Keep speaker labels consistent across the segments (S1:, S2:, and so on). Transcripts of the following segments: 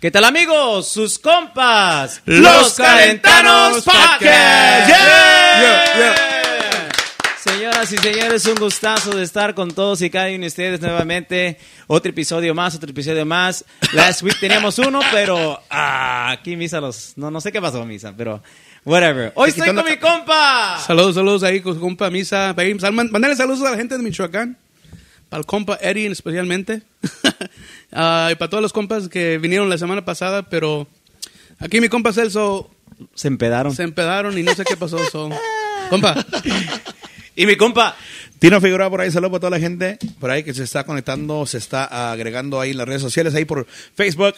S1: ¿Qué tal amigos? Sus compas,
S2: Los Calentanos Podcast. Yeah.
S1: Yeah, yeah. Señoras y señores, un gustazo de estar con todos y cada uno de ustedes nuevamente. Otro episodio más, otro episodio más. Last week teníamos uno, pero ah, aquí Misa los... No, no sé qué pasó Misa, pero whatever. Hoy
S2: Te
S1: estoy
S2: quitando
S1: con mi compa.
S2: Saludos, saludos ahí con su compa Misa. Baby, sal- man- Mandale saludos a la gente de Michoacán. Para el compa Eddie especialmente. Ah, y para todos los compas que vinieron la semana pasada, pero aquí mi compa Celso
S1: Se empedaron.
S2: se empedaron y no sé qué pasó. so. Compa,
S1: Y mi compa,
S3: Tino Figueroa por ahí, saludos para toda la gente por ahí que se está conectando, se está agregando ahí en las redes sociales, ahí por Facebook,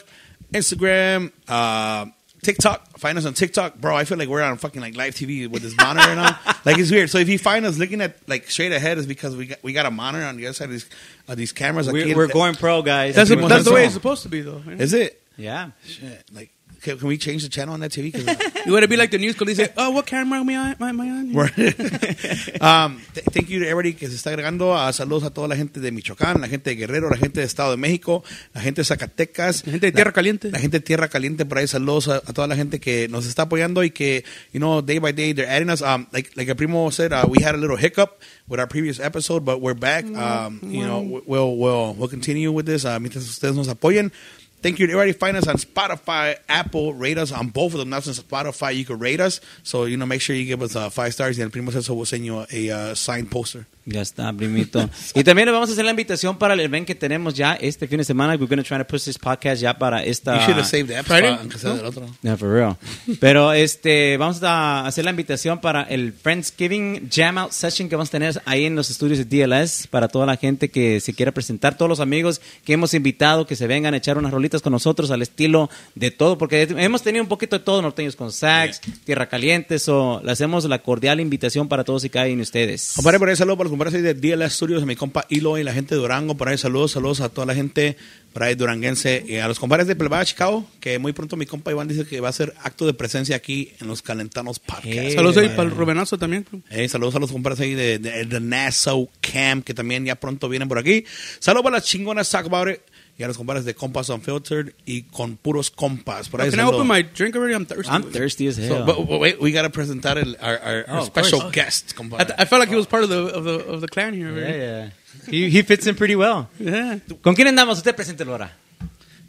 S3: Instagram, uh, TikTok. Find us on TikTok, bro. I feel like we're on fucking like live TV with this monitor now. like it's weird. So if you find us looking at like straight ahead, it's because we got we got a monitor on the other side of these of these cameras.
S1: we're,
S3: Aquí-
S1: we're going pro, guys.
S2: Pues that's,
S3: Aquí
S2: that's the way
S3: mostramos.
S2: it's supposed to be, though. eh. right?
S3: Is it?
S1: Yeah.
S3: Shit. Like, can, can we change the channel on that TV? 'Cause-
S2: You want to be like the news because they say, oh, what camera am I on? Am I on?
S3: Word. um, th- thank you to everybody que se está agregando. Ah, saludos a toda la gente de Michoacán, la gente de Guerrero, la gente de Estado de México, la gente de Zacatecas.
S2: La gente de Tierra Caliente.
S3: La gente de Tierra Caliente por ahí. Saludos a, a toda la gente que nos está apoyando y que, you know, day by day they're adding us. Um, like, like el primo said, uh, we had a little hiccup with our previous episode, but we're back. Um, you know, we- we'll, we'll, we'll continue with this uh, mientras ustedes nos apoyen. Thank you to everybody. Find us on Spotify, Apple. Rate us on both of them. Not since Spotify, you can rate us. So, you know, make sure you give us uh, five stars. And Primo Celso will send you a, uh, signed poster.
S1: Ya está, primito. y también le vamos a hacer la invitación para el event que tenemos ya este fin de semana. We're going to try to push this podcast ya para esta...
S3: you should have saved the app
S2: Uh, Friday?
S3: spot, aunque sea del otro.
S1: Yeah, for real. Pero este, vamos a hacer la invitación para el Friendsgiving Jam Out Session que vamos a tener ahí en los estudios de DLS para toda la gente que se quiera presentar, todos los amigos que hemos invitado que se vengan a echar unas rolitas con nosotros al estilo de todo, porque hemos tenido un poquito de todo, norteños con sax, tierra caliente, so, le hacemos la cordial invitación para todos y cada uno de ustedes.
S3: Compadre, por ahí saludos para los compadres ahí de DLS Studios, a mi compa Ilo y la gente de Durango. Por ahí saludos, saludos a toda la gente por ahí duranguense. Y a los compadres de Plebada Chicago, que muy pronto mi compa Iván dice que va a hacer acto de presencia aquí en los Calentanos Podcast.
S1: Hey.
S2: Saludos ahí
S1: man.
S2: para el Rubenazo también.
S3: Eh, saludos a los compadres ahí de, de, de Nassau Camp, que también ya pronto vienen por aquí. Saludos para las chingonas Talk About It y a los compadres de Compas Unfiltered y con puros compas. Por ahí
S2: Can I
S3: saludos.
S2: open my drink already? I'm thirsty.
S1: I'm thirsty as hell.
S3: So, but- but wait, we gotta presentar el, our, our, our
S1: Oh, of
S3: special
S1: course.
S3: guest,
S2: I,
S3: compadre.
S2: th- I felt like he was part of the of the of the clan here.
S1: Yeah,
S2: already.
S1: yeah. He, he fits in pretty well.
S2: yeah.
S1: ¿Con quién andamos? Usted preséntelo ahora.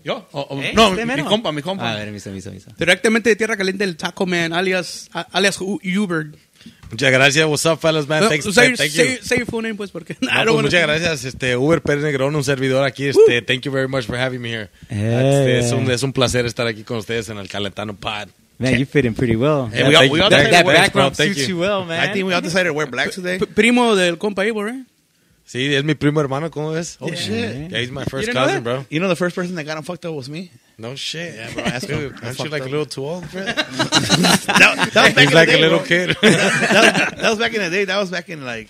S3: Yo? Oh, oh,
S1: ¿Eh?
S3: No,
S1: Usted
S3: mi, mi
S1: mero.
S3: compa, mi compa.
S1: A ver, misa, misa, misa.
S2: Directamente de Tierra Caliente, el Taco Man, alias, a- alias U- Uber.
S4: Muchas gracias, what's up, fellas, man.
S2: Well,
S4: Ah, Thanks,
S3: pues,
S2: say, your-
S4: thank you.
S2: say, your- say your full name, pues, porque
S3: ah,
S4: No,
S2: I
S4: pues,
S2: don't want
S4: muchas
S2: to.
S4: gracias, este, Uber Pérez Negrón, un servidor aquí. Este, thank you very much for having me here. Este,
S1: Eh.
S4: es, un, es un placer estar aquí con ustedes en el Calentano Pod.
S1: Man, you fit in pretty well.
S3: Hey, we all- we all
S1: that,
S3: thank
S1: that
S3: you.
S1: background
S4: Thank
S1: suits you.
S4: you.
S1: well, man.
S3: I think we all decided to wear black today.
S2: Primo del compa Abel, right?
S4: Sí, es mi primo hermano, ¿cómo es? Oh,
S3: shit.
S4: Yeah, he's my
S2: You
S4: first
S2: didn't know that?
S4: cousin, bro.
S3: You know, the first person that got him fucked up was me.
S4: No shit. Yeah,
S3: bro, that's-
S4: Dude,
S3: that's
S4: aren't you
S3: fucked
S4: like a
S3: up.
S4: little too old, bro?
S3: That, that was back in
S4: he's
S3: the
S4: like a
S3: day,
S4: little
S3: bro.
S4: kid.
S3: That, that was back in the day. That was back in like,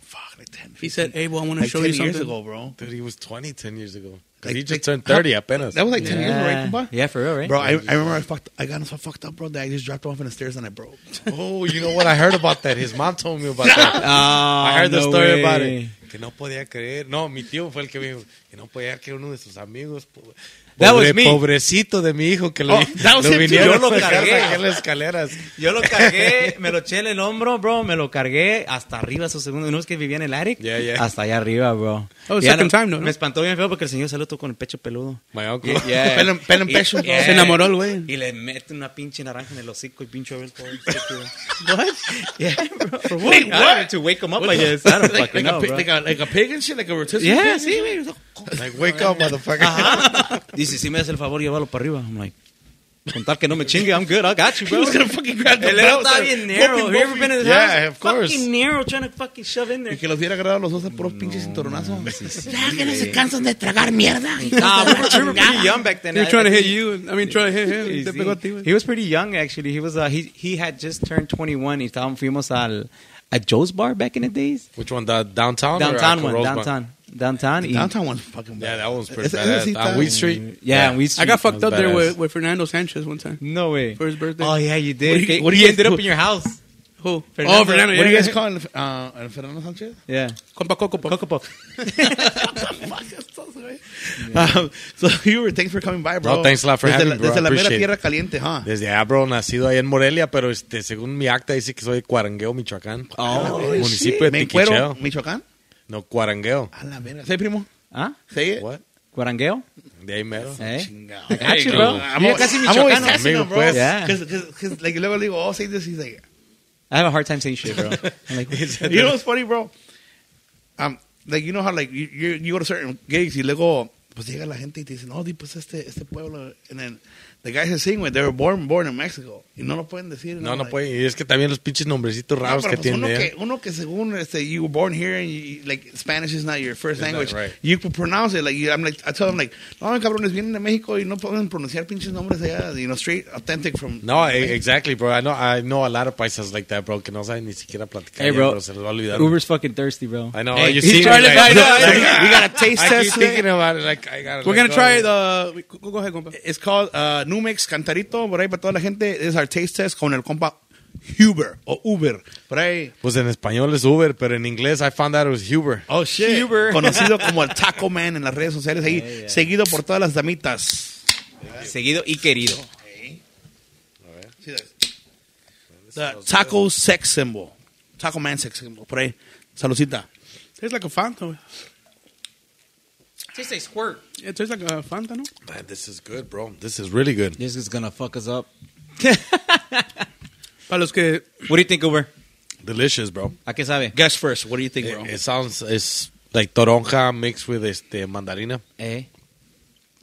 S3: fuck, like 10,
S2: He said, Abel, I want to
S3: like
S2: show
S3: 10
S2: you
S3: years
S2: something.
S3: ago, bro.
S4: Dude, he was 20 10 years ago. 'Cause
S3: Like-
S4: he
S3: like-
S4: just turned 30 apenas.
S3: That was like 10 years
S1: yeah.
S3: ago, right, compa?
S1: yeah, for real, right?
S3: Bro, I, I remember I fucked. I got so fucked up, bro. That I just dropped him off in the stairs and I broke.
S4: Oh, you know what? I heard about that. His mom told me about that.
S3: Ah,
S4: I heard the story about it. Que no podía creer. No, mi tío fue el que me dijo que no podía creer uno de sus amigos. po-
S1: That was
S4: pobre-
S1: me.
S4: Pobrecito de mi hijo que lo,
S1: Oh, that was
S4: lo
S1: him too.
S4: vinieron
S1: Yo lo
S4: a sacar
S1: cargué.
S4: de aquí en las escaleras.
S1: Yo lo cargué, me lo eché en el hombro, bro. Me lo cargué hasta arriba, su segundo. No es que vivía en el attic.
S4: Yeah, yeah.
S1: Hasta allá arriba, bro.
S2: Oh,
S1: Ya
S2: second time, ¿no?
S1: Me espantó bien feo porque el señor salió todo con el pecho peludo.
S4: My uncle.
S1: Y- yeah.
S3: Pelo en- pelo en
S1: Y-
S3: pecho, bro.
S2: Se enamoró el güey.
S1: Y le mete una pinche naranja en el hocico y pinche Abel todo.
S3: What?
S1: yeah, bro. For
S3: what?
S1: To wake him up, I guess. I don't
S3: like,
S1: fucking
S3: like a,
S1: know,
S3: pig-
S1: bro.
S3: like a like a pig and shit, like a rotisserie.
S1: Yeah,
S3: pig?
S1: sí, güey.
S4: Like, wake up, motherfucker.
S1: Dice, si me das el favor, llévalo para arriba. I'm like, con tal que no me chingue, I'm good, I got you, bro.
S3: He was gonna fucking grab the
S1: El era
S3: belt,
S1: está
S3: like,
S1: bien narrow.
S3: fucking
S1: Have you ever
S3: Buffy.
S1: been in his
S4: Yeah,
S1: house?
S4: of course.
S1: Fucking narrow, trying to fucking shove in there.
S3: Y que los hubiera agarrado a los dos a puros pinches cinturonazos.
S5: Ya que no se cansan de tragar mierda. hijos de
S1: Nah, we
S5: la
S1: were, we were pretty
S5: chingada.
S1: young back then.
S2: He was
S1: I-
S2: trying to
S1: I
S2: hit
S1: think-
S2: you. and- I mean, trying to hit him.
S1: Sí,
S2: Te
S1: sí.
S2: pegó a ti, güey.
S1: He was pretty young actually. He was uh, he he had just turned 21 y estábamos fuimos al a Joe's bar back in the days.
S4: Which one? The downtown? or
S1: Downtown
S4: Uncle
S1: one,
S4: Rose
S1: downtown. Downtown. y-
S3: Downtown one's fucking
S4: Yeah,
S3: bad.
S4: that one's pretty
S3: Ese- ese sí
S4: badass.
S3: está-
S4: On Wheat Street.
S1: Yeah, and we
S2: I got fucked up
S4: That was
S2: there
S4: badass.
S2: with, with Fernando Sanchez one time.
S1: No way.
S2: For his birthday.
S1: Oh yeah, you did.
S2: What do you-
S1: Okay,
S2: what do
S1: he
S2: you-
S1: ended up in your house.
S2: Who?
S3: Fernando-
S2: oh, Fernando.
S3: What do you
S2: yeah,
S3: guys
S2: yeah.
S3: call him? Uh, uh, Fernando Sanchez?
S1: Yeah.
S2: Compa Coco Pop.
S3: Coco Pop. um, so, Hubert, thanks for coming by, bro.
S4: No, thanks a lot for
S3: desde
S4: having
S3: la,
S4: me, bro.
S3: Desde la mera
S4: Appreciate it.
S3: tierra caliente, huh?
S4: Desde Abro, nacido ahí en Morelia, pero este, según mi acta dice que soy de Cuarangueo, Michoacán. municipio de
S3: Oh, Me cuero,
S4: Tiquicheo.
S3: Michoacán.
S4: No, Cuarangueo.
S3: A la verga. ¿Sí, primo?
S1: ¿Ah?
S3: ¿Sí? it?
S4: What?
S1: ¿Cuarangueo?
S4: De ahí mero.
S1: ¿Eh?
S3: Chingado. Ah,
S1: I got you,
S4: Hey,
S1: bro.
S4: go.
S1: I'm yeah, casi michoacano.
S4: always-
S3: Amigo,
S4: Amigo,
S3: bro.
S4: pues.
S1: Yeah.
S3: Cause, cause, cause, like, luego le digo, oh, say this. He's like,
S1: I have a hard time saying shit, bro. I'm like,
S3: you know what's funny, bro? Um, like, you know how, like, you, you, you go to certain gigs y luego, pues llega la gente y te dicen, oh, di, pues este, este pueblo. And then the guys that sing with, they were born, born in Mexico. Y no lo pueden decir.
S4: No,
S3: I'm
S4: no
S3: like,
S4: puede. Y es que también los pinches nombrecitos
S3: No,
S4: raros
S3: Ah, pero
S4: que
S3: pues uno
S4: tienen.
S3: que,
S4: ¿eh?
S3: uno que según este, you were born here and you, like Spanish is not your first
S4: It's not
S3: language,
S4: right.
S3: you could pronounce it like you, I'm like I tell them like no cabrones vienen de México y no pueden pronunciar pinches nombres allá, you know straight authentic from
S4: No,
S3: from
S4: eh,
S3: Mexico.
S4: exactly, bro. I know, I know a lot of paisas like that, bro, que no saben ni siquiera platicar.
S1: hey,
S4: ya,
S1: bro.
S4: pero se les va a olvidar.
S1: Uber's fucking thirsty, bro.
S4: I know.
S2: Hey,
S4: you
S2: he's
S4: see,
S2: trying to
S4: like,
S2: find out.
S4: like,
S3: we got a taste
S4: I keep
S3: test.
S4: thinking about it. Like, I gotta
S2: eh. We're going to
S4: let go.
S2: try the... Go go ahead, compa.
S3: it's called uh, Numex Cantarito por ahí para toda la gente es our taste test con el compa Huber o Uber por ahí
S4: Pues en español es Uber, pero en inglés I found out it was Huber.
S3: oh shit conocido como el Taco Man en las redes sociales ahí seguido por todas las damitas
S1: Seguido y querido.
S3: the Taco Sex Symbol Taco Man Sex Symbol por ahí saludcita
S2: Tastes like a Fanta. güey.
S1: Just say squirt.
S2: It tastes like a Fanta, no?
S4: Man, this is good, bro. This is really good.
S1: This is gonna fuck us up.
S2: Para los que...
S1: What do you think, Uber?
S4: Delicious, bro.
S1: ¿A qué sabe?
S3: guess first what do you think bro
S4: It, it sounds it's like toronja mixed with este mandarina.
S1: Eh?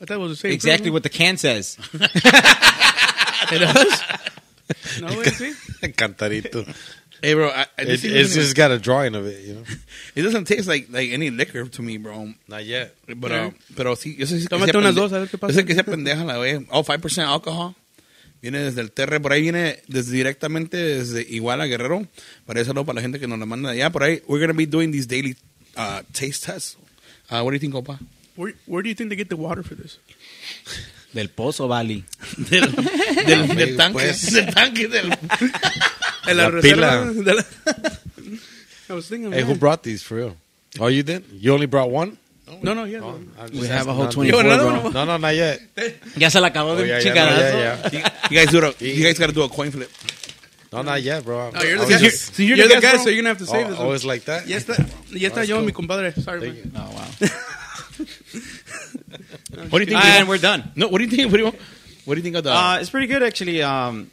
S2: I thought it was the same.
S1: Exactly what the can says.
S2: No, güey, sí.
S4: Cantarito.
S3: Hey, bro, I, I,
S4: It,
S3: this
S4: it's
S3: is
S4: just got a drawing of it, you know.
S3: it doesn't taste like like any liquor to me, bro.
S4: Not yet.
S3: But
S2: Yeah.
S3: uh, pero sí, yo sé que
S2: Eh. Tómate
S3: sea
S2: unas
S3: pende-
S2: dos, a ver qué pasa.
S3: Yo sé que esa pendeja la ve. Oh, 5% alcohol. Viene desde el Terre, por ahí viene desde directamente desde Iguala Guerrero. Para eso para la gente que nos la manda allá. Por ahí, we're gonna be doing these daily uh, taste tests. Uh, what do you think, compa?
S2: Where, where do you think they get the water for this?
S1: Del pozo, Bali.
S3: Del, del, del
S4: Amigo,
S3: tanque,
S4: pues.
S3: del tanque, del.
S2: En
S4: La
S2: reserva de la- I was thinking,
S4: Hey, who
S2: man.
S4: brought these for real? Oh, you did? You only brought one?
S2: No, no, yeah.
S4: I'm
S1: We
S4: just
S1: have a
S4: asking
S1: whole
S4: not-
S1: 24,
S2: Yo, another
S1: bro.
S2: one.
S4: No, no, not yet.
S1: Ya se la acabó
S4: Oh,
S1: de
S4: yeah,
S1: un
S4: yeah, no,
S1: chingadazo.
S4: yeah, yeah.
S3: You guys do a, you guys gotta do a coin flip.
S4: No, not yet, bro.
S2: No, Oh, you're the
S4: I was
S2: guy,
S4: just-
S2: so you're, the guy, so you're going to have to save
S4: Oh,
S2: this
S4: always like that?
S2: Ya está, ya está yo, mi compadre. Sorry, man.
S1: Oh, wow.
S3: What do you think?
S1: Ah, And
S3: primo?
S1: we're done.
S3: No, what do you think, primo? What do you think of the?
S1: Uh, it's pretty good, actually. Um,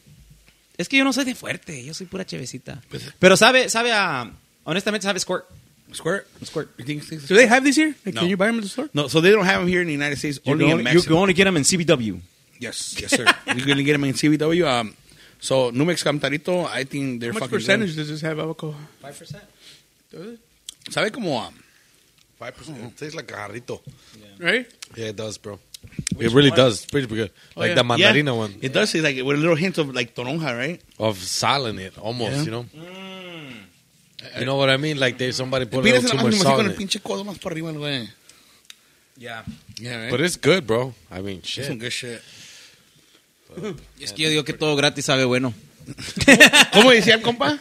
S1: es que yo no soy de fuerte. Yo soy pura chevecita. Pero sabe, sabe a... Honestamente, sabe squirt.
S3: Squirt?
S1: Squirt.
S3: You think it's-
S2: Do they have these here? Like,
S3: No.
S2: Can you buy them at the store?
S3: No, so they don't have them here in the United States,
S1: You
S3: only
S1: can
S3: in
S1: only- you
S3: Mexico.
S1: can only get them in CBW.
S3: yes, yes, sir. You're going to get them in CBW. Um, so, Numex Camtarito, I think they're
S2: How much
S3: fucking
S2: percentage does this have alcohol?
S1: Five percent.
S3: good. ¿Sabe como um,
S4: 5%. It tastes like a jarrito.
S2: Right?
S4: Yeah, it does, bro. it really does. It's pretty good. like
S2: yeah.
S4: the mandarina
S3: yeah,
S4: one
S3: It does. It's like with a little hint of like toronja, right?
S4: of sal in it, almost,
S3: Yeah.
S4: you know? Mm. You know what I mean? Like they somebody put a
S3: Mira,
S4: little
S3: se
S4: too
S3: la mando
S4: much
S3: así
S4: salt
S3: con el
S4: in it.
S3: pinche codo más para arriba, güey.
S1: Yeah.
S3: Yeah, right?
S4: But it's good, bro. I
S3: eh.
S4: mean,
S3: It's some
S4: shit.
S3: good shit.
S1: Es que yo digo que todo gratis sabe bueno.
S3: ¿Cómo decía el compa?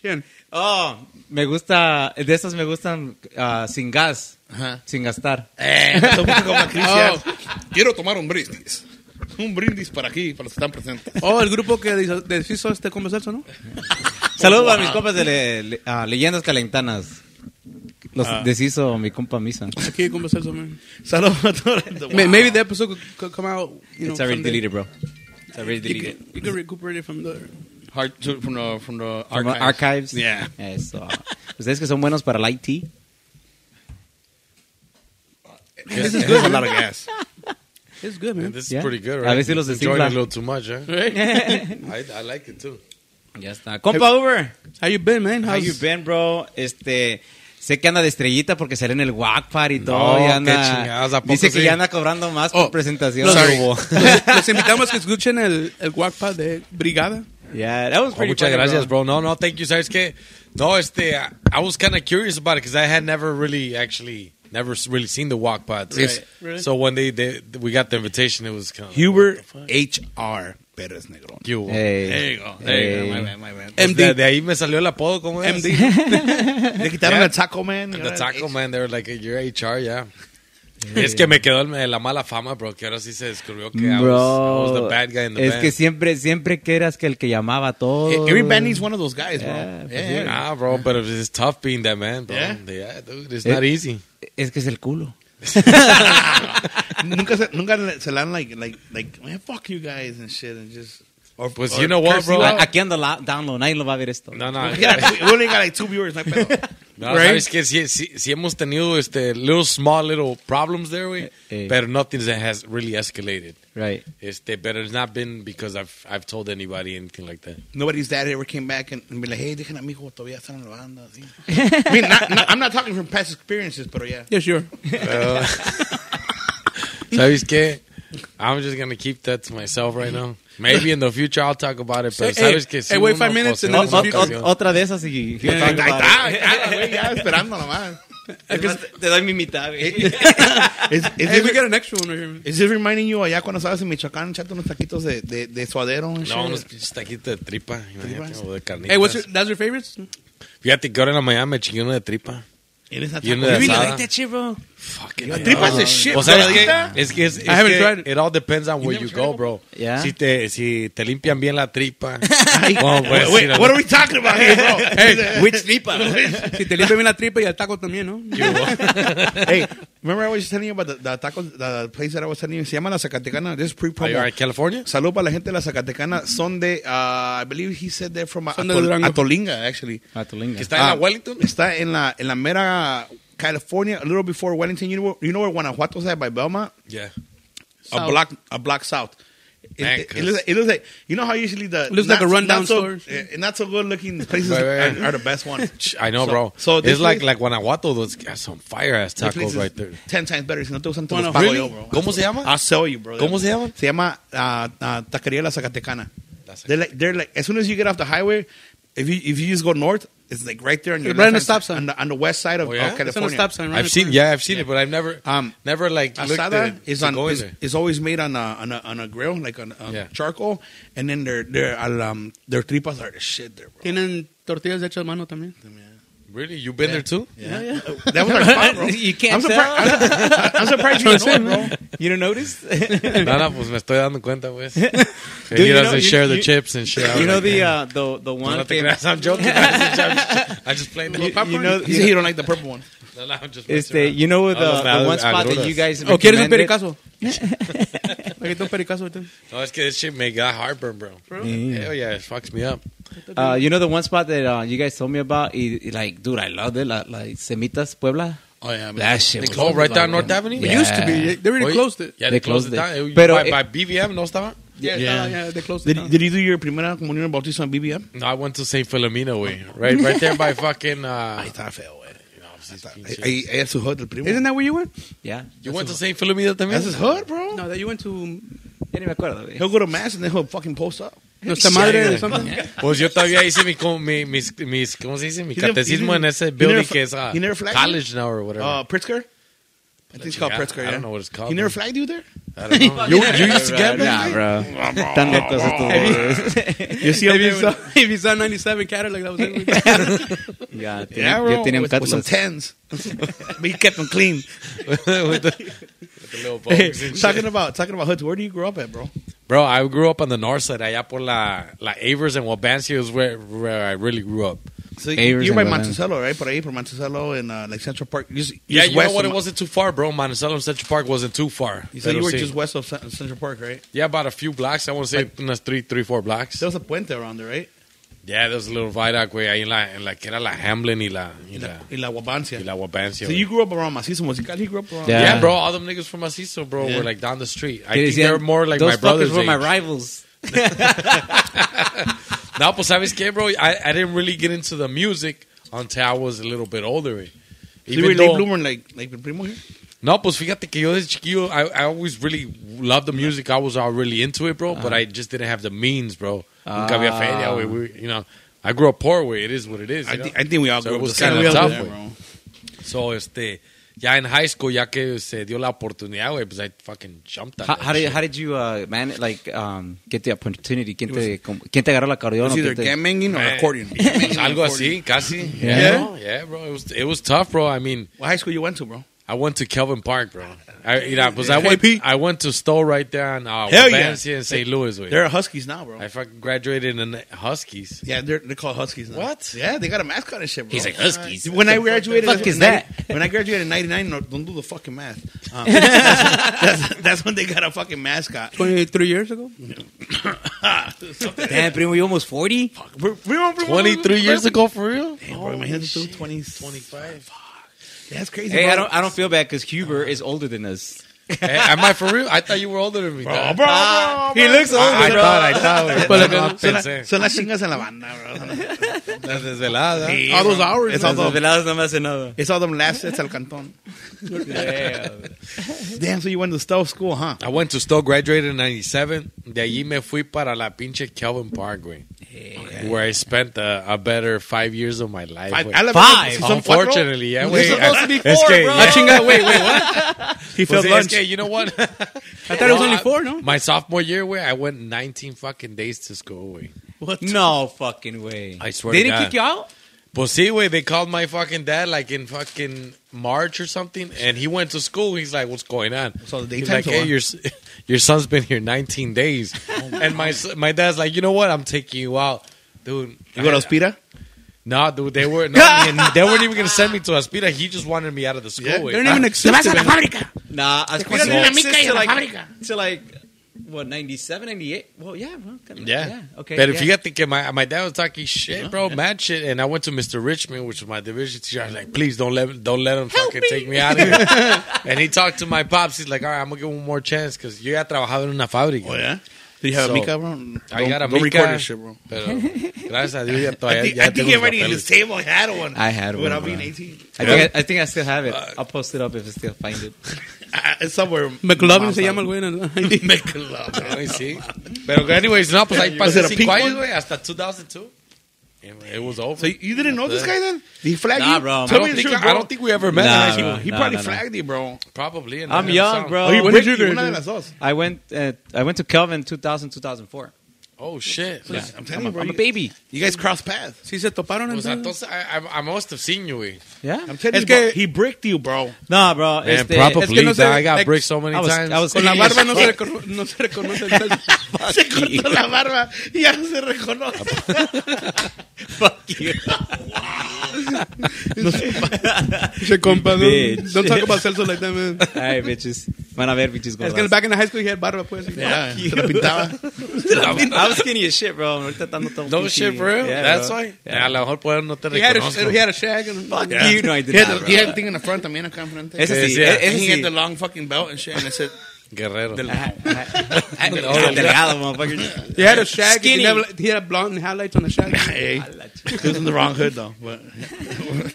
S2: ¿Quién?
S1: Oh, me gusta, de esas me gustan ah, sin gas,
S3: Ajá.
S1: sin gastar.
S3: Eh, me gusta compa Cristian. Quiero tomar un brindis. Un brindis para aquí, para los que están presentes.
S2: Oh, el grupo que deshizo- deshizo este combo salsa, ¿no?
S1: Saludos a mis compas de le- le- ah, Leyendas Calentanas. Los deshizo mi compa Misa.
S2: Aquí combo salsa, man.
S3: Saludos a todos.
S2: May- Maybe the episode could, could come out, you know,
S1: It's already
S2: someday.
S1: deleted, bro. It's already
S2: You
S1: deleted.
S2: could, you could recuperate it from the...
S3: Hard to- from the, from the
S1: From
S3: archives.
S1: archives.
S3: Yeah.
S1: Eso. Ustedes que son buenos para el IT.
S2: This is
S3: There's
S2: good,
S3: a lot
S2: man.
S3: of gas.
S2: It's good,
S4: And
S2: man.
S4: this is
S1: Yeah.
S4: pretty good,
S1: A
S4: right?
S1: veces los
S4: Enjoying
S1: desinfla.
S4: it a little too much, eh? Oh, I, I like it too.
S1: Ya está. Compa Uber.
S2: How you been, man?
S1: How
S2: How's-
S1: you been, bro? Este, sé que anda de estrellita porque sale en el Wackpar y todo.
S4: No,
S1: y
S4: qué
S1: anda,
S4: chingados, ¿a poco
S1: dice que
S4: sí?
S1: ya anda cobrando más por
S2: Oh,
S1: presentación.
S2: los,
S1: Sorry.
S2: los- los invitamos que escuchen el, el Wackpad de Brigada.
S1: Yeah, that was
S4: Oh,
S1: pretty
S4: muchas
S1: funny,
S4: gracias, bro. No, no, thank you. ¿Sabes qué? No, este, I, I was kind of curious about it because I had never really actually never s- really seen the walk pods.
S3: Yes. Right.
S2: Really?
S4: So when they, they we got the invitation, it was kind of
S3: Hubert H.R. Pérez Negrón.
S4: you.
S1: Hey.
S2: There you go. There you go. My
S1: Hey.
S2: bad, my bad.
S4: Pues
S2: MD.
S4: De, de ahí me salió el apodo, ¿cómo es?
S2: MD.
S3: Le quitaron el Taco Man.
S4: The taco man, they were like, you're HR, yeah. Es que me quedó el- la mala fama, bro, que ahora sí se descubrió que I, was, I was the bad guy in the
S1: Mm,
S4: Eh,
S1: es
S4: band.
S1: que siempre, siempre que eras que el que llamaba todo.
S3: E- Every band needs one of those guys, bro.
S1: Oh, Yeah,
S3: Yeah, yeah.
S4: Nah, bro, but it's tough being that man, bro.
S3: Yeah?
S4: Yeah, dude, it's
S1: Eh,
S4: not easy.
S1: Es que es el culo.
S3: Ah, nunca se, nunca le- se le han like like like man fuck you guys and shit and just or
S4: Pues,
S3: or
S4: you know what,
S3: curse
S4: bro?
S3: you out.
S4: I-
S1: Aquí anda la download, nadie lo va a ver esto.
S4: No, no.
S3: We got- we only got like two viewers, no hay pedo.
S4: No,
S2: Right?
S4: sabes que si, si, si hemos tenido este little small little problems there, güey,
S1: Eh, eh.
S4: pero nothing that has really escalated.
S1: Right.
S4: Este, but it's not been because I've I've told anybody anything like that.
S3: Nobody's dad ever came back and, and be like, hey, dejen a mi hijo, todavía están en la banda. así. I mean, not, not, I'm not talking from past experiences, pero yeah.
S2: Yeah, sure.
S4: Sabes que I'm just gonna keep that to myself right now. Maybe in the future I'll talk about it. Pero
S2: Hey,
S4: sabes que
S2: hey,
S4: sí
S2: hey, wait
S4: hubo
S2: five
S4: una
S2: minutes and
S1: O-
S2: then
S4: ocasión-
S2: it's
S1: o-
S4: ocasión.
S1: o- otra de esas y...
S3: Ahí está, ahí está, Ah, güey, ya esperando nomás.
S4: Eh,
S1: Te doy mi mitad, güey.
S3: Is, is,
S2: Hey,
S3: this-
S2: we got an extra one right here. man.
S3: is this reminding you allá cuando estabas en Michoacán, echate unos taquitos de, de, de suadero? and
S4: No,
S3: shit?
S4: unos pinches taquitos de tripa. imagínate, o de carnitas.
S2: Hey, what's your, that's your favorites?
S4: Fíjate que ahora en la mañana me chingué una de tripa.
S3: Eres
S4: Y
S3: ataco-
S4: una de asada.
S3: Fucking Tripas de shit.
S4: O sea, es que,
S3: ¿verdad?
S4: es que es- es
S2: I haven't
S4: que
S2: tried it.
S4: it all depends on where you go, bro.
S1: Yeah.
S4: Si te si te limpian bien la tripa.
S3: Ay,
S4: Bueno, pues,
S3: wait,
S4: sí, la-
S3: what are we talking about here, bro?
S2: Hey,
S3: which tripa?
S2: Si te limpia bien la tripa y el taco también, ¿no?
S3: hey, remember I was telling you about the, the tacos, the place that I was telling you. Se llama La Zacatecana. This is
S4: Are you
S3: pre-promo.
S4: in California?
S3: Salud para la gente de La Zacatecana. Son de, uh, I believe he said they're from uh,
S2: Son de
S3: Atol-
S2: Durango.
S3: Atolinga, actually.
S1: A tu linga.
S4: Que está en la
S3: Ah,
S4: Wellington.
S3: Está en la, en la mera California, a little before Wellington. You know, you know where Guanajuato's at by Belmont?
S4: Yeah.
S3: A block, a block south. It,
S4: Man,
S3: it, it
S4: cause-
S3: looks like, it looks like you know how usually the
S2: looks like a rundown
S3: not so,
S2: store.
S3: eh, not so good looking places
S4: Right, right, right.
S3: Are, are the best ones.
S4: I know,
S3: So-
S4: bro.
S3: so
S4: So
S3: this
S4: it's like
S3: place-
S4: like Guanajuato. Those got some fire ass
S3: This place
S4: tacos
S3: is
S4: right there.
S3: Ten times better. Si no te gustan, te
S2: Bueno,
S3: los pago
S2: really?
S3: yo, bro.
S4: ¿Cómo se llama?
S3: I'll sell you, bro.
S4: ¿Cómo se llama?
S3: Se llama ah, ah, Taquería La Zacatecana.
S4: La Zacatecana.
S3: They're like, they're like, as soon as you get off the highway, if you if you just go north, it's like right there on your
S2: Right on
S3: left
S2: the stop
S3: hand side-
S2: sign.
S3: on the, on the west side of,
S4: Oh, yeah?
S3: of
S2: It's on
S3: California.
S2: a stop sign, right?
S4: I've seen, yeah, I've seen it, but I've never,
S3: Um,
S4: never like looked
S3: Asada
S4: at,
S3: is
S4: to
S3: on
S4: go in
S3: is,
S4: there.
S3: is always made on a on a, on a grill like on, on
S4: Yeah.
S3: charcoal, and then their their al- um their tripas are the shit there, bro.
S2: Tienen tortillas hechas a mano también.
S4: Really, you've been there too?
S2: Oh,
S3: Yeah, that was our spot, bro.
S1: You can't
S3: I'm
S1: tell.
S3: surprised. I'm, I'm surprised you didn't know, it, bro.
S1: You don't notice?
S4: no, no, pues me estoy dando cuenta, pues. And
S1: Dude,
S4: he
S1: you know-
S4: doesn't
S1: you-
S4: share the
S1: you-
S4: chips and shit. I was
S1: You know
S4: like,
S1: the
S4: "Man,
S1: uh, the the
S4: no
S1: one
S4: te
S1: famous
S4: creas, I'm joking. I just played the
S1: you, you know
S3: He said he don't like the purple one.
S4: No, no, I'm just
S1: este
S4: messing around.
S1: you know the,
S4: No, no,
S1: the one
S4: agruras. Oh,
S1: spot that you guys
S2: ¿O Oh, quieres un
S1: recommended?
S2: pericazo? Aquí está un pericazo. ahorita.
S4: No, es que this shit me got heartburn, bro. Hell yeah, it fucks me up.
S1: Uh, you know the one spot that uh, you guys told me about? Y- y like, dude, I love it. Like, like Semitas Puebla.
S3: Oh yeah,
S1: That shit was
S4: Oh, right down North Avenue?
S1: Yeah.
S2: It used to be. They really
S4: Oye,
S2: closed it.
S4: Yeah,
S1: They
S4: they closed
S1: closed
S4: it down.
S1: it. Pero eh-
S4: by,
S1: it-
S4: by BVM, ¿no estaba?
S2: Yeah,
S3: Yeah.
S2: estaba- yeah, they closed it.
S3: Did,
S2: down.
S3: did you do your primera comunión bautista en BBM?
S4: No, I went to St. Filomena, way. Right, right there by fucking... Uh,
S3: Ahí estaba feo, güey.
S4: no, pues,
S3: Ahí está-
S4: pinche-
S3: Ahí ahí es su hood, el primo.
S2: Isn't that where you went?
S1: Yeah.
S4: you went to St. Filomena también?
S3: That's his hood, bro.
S2: No, that you went to
S1: Ya ni me acuerdo, güey.
S3: He'll go to mass and then he'll fucking post up.
S2: Nuestra Madre or something.
S4: Pues yo todavía hice mi, co- mi- mis, mis, ¿cómo se dice? Mi
S3: He never-
S4: catecismo
S3: he
S4: en
S3: never-
S4: ese
S3: he
S4: building
S3: never-
S4: que es ah,
S3: he never flagged
S4: college now or whatever.
S3: Uh, Pritzker? I think it's called
S4: Yeah,
S3: Pritzker,
S4: I
S3: yeah.
S4: don't know what it's called,
S3: He never
S4: man.
S3: flagged you there?
S4: I don't know. you, you used to get me?
S1: Nah, bro. Tan rectos estos güeyes.
S3: You see him
S2: If you
S3: there
S2: saw,
S3: with-
S2: if you saw 97 Cadillac, that was it.
S1: Ya, tienen-
S3: Yeah, bro.
S1: ya tenían
S3: with, with some
S1: catas.
S3: tens. but he kept them clean.
S4: With the- with the little
S3: Hey,
S4: bugs and
S3: talking
S4: shit.
S3: about talking about hoods, where do you grow up at, bro?
S4: Bro, I grew up on the north side, allá por la, la Avers and Wabansia is where, where I really grew up.
S3: So
S1: Avers
S3: you're by
S1: and
S3: Monticello, right? Por ahí, por Monticello and uh, like Central Park. You're, just- you're
S4: Yeah,
S3: just
S4: you know
S3: west
S4: what?
S3: of
S4: It wasn't too far, bro. Monticello and Central Park wasn't too far.
S3: You said you
S4: Pero
S3: were
S4: sí.
S3: just west of Cen- Central Park, right?
S4: Yeah, about a few blocks. I want to say unas three, three, four blocks.
S3: There was a puente around there, right?
S4: Yeah, there's a little viaduct way ahí en la, en la que era la Hamlin y la, y la,
S3: In La Wabancia.
S4: y la Wabansia.
S3: So you grew up around Macizo Musical. He grew up around.
S1: Yeah.
S4: Yeah, bro, all them niggas from Macizo, bro,
S3: Yeah.
S4: were like down the street. I
S1: Que
S4: think they're
S1: decían,
S4: more like
S1: "Those
S4: my brothers.
S1: fuckers were my
S4: age.
S1: rivals.
S4: No, pues sabes qué, bro, I, I didn't really get into the music until I was a little bit older. eh.
S3: So you were late
S4: Even though,
S3: bloomer, like like the primo here.
S4: no, pues fíjate que yo desde chiquillo, I, I always really loved the music. I was all really into it, bro, but I just didn't have the means, bro. Nunca había
S1: Ah.
S4: feria, güey, we- You know, I grew up poor, way. It is what it is.
S3: I,
S4: you know?
S3: thi- I think we all
S4: So
S3: grew
S4: it
S3: up
S4: was
S3: the same
S4: kinda
S3: way
S4: tough,
S3: there,
S4: güey. So, este, ya en high school, ya que se dio la oportunidad, güey, pues I fucking jumped on
S1: How,
S4: that
S1: how, did,
S4: shit.
S1: how did you uh, man like um, get the opportunity? ¿Quién te, com- ¿quién te agarró la acordeón?
S3: It's
S1: o quién
S3: either
S1: te-
S3: gaming or
S4: Man.
S3: accordion.
S4: Pues algo así, casi.
S1: Yeah.
S4: Yeah. No, yeah, bro. It was, it was tough, bro. I mean,
S3: What high school you went to, bro?
S4: I went to Kelvin Park, bro. I, you know, pues I went,
S3: KP.
S4: I went to Stowe right there on uh,
S3: Hell yeah.
S4: Wabancia and St. Louis, güey.
S3: They're Huskies now, bro.
S4: I fucking graduated in the Huskies.
S3: Yeah, they're, they're called Huskies now.
S4: What?
S3: Yeah, they got a mascot and shit, bro.
S5: He's like, "Huskies."
S3: When I graduated,
S1: fuck is
S3: in
S1: that?
S3: 90 When I graduated in '99, no, don't do the fucking math. Um, that's, that's, that's when they got a fucking mascot.
S2: 23 years ago.
S1: Damn, primo, you almost 40?
S4: Twenty three years ago, for real?
S3: Damn, bro, imagínate tú, 20, 25. That's crazy.
S1: Oh, Hey,
S3: bro.
S1: I don't, I don't feel bad because Huber is older than us.
S4: Hey, Eh, Am I for real? I thought you were older than me.
S3: Bro,
S4: dog.
S3: bro, bro,
S1: He
S3: bro.
S1: looks older,
S4: I, I
S1: bro.
S4: thought, I thought.
S2: But
S4: But
S2: like,
S4: no,
S3: Son, la-
S4: pensé.
S3: son las chingas en la banda, bro.
S4: La desvelada.
S3: Sí,
S2: All those
S3: bro.
S2: hours,
S3: It's all,
S1: Los
S3: them,
S1: velados no me hacen nada.
S3: it's all them laughs. It's al cantón. Damn, so you went to Stowe School, huh?
S4: I went to Stowe, graduated in 97. De allí me fui para la pinche Kelvin Park, güey. Where I spent a, a better five years of my life.
S3: I-
S4: güey.
S3: I love-
S1: Five.
S3: Si son cuatro,
S4: Unfortunately, yeah, güey.
S1: supposed to be
S4: es
S1: four,
S4: que,
S1: bro.
S4: Ah, chinga, wait, wait, what?
S3: He
S4: Pues
S3: felt
S4: es
S3: lunch.
S4: que, you know what? I
S2: thought it was only four, no?
S4: My sophomore year, way, I went 19 fucking days to school, way.
S1: No fucking way.
S4: I swear
S1: They
S4: to
S1: didn't
S4: God.
S1: kick you out?
S4: Pues sí, way, they called my fucking dad like in fucking March or something, and he went to school. He's like, "What's going on?"
S3: So the
S4: He's
S3: daytime's
S4: like, "Hey,
S3: on."
S4: your s- your son's been here 19 days," and my s- my dad's like, "You know what? I'm taking you out, dude."
S3: You go to Ospira?
S4: No, dude, they were no, I mean, they weren't even gonna send me to Aspira. He just wanted me out of the school.
S2: They
S4: way.
S2: don't
S1: Ah,
S2: even
S5: Te
S2: exist.
S5: vas a la
S2: güey.
S5: fábrica.
S1: Nah, I was
S5: Mira,
S1: supposed to
S5: ni la
S1: be
S5: mica y
S1: to
S5: la
S1: like,
S5: fábrica.
S1: to like, what, 97, 98? Well, yeah, well, kind of-
S4: Yeah.
S1: Okay.
S4: But if
S1: yeah.
S4: you got to get my my dad was talking shit, bro, mad shit, and I went to Mr. Richmond, which was my division teacher. I was like, please don't let don't let him fucking take me out of here. and he talked to my pops. He's like, all right, I'm gonna give him one more chance because you got trabajado en una fábrica.
S3: Oh, yeah? Do you have
S4: So,
S3: a mica, bro? Don't,
S4: I got a
S3: don't
S4: mica,
S3: record this shit, bro.
S4: Pero, gracias a Dios, ya
S3: I
S4: todavía-
S3: think,
S4: ya
S3: I think
S4: tengo los
S3: everybody in
S4: papeles.
S3: this table had one.
S1: I had
S3: When
S1: one,
S3: I was
S1: bro.
S3: 18.
S1: I, think I, I think I still have it.
S3: Uh,
S1: I'll post it up if I still find it.
S3: I- Ah, It's somewhere.
S2: McLovin se llama el güey. en el-
S3: McLovin.
S4: Ay, sí. Pero, anyways, no, pues ahí
S3: Was it
S4: pasé
S3: a pink
S4: cinco años,
S3: one?
S4: güey, hasta 2002. It was over.
S3: So you- you didn't know this guy then? Did he flag
S1: Nah,
S3: you?
S1: bro. I
S4: I
S3: Tell me the
S4: don't, think,
S3: truth,
S4: I
S3: bro.
S4: don't think we ever met. in
S1: Nah,
S4: high school.
S1: bro.
S3: He
S1: No,
S3: probably
S1: no, no.
S3: flagged you, bro.
S4: Probably. and
S1: I'm
S4: then
S1: young,
S4: some-
S1: bro.
S3: Oh, you
S1: When
S3: went
S1: did you
S3: to
S1: graduate?
S3: una de las dos.
S1: I went, uh, I went to Kelvin 2000, 2004.
S4: Oh shit.
S1: Yeah.
S3: I'm telling you, Oh, bro.
S1: I'm a
S3: you-
S1: baby.
S3: You guys crossed paths.
S2: Sí se toparon.
S4: Pues
S2: entonces.
S4: entonces, I, I, I must have seen you. güey.
S1: Yeah.
S3: I'm telling
S2: Es
S3: you, bro,
S2: que-
S3: he bricked you, bro.
S1: No, bro. este,
S2: es que no sé,
S4: I got
S2: like,
S4: bricked so many
S1: I was-
S4: times.
S1: I was-
S2: Con la barba no se, recono- no se reconoce. entonces.
S3: Se cortó la barba y ya no se reconoce.
S1: Fuck you.
S2: Che, compa,
S1: Bitch.
S2: don't, don't talk about Celso like that, man.
S1: All right, bitches. Van a ver, bitches.
S2: Es que en
S1: gordas.
S2: back in the high school he had barba, pues.
S3: Yeah, se la pintaba.
S1: I was skinny as shit, bro. Ahorita estando todo
S4: no
S1: pinche-
S4: shit, bro.
S1: Yeah,
S4: That's
S1: bro.
S4: why. A lo mejor por eso no te
S2: He had, a,
S4: reconozco.
S2: he had a shag. And,
S1: Fuck
S3: Yeah.
S1: you. No, I
S3: He
S1: did
S3: had
S1: not,
S3: the-
S1: bro.
S3: he had the thing in the front también acá enfrente.
S1: Ese sí.
S4: Yeah.
S1: e- Ese
S3: He had the
S1: sí.
S3: long fucking belt and shit. And it said,
S4: Guerrero.
S1: Ajá, ajá. Ah,
S4: Oh,
S1: Delgado, motherfucker.
S2: he had a shag.
S1: Skinny.
S2: He had, he had blonde highlights on the shag.
S3: hey. It was in the wrong hood, though. But,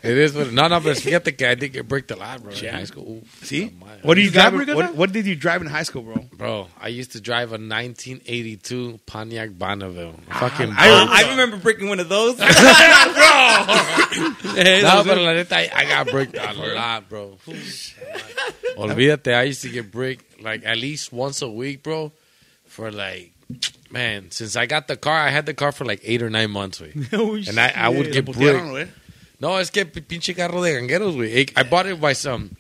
S4: It is what- no, no, pero fíjate que I did get bricked a lot, bro. In high school. Ooh,
S3: see?
S4: my-
S3: What, do you
S2: got
S3: drive,
S2: bricked
S3: what,
S2: up?
S3: what did you drive in high school, bro?
S4: Bro, I used to drive a 1982 Pontiac Bonneville. Fucking.
S1: Uh, I remember breaking one of those.
S4: no, pero la neta, I, I got bricked a lot, bro. Olvídate, I used to get bricked like at least once a week, bro. For like, man, since I got the car, I had the car for like eight or nine months, güey. Oh, and I, I would get bricked. No, es que p- pinche carro de gangueros, güey. It- I bought it by some,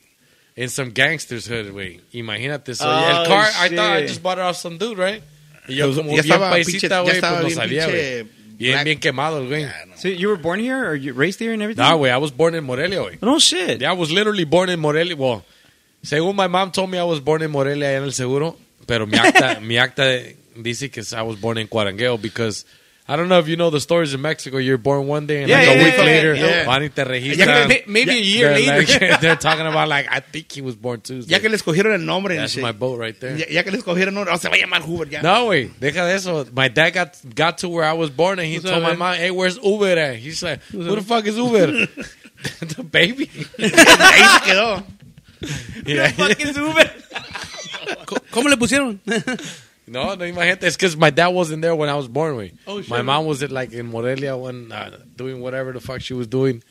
S4: in some gangster's hood, güey. Imagínate. So, yeah,
S1: Oh,
S4: el car, I thought I
S1: shit.
S4: just bought it off some dude, right? Y yo
S3: Ya
S4: como bien
S3: estaba pinche- ya
S4: paisita, güey, pues
S3: estaba
S4: no
S3: bien
S4: salía,
S3: pinche
S4: güey. Bien,
S3: black.
S4: bien quemado el güey.
S1: so you were born here or you raised here and everything?
S4: Nah, güey, I was born in Morelia, güey.
S1: No shit.
S4: Yeah, I was literally born in Morelia. Well, según my mom told me, I was born in Morelia allá en el seguro. Pero mi acta, mi acta dice que I was born in Cuarangueo because I don't know if you know the stories in Mexico. You're born one day and
S1: Yeah,
S4: like
S1: yeah,
S4: a week
S1: yeah,
S4: later,
S3: yeah.
S4: van y te registran.
S2: Maybe, maybe a year
S4: they're
S2: later.
S4: like- they're talking about like, I think he was born Tuesday.
S3: Ya que les cogieron el nombre. and
S4: That's
S3: shit.
S4: my boat right there.
S3: Ya, ya que les cogieron el nombre. Oh, se va a llamar Hoover ya.
S4: No, wait, deja de eso. My dad got got to where I was born and he
S2: Who's
S4: told
S2: that,
S4: my
S2: man?
S4: mom, hey, where's Uber at? He's like, who the fuck is Uber? the baby.
S3: Ahí se Ah, quedó.
S4: Yeah.
S1: Fucking Uber.
S2: ¿Cómo le pusieron?
S4: No, no, imagínate. It's because my dad wasn't there when I was born. Way.
S2: Oh, shit.
S4: My mom was at, like in
S3: Oh.
S4: Morelia when uh, doing whatever the fuck she was doing,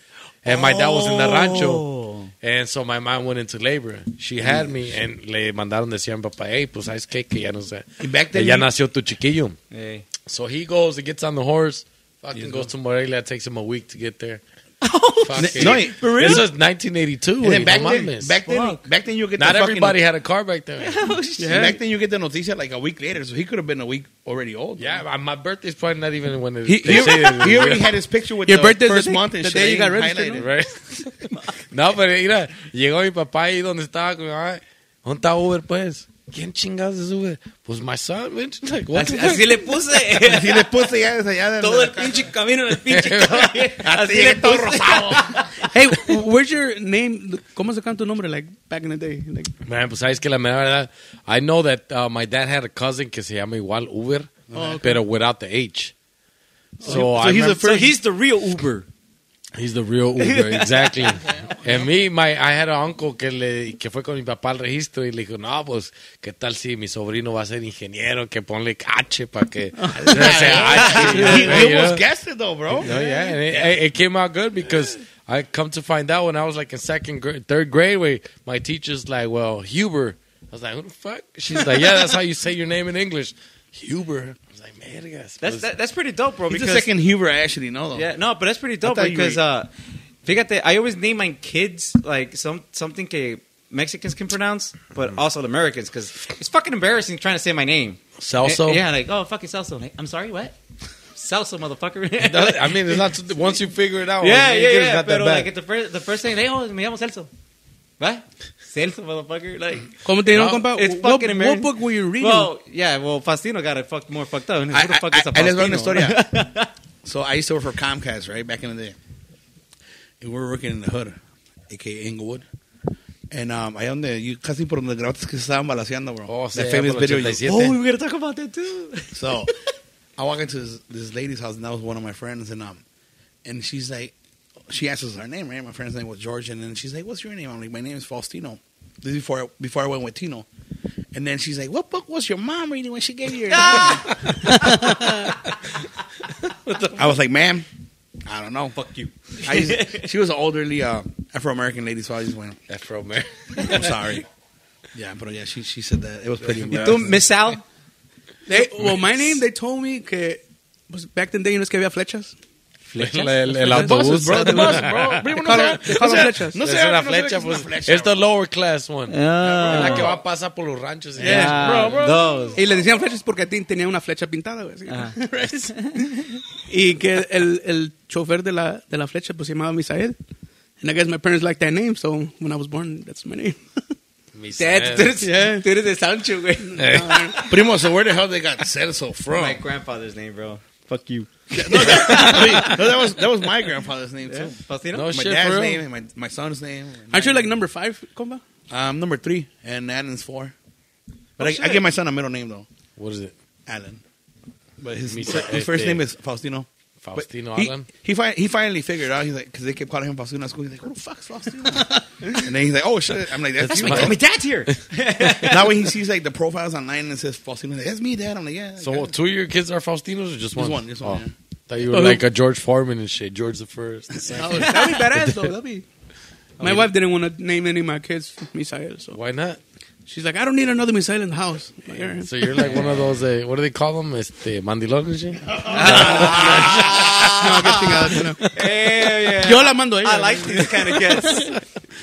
S4: and my dad was in the rancho. And so my mom went into labor. She had
S3: Mm.
S4: me, and le mandaron decir a mi papá, hey, pues sabes qué, que ya no sé.
S3: Y back then
S4: ya
S3: you-
S4: nació tu chiquillo.
S1: Hey.
S4: So he goes, he gets on the horse, fucking goes to Morelia. It takes him a week to get there. Fucking-
S3: Oh, No, it- for real?
S4: This was 1982.
S3: And then
S4: güey,
S3: back
S4: no
S3: then,
S4: mames.
S3: back then,
S1: Fuck.
S3: back then you get
S4: Not
S3: the fucking-
S4: everybody had a car back then.
S3: Oh, Back then you get the noticia like a week later, so he could have been a week already old.
S4: yeah, my- my birthday's probably not even when it,
S3: He,
S4: they
S3: he-
S4: say it.
S3: he already had his picture with
S2: Your
S3: the
S2: birthday's
S3: first
S2: the day-
S3: month and
S2: the
S3: shit.
S2: day you
S3: It
S2: got
S3: ain't
S2: registered,
S3: highlighted.
S4: Right. no, pero mira, llegó mi papá ahí donde estaba con mi mamá. ¿Dónde está Uber, pues? ¿Quién chingados es Uber? Pues my son, bitch. Like, what
S1: Así,
S4: the fuck?
S1: así le puse
S3: Así le puse ya desde allá. de-
S1: todo el pinche camino en el pinche calle. Así le
S3: llegué todo
S1: puse.
S2: Hey, where's your name? ¿Cómo se canta tu nombre? Like, back in the day. Like,
S4: Man, pues sabes que la mera verdad, I know that uh, my dad had a cousin que se llama igual Uber,
S2: Oh, okay.
S4: pero without the H. So,
S3: So he's
S4: I
S3: the
S4: remember-
S1: So he's the real Uber.
S4: He's the real Uber, exactly. And me, my, I had an uncle que, le, que fue con mi papá al registro y le dijo, no, pues, ¿qué tal si mi sobrino va a ser ingeniero? Que ponle H para que sea H.
S3: He, he
S4: you know?
S3: almost guessed it though, bro.
S4: No, yeah, and it, it- it came out good because I come to find out when I was like in second grade, third grade, where my teacher's like, "Well, Huber." I was like, "Who the fuck?" She's like, "Yeah, that's how you say your name in English, Huber." I was like,
S1: That's,
S4: "Mergas." pues."
S1: that, that's pretty dope, bro.
S3: He's the
S1: because-
S3: second Huber I actually know though.
S1: Yeah, no, but that's pretty dope
S3: thought you
S1: because
S3: were-
S1: uh, fíjate, I always name my kids like some something que Mexicans can pronounce, but also Americans because it's fucking embarrassing trying to say my name.
S4: Salso.
S1: Eh, yeah, like oh fucking salsa. Like, I'm sorry, what? Salsa, motherfucker.
S4: I mean, it's not too- once you figure it out.
S1: yeah, yeah,
S4: when you
S1: yeah.
S4: get it, it's not that
S1: Pero like
S4: bad.
S1: at the first the first thing they oh me llamo Celso. What? Celso, motherfucker. Like
S2: ¿Cómo te dieron,
S4: No,
S2: compa?
S1: it's
S2: what,
S1: fucking
S2: what
S1: American.
S2: book were you reading?
S1: well, yeah, well Faustino got it fucked more fucked up. Who
S3: I,
S1: the fuck
S3: I,
S1: is a
S3: I, I les voy
S1: Faustino?
S3: a una historia. so I used to work for Comcast, right, back in the day. And we were working in the hood, aka Inglewood. And um, ahí donde, you, casi por donde grabaste que se estaban balaseando, bro.
S4: Oh, sí,
S3: That
S4: por
S3: famous
S4: el
S3: video.
S4: 87.
S1: Oh, we're gonna talk about that too.
S3: So I walk into this, this lady's house, and that was one of my friends, and um, and she's like, she asks us our name, right? My friend's name was George, and then she's like, "What's your name?" I'm like, "My name is Faustino." This is before I, before I went with Tino, and then she's like, "What book was your mom reading when she gave you your name?" I was like, "Ma'am, I don't know. Fuck you." I used- she was an elderly uh, Afro American lady, so I just went,
S4: That's from man.
S3: "I'm sorry." Yeah, but yeah, she she said that it was pretty.
S1: You do
S3: embarrassing.
S1: Miss Al?
S3: eh,
S2: They, well, my name, they told me que... Was back in the day, ¿no es que había flechas?
S4: El, el, el
S3: The buses,
S4: autobús.
S3: bro. The bus, bro.
S2: They call them- they call them flechas.
S3: No
S4: Es
S3: sé,
S4: una
S3: no sé qué
S4: flecha,
S3: es una
S4: pues.
S3: flecha,
S4: Es the lower class one.
S1: Ah.
S4: La que va a pasar por los ranchos. y-
S1: Yeah,
S2: bro, bro.
S1: Those.
S2: Y le decían flechas porque a ti tenía una flecha pintada, güey. así.
S1: Ajá.
S2: y que el, el chofer de la, de la flecha pues se llamaba Misael. And I guess my parents liked that name, so when I was born, that's my name.
S4: Mis-
S1: Dad, tú eres, tú eres de Sancho, güey.
S3: Eh. Primo, so where the hell they got Celso from?
S1: My grandfather's name, bro. Fuck you.
S3: no, that, no, that was that was my grandfather's name too.
S1: Faustino?
S4: No
S3: My
S4: shit,
S3: dad's
S4: bro.
S3: name and my, my son's name.
S2: Aren't you like number five, compa?
S3: I'm number three, and Alan's four.
S1: Oh,
S3: But I, I
S1: shit.
S3: give my son a middle name though,
S4: What is it?
S3: Alan. But his,
S4: Me-
S3: his first
S4: este-
S3: name is Faustino. But
S4: Faustino
S3: he,
S4: Allen.
S3: He, fi- he finally figured out. He's like, because they kept calling him Faustino at school. He's like, who the fuck is Faustino? and then he's like, oh shit. I'm like, that's,
S1: That's
S3: you,
S1: my,
S3: bro."
S1: my dad's here.
S3: Now when he sees like the profiles online and it says Faustino, he's like, that's me, dad. I'm like, yeah.
S4: So
S3: I
S4: what,
S3: got it."
S4: two of your kids are Faustinos or just one?
S3: Just one, just
S4: one.
S3: one, yeah.
S4: Thought you were like a George Foreman and shit, George the First.
S2: That'd be badass, though. That'd be... My wife didn't want to name any of my kids Misael, so
S4: Why not?
S2: she's like, I don't need another Misael in the house. I'm like, "All right."
S4: So you're like one of those. Uh, what do they call them? Este mandilón and shit.
S2: Ah. No, qué chingados, no.
S1: Hell yeah.
S2: Yo la mando a ella.
S1: I like these kind of kids.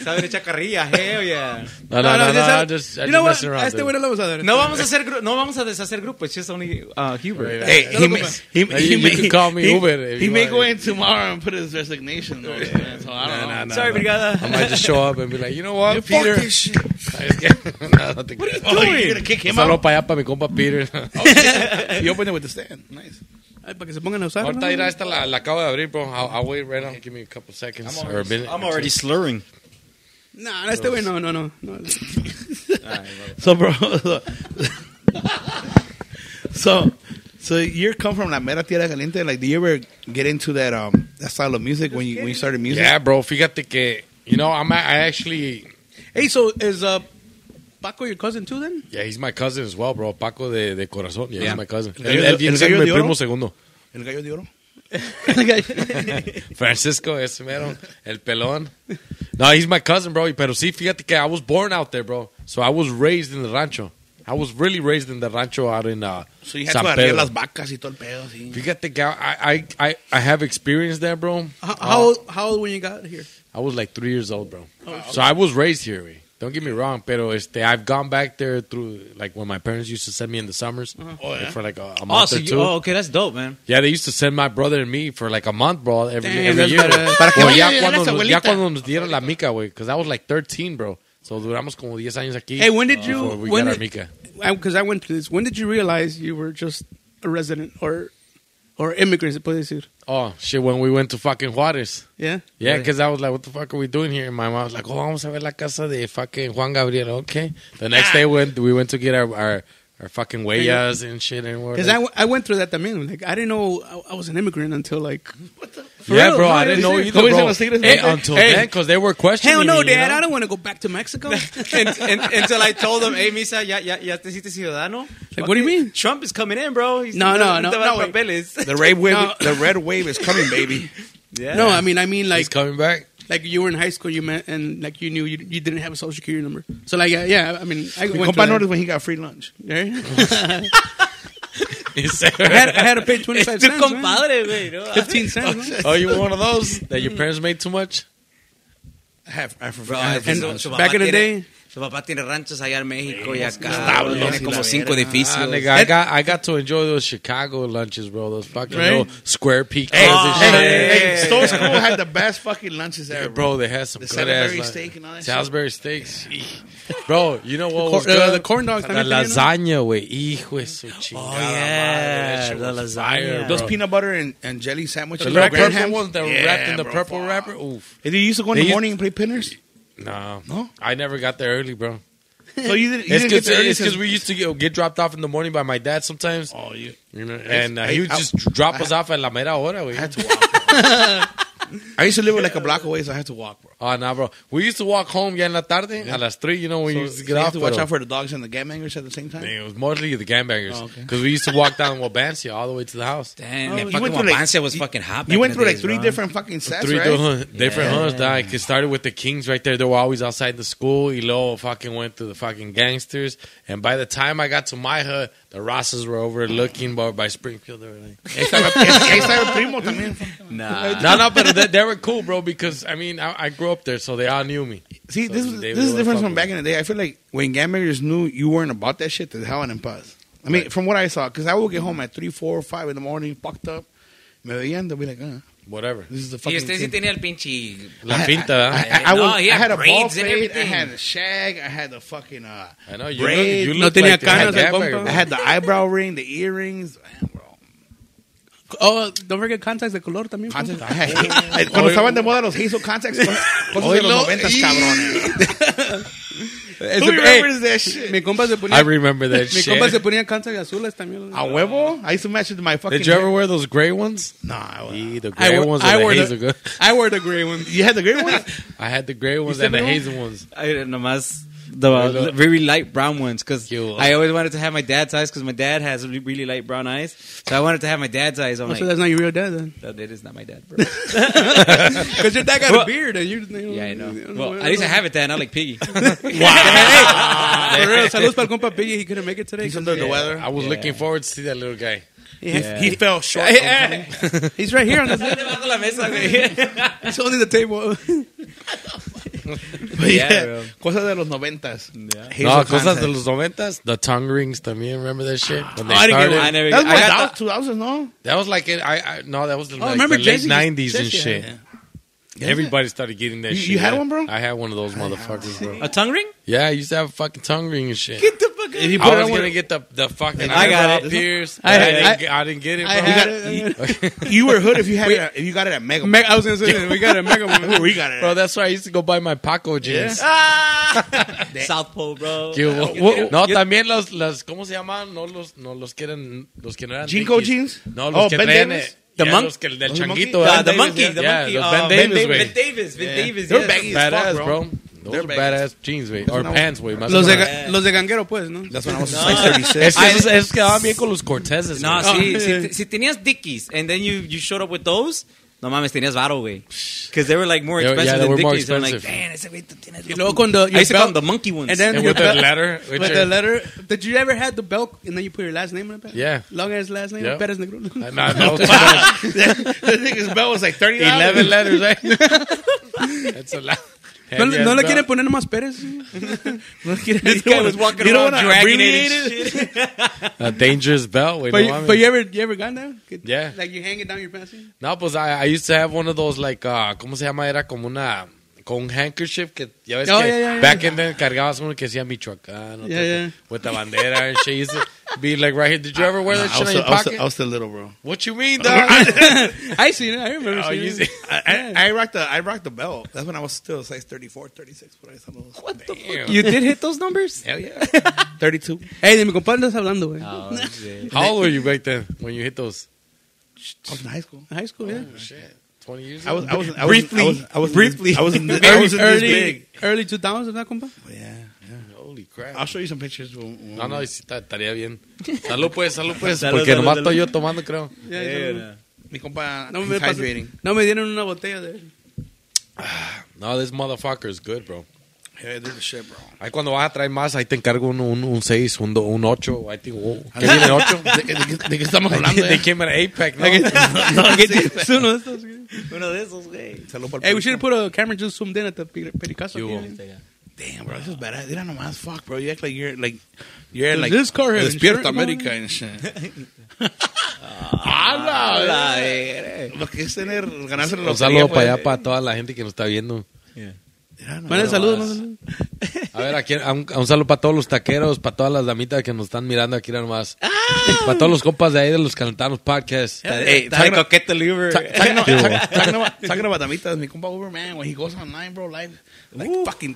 S1: Saben echar carrilla, hell yeah.
S4: No, no, no, no.
S2: just-
S4: no just, I
S2: you know
S4: just
S2: what? A
S4: messing around.
S2: este
S4: dude.
S2: güey no lo vamos a dar.
S1: No vamos a hacer gru- no vamos a deshacer grupo, it's just only uh, Huber.
S4: Right,
S3: Hey,
S4: right.
S3: he may, he,
S4: You-
S3: he
S4: you
S3: may,
S4: can call me
S3: he,
S4: Uber if
S3: He
S4: you
S3: may
S4: want.
S3: go in tomorrow and put his resignation. notice, man, so I don't know.
S1: Sorry, brigada.
S4: I might just show up and be like, you know what,
S3: Fuck
S4: Peter?
S3: this shit.
S4: no, no te creas.
S3: Oh, you're gonna kick him
S4: Solo
S3: out.
S4: para allá para mi compa Peter.
S3: You opened it with the stand. Nice.
S2: Ay, para que se pongan a usar.
S4: Ahorita
S2: ¿no?
S4: irá esta la, la acabo de abrir, bro. I'll, I'll wait right now. Give me a couple seconds or a minute. or two.
S1: Oh, slurring.
S2: No, no, este güey no, no, no. no.
S3: So, bro, so, so, so you come from La Mera Tierra Caliente. Like, do you ever get into that um that style of music when you when you started music?
S4: Yeah, bro. Fíjate que, you know, I'm a- I actually
S2: Hey, so is uh, Paco your cousin too then?
S4: Yeah, he's my cousin as well, bro. Paco de, de corazón. Yeah,
S1: Yeah.
S4: he's my cousin.
S3: El
S4: El,
S3: gallo-
S4: el,
S3: el
S4: viene
S3: gallo
S4: siendo mi
S3: de oro.
S4: primo segundo.
S3: El gallo de oro.
S4: Francisco es mero, el pelón. No, he's my cousin, bro. Pero sí, fíjate que I was born out there, bro. So I was raised in the rancho. I was really raised in the rancho out in uh,
S3: So you had
S4: San
S3: to arreglar
S4: Pedro.
S3: las vacas y todo el pedo, sí.
S4: Fíjate que I, I, I, I have experienced that, bro.
S2: How, how, old, how old when you got here?
S4: I was like three years old, bro.
S2: Oh,
S4: So I was raised here. güey. Don't get me wrong, pero este, I've gone back there through like when my parents used to send me in the summers
S2: Uh-huh.
S4: eh,
S3: Oh, yeah?
S4: for like a, a
S1: Oh,
S4: month
S1: so
S4: or
S1: you,
S4: two.
S1: oh, okay, that's dope, man.
S4: Yeah, they used to send my brother and me for like a month, bro, every,
S2: Damn,
S4: every
S2: that's
S4: year.
S2: better.
S4: Para
S2: que vaya a
S4: ya,
S2: ayudar a
S4: cuando
S2: su
S4: nos, ya
S2: abuelita.
S4: cuando nos dieron la mica, güey, because I was like 13, bro. So duramos como 10 años aquí.
S2: Hey, when did you-
S4: Oh, before we
S2: when
S4: got our
S2: did-
S4: mica.
S2: Because I, went through this. When did you realize you were just a resident or or immigrant? Se puede decir.
S4: Oh, shit, when we went to fucking Juarez.
S2: Yeah.
S4: Yeah, because I was like, what the fuck are we doing here? And my mom was like, oh, vamos a ver la casa de fucking Juan Gabriel. Okay. The next day, we went, we went to get our, our, our fucking huellas and shit. And we're
S2: Because I,
S4: like-
S2: w- I went through that también. Like I didn't know I, I was an immigrant until like. For
S4: yeah,
S2: real,
S4: bro,
S2: no,
S4: I didn't
S2: it's-
S4: know
S2: it's-
S4: either,
S2: ¿Cómo dicen
S4: bro.
S2: los tigres?
S4: Eh, until then, because they were questioning
S2: Hell no,
S4: me, you
S2: Dad!
S4: know?
S2: I don't want to go back to Mexico.
S1: and, and, until I told him, hey, Misa, ya, ya, ya te hiciste ciudadano.
S2: Like, what do you mean?
S1: Trump is coming in, bro. He's
S2: No, no, no,
S1: te va
S2: no,
S1: a dar
S2: wait.
S1: papeles.
S3: The red wave,
S2: No.
S3: the red wave is coming, baby.
S1: Yeah.
S2: No, I mean, I mean,
S4: He's
S2: like,
S4: coming back.
S2: like you were in high school, you met, and like you knew you, you didn't have a social security number. So like, yeah, yeah I mean, I
S3: Mi
S2: went
S3: compa
S2: through
S3: noticed
S2: that.
S3: when he got free lunch.
S2: Yeah.
S4: He said-
S2: I had, I had to pay twenty five
S1: Es tu
S2: cents, man.
S1: compadre, güey. ¿no?
S2: fifteen cents. man.
S4: oh, you were one of those that your parents made too much?
S3: I have, I have,
S1: Bro,
S3: I have
S1: and
S3: free lunch.
S1: su
S2: Ah, back
S1: papá
S2: in the
S1: tiene-
S2: day.
S1: Su papá tiene ranchos allá en México y acá.
S2: establos
S1: bro, Tiene
S2: y la
S1: como cinco
S4: Ah,
S1: edificios.
S4: nigga, I got I got to enjoy those Chicago lunches, bro. Those fucking
S2: Right?
S4: little square picadas and
S1: Oh,
S4: shit.
S1: hey,
S3: Hey, Stone School had the best fucking lunches ever, bro.
S4: Bro, they had some
S3: The
S4: good ass
S3: Salisbury
S4: lunch.
S3: steak and all that shit.
S4: Salisbury steaks. bro, you know what was
S2: cor- uh,
S4: good?
S2: the corn dogs
S4: La
S2: también tenían, ¿no?
S4: lasagna, güey. Hijo de su chingada.
S1: Oh, yeah,
S4: madre. That shit
S1: la lasagna.
S4: was fire,
S3: Those
S4: bro.
S3: peanut butter and, and jelly sandwiches.
S4: The little
S3: Graham
S4: purple
S3: hams.
S4: ones that were
S3: Yeah,
S4: wrapped in the
S3: bro,
S4: purple
S3: fuck.
S4: wrapper. Oof.
S3: And you used to go in
S4: They
S3: the
S4: used-
S3: morning and play pinners?
S4: No.
S3: No?
S4: I never got there early, bro.
S3: So you didn't, you
S4: It's
S3: didn't get there early
S4: because
S3: since-
S4: we used to get, get dropped off in the morning by my dad sometimes.
S3: Oh, you...
S4: You know, and uh,
S3: I-
S4: he would
S3: I-
S4: just drop us off at la mera hora, güey.
S3: I had to walk. bro. I used to live like a block away, so I had to walk, bro.
S4: Oh, nah, bro. We used to walk home ya en la tarde, a las 3, you know, when you used to
S3: So
S4: get
S3: you
S4: off.
S3: have to watch
S4: pero-
S3: out for the dogs and the gangbangers at the same time.
S4: It was mostly the gangbangers.
S3: Oh, okay.
S4: Because we used to walk down Wabansia all the way to the house.
S1: Damn,
S3: Oh,
S1: the
S3: you
S1: fucking
S3: went through, like-
S1: Wapancia was fucking hot.
S3: You
S1: back
S3: went
S1: in
S3: through
S1: the
S3: like
S1: days,
S3: three
S1: bro.
S3: different fucking sets,
S4: Three
S3: right?
S4: different- different
S1: Yeah.
S4: hunts. Like, it started with the Kings right there. They were always outside the school. Elo fucking went to the fucking gangsters. And by the time I got to my hut, the Rosses were overlooking by, by Springfield. They were like,
S3: Ahí estaba- ahí estaba el primo también.
S1: Nah.
S4: no, no, but they, they were cool, bro, because, I mean, I, I grew up there, so they all knew me.
S3: See,
S4: So
S3: this is
S4: they
S3: this is
S4: were
S3: different
S4: fucking-
S3: from back in the day. I feel like when gangbangers knew you weren't about that shit, they hell in pause. I mean, from what I saw, because I would get home at three, four, five in the morning, fucked up. Me veían, they'll be like, uh,
S4: Whatever.
S3: this is the fucking.
S1: Y usted sí
S3: thing.
S1: tenía el pinche.
S4: La
S3: I-
S4: pinta,
S3: I,
S4: ¿eh?
S3: I, I,
S1: No,
S3: was-
S1: he
S3: I
S1: had
S3: had a ball
S1: braids and
S3: fade. I
S1: everything.
S3: had a shag. I had the fucking. Uh,
S4: I know. You, look,
S3: Braid.
S4: you
S2: No
S4: look
S2: tenía
S4: like the
S2: canas el
S4: gangbanger,
S2: compa.
S4: bro.
S3: I had the eyebrow ring, the earrings. Man, bro.
S2: Oh, don't forget contacts de color también.
S3: Contacts.
S2: compa.
S3: I had- Cuando estaban de moda los hazel contacts, cosas cosas de los
S4: Oílo,
S3: noventas,
S4: y-
S3: cabrones.
S2: Ese-
S3: Who
S2: Hey,
S3: remembers that shit?
S2: Mi compa se ponía.
S4: I remember that
S2: Mi compa se
S4: shit.
S2: ponía contacts azules también.
S3: A huevo? I used to match it to my fucking.
S4: Did you ever
S3: hair.
S4: wear those gray ones?
S3: Nah, I was-
S4: Yeah, the
S2: I
S4: gray
S2: wore-
S4: ones
S2: I
S4: and the
S2: wore the-
S4: hazel. good.
S2: I wore the gray one.
S3: You had the great one.
S4: I had the gray ones
S2: still
S4: and the
S2: remember?
S4: hazel ones.
S1: I, nomás the uh, very light brown ones because
S4: Yo.
S1: I always wanted to have my dad's eyes because my dad has really, really light brown eyes. So I wanted to have my dad's eyes. I'm
S2: Oh,
S1: like,
S2: so that's not your real dad then.
S1: no, that is not my dad, bro.
S2: Because your dad got
S1: Well-
S2: a beard and you. you
S1: yeah, I know. Well, at least I have it then. I like Piggy.
S2: Wow. For real, saludos para el compa Piggy. He couldn't make it today.
S3: He's under the weather.
S4: I was
S1: Yeah.
S4: looking forward to see that little guy.
S2: Yeah.
S3: He fell short.
S2: He's right here on the. He's holding the table.
S3: But yeah,
S1: Yeah, bro.
S3: cosas de los noventas. Hazel
S4: No, cosas
S3: contacts.
S4: de los noventas. The tongue rings también. Remember that shit? When they
S1: I didn't get
S4: started?
S1: one. I never-
S3: That was
S1: I got
S3: what, two thousand, no?
S4: That was like, it, I, I no, that was the, like,
S2: remember
S4: the late
S2: Jesse-
S4: 90s and
S2: Jesse
S4: shit.
S2: had
S4: Everybody started getting that
S3: You-
S4: shit.
S3: you had
S4: yeah.
S3: one, bro?
S4: I had one of those motherfuckers, bro.
S1: a tongue ring?
S4: Yeah, I used to have a fucking tongue ring and shit.
S3: If you put
S4: I
S3: it
S4: was
S3: on
S4: going to
S3: with-
S4: get the, the fucking
S1: I got
S4: eyebrow
S1: it.
S4: pierced.
S2: I
S4: I,
S2: had-
S4: didn't, get- I didn't get it, bro.
S2: I had it.
S3: you were hood if you had it, at- if you got it at Mega.
S2: Me- I was gonna say that. we got a mega
S3: Mart.
S2: one.
S3: we got it.
S4: Bro,
S3: At.
S4: that's why I used to go buy my Paco jeans.
S1: South Pole, bro.
S4: Que hubo-
S1: Yo-
S4: no,
S1: yo-
S4: también los, las, ¿cómo se llaman? No los, no los que eran, los que no eran.
S3: Jinko
S4: Dickies.
S3: jeans?
S4: No, los
S3: Oh,
S4: que
S3: Ben
S4: traen.
S3: Davis?
S4: eh,
S1: The
S4: ya,
S1: Monk?
S4: Los que, el del
S3: Los
S4: changuito.
S1: Uh,
S4: ¿verdad?
S1: the
S4: Davis,
S1: monkey, the
S4: yeah,
S1: monkey.
S4: Los
S1: uh,
S4: Ben Davis, güey.
S1: Ben Davis, Ben Davis.
S3: They're
S1: yes.
S3: baggy as
S4: Badass,
S3: fuck,
S4: bro.
S3: bro.
S4: Those
S3: They're
S4: are
S3: badass.
S4: badass jeans, güey. Or pants, güey. más
S2: Los
S4: que
S2: de,
S4: nada.
S2: ga- los de ganguero, pues, ¿no?
S3: That's when I was like thirty six.
S4: Es que
S1: I-
S4: esos- es que daban bien con los corteses.
S1: No,
S4: güey.
S1: si,
S2: Oh.
S1: si, si tenías Dickies and then you, you showed up with those, No mames, tenías varo, güey. Because they were like more
S4: Yeah,
S1: expensive
S4: yeah, they
S1: than
S4: were more
S1: Dickies. I'm like,
S4: expensive.
S1: man, ese güey tú tienes.
S2: Y luego cuando
S1: I used to call them the monkey ones.
S2: And then
S4: And
S2: your
S4: with the
S2: belt-
S4: letter,
S2: With
S4: Richard.
S2: the letter. Did you ever had the belt and then you put your last name on it?
S4: Yeah.
S2: Long ass last name.
S4: Yep.
S2: Perez Negro.
S4: No, no, it's about
S3: that nigga's belt was like thirty dollars.
S4: 11 letters, right? That's a lot.
S2: No,
S4: Heavy
S2: le- no
S4: as
S2: le
S4: fuck.
S2: quieren poner nomás Pérez. no le quieren.
S1: This guy was walking
S3: You don't
S1: around
S3: wanna
S1: dragging it
S3: abbreviate
S1: and shit.
S4: A dangerous belt. Wait,
S2: But,
S4: no, I
S2: you,
S4: mean-
S2: but you ever you ever gone there? Could-
S4: Yeah.
S2: Like you hang it down your pants.
S4: No, pues I, I used to have one of those like uh, ¿cómo se llama? Era como una con un handkerchief que ya ves
S2: Oh,
S4: que
S2: yeah, yeah, yeah.
S4: back in then cargabas uno que decía Michoacán o
S2: Yeah,
S4: tal-
S2: yeah.
S4: with the bandera and shit. Used to be like right here. Did you ever wear
S3: Nah,
S4: that
S3: Ah, I
S4: shit
S3: was
S4: in
S3: still-
S4: your
S3: I was
S4: pocket?
S3: still- I was still little, bro.
S4: what you mean, dog?
S2: I seen it. I remember
S4: Oh,
S2: seeing
S4: you
S2: it.
S4: see-
S3: I, I, I rocked the I rocked the belt. That's when I was still size 34, 36. What, I saw those.
S1: What the fuck?
S4: Damn.
S1: You did hit those numbers?
S3: Hell yeah, thirty two.
S2: Hey, de mi compadre estás hablando, güey.
S4: How old were you back then when you hit those?
S3: I was in high school.
S2: In High school, yeah.
S4: Shit, twenty years.
S3: I
S4: Ago?
S3: was I was I was briefly I was, I was briefly I was in this, I was in this
S2: early,
S3: big.
S2: early 2000s, ¿verdad, compa?
S3: Yeah, yeah.
S4: Holy crap.
S3: I'll show you some pictures. When, when
S4: no, no, sí, ta- estaría bien. Salud pues, salud pues,
S1: Salud,
S4: porque
S1: salud,
S4: nomás
S1: salud.
S4: estoy yo tomando, creo.
S2: Yeah, yeah.
S3: mi compa
S2: No,
S3: no,
S2: me
S3: he's
S2: pasó-
S3: hydrating.
S2: no me dieron una botella de
S4: No, this motherfucker is good, bro.
S3: Yeah, this is shit, bro.
S4: Ahí cuando vas a traer más, ahí te encargo un 6, un, un, seis, un, do- un 8. I think, oh, ¿Qué viene 8?
S3: ¿De, de, de- de qué estamos hablando?
S4: They
S3: eh?
S4: came at APEC, ¿no?
S2: Es uno de estos, güey.
S1: Uno de esos, güey.
S3: Salud pa'l
S2: Hey, we
S3: público.
S2: should have put a camera just zoomed in at the per- pericazo.
S4: ¿Qué hubo?
S2: aquí, güey.
S3: Damn, bro, this is badass. Mira nomás, fuck, bro. You act like you're like you're
S2: Does
S3: like
S2: this car have insurance
S3: Despierta
S2: on it?
S3: América eh. and shit. ¡Hala!
S1: La verga.
S3: Lo que es tener ganarse la
S4: Un
S3: lotería,
S4: saludo para
S3: pues.
S4: allá, para toda la gente que nos está viendo.
S3: Mira nomás.
S2: Manden saludos, manden saludos.
S4: A ver, aquí, a un, a un saludo para todos los taqueros, para todas las damitas que nos están mirando aquí nomás. Para todos los compas de ahí de los Calentanos Podcast.
S1: Hey, está de coqueto el Uber.
S4: ¿Qué hubo?
S3: Talking about, talking about Damitas, mi compa Uberman, when he goes online, bro, live, like fucking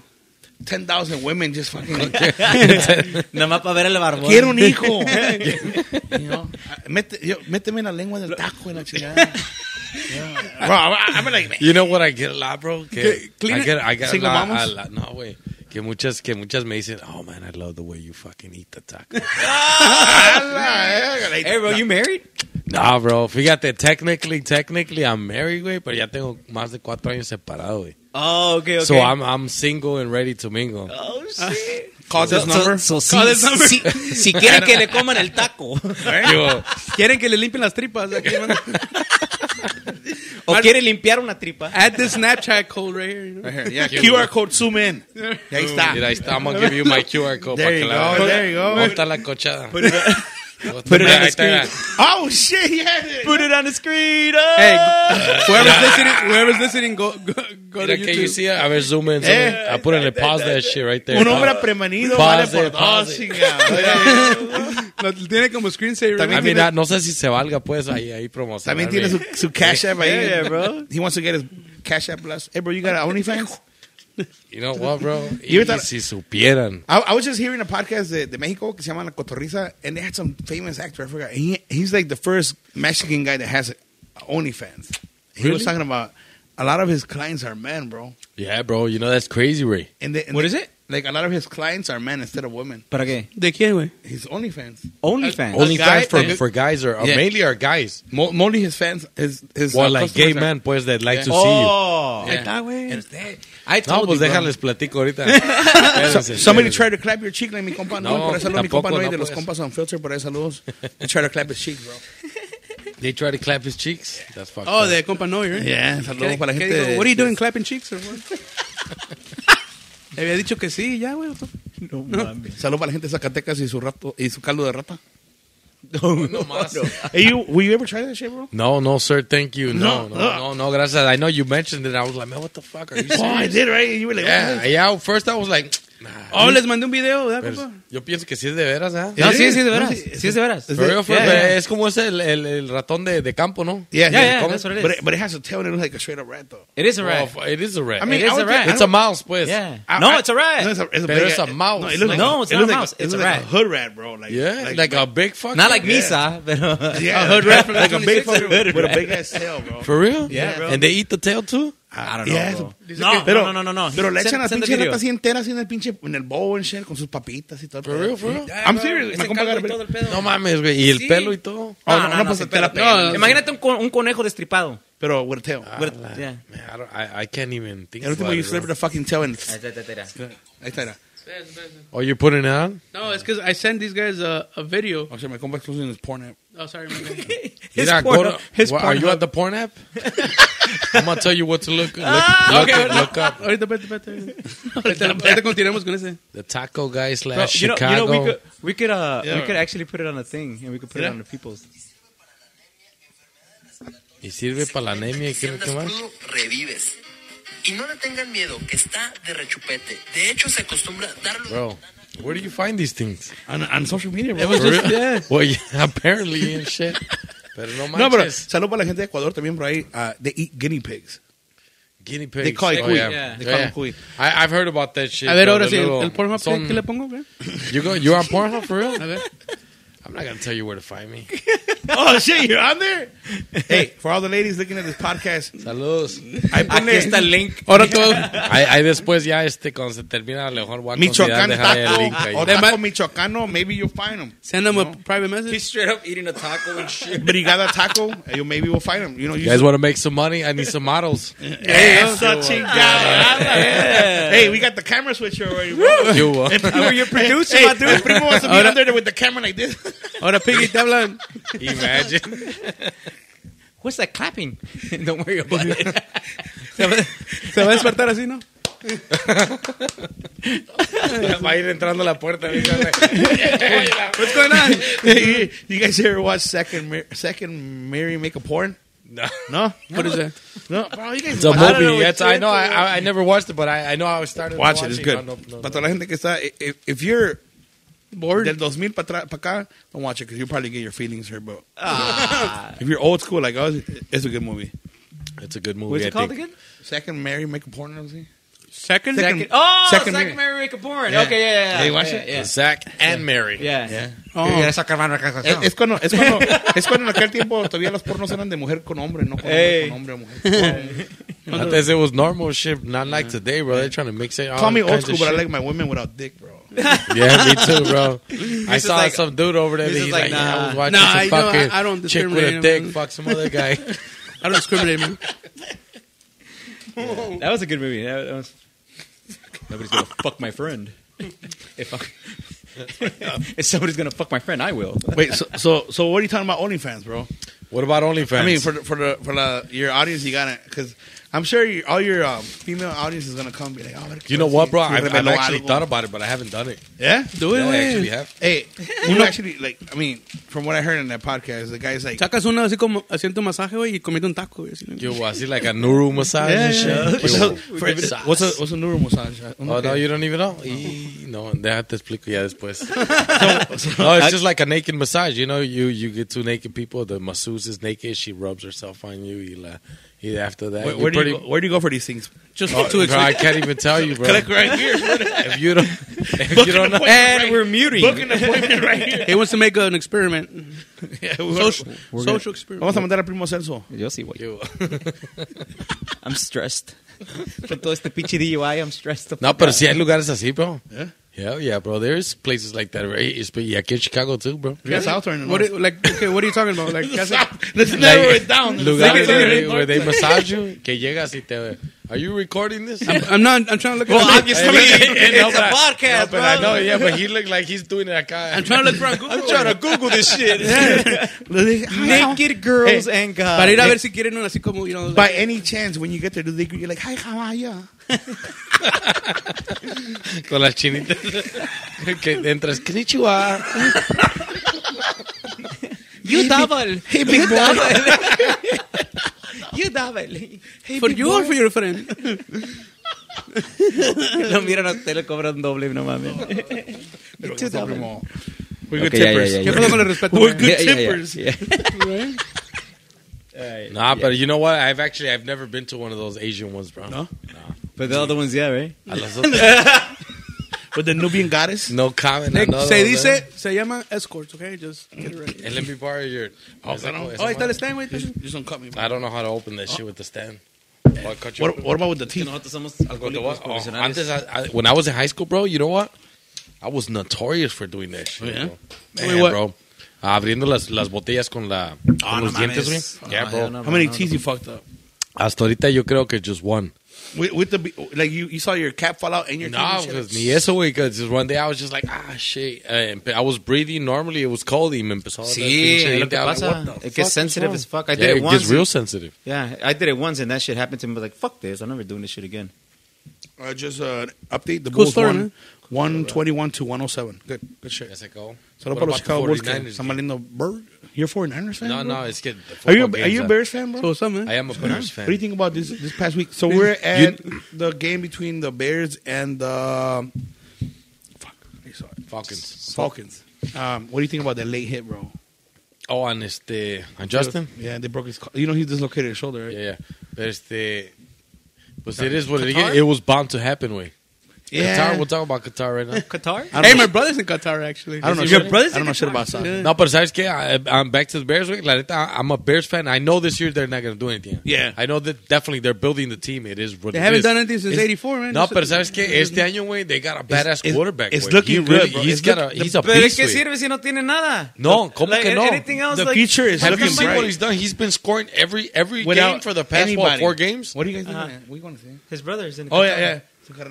S3: 10,000 women just fucking.
S1: Nada más para ver el barbón.
S3: Quiero un hijo. you know, Ah, mete, yo, méteme en la lengua del taco en la chingada. Yeah. Bro, I- I'm like, man.
S4: You know what I get a lot, bro? Que
S3: Que- clean
S4: I
S3: it.
S4: get, I get
S3: Single
S4: a, lot,
S3: mamas.
S4: a lot- No, güey. Que muchas, que muchas me dicen, oh, man, I love the way you fucking eat the taco.
S3: Like,
S1: Hey, bro, you married?
S4: No, bro, fíjate, technically, technically I'm married, güey, pero ya tengo más de cuatro años separado, güey.
S1: Oh, okay, okay.
S4: So I'm, I'm single and ready to mingle.
S3: Ah,
S1: Oh, shit.
S3: Call this number.
S1: So, so,
S2: Call
S1: si,
S2: this number.
S1: si, si quieren que le coman el taco
S4: Digo,
S2: Quieren que le limpien las tripas. Aquí, man.
S1: o quieren limpiar una tripa.
S2: Add this Snapchat code right here. You know?
S3: Right here, yeah,
S4: Cute.
S3: QR code, zoom in. Y ahí está.
S4: mira, ahí está, I'm gonna give you my QR code.
S3: There
S4: para
S3: you
S4: que la-
S3: go, there you go.
S4: ¿Dónde está la cochada?
S1: put it on the
S4: Ahí está.
S3: Oh, shit, yeah.
S1: Put it on the screen. Oh.
S2: Hey, whoever's listening, whoever's listening, go, go, go to
S4: Mira que you
S2: YouTube.
S4: see, a ver, zoom in. zoom in. I put it in, pause that shit right there.
S3: Eh. Un hombre
S4: Pause.
S3: prevenido vale
S4: Pause
S3: por
S4: it,
S3: dos,
S4: pause it.
S3: chingada.
S2: Lo tiene como screensaver.
S3: También-
S4: I mean, ah, no sé si se valga, pues, ahí, ahí promocionar.
S3: También tiene su, su Cash App ahí.
S1: Yeah, bro.
S3: He wants to get his Cash App Plus. Hey, bro, you got OnlyFans?
S4: You know what, bro?
S3: You
S4: Y
S3: thought-
S4: si supieran.
S3: I, I was just hearing a podcast de, de Mexico que se llama La Cotorriza, and they had some famous actor. I forgot. He, he's like the first Mexican guy that has OnlyFans. He was
S4: Really?
S3: talking about a lot of his clients are men, bro.
S4: Yeah, bro, you know, that's crazy, Ray.
S3: And they, and
S1: What
S3: they-
S1: is it?
S3: Like a lot of his clients are men instead of women.
S1: ¿Para qué?
S2: ¿De quién, güey?
S3: His OnlyFans,
S1: OnlyFans.
S4: Only
S3: guy-
S4: fans for,
S3: like-
S4: for guys are,
S3: Yeah.
S4: mainly are guys.
S3: Mo- mostly his fans, his his
S4: Well,
S3: uh,
S4: like
S3: customers
S4: gay
S3: are-
S4: men, pues, that like to see you.
S1: Oh.
S3: Yeah.
S1: I
S4: No,
S1: told
S4: pues
S1: you, bro.
S4: déjales platico ahorita. Espérense,
S3: Somebody
S4: espérense.
S3: tried to clap your cheek, like mi compa
S4: No,
S3: no, por eso saludos, mi
S4: tampoco,
S3: compa no,
S4: no
S3: de los
S4: puedes.
S3: compas on filter, por eso saludos. They try to clap his cheek, bro.
S4: They try to clap his cheeks. That's fucked
S2: Oh,
S4: up.
S2: de compa Noy, right?
S3: Yeah, saludos para la
S2: ¿Qué
S3: gente.
S2: dijo? What are you doing, clapping cheeks or what? Le había dicho que sí, ya, güey.
S3: Saludos para la gente de Zacatecas y su rato y su caldo de rata.
S4: no más.
S3: Hey, you, will you ever try that shit, bro?
S4: No, no, sir, thank you. No,
S3: No.
S4: no, no, no, gracias. I know you mentioned it. I was like, man, what the fuck are you
S3: Oh, I
S4: saying?
S3: did, right? You were like, "Oh,
S4: Yeah, yeah, first I was like, nah.
S2: Oh, les mandé un video, ¿verdad,
S4: Pero
S2: compa?
S4: yo pienso que sí es de veras, ¿ah?
S1: No, sí,
S3: is.
S1: sí, de
S3: No,
S1: veras.
S3: sí,
S1: Sí, es de veras.
S3: Is
S4: For
S3: it-
S4: real, for
S1: yeah,
S4: real,
S1: yeah.
S4: Es como ese el, el- el ratón de, de campo, ¿no?
S3: Yeah,
S1: Yeah, yeah,
S3: Come-
S1: that's what it
S3: But
S1: is.
S3: it, but it has a tail and it looks like a straight up rat, though.
S1: It is a
S4: Oh,
S1: rat.
S4: f- it is a rat.
S3: I mean,
S1: It is
S3: I
S1: a
S3: would
S1: rat.
S3: think-
S4: it's a mouse, pues.
S1: Yeah.
S3: I-
S1: No,
S3: I-
S1: it's a rat.
S3: No, it's a, it's a,
S4: Pero
S3: big-
S4: it's a mouse.
S3: No, it looks
S1: No,
S3: like,
S1: it's
S3: it
S1: not
S3: looks
S1: a
S3: like
S1: mouse.
S3: it
S1: It's
S3: looks
S1: a
S3: like
S1: rat.
S3: hood rat, bro. Like,
S4: Yeah, like, a big fucking.
S1: Not like
S3: Yeah.
S1: Misa, pero...
S3: yeah,
S2: hood rat from the
S3: like a big
S2: 26
S3: fucking with a big ass tail, bro.
S4: For real?
S1: Yeah, bro.
S4: And they eat the tail too?
S1: I don't know.
S3: Yeah,
S1: bro.
S3: eso-
S1: No, no,
S3: pero,
S1: no, no, no, no.
S3: Pero le
S1: Send-
S3: echan a la
S1: send the
S3: pinche
S1: video.
S3: rata así entera, así en el pinche, en el bowl and shit, con sus papitas y todo. el
S4: For
S3: pedo.
S4: real, for real.
S3: Yeah, I'm serious.
S1: Ese
S3: Me compa
S1: caldo y
S3: Gabriel.
S1: todo el pedo.
S4: No mames, güey. Y el
S1: Sí.
S4: pelo y todo.
S1: No,
S3: Oh,
S1: no,
S3: no,
S1: no,
S3: no, pues,
S1: se
S3: te la
S1: pela.
S3: pelas.
S1: No, Imagínate un, co- un conejo destripado.
S3: Pero with a tail.
S1: With-
S4: Ah,
S1: yeah.
S4: man, I, don't, I, I can't even think
S3: El último
S4: about
S3: you
S4: it,
S3: flip
S4: bro.
S3: the fucking tail and...
S1: Ahí está, ahí está, ahí está.
S3: Ahí está, era.
S4: Oh, you're putting it on?
S2: No, it's because I sent these guys a, a video.
S3: O sea, me compa exclusive en his porn app.
S2: Oh, sorry, my bad.
S4: You're
S1: His
S4: not
S1: porn-
S4: going to-
S1: his
S4: What, are you
S1: Pornhub.
S4: at the porn app? I'm gonna tell you what to look. Look, look,
S2: okay,
S4: it- look up
S2: Ahorita, espérate, espérate. Ahorita, ahorita continuamos con ese.
S4: the taco guy
S1: Bro,
S4: slash
S1: you know, you know,
S4: Chicago.
S1: we could, we could, uh, we
S3: Yeah.
S1: could actually put it on a thing, and we could put
S3: Yeah.
S1: it on the people's.
S4: y sirve para la anemia.
S6: Si
S4: ¿Qué
S6: andas
S4: qué más?
S6: crudo, revives. Y no le tengan miedo, que está de rechupete. De hecho, se acostumbra darlo.
S4: Bro, where do you find these things?
S3: On, on social media, bro.
S4: It was
S1: just- yeah.
S4: Well, yeah, apparently and shit. Pero no manches.
S3: No, pero salud para la gente de Ecuador también por ahí. Uh, they eat guinea pigs.
S4: Guinea pigs. Oh,
S3: They call it cuy.
S4: yeah.
S1: Yeah.
S3: They call it cuy.
S4: I, I've heard about that shit.
S2: A ver,
S4: bro,
S2: ahora
S4: the
S2: sí, el,
S4: little-
S2: el Pornhub, ¿qué-
S4: son-
S2: ¿qué le pongo, güey?
S4: You go. You're on Pornhub for
S2: A
S4: real?
S2: ver.
S4: I'm not gonna tell you where to find me.
S3: oh, shit, you're on there? hey, for all the ladies looking at this podcast,
S4: Saludos.
S3: ahí ponle
S1: link.
S2: Ahora todo.
S4: Ahí, ahí después ya este cuando se termina a lo mejor voy a
S3: Michoacán
S4: considerar dejarle el link
S3: taco.
S4: ahí.
S3: O taco michoacano, maybe you'll find them.
S2: Send them a private message.
S1: straight up eating a taco and shit.
S3: Brigada Taco, you maybe we'll find them. You know, you
S4: You guys want to make some money? I need some models.
S3: Eso, chingada. Hey, we got the camera switch already. Bro.
S4: You will.
S1: Were you producing,
S3: Hey,
S1: my dude?
S3: el primo wants to be under there with the camera like this.
S2: Ahora, Piggy, te hablan.
S4: Imagine.
S1: What's that clapping? Don't worry about it.
S2: Se va a despertar así, ¿no?
S4: Va a ir entrando a la puerta.
S3: What's going on? you, you guys ever watch Second Mar- Second Mary make a porn?
S4: No.
S3: No,
S2: What is that?
S3: no, bro. You guys
S4: It's a
S3: watch-
S4: movie. Yes, I know. I, I, I never watched it, but I, I know I was started.
S3: Watch it. It's
S4: watching.
S3: good.
S4: I don't know- no,
S3: Para toda
S4: no.
S3: la gente que está, i- if, if you're
S2: Bored.
S3: del 2000 para acá, don't watch it because you'll probably get your feelings hurt. But if you're old school like us, it's a good movie.
S4: It's a good movie.
S1: What's
S4: I
S1: it called
S4: think.
S1: again?
S3: Second Mary make a porn. I see.
S2: Second?
S1: Second. Oh,
S3: Second
S1: second,
S3: Mary.
S1: Mary Make a Born.
S3: Yeah.
S1: Okay, yeah, yeah.
S3: Yeah,
S1: yeah.
S3: you watch
S1: yeah,
S3: it?
S1: Yeah.
S4: Zach and Mary.
S1: Yeah. Eh,
S2: Oh.
S3: Es, es cuando, es cuando, es cuando en aquel tiempo todavía los pornos eran de mujer con hombre, no con, hombre,
S1: Ey.
S3: con hombre o mujer.
S4: Not that it was normal shit, not like today, bro. They're trying to mix it. all
S3: Call me old
S4: kinds of
S3: school, but I like
S4: shit.
S3: my women without dick, bro.
S4: Yeah, me too, bro. I
S1: He's
S4: saw
S1: just like-
S4: some dude over there.
S1: he's
S4: He's
S1: just like,
S4: like, yeah, I was watching
S2: Nah,
S4: some
S2: you know,
S4: fucking
S2: I- I don't
S4: chick with a
S2: discriminate,
S4: dick
S2: man.
S4: fuck some other guy.
S2: I don't discriminate, man.
S1: That was a good movie. That, that was... Nobody's gonna fuck my friend. If, I... if somebody's gonna fuck my friend, I will.
S3: Wait, so, so, so what are you talking about OnlyFans, bro?
S4: what about OnlyFans?
S3: I mean, for the, for the, for the, your audience, you gotta, because I'm sure you, all your um, female audience is gonna come and be like, oh, ver,
S4: you know what, bro?
S3: si
S4: I, I've
S3: reveló
S4: actually
S3: algo.
S4: thought about it, but I haven't done it.
S3: yeah.
S2: Do it,
S4: Yeah, I actually
S2: güey.
S4: have.
S3: Hey, you know, actually, like, I mean, from what I heard in that podcast, the guy's like,
S2: Sacas uno así como haciendo un masaje, güey, y comiendo un taco, güey. así.
S4: Yo, I see like a Nuru massage and shit.
S3: what's,
S4: Yo,
S3: a, for, what's a what's a neuro massage?
S4: Oh, no, you don't even know? Y- No, déjate explico ya después. no, it's just like a naked massage. You know, you, you get two naked people. The masseuse is naked. She rubs herself on you. You, la- you after that,
S3: where,
S4: you're
S3: where do
S4: pretty-
S3: you go, where do you go for these things?
S2: Just
S4: Oh,
S2: to
S4: bro, I
S2: explain.
S4: can't even tell you, bro.
S3: Click right here.
S4: If you don't, if you don't know,
S1: And we're muting.
S3: Book an appointment right here.
S2: Eh, He wants to make an experiment. Social,
S1: We're gonna-
S2: social experiment.
S3: Vamos a mandar a Primo Celso.
S1: Yo sí voy.
S4: you-
S1: I'm stressed. Con todo este pinche DUI, I'm stressed. the
S4: no,
S1: fuck
S4: pero
S1: out.
S4: si hay lugares así, bro.
S3: Yeah.
S4: Yeah, yeah, bro. There's places like that, right? It's- Yeah, aquí en Chicago too, bro.
S3: Yeah, South or in the
S2: What
S3: North?
S2: are- like, okay, what are you talking about? Like, ¿qué hace?
S3: Let's narrow
S4: Like,
S3: it down.
S4: Lugares
S3: Like,
S4: where they, where they massage you, que llegas y te. Are you recording this?
S2: I'm not. I'm trying to look.
S1: Well,
S2: at
S1: obviously, it's a podcast,
S4: but I know,
S1: bro.
S4: yeah, but he looked like he's doing it. acá.
S2: I'm trying to look for a Google.
S1: to Google this shit. Naked girls and uh, God.
S2: Para ir a ver si quieren uno así como, you know,
S3: By
S2: like,
S3: any chance, when you get there, do they greet you like, "Hi, how are you?"
S4: Con las chinitas. que entras. Konnichiwa.
S1: You double. Hey, big boy. You double. Hey,
S2: for
S1: big
S2: you or for your friend.
S1: boy. Lo miran a usted, le cobran doble, no mames. You two double.
S3: We're good
S1: Okay, yeah, yeah,
S3: tippers.
S2: ¿Qué pasó con el respeto?
S3: We're good
S1: Yeah, yeah, yeah,
S3: tippers.
S1: yeah.
S4: Nah, but you know what? I've actually I've never been to one of those Asian ones, bro. No,
S1: But the other ones, yeah, right?
S4: I love those-
S3: With the Nubian goddess.
S4: no comment.
S2: Nick,
S4: on those,
S2: se
S4: man.
S2: dice, se llama escorts, okay? Just get it right.
S4: And let me borrow your.
S3: I don't-
S2: Oh, ahí está el Oh. stand, güey.
S3: Just, just don't cut me.
S4: I don't know how to open this shit with the stand. Well, I cut you-
S3: What, what about with the teeth?
S1: Nosotros somos
S4: But the one-
S1: alcohólicos
S4: oh,
S1: profesionales.
S4: antes, I, I, when I was in high school, bro, you know what? I was notorious for doing that shit,
S2: yeah?
S4: bro.
S2: Tell
S4: Man,
S2: me what.
S4: bro. Abriendo las, las botellas con, la, con los dientes, güey. Yeah, bro.
S3: How many teeth you fucked up?
S4: Hasta ahorita yo creo que just one.
S3: With, with the be- like you, you saw your cap fall out and your
S4: No,
S3: teeth. and
S4: Ah, pues
S3: shit?
S4: ni eso, güey. Because just one day I was just like, ah, shit. Eh, empe- I was breathing normally. It was cold y me empezó a dar
S1: Sí,
S4: pinche
S1: es lo
S4: diente.
S1: que
S4: I was
S1: pasa.
S4: like, what the
S1: It
S4: fuck
S1: gets
S4: is
S1: sensitive
S4: wrong?
S1: as fuck. I did
S4: Yeah,
S1: it
S4: it
S1: once.
S4: gets real sensitive.
S1: Yeah, I did it once and that shit happened to me. I was like, fuck this. I'm never doing this shit again.
S3: Uh, just uh, update the
S2: Cool
S3: Bulls
S2: story,
S3: one,
S2: man.
S3: one twenty one to one hundred seven. Good, good
S4: Ya
S3: shit.
S4: se acabó.
S3: Saludos
S4: What
S3: para los
S4: about
S3: Chicago
S4: the
S3: Bulls. que
S4: 49ers,
S3: Están
S4: dude?
S3: valiendo bird. You're a 49ers fan?
S4: No,
S3: bro?
S4: no, it's que.
S3: Are you are you a Bears fan, bro?
S2: So what's up, man?
S4: I am a Bears
S3: What do you
S4: fan.
S3: think about this this past week? So we're at the game between the Bears and the fuck, I saw it.
S4: Falcons.
S3: Falcons. Um, what do you think about that late hit, bro?
S4: Oh, and este, and Justin.
S3: Yeah, they broke his. Col- you know he's dislocated his shoulder, right?
S4: Yeah, yeah. Pero este, pues it is what it is. It was bound to happen, way. Qatar, we'll talk about Qatar right now.
S1: Qatar?
S3: I don't
S2: Hey,
S3: know.
S2: my brother's in Qatar, actually.
S3: I don't know.
S2: Your
S3: shit-
S2: brother's
S3: I don't
S2: in
S3: know shit about
S2: Qatar.
S3: soccer.
S2: Yeah.
S4: No, pero sabes que I'm back to the Bears, güey. La neta, I'm a Bears fan. I know this year they're not going to do anything.
S2: Yeah.
S4: I know that definitely they're building the team. It is what
S2: They
S4: it
S2: haven't
S4: is.
S2: done anything since
S4: It's-
S2: '84, man.
S4: No,
S2: It's-
S4: pero sabes que este año, güey, they got a badass
S3: it's-
S4: quarterback.
S3: it's
S4: güey.
S3: looking
S4: He
S3: good,
S4: really-
S3: bro.
S4: He's
S3: It's
S4: got a,
S3: look-
S4: he's
S3: the-
S4: a
S1: Pero es
S4: beast,
S1: que
S4: güey.
S1: sirve si no tiene nada.
S4: No, ¿cómo
S1: Like,
S4: que no?
S1: anything else,
S3: The
S1: like-
S3: future is
S4: Have you
S3: looking
S4: seen what
S3: bright.
S4: he's done? He's been scoring every every game for the past what,
S3: anybody.
S4: four games.
S3: What are you
S2: Ah,
S3: guys doing?
S1: Uh-huh.
S3: man? What are you going to say?
S1: His brother's in
S4: Oh
S1: Qatar.
S4: yeah, yeah.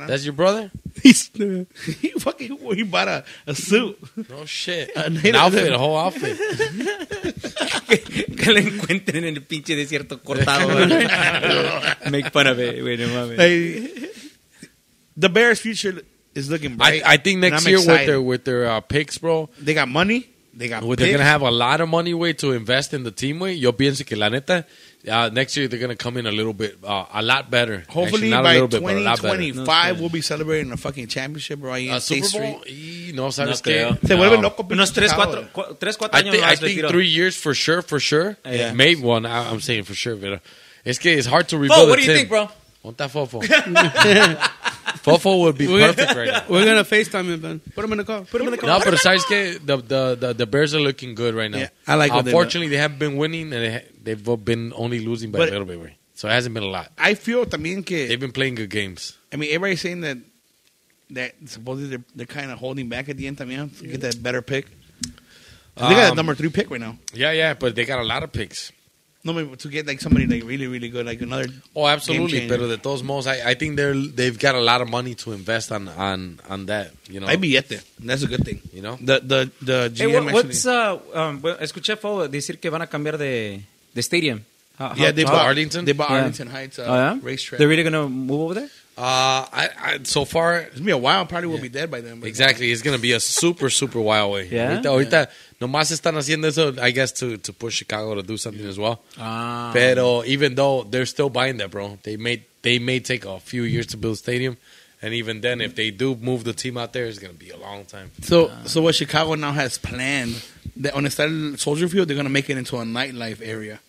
S4: That's your brother?
S3: He's he fucking he bought a, a suit.
S4: No shit.
S3: Uh,
S4: An
S3: neither-
S4: outfit, a whole outfit.
S1: que le encuentren en el pinche desierto cortado. Make fun of it, güey, no mames.
S3: Eh, Like, the Bears' future is looking
S4: I,
S3: bright.
S4: I think
S3: And
S4: next
S3: I'm
S4: year with
S3: excited.
S4: their with their uh, picks, bro,
S3: they got money. They got.
S4: Well, they're
S3: picks.
S4: gonna have a lot of money way to invest in the team way. Yo pienso que la neta, uh, next year they're gonna come in a little bit, uh, a lot better.
S3: Hopefully
S4: Actually, not a
S3: by
S4: little bit, but a lot better.
S3: 2025 we'll be celebrating a fucking championship, bro.
S4: Uh,
S3: In State
S4: Super
S3: Street.
S4: Bowl, y no sabes
S1: No
S4: qué.
S1: creo.
S3: Se
S4: No.
S3: vuelve loco.
S1: Unos 3,
S3: Chicago.
S1: 4, 3, 4
S4: I
S1: años
S4: think, I
S1: más
S4: think
S1: retiro.
S4: three years for sure, for sure.
S1: Yeah.
S4: Maybe one. I, I'm saying for sure, but uh, it's que it's hard to rebuild.
S1: Fo, what do
S4: a
S1: you
S4: team.
S1: think, bro?
S4: Want that Fofo? Fofo would be perfect right now.
S2: We're gonna FaceTime him, man. Put him in the car. Put him in the
S4: No, but sabes que the, the the the Bears are looking good right now.
S3: Yeah, I like what they
S4: Unfortunately, they haven't been winning, and they ha- they've been only losing by
S3: But-
S4: a little bit. güey. So it hasn't been a lot.
S3: I feel también que
S4: They've been playing good games.
S3: I mean everybody's saying that that supposedly they're, they're kind of holding back at the end también to get that better pick. And they got a
S4: Um,
S3: number three pick right now.
S4: Yeah, yeah, but they got a lot of picks.
S3: No, maybe to get like somebody like really really good, like another.
S4: Oh,
S3: Game
S4: absolutely.
S3: changer.
S4: Pero de todos modos, I, I think they're they've got a lot of money to invest on on on that. You know,
S3: I be yet there. That's a good thing.
S4: You know?
S3: the the the
S1: Hey,
S3: GM
S1: what,
S3: actually.
S1: what's, uh, um, bueno, escuché a Fo decir que van a cambiar de, de stadium. How-
S3: yeah,
S1: how-
S3: they
S1: how-
S3: bought
S4: Arlington?
S3: They bought
S1: uh, Yeah.
S3: Arlington Heights uh,
S1: Oh, yeah?
S3: racetrack.
S1: They're really going to move over there?
S4: uh, I, I so far
S3: It's gonna be a while. Probably will be dead by then. but-
S4: Exactly, it's gonna be a super super wild way.
S1: Yeah?
S4: Ahorita, ahorita nomás están haciendo eso, I guess, to to push Chicago to do something as well.
S1: Ah.
S4: Pero even though they're still buying that, bro, they may they may take a few years to build a stadium, and even then, if they do move the team out there, it's gonna be a long time.
S3: So,
S1: Uh.
S3: so what Chicago now has planned that on the side of Soldier Field, they're gonna make it into a nightlife area,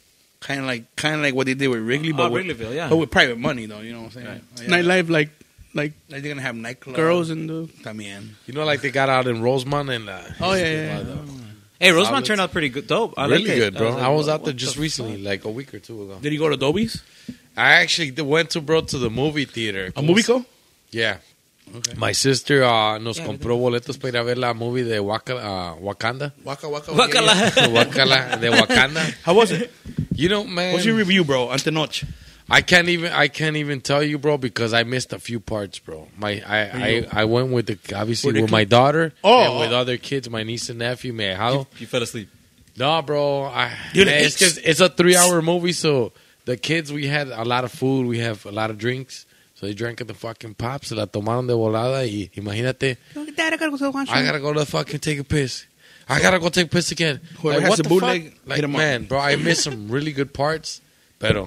S3: kind of like kind of like what they did with Wrigley,
S1: Ah,
S3: but with,
S1: Wrigleyville, yeah.
S3: but with private money though. You know what I'm saying? Yeah.
S2: Nightlife, like, like
S3: Like they're gonna have nightclubs.
S2: girls and the.
S3: también.
S4: You know, like they got out in Rosemont and uh,
S2: Oh yeah, yeah. yeah.
S1: Hey, Rosemont
S4: Outlets.
S1: turned out pretty good. Dope. I
S4: really
S1: like it.
S4: good, bro. I was,
S1: like, what-
S4: out there
S1: what
S4: just
S1: the
S4: recently, like a week or two ago.
S3: Did you go to Adobe's?
S4: I actually d- went to bro to the movie theater.
S3: A movie co?
S4: Yeah. My sister uh, nos
S1: Yeah,
S4: compró boletos para ir a ver la movie de Waka, uh, Wakanda.
S3: Waka waka.
S1: fuck?
S3: yeah, yeah.
S1: Guacala.
S4: Wakala, de Wakanda.
S3: How was it?
S4: You know, man.
S3: What's your review, bro? Ante noche.
S4: I can't even I can't even tell you, bro, because I missed a few parts, bro. My I I, I went with the obviously
S3: With the
S4: with my daughter
S3: Oh,
S4: and with
S3: oh.
S4: other kids, my niece and nephew. Man, how
S1: You fell asleep.
S4: no, bro. I
S3: Dude,
S4: man, it's
S3: it's-
S4: just it's a three hour movie, so the kids we had a lot of food, we have a lot of drinks. So they drank at the fucking pop, se la tomaron de volada y imagínate.
S2: Dad, I gotta go to the lunch.
S4: I gotta go to the fucking take a piss. I gotta go take a piss again.
S3: Whoever has the bootleg,
S4: fuck?
S3: hit
S4: like
S3: 'em up.
S4: man, bro, I missed some really good parts, but uh,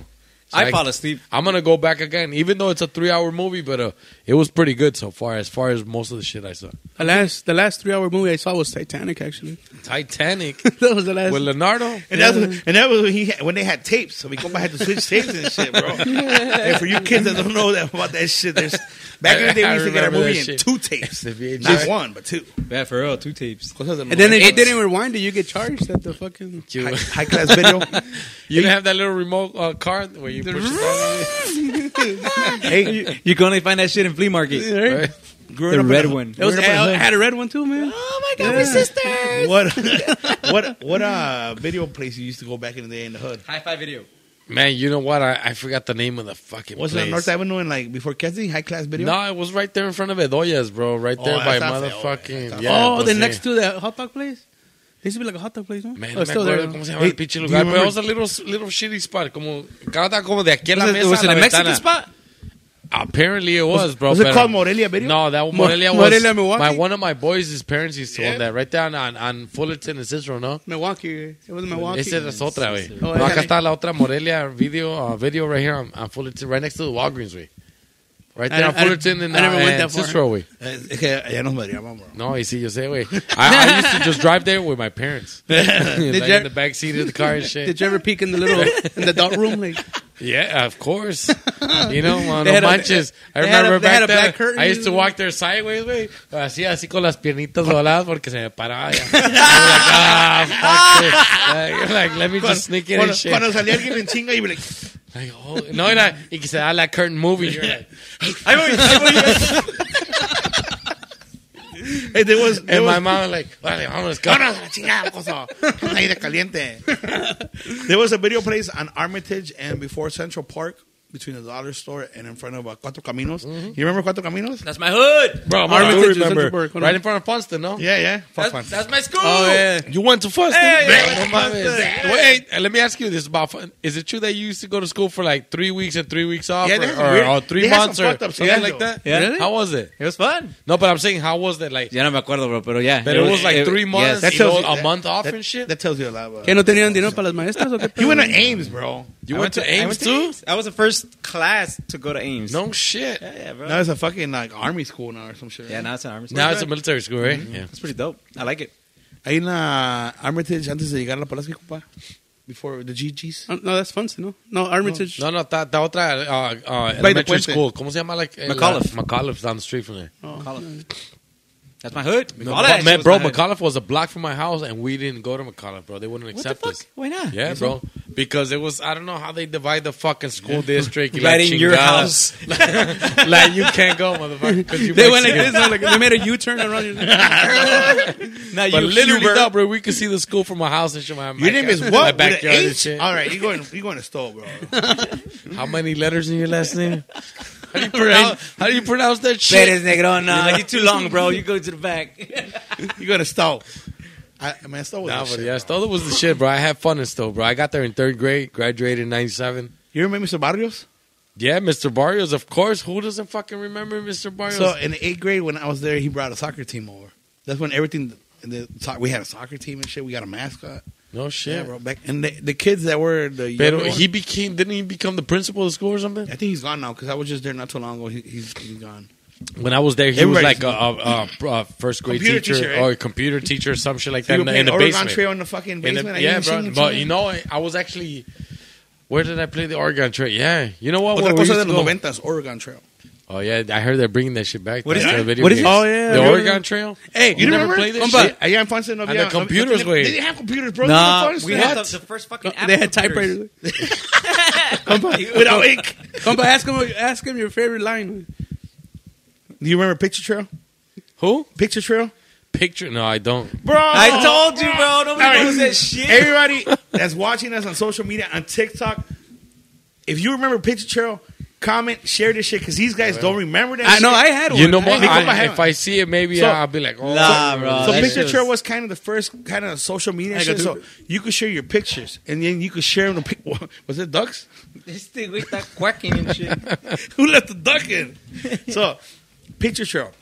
S4: so
S1: I fall asleep.
S4: I'm gonna go back again, even though it's a three-hour movie, but uh, it was pretty good so far. As far as most of the shit I saw,
S2: The last, the last three-hour movie I saw was Titanic. Actually,
S4: Titanic
S2: that was the last.
S4: with Leonardo.
S3: And that was and that was when he had, when they had tapes. So we come had to switch tapes and shit, bro. and for you kids that don't know that about that shit, there's back in the day we
S4: I
S3: used to get our
S4: remember
S3: movie
S4: that
S3: in
S4: shit.
S3: two tapes,
S4: The VHS.
S3: not one but two.
S1: Yeah, for real, two tapes.
S2: and then if you didn't rewind it, you get charged at the fucking.
S4: You,
S3: high, high class video.
S4: you didn't have that little remote uh, car where you you push it down.
S1: Hey, you can only find that shit in flea market.
S4: Right?
S1: The red one.
S2: It was, I, I had a red one too, man.
S1: Oh my god, my sister.
S3: What what what uh video place you used to go back in the day in the hood?
S1: High five video.
S4: Man, you know what? I, I forgot the name of the fucking
S3: Was it
S4: place.
S3: on North Avenue and like before Kelsey High Class Video?
S4: No, it was right there in front of Bedoya's, bro. Right there by
S3: Oh, that's not fair, güey.
S4: motherfucking.
S3: That's
S4: Yeah,
S2: oh, the
S4: pues,
S2: next
S4: sí.
S2: to the hot dog place. There used to be like a hot dog place, no?
S4: Man,
S2: Oh,
S4: no
S2: it's
S4: me
S2: still there.
S4: acuerdo
S2: no?
S4: cómo se llama el pinche lugar, pero it was a little, little shitty spot. Como, cada como de aquí a la
S1: Was it-
S4: mesa.
S1: was it
S4: a la
S1: a Mexican
S4: ventana.
S1: spot?
S4: Apparently it was, bro.
S3: was it
S4: pero-
S3: called Morelia Video?
S4: No, that
S2: Mo-
S4: Morelia was.
S2: Morelia, Milwaukee?
S4: My, one of my boys, his parents used to
S2: Yeah.
S4: own that. Right there on, on, on Fullerton and Cicero, ¿no?
S2: Milwaukee. eh. It was Milwaukee.
S4: Esa es otra, güey.
S2: Oh,
S4: No, acá
S2: yeah.
S4: está la otra Morelia video, uh, video right here on, on Fullerton, right next to the Walgreens, güey. Right there
S2: I-
S4: on
S2: I-
S4: Fullerton and,
S2: I never
S4: uh,
S2: went
S4: and
S2: that far.
S4: Cicero, güey.
S3: Eh, Es que allá nos madreamos, bro.
S4: No, y sí, yo sé, güey. I, I used to just drive there with my parents. like
S2: you-
S4: in the back seat of the car and shit.
S2: Did you ever peek in the little in the dark room? Like,
S4: Yeah, of course. you know, uh,
S2: They
S4: no
S2: had a-
S4: manches. I
S2: they had
S4: remember
S2: a- they
S4: back
S2: had a
S4: then,
S2: black curtain.
S4: I used to walk there sideways, güey. Así, así con las piernitas voladas porque se me paraba ya. I was like, ah, fuck this. Like, like, let me just sneak in
S3: Cuando,
S4: and shit.
S3: cuando salía alguien en chinga y me like,
S4: Like, oh, no, era, y que se da la curtain movie. You're like,
S3: I voy, ahí voy. Hey, there was, there
S4: and my
S3: was,
S4: mom was like, vale, vámonos,
S5: Vámonos
S4: vámonos.
S5: a la chingada, mocoso.
S3: ahí de caliente. there was a video place on Armitage and before Central Park between the dollar store and in front of uh, Cuatro Caminos.
S4: Mm-hmm.
S3: You remember Cuatro Caminos?
S1: That's my hood.
S4: Bro, I
S2: Armitage
S4: do
S2: is Central
S4: remember.
S2: Park, hold
S4: Right
S2: on.
S4: in front of Funston, no?
S3: Yeah, yeah. Fuck
S1: That's,
S3: man.
S1: that's my school.
S2: oh yeah.
S4: You went to Funston.
S1: Hey,
S4: No mames. Wait, let me ask you this about fun. Is it true that you used to go to school for like three weeks and three weeks off,
S3: Yeah,
S4: or,
S3: they had some
S4: or,
S3: weird-
S4: or three
S3: they had some
S4: months, or
S3: fucked up
S4: something
S3: schedule.
S4: like that?
S1: Yeah. Really?
S4: How was it?
S1: It was fun.
S4: No, but I'm saying, how was that? Like,
S1: Ya no me acuerdo, bro, pero ya.
S4: Pero it was like three months.
S1: yes.
S4: you know, a month off
S3: that,
S4: and shit?
S3: That tells you a lot. Bro.
S2: ¿Que no tenían dinero para las maestras o qué?
S3: You
S2: pedo?
S3: went to Ames, bro.
S4: you
S1: I
S4: went, to
S1: I
S4: Ames
S1: went to
S4: too?
S1: I was the first class to go to Ames.
S4: No shit.
S1: Yeah, yeah, bro.
S3: Now it's a fucking like army school now or some shit.
S1: yeah, now it's an army.
S4: Now it's a military school, right? Yeah.
S1: It's pretty dope. I like it.
S3: Ahí en la Armitage antes de llegar a la Palacio, compa. Before the GGs.
S2: Oh, no, that's fun, no? No, Armitage.
S4: No, no, that that otra uh, uh,
S3: the
S4: elementary
S3: puente.
S4: school. ¿Cómo se llama? Like, eh,
S1: McAuliffe.
S4: La, McAuliffe down the street from there.
S2: Oh.
S1: That's my hood.
S4: No,
S1: All that
S4: but-
S1: shit
S4: man,
S1: was
S4: bro,
S1: my hood.
S4: McAuliffe was a block from my house, and we didn't go to McAuliffe, bro. They wouldn't
S1: What the
S4: accept
S1: fuck?
S4: us.
S1: Why not?
S4: Yeah, bro. Because it was I don't know how they divide the fucking school district.
S1: Right
S4: like
S1: in your
S4: chingados.
S1: house.
S4: like you can't go, motherfucker. 'cause you
S2: They went like
S4: Mexican.
S2: this. no? Like, they made a U-turn around. your-
S1: Now
S4: But
S1: you
S4: literally,
S1: Hubert.
S4: no, bro, we could see the school from my house and shit. My,
S3: Your
S4: my
S3: name
S4: ca-
S3: is what?
S4: My
S3: With an
S4: backyard and
S3: H?
S4: shit.
S3: All right, you're going, you're going to stall, bro.
S4: How many letters in your last name? How do you pronounce, how do you pronounce that shit?
S1: Perez Negron, no, you're too long, bro. You go to the back.
S3: You're going to stall. I, man, stall was that
S4: Nah, but
S3: shit,
S4: yeah,
S3: bro.
S4: Stola was the shit, bro. I had fun in Stola, bro. I got there in third grade, graduated in '97.
S3: You remember Mr. Barrios?
S4: Yeah, Mr. Barrios, of course. Who doesn't fucking remember Mr. Barrios?
S3: So in the eighth grade, when I was there, he brought a soccer team over. That's when everything. and The, so- we had a soccer team and shit. We got a mascot.
S4: no
S3: Yeah,
S4: shit,
S3: bro. Back and the, the kids that were the.
S4: Pero
S3: younger
S4: he
S3: ones-
S4: became didn't he become the principal of the school or something?
S3: I think he's gone now because I was just there not too long ago. He, he's, he's gone.
S4: When I was there, he
S3: Everybody's-
S4: was like a, a, a, a first grade
S3: Computer
S4: teacher,
S3: teacher, eh?
S4: or a computer teacher or some shit like that
S3: You
S4: in
S3: were
S4: the,
S3: playing
S4: in the
S3: Oregon
S4: basement.
S3: Trail in the fucking
S4: In the-
S3: basement.
S4: yeah,
S3: and you
S4: bro.
S3: singing
S4: But
S3: to
S4: you
S3: me.
S4: know, I, I was actually. Where did I play the Oregon Trail? Yeah, you know what?
S3: Otra
S4: where we
S3: cosa
S4: used
S3: de
S4: to
S3: los
S4: go-
S3: noventas, Oregon Trail.
S4: Oh yeah, I heard they're bringing that shit back.
S1: What is
S4: That's
S1: it?
S4: the video
S1: What is
S4: game.
S1: it?
S2: Oh, yeah,
S4: the
S2: yeah,
S4: Oregon
S2: yeah.
S4: Trail.
S3: Hey, you
S4: never
S3: remember?
S4: played this
S3: Compa,
S4: shit?
S3: Allá en Fonse no
S4: And
S3: había...
S4: the computers,
S3: no-
S4: güey.
S3: They didn't have computers, bro.
S1: Nah,
S3: They
S1: Uh, we
S3: were
S1: had
S3: phones.
S1: the,
S4: What?
S1: the first fucking Apple
S2: they had
S1: computers.
S2: typewriters.
S3: Without ink.
S2: Come by, ask him. Ask him your favorite line.
S3: Do you remember Picture Trail?
S4: Who?
S3: Picture Trail?
S4: Picture? No, I don't.
S3: Bro!
S1: I told you, bro. Nobody
S3: All right.
S1: knows that shit.
S3: Everybody that's watching us on social media, on TikTok, if you remember Picture Trail, comment, share this shit because these guys don't remember that
S2: I
S3: shit.
S2: know. I had one.
S4: You know what?
S3: Hey, come
S4: I-
S3: on, hang
S4: if
S3: on.
S4: I see it, maybe
S3: So-
S4: I'll be like, oh,
S1: Nah, bro.
S3: So
S1: that
S3: Picture
S1: shit
S3: Trail
S1: was-
S3: was kind of the first kind of social media
S2: Like a
S3: shit. So
S2: dude.
S3: you could share your pictures and then you could share them to people. Was it ducks?
S1: Este güey está quacking and shit.
S3: Who left the duck in? so, picture trail.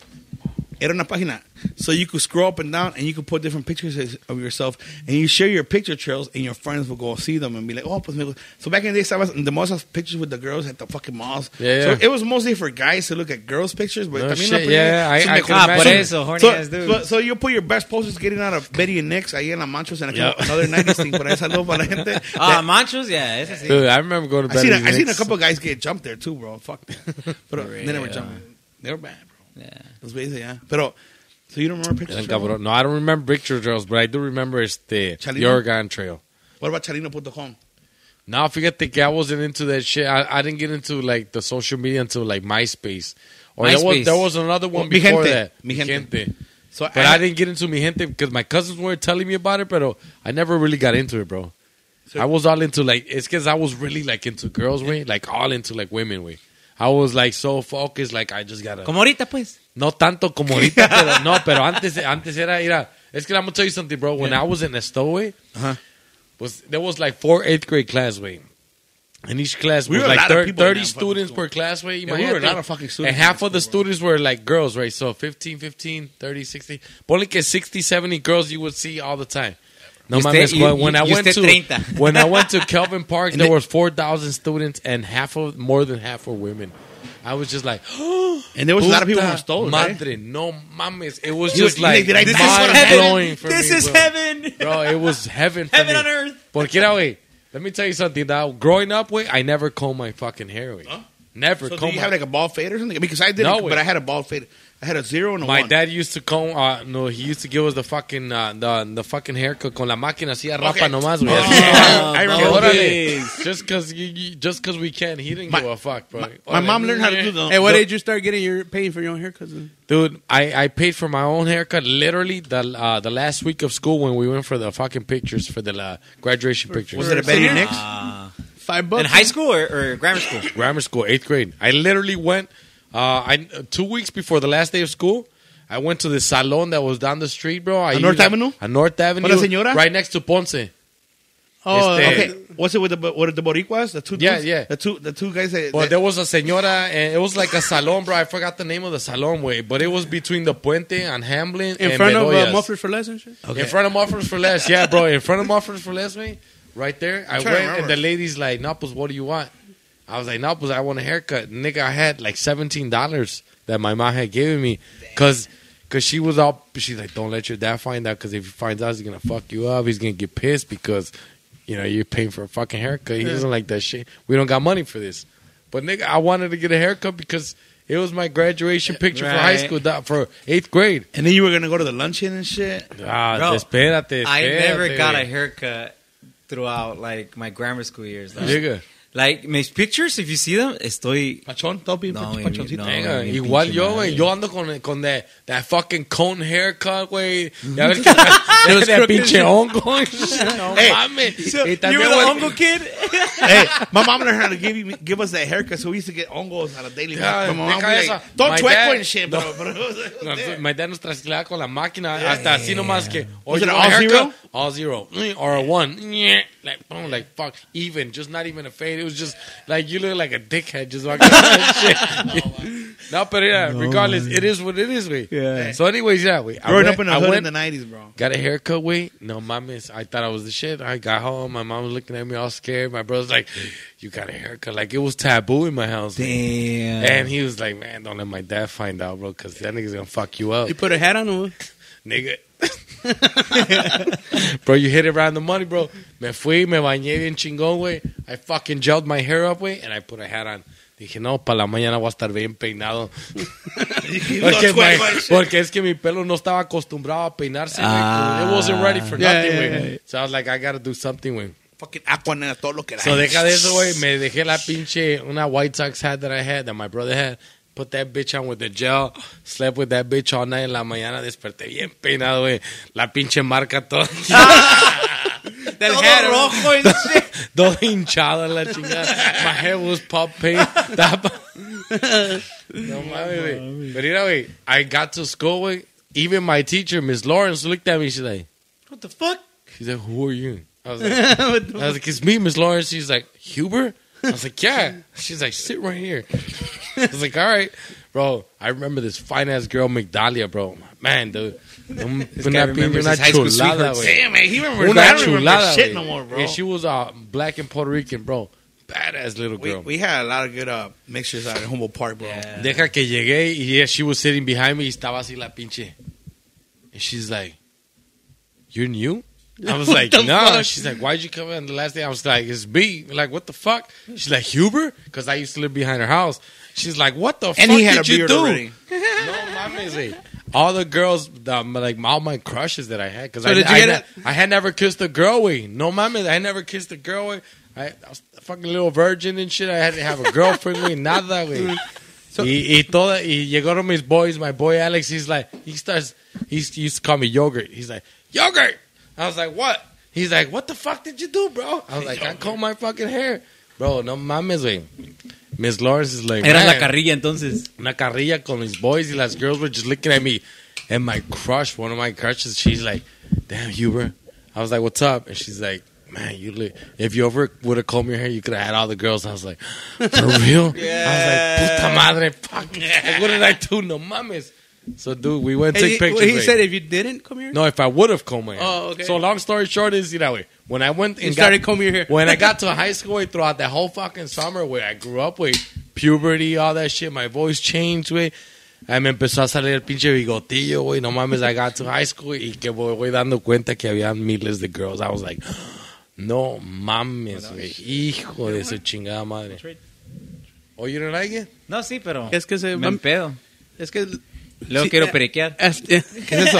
S3: Era una página. So you could scroll up and down and you could put different pictures of yourself and you share your picture trails and your friends will go see them and be like, oh, pues me gusta. So back in the day, I was, the most of pictures with the girls at the fucking malls.
S4: Yeah,
S3: so
S4: yeah.
S3: it was mostly for guys to look at girls' pictures. But
S4: No
S3: también
S4: shit,
S3: la primera-
S4: yeah, I-
S3: so
S4: I
S3: me-
S4: can
S1: Ah, por
S4: imagine.
S1: eso, horny
S3: so,
S1: ass dude.
S3: so, so you put your best posters getting out of Betty and Nick's ahí en la manchos and
S4: Yeah.
S3: another 90s thing. Por ahí saludo para la gente.
S1: Ah, Manchos, yeah, ese sí.
S4: Dude, I remember going to
S3: I
S4: bed.
S3: seen, a,
S4: in
S3: I seen a
S4: Knicks.
S3: couple of guys get jumped there too, bro. Fuck that. But they never
S1: real.
S3: jumping. They were bad, bro.
S1: Yeah.
S3: Los güeyes allá. Pero, so you don't remember pictures?
S4: Eran
S3: bro?
S4: cabrón. No, I don't remember picture trails, but I do remember este
S3: Chalino?
S4: the Oregon Trail.
S3: What about Chalino.com?
S4: Now, fíjate que I wasn't into that shit. I, I didn't get into like the social media until like MySpace. Or there
S1: MySpace.
S4: was, there was another one
S3: Mi
S4: before
S3: Gente.
S4: that.
S3: Mi
S4: Mi
S3: Gente.
S4: Gente.
S3: So
S4: But I, didn't get into Mi Gente because my cousins were telling me about it, but I never really got into it, bro. I was all into like, it's because I was really like into girls, way, like all into like women, way. I was like so focused, like I just gotta.
S1: Como ahorita, pues.
S4: No tanto como ahorita, pero no, pero antes, antes era, era, es que I'm gonna tell you something, bro. When I was in Estowe,
S3: Ajá.
S4: was there was like four eighth grade class, way. And each class
S3: We
S4: was
S3: were a
S4: like
S3: lot of
S4: thir-
S3: people in
S4: 30
S3: that fucking
S4: students
S3: school.
S4: per class, way.
S3: Yeah, we were a
S4: Imagínate.
S3: lot of fucking students
S4: And
S3: in
S4: half
S3: that
S4: of the students were like girls, right? So 15, 15, 30, 60. Only que 60, 70 girls you would see all the time. No
S1: Y usted-
S4: mames,
S1: y-
S4: when, when
S1: y-
S4: I
S1: y
S4: went
S1: usted
S4: to
S1: 30.
S4: when I went to Kelvin Park, there was four thousand students, and half of more than half were women. I was just like,
S3: And there was a lot of people from
S4: Puta
S3: Stowe, right?
S4: Madre, no mames. It was
S3: You-
S4: just
S3: you
S4: like,
S3: like, did I
S4: mind
S3: This is what
S4: blowing for
S1: This
S4: me,
S1: is
S4: bro.
S1: heaven.
S4: Bro, it was heaven for
S1: Heaven
S4: me.
S1: on earth.
S4: Porque era, güey, let me tell you something. Now, growing up, güey, I never combed my fucking hair, güey. Never
S3: So do
S4: combed
S3: you
S4: my
S3: have like a ball fade or something? Because I didn't,
S4: No,
S3: but
S4: wait.
S3: I had a ball fade. I had a zero and a
S4: My
S3: one.
S4: dad used to comb. Uh, no, he used to give us the fucking uh, the the fucking haircut con la máquina hacía rapa
S3: Okay.
S4: nomás, güey.
S3: Oh, I remember
S4: Órale.
S1: this.
S4: Just cause you, you- just cause we can, he didn't give a fuck, bro.
S3: My
S4: Órale.
S3: mom learned how to do the.
S2: Hey, what
S3: the-
S2: age you start getting your paying for your own haircuts?
S4: Dude, I, I paid for my own haircut literally the uh, the last week of school when we went for the fucking pictures for the uh, graduation pictures.
S3: Was it a Betty Nix?
S4: Ah,
S2: Five
S1: In
S2: bucks.
S1: high school or, or grammar school?
S4: grammar school, eighth grade. I literally went. Uh, I two weeks before the last day of school, I went to the salon that was down the street, bro. I
S3: On North
S4: used-
S3: Avenue?
S4: on North Avenue,
S3: señora?
S4: right next to Ponce.
S2: Oh,
S4: Este-
S2: okay.
S3: Okay, what's it with the what are the Boricuas? The two
S4: Yeah,
S3: dudes?
S4: yeah.
S3: the two the two guys that,
S4: Well,
S3: that-
S4: there was a señora, and it was like a salon, bro. I forgot the name of the salon, way, but it was between the Puente and Hamblin
S2: In
S4: and
S2: front of uh,
S4: Bedoya's.
S2: mufflers for less and shit.
S4: In front of Muffins for Less, yeah, bro. In front of Muffins for Less, man. Right there, I
S3: trying
S4: went
S3: to remember.
S4: and the lady's like, "Naples, what do you want?" I was like, "Naples, I want a haircut." Nigga, I had like seventeen dollars that my mom had given me, cause, cause she was all, she's like, "Don't let your dad find out, cause if he finds out, he's gonna fuck you up. He's gonna get pissed because, you know, you're paying for a fucking haircut. He doesn't like that shit. We don't got money for this." But nigga, I wanted to get a haircut because it was my graduation picture for high
S1: Right.
S4: school, that- for eighth grade.
S3: and then you were gonna go to the luncheon and shit.
S4: Ah,
S1: Bro,
S4: espérate,
S1: I never
S4: espérate.
S1: got a haircut throughout like my grammar school years. Like,
S4: Nigga.
S1: like mis pictures, if you see them, estoy.
S3: Pachón, todo bien,
S1: No,
S3: pachoncito.
S1: no.
S4: Venga,
S1: güey,
S4: igual
S1: pinche
S4: yo,
S1: madre.
S4: güey. Yo ando con, con de, that fucking cone haircut, güey. Ya ves que de, de pinche hongo. no mames. Y
S1: you
S4: también,
S1: were the
S4: güey,
S1: hongo kid.
S3: hey, my mom learned how to give you give us that haircut, so we used to get ongos on a daily.
S4: Yeah,
S3: basis. my mom would
S4: deja
S3: be
S4: eso.
S3: like, don't
S4: My
S3: chueco
S4: dad-
S3: and shit, bro. bro.
S4: no, My dad nos trasquilaba con la máquina hasta así nomás que or
S3: Was
S4: you
S3: it
S4: want
S3: all
S4: a haircut?
S3: zero?
S4: all zero Mm, or a one Yeah. like boom like fuck even just not even a fade it was just like you look like a dickhead just walking around shit no but yeah regardless it is what it is we
S1: Yeah.
S4: so anyways yeah we I
S3: Growing
S4: went-
S3: up in
S4: I
S3: the hood in
S4: went-
S3: the nineties, bro.
S4: Got a haircut, wait. No, my miss. I thought I was the shit. I got home. My mom was looking at me all scared. My brother's like, You got a haircut. Like, it was taboo in my house. man.
S1: Damn.
S4: And he was like, Man, don't let my dad find out, bro, because that nigga's going to fuck you up.
S2: You put a hat on him.
S4: Nigga. bro, you hit it around the money, bro. Me fui, me bañé bien chingón, güey. I fucking gelled my hair up, güey, and I put a hat on. Dije, no, para la mañana voy a estar bien peinado. porque, my- porque es que mi pelo no estaba acostumbrado a peinarse, güey.
S1: Ah.
S4: It wasn't ready for
S2: Yeah,
S4: nothing,
S2: yeah,
S4: güey.
S2: yeah,
S4: So I was like, I gotta do something, güey.
S3: Fucking aquanera, todo lo que
S4: So deja de eso, güey. Me dejé la pinche una White Sox hat that I had that my brother had. Put that bitch on with the gel. Slept with that bitch all night. En la mañana desperté bien peinado, güey. La pinche marca toda.
S1: Todo
S2: hat,
S1: rojo and shit.
S4: Todo hinchado en la chingada. My hair was popping. Tapa. no mames, güey. Pero mira, güey. I got to school, güey. Even my teacher, Miss Lawrence, looked at me. She's like,
S1: What the fuck?
S4: she's like, who are you? I was like, I was like, it's me, Miss Lawrence. She's like, Huber? I was like, yeah. She's like, sit right here. I was like, all right. Bro, I remember this fine ass girl, McDalia, bro. Man, dude. Um, Un-
S1: guy
S4: Una, pinche-
S1: remembers
S4: una
S1: his high school
S4: chulada,
S1: sweethearts.
S4: güey.
S3: Damn, man, he remembers.
S4: Una
S3: I don't remember
S4: chulada,
S3: shit
S4: güey.
S3: no more, bro.
S4: Yeah, she was uh, black and Puerto Rican, bro. Badass little
S3: we,
S4: girl.
S3: we had a lot of good uh, mixtures out in Humboldt Park, bro.
S4: Deja que llegué y yeah, she was sitting behind me y estaba así la pinche. And she's like, You're new? I was like,
S2: the
S4: No.
S2: fuck?
S4: She's like, Why'd you come in the last day? I was like, It's B. Like, what the fuck? She's like, Huber? Because I used to live behind her house. She's like, What the fuck?
S3: And he had a
S4: did you
S3: beard
S4: do?
S3: already.
S4: No mames, eh. All the girls, um, like all my crushes that I had, because
S2: So
S4: I,
S2: did you
S4: I,
S2: get
S4: ne-
S2: it?
S4: I had never kissed a girl. Way, no mames, I never kissed a girl. Way, I, I was a fucking little virgin and shit. I had to have a girlfriend, güey. Nada, güey. y, y toda, y llegaron mis boys, my boy Alex, he's like, he starts, he's, he used to call me yogurt. He's like, yogurt! I was like, what? He's like, what the fuck did you do, bro? I was like, I combed my fucking hair. Bro, no mames, güey. Miss Lawrence is like,
S1: Era la
S4: "Man."
S1: carrilla entonces.
S4: una carrilla con mis boys y las girls were just looking at me. And my crush, one of my crushes, she's like, damn, Huber. I was like, what's up? And she's like, man, you li- if you ever would have combed your hair, you could have had all the girls. I was like, for real? I was like, puta madre, fuck. Like, what did I do? No mames. So, dude, we went and take
S2: He,
S4: pictures.
S2: he
S4: right?
S2: said if you didn't come here,
S4: No, if I would have combed my hair.
S2: Oh, okay.
S4: So long story short is, you know, when I went and
S2: you
S4: got-
S2: started combing your hair.
S4: when I got to high school, way throughout that whole fucking summer, where I grew up with puberty, all that shit, my voice changed, way. Ahí me empezó a salir el pinche bigotillo, güey. No mames, I got to high school y que voy, voy dando cuenta que había miles de girls. I was like, no mames, güey. Hijo de su chingada madre. Oh, you don't like it?
S1: No, sí, pero.
S2: Es que se-
S1: Me empedo.
S2: es que
S1: Luego
S2: Sí,
S1: quiero
S2: eh,
S1: periquear.
S2: este-
S3: ¿Qué es eso?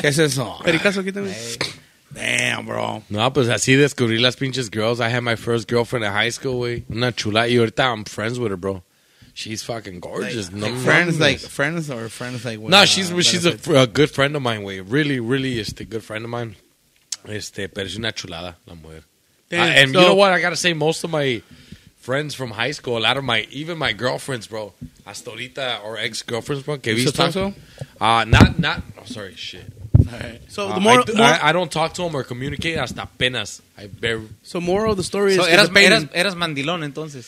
S3: ¿Qué es eso?
S2: pericazo aquí también.
S3: Damn, bro.
S4: No, pues así descubrí las pinches girls. I had my first girlfriend in high school, güey. Una chula. Y ahorita I'm friends with her, bro. She's fucking gorgeous. no
S3: Like friends,
S4: mames.
S3: like friends or friends like. with,
S4: No,
S3: uh,
S4: she's she's a,
S3: benefits?
S4: fr- a good friend of mine, güey. Really, really, este, good friend of mine. Este, pero es una chulada la mujer.
S2: Damn,
S4: I- and
S2: so-
S4: you know what? I gotta say, most of my friends from high school, a lot of my, even my girlfriends, bro, hasta ahorita, or ex girlfriends, bro, que he
S3: You still
S4: visto.
S3: talk to 'em?
S4: Uh, not, not. Oh, sorry, shit.
S3: Oh,
S2: So
S4: Uh,
S2: the moral,
S4: I, do-
S2: moral-
S4: I, I don't talk to them or communicate hasta apenas. I barely.
S2: so moral of the story
S1: So,
S2: is
S1: eras,
S2: que se
S1: eras,
S2: peguen.
S1: eras mandilón entonces.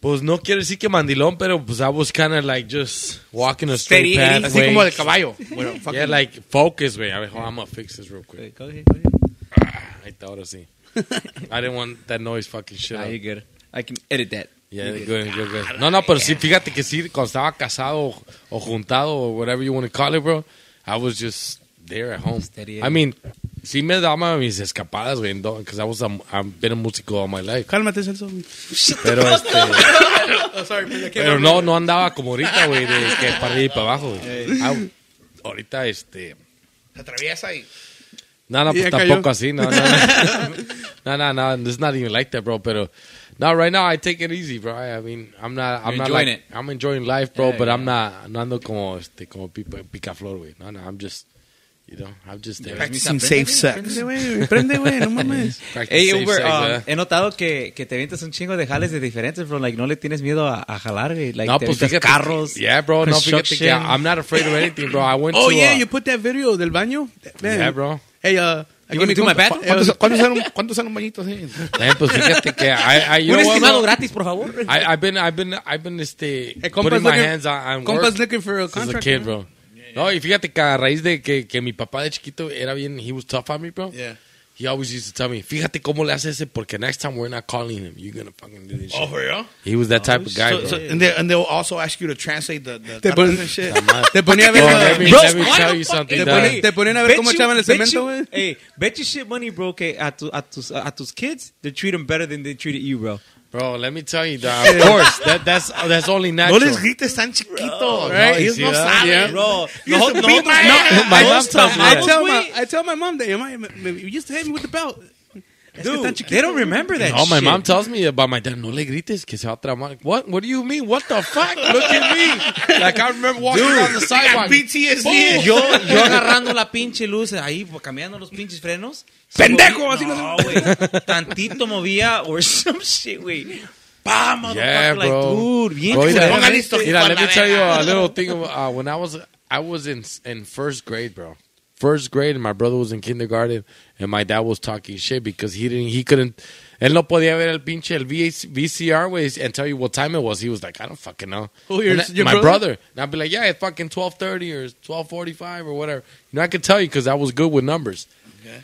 S4: Pues no quiero decir que mandilón, pero pues I was kind of like just walking a straight
S1: Steady,
S4: path.
S1: así
S4: güey.
S1: como de
S4: caballo. yeah, like focus, güey. A ver, I'm gonna fix this real quick. I thought I see. I didn't want that noise fucking shit.
S1: Ah,
S4: up.
S1: you good. I can edit that.
S4: Yeah, good, good, good. No, no, pero sí, fíjate que sí, cuando estaba casado o- o juntado o whatever you want to call it, bro, I was just there at home.
S1: Steady,
S4: I mean, sí me daba mis escapadas, güey, because I was a, I've been a músico all my life.
S2: Cálmate, Celso.
S4: Pero, este,
S2: Oh, sorry, I can't
S4: pero no, no andaba como ahorita, güey, de que para arriba y para abajo. güey. Ah, Ahorita, este...
S3: Se atraviesa y.
S4: No, no,
S2: Y
S4: pues
S2: ya cayó.
S4: tampoco así. No, no, no. no, no, no. It's not even like that, bro. Pero, no, right now I take it easy, bro. I, I mean, I'm not, I'm
S1: You're
S4: not
S1: enjoying
S4: like,
S1: it.
S4: I'm enjoying life, bro.
S1: Yeah,
S4: but
S1: yeah.
S4: I'm not, no ando como, este, como pipa, picaflor, güey. No, no, I'm just, you know, I'm just there.
S3: Practicing safe sex.
S2: Prende, güey. Prende, güey. No mames.
S4: Practice
S1: Hey,
S4: safe
S1: Uber,
S4: sex,
S1: um,
S4: ¿verdad?
S1: he notado que, que te avientas un chingo de jales de diferentes, bro. Like, no le tienes miedo a, a jalar, güey. Like,
S4: no,
S1: te
S4: pues
S1: avientas
S4: fíjate.
S1: carros.
S4: Yeah, bro. No, fíjate que
S1: construction.
S4: I'm not afraid of anything, bro. I went
S2: Oh,
S4: to,
S2: yeah,
S4: uh,
S2: you put that video del baño? Man.
S4: Yeah, bro.
S2: Hey, uh, aquí
S1: wanna
S2: mi
S1: do
S2: compa-
S1: my bath?
S2: eh,
S3: ¿Cuántos, ¿cuántos, salen, un- ¿Cuántos salen un bañito así?
S4: eh, pues fíjate que, I, I, you
S1: Un
S4: know what,
S1: estimado
S4: bro?
S1: gratis, por favor.
S4: I, I've been, I've been, I've been, este,
S2: eh,
S4: putting
S2: compas
S4: my
S2: looking-
S4: hands on, on work.
S2: Compas looking for a
S4: As a
S2: contract.
S4: kid,
S2: bro.
S4: bro. No, y fíjate que a raíz de que, que mi papá de chiquito era bien, he was tough on me, bro.
S3: Yeah.
S4: He always used to tell me, fíjate cómo le hace ese, porque next time we're not calling him. You're gonna fucking do this shit.
S3: Oh, for real?
S4: He was that type of guy,
S3: So,
S4: bro.
S3: so, and, they, and they'll also ask you to translate the, the
S2: Te
S3: cartas
S2: ponen,
S3: and shit.
S2: te ponía a
S4: Bro, let me,
S2: ver.
S4: let me tell you something.
S2: Te
S4: dog.
S2: ponen- te ponían a ver
S1: Bet
S2: cómo
S1: you-
S2: echaban el
S1: bet
S2: cemento,
S1: you-
S2: güey.
S1: Hey, bet you shit money, bro, que a, tu, a, tus, a tus kids, they treat them better than they treated you, bro.
S4: Bro, let me tell you, dog. Of course, that, that's that's only
S3: No
S4: natural.
S3: les grites tan chiquito.
S4: Right?
S3: No, ellos
S4: You
S3: no
S4: see that?
S3: saben.
S4: Ah, Yeah.
S1: Bro,
S3: You used to
S1: nosotros-
S3: beat my
S1: no,
S3: ass.
S1: my
S4: I
S1: mom
S4: used to-
S1: tells me
S2: I
S1: that.
S2: tell, my, I tell my mom that you, might, you used to hit me with the belt.
S1: Dude, they don't remember that
S4: Oh, my
S1: shit.
S4: mom tells me about my dad. No le grites, que se va a tramar. What? What do you mean? What the fuck? Look at me. Like I remember walking down the sidewalk.
S3: PTSD.
S1: Oh. yo, yo agarrando la pinche luz ahí, pues, cambiando los pinches frenos.
S2: ¡Pendejo!
S1: No,
S2: Así lo-
S1: güey. Tantito movía or some shit, güey. ¡Pam!
S4: Yeah,
S1: motherfucker, like,
S4: bro.
S1: dude, bien
S4: Bro, mira,
S1: culero.
S3: Pongan listo.
S4: mira, let me
S3: Hijo de la
S4: tell you
S3: verga.
S4: a little thing. Uh, when I was, I was in in first grade, bro. First grade, and my brother was in kindergarten, and my dad was talking shit because he didn't, he couldn't. Él no podía ver el pinche el VH, VCR ways and tell you what time it was. He was like, I don't fucking know.
S2: Who, your-
S4: And that-
S2: your
S4: my
S2: brother?
S4: And I'd be like, yeah, it's fucking twelve thirty or twelve forty five or whatever. You know, I could tell you because I was good with numbers. Okay.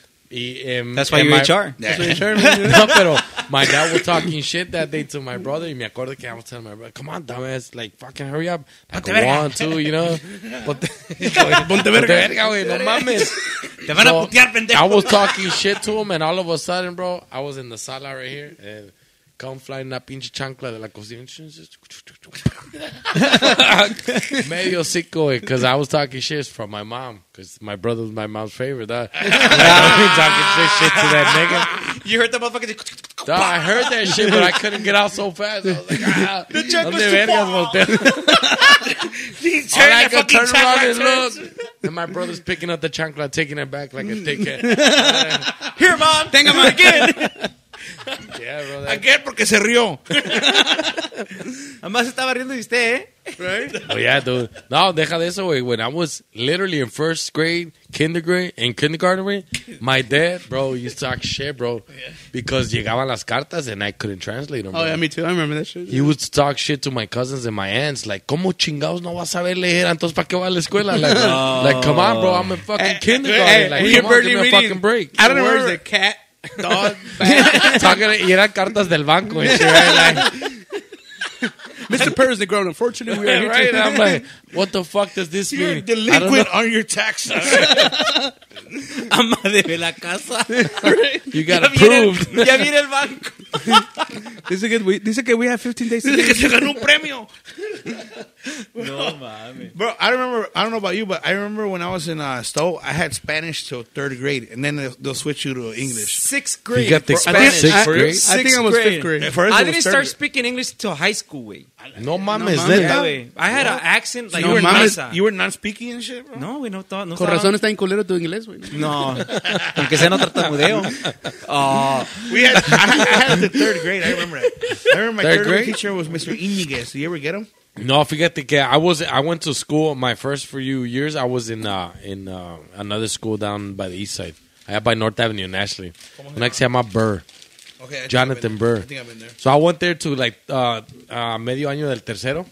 S1: That's why you're HR.
S4: no, pero my dad was talking shit that day to my brother. Y me acuerdo que I was telling my brother, come on, dumbass, like, fucking hurry up. Like,
S1: Ponte verga.
S4: one, two, you know. Ponte, Ponte verga. güey, no mames.
S1: Te van a
S4: So,
S1: putear, pendejo.
S4: I was talking shit to him, and all of a sudden, bro, I was in the sala right here, and come flying that pinche chancla de la cocina. Just- Medio sico, because I was talking shit from my mom, because my brother was my mom's favorite. Huh? I was talking shit to that nigga.
S1: You heard the motherfucker.
S4: Duh, I heard that shit, but I couldn't get out so fast. I was like, ah, the check was too far. All I could turn around and look, and my brother's picking up the chancla, taking it back like a dickhead.
S1: Here, mom. Tenga, mom.
S4: yeah, bro. That,
S3: Again, porque se rió.
S1: Además estaba riendo de usted, ¿eh?
S4: oh, yeah, dude. No, deja de eso, güey. When I was literally in first grade, kindergarten, in kindergarten, güey, my dad, bro, used to talk shit, bro, because llegaban las cartas and I couldn't translate them.
S2: Oh,
S4: bro.
S2: yeah, me too. I remember that shit.
S4: He would talk shit to my cousins and my aunts, like, ¿Cómo chingados no vas a saber leer? Entonces, ¿para qué vas a la escuela? Like, like, come on, bro, I'm in fucking
S2: Eh,
S4: kindergarten. like,
S2: we
S4: come on,
S2: barely
S4: give me a
S2: reading.
S4: fucking break.
S2: I don't
S4: The
S2: remember
S4: words
S2: the cat, dog,
S4: that- Talking- y eran cartas del banco and shit, right? Like,
S2: Mr. Perez the grown. Unfortunately, we are
S4: yeah,
S2: here
S4: right?
S2: to-
S4: And I'm like, what the fuck does this mean? I don't know.
S3: on your taxes.
S1: Ama de la casa.
S4: You got
S1: Ya viene el-
S4: approved.
S1: Ya viene el banco.
S2: Dice que we- dice que we have 15 days. to-
S3: que se ganó un premio.
S1: No mames.
S3: Bro, I remember. I don't know about you, but I remember when I was in uh, Stowe, I had Spanish till third grade, and then they'll, they'll switch you to English.
S1: Sixth grade.
S4: You got the
S1: For- I think-
S4: sixth
S1: I-
S4: grade?
S1: sixth
S2: I think I was fifth grade.
S3: At first
S1: I
S3: it was
S1: didn't start
S3: third.
S1: speaking English till high school, way.
S4: No mames,
S2: mames.
S4: neta.
S1: Yeah, way. I had an accent like
S3: You were,
S1: no,
S3: non,
S1: mesa.
S3: you were non-speaking and shit, bro.
S1: No, güey, no, to- no
S2: Con
S1: estaba-
S2: razón está en culero tu inglés, güey.
S1: No, aunque sea no tartamudeo. Oh,
S3: We had, I, I had it to third grade. I remember that. I remember my
S4: Third
S3: third, grade
S4: grade?
S3: teacher was Mr. Iñiguez. Did you ever get him?
S4: No, forget the cat. I was I went to school my first few years. I was in uh, in uh, another school down by the east side. I by North Avenue in Ashley. Next time I Burr.
S3: Okay, I think
S4: Jonathan
S3: I've been there.
S4: Burr.
S3: I think I've been there.
S4: So I went there to like uh, uh, medio año del tercero.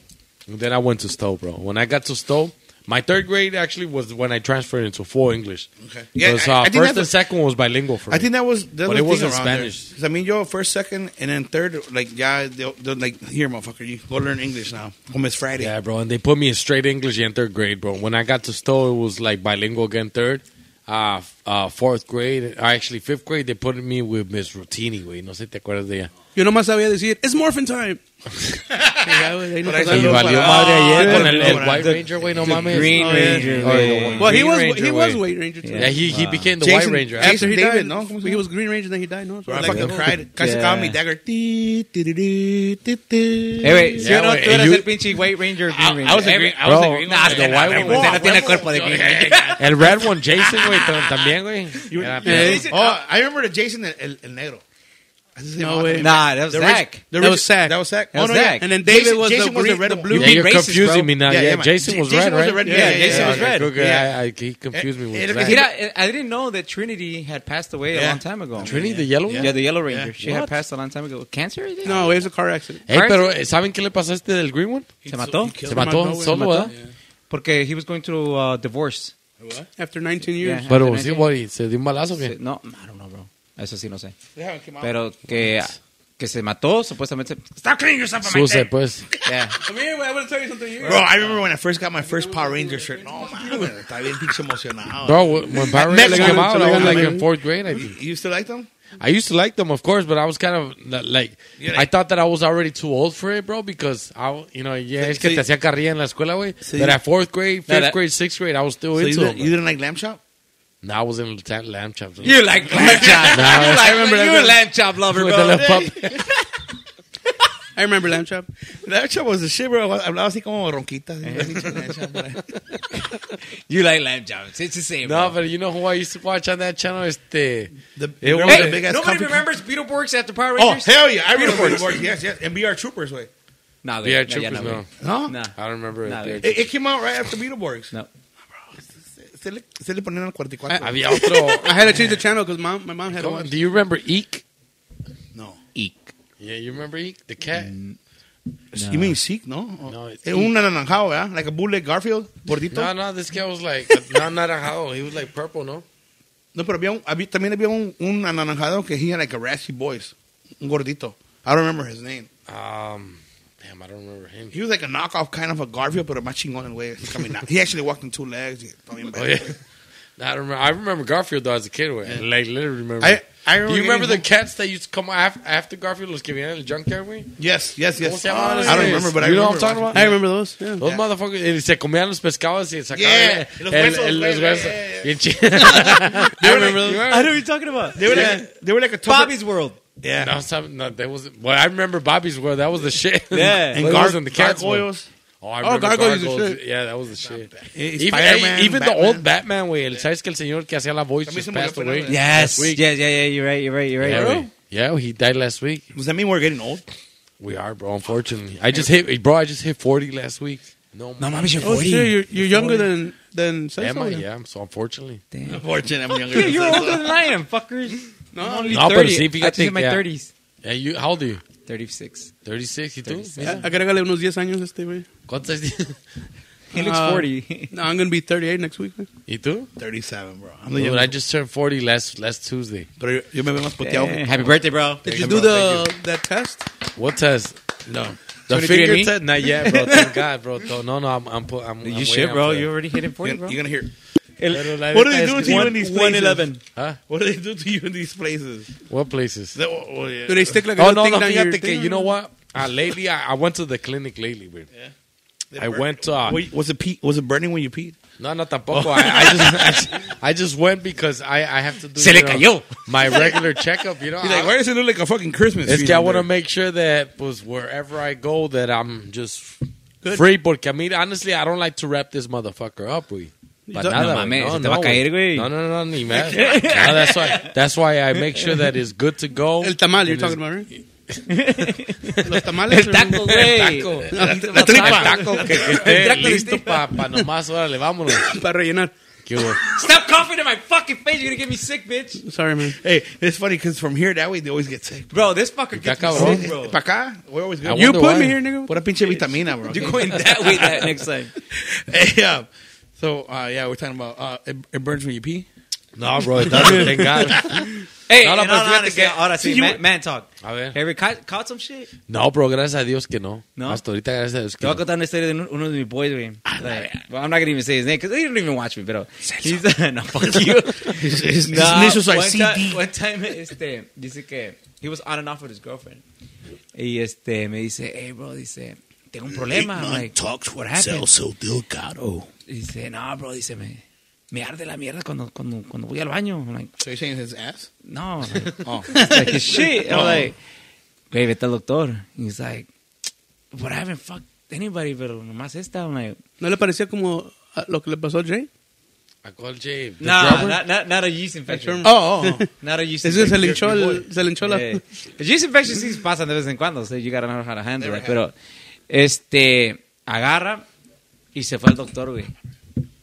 S4: And then I went to Stowe, bro. When I got to Stowe, my third grade actually was when I transferred into full English.
S3: Okay. Yeah, I-
S4: Yeah,
S3: I
S4: uh,
S3: think
S4: first
S3: that's
S4: and second was bilingual for me.
S3: I think that was that
S4: But
S3: was
S4: it
S3: the
S4: was
S3: thing
S4: in
S3: around there.
S4: Spanish.
S3: 'Cause, I mean, yo, first, second, and then third, like, yeah, they'll, they'll like, here, motherfucker, you go learn English now. On Miss Friday.
S4: Yeah, bro. And they put me in straight English in third grade, bro. When I got to Stowe, it was like bilingual again, third. Uh, f- uh, fourth grade, uh, actually fifth grade, they put me with Miss Rotini, güey. No sé si te acuerdas de ella.
S2: Yo nomás sabía decir, it's morphin time.
S4: Mm,
S2: Ya, güey, ahí no
S3: Por ahí
S2: pasaba.
S4: Y
S3: Saludos
S4: valió
S3: para-
S4: madre ayer
S3: Ah,
S4: con el, el
S3: bueno,
S4: White
S3: the-
S4: Ranger, güey. No mames.
S1: Green
S2: Oh, yeah.
S1: Ranger,
S4: Oh,
S1: güey.
S4: yeah.
S2: Well, he
S1: Green
S2: was
S1: Ranger,
S2: he was
S1: güey.
S2: White Ranger too.
S4: Yeah, he, he became the
S3: Ah. Jason-
S4: White Ranger.
S3: Jason-
S4: After,
S2: After he
S3: David,
S2: died,
S3: ¿no? ¿Cómo se llama?
S2: He was Green Ranger, then he died, ¿no?
S3: Bro, I
S2: Like,
S3: fucking
S2: oh.
S3: cried. Casi
S1: Yeah.
S3: caught me dagger. Ti, ti, ti, ti, ti, ti.
S1: Eh, güey, ¿sí
S4: Yeah,
S1: o no?
S4: güey,
S1: Tú eras
S4: you-
S1: el pinche White Ranger. Green Ranger.
S4: was a green- I was a green one.
S1: the
S4: Yeah,
S1: White
S4: yeah,
S1: Ranger.
S4: yeah.
S1: Usted no tiene cuerpo de Green Ranger.
S4: el Red One, Jason, güey, tam- también, güey. Era pedo.
S3: Oh, I remember the Jason el, el, el negro. Así se llamaba.
S2: way.
S1: Nah, that was
S3: The rich-
S1: Zach.
S3: the
S2: That
S3: rich-
S2: was Zach.
S3: That was Zach. Oh,
S1: That was
S3: yeah.
S1: Zach.
S2: And then David
S3: Jason-
S2: was
S3: Jason
S2: the
S3: was the
S2: green-
S3: red and blue.
S4: Yeah,
S1: being
S4: you're
S1: racist,
S4: confusing
S1: bro.
S4: me now.
S3: Yeah,
S4: Yeah,
S3: yeah, man.
S4: Jason was
S3: Jason
S4: red,
S3: was
S4: right?
S3: the red-
S4: Yeah,
S3: yeah,
S1: Jason was
S4: okay,
S1: red.
S4: good, good.
S3: Yeah.
S4: I- I- He confused me
S3: Eh,
S4: with
S3: eh,
S4: Zach.
S1: Mira, I- I didn't know that Trinity had passed away a
S3: Yeah.
S1: long time ago.
S4: Trinity, the yellow
S1: Yeah,
S4: one?
S1: the Yellow Ranger. She had
S4: What?
S1: passed a long time ago. Cancer? I think?
S2: No, güey, it was a car accident.
S4: Hey, pero eh, ¿saben qué le pasó a este del Green One?
S1: Se mató.
S4: Se mató
S2: güey.
S4: solo,
S2: Se mató.
S4: ¿verdad?
S1: Porque he was going through uh, divorce.
S2: After 19 years.
S1: Yeah.
S4: Pero
S1: After
S4: sí,
S1: nineteen.
S4: güey, se dio un balazo, o ¿qué?
S1: No, I don't know, bro. Eso sí no sé.
S3: They haven't
S4: Oh.
S3: came out.
S1: Pero que, que se mató, supuestamente. se-
S4: Suce, pues.
S1: Yeah.
S2: Come here, güey, I want to tell you something.
S3: Bro, I remember when I first got my first Power Ranger shirt. No, man. Estaba bien pinche emocionado.
S4: Bro, when Power Rangers
S3: Mexican,
S4: came out, I was
S2: Mexican,
S4: like in
S2: maybe.
S4: fourth grade, I think.
S3: You still like them?
S4: I used to like them, of course, but I was kind of not- like,
S3: You're
S4: I
S3: like-
S4: thought that I was already too old for it, bro, because I, you know, yeah, es
S3: so
S4: que te
S3: you-
S4: hacía carrilla en la escuela, güey.
S3: So
S4: But
S3: you-
S4: at fourth grade,
S1: No,
S4: fifth
S1: that-
S4: grade, sixth grade, I was still
S3: So you,
S4: into
S3: didn't,
S4: them.
S3: you didn't like Lamb Chop?
S4: No, I was in the lamb chop. With
S1: You like lamb chop.
S4: Nah,
S1: you
S4: I
S1: like,
S4: remember that
S1: you a
S4: one.
S1: lamb chop lover,
S4: the
S1: bro.
S4: little pup.
S2: I remember Lamb Chop. Eh.
S3: Lamb Chop was the shit, bro. Hablaba así como ronquita. así, pinche Lamb Chop, bro.
S1: You like lamb chop. It's the same.
S4: No,
S1: bro.
S4: but you know who I used to watch on that channel? Este.
S3: The,
S4: It
S3: the girl
S4: was-
S3: with
S1: Hey,
S3: the big-ass
S1: nobody
S3: coffee-
S1: remembers Beetleborgs after Power
S3: Oh,
S1: Rangers?
S3: hell yeah. I remember Beetleborgs. Yes, yes. And BR Troopers, way.
S1: No, they- no,
S4: Yeah,
S1: yeah,
S4: Troopers,
S1: no.
S4: no.
S3: No?
S1: No.
S4: I don't remember.
S1: No,
S4: it.
S1: they-
S3: It, it came out right after Beetleborgs.
S1: No.
S3: Se- Se le, se le ponían al 44.
S4: Había otro.
S2: I had to change the channel because mom, my mom had to
S4: Come on,
S2: watch.
S4: Do you remember Eek?
S3: no.
S1: Eek.
S4: Yeah, you remember Eek? The cat?
S3: You mean Zeke, no? No,
S4: it's-
S3: un anaranjado, ¿verdad? Like a bullet Garfield, gordito.
S4: No, no, this guy was like, no, not a how. He was like purple, no?
S3: No, pero había un, había, también había un, un anaranjado que he had like a raspy voice. Un gordito. I don't remember his name.
S4: Um, damn, I don't remember him.
S3: He was like a knockoff kind of a Garfield, pero más chingón el güey. Así caminaba. He actually walked on two legs. y todo bien
S4: Oh,
S3: verga.
S4: yeah. No, I, remember, I remember Garfield though as a kid. Way. Like literally remember.
S3: I- I remember
S4: Do you remember the
S3: getting-
S4: cats that used to come af- after Garfield was giving out in the junkyard? Way?
S3: Yes, yes, yes.
S4: ¿Cómo se llamaban
S3: I
S4: esos?
S3: don't remember, but I
S4: You
S3: remember.
S4: know what I'm talking about?
S2: I remember those. Yeah.
S4: Los motherfuckers eh, se comían los pescados y sacaban
S3: Yeah,
S4: el,
S3: los
S4: el,
S3: huesos,
S4: el-
S3: güey,
S4: los
S3: yeah,
S4: huesos.
S3: yeah,
S4: Bien chi- I remember those.
S1: know what you're talking about.
S3: They were like, they were like a Tupper-
S1: Bobby's World.
S3: Yeah.
S4: Now some, no, there was. Well, I remember Bobby's World. That was the shit.
S1: Yeah.
S4: and
S3: And
S4: Gar-
S3: gar-
S4: the cats one.
S3: gargoyles.
S4: Oh, I remember
S2: gargoyles
S4: gargoyles.
S2: is shit.
S4: Yeah, that was the shit.
S3: Eh,
S4: Even,
S3: Spider-Man,
S4: eh, even the
S3: Batman.
S4: old Batman, güey. El- ¿Sabes que el señor que hacía la voz
S2: También se
S4: just
S2: murió
S4: passed
S2: por
S4: away?
S2: ahí,
S1: Yes.
S4: Last week.
S1: Yes, yeah, yeah, you're right, you're right, you're right.
S4: Yeah,
S1: bro.
S4: güey. yeah, he died last week.
S3: Does that mean we're getting old?
S4: We are, bro. Unfortunately, I just hit, bro. I just hit forty last week. No,
S1: No mames, you're
S2: Oh,
S1: 40.
S2: shit, you're, you're younger than than César,
S4: Am I?
S2: güey.
S4: Yeah, I'm so unfortunately.
S3: Unfortunately, I'm
S1: Yeah,
S3: younger.
S1: you're older than I am, fuckers. No, I'm only
S4: No,
S1: 30.
S4: pero sí,
S1: I
S4: fíjate
S1: just hit my
S4: que-
S1: 30s.
S4: Yeah, you. How old are you?
S1: 36.
S4: Thirty six. You too?
S1: 36.
S4: Yeah.
S2: Agrégale unos 10 años a este, güey.
S4: ¿Cuántos?
S1: He looks
S2: Uh,
S1: 40.
S2: No, I'm going to be 38 next week, güey.
S4: ¿Y tú?
S3: 37, bro. I'm the
S4: Dude, I
S3: youngest.
S4: just turned forty last last Tuesday.
S3: Pero yo me veo más poteado.
S1: Eh, Happy birthday, bro.
S2: Did you do the that test?
S4: What test?
S3: No.
S4: The
S1: 23
S4: finger
S1: and me?
S4: test? Not yet, bro. Thank God, bro. No, no, I'm, I'm, pu- I'm I'm
S1: You
S4: waiting
S1: should,
S4: up
S1: bro.
S4: for that.
S1: You're already hitting 40,
S3: You're,
S1: bro.
S3: you're gonna hear.
S4: Pero la
S3: What
S4: neta
S3: are they
S4: es
S3: doing
S4: que-
S3: to you in these places?
S1: 111.
S4: Huh?
S3: What do they do to you in these places?
S4: What places?
S3: That- oh, oh, yeah.
S2: Do they stick like a
S4: oh
S2: little
S4: no,
S2: thing
S4: no.
S2: down your
S4: Fíjate que
S2: thing?
S4: you know what? Uh, lately, I, I went to the clinic lately, güey.
S3: They
S4: I
S3: burn-
S4: went to uh,
S3: Wait, was it pee? Was it burning when you peed? Oh.
S4: no, no, tampoco. I, I just, I, just- I just went because I, I have to do.
S1: Se le
S4: you know,
S1: cayó.
S4: My regular checkup, you know.
S3: He's like,
S4: I-
S3: why does it look like a fucking Christmas?
S4: Es
S3: tree
S4: que I
S3: over
S4: want to
S3: there?"
S4: make sure that pues wherever I go that I'm just free porque I mean honestly I don't like to wrap this motherfucker up we. But
S1: don't- no mames, se te va a caer, güey.
S4: No, no, no, ni más. no, that's why. That's why I make sure that it's good to go.
S2: El tamal, you're
S4: And it's-
S2: talking about, right? Los tamales.
S1: El taco,
S4: El
S1: güey.
S4: taco.
S1: La
S4: El taco que, que esté
S1: El taco de
S4: listo
S1: tripa.
S4: para pa nomás, órale, vámonos.
S2: Para rellenar.
S4: Qué bueno.
S1: Stop coughing in my fucking face. You're gonna get me sick, bitch.
S2: Sorry, man.
S3: Hey, it's funny because from here that way they always get sick.
S1: Bro, this fucker
S4: Ya
S1: gets me
S4: cabrón.
S1: sick, bro.
S3: Para acá, we're always
S4: I
S3: good.
S2: You
S4: wonder
S2: put me
S4: why.
S2: here, nigga.
S3: Pura pinche vitamina, bro.
S1: You're going that way that next time.
S3: hey, yeah. So uh, yeah, we're talking about uh, it, it burns when you pee.
S4: No, bro, it doesn't, thank God.
S1: Hey,
S4: No,
S1: no,
S4: no,
S1: no,
S4: pero fíjate que-
S1: ahora sí,
S4: you- Oh,
S1: man, man talk.
S4: A ver.
S1: Have you caught, caught some shit?
S4: No, bro, gracias a Dios que no.
S1: No?
S4: Hasta ahorita, gracias a Dios que
S1: Te voy a
S4: no.
S1: contar una historia de un- uno de mis boys, güey. Like, well, I'm not gonna even say his name because he don't even watch me, pero. He's, no, fuck you.
S3: His, his, his
S1: No,
S3: initials are
S1: one
S3: CD.
S1: ti- one time, este, dice que he was on and off with his girlfriend. Y este, me dice, hey, bro, dice, tengo un problema. I'm like,
S5: talks
S1: what
S5: with
S1: happened?
S5: Celso Delgado.
S1: Dice, no, bro, dice, me, me arde la mierda cuando, cuando, cuando voy al baño. I'm like,
S3: So you're saying his ass?
S1: no. Like, oh." It's like his shit. I'm like, güey, vete al doctor. He's like, but I haven't fucked anybody, pero nomás esta. I'm like,
S2: ¿No le parecía como a lo que le pasó a Jay?
S4: I called Jay. The
S1: nah,
S4: drummer?
S1: not, not, not a yeast infection.
S3: Oh, oh.
S1: Not a yeast
S2: Es que se
S1: infection.
S2: le hinchó, el- se le hinchó la...
S1: Yeah. But yeast infections sí pasan de vez en cuando, so you gotta know how to handle
S3: Never
S1: it. Pero, este, agarra y se fue al doctor, güey.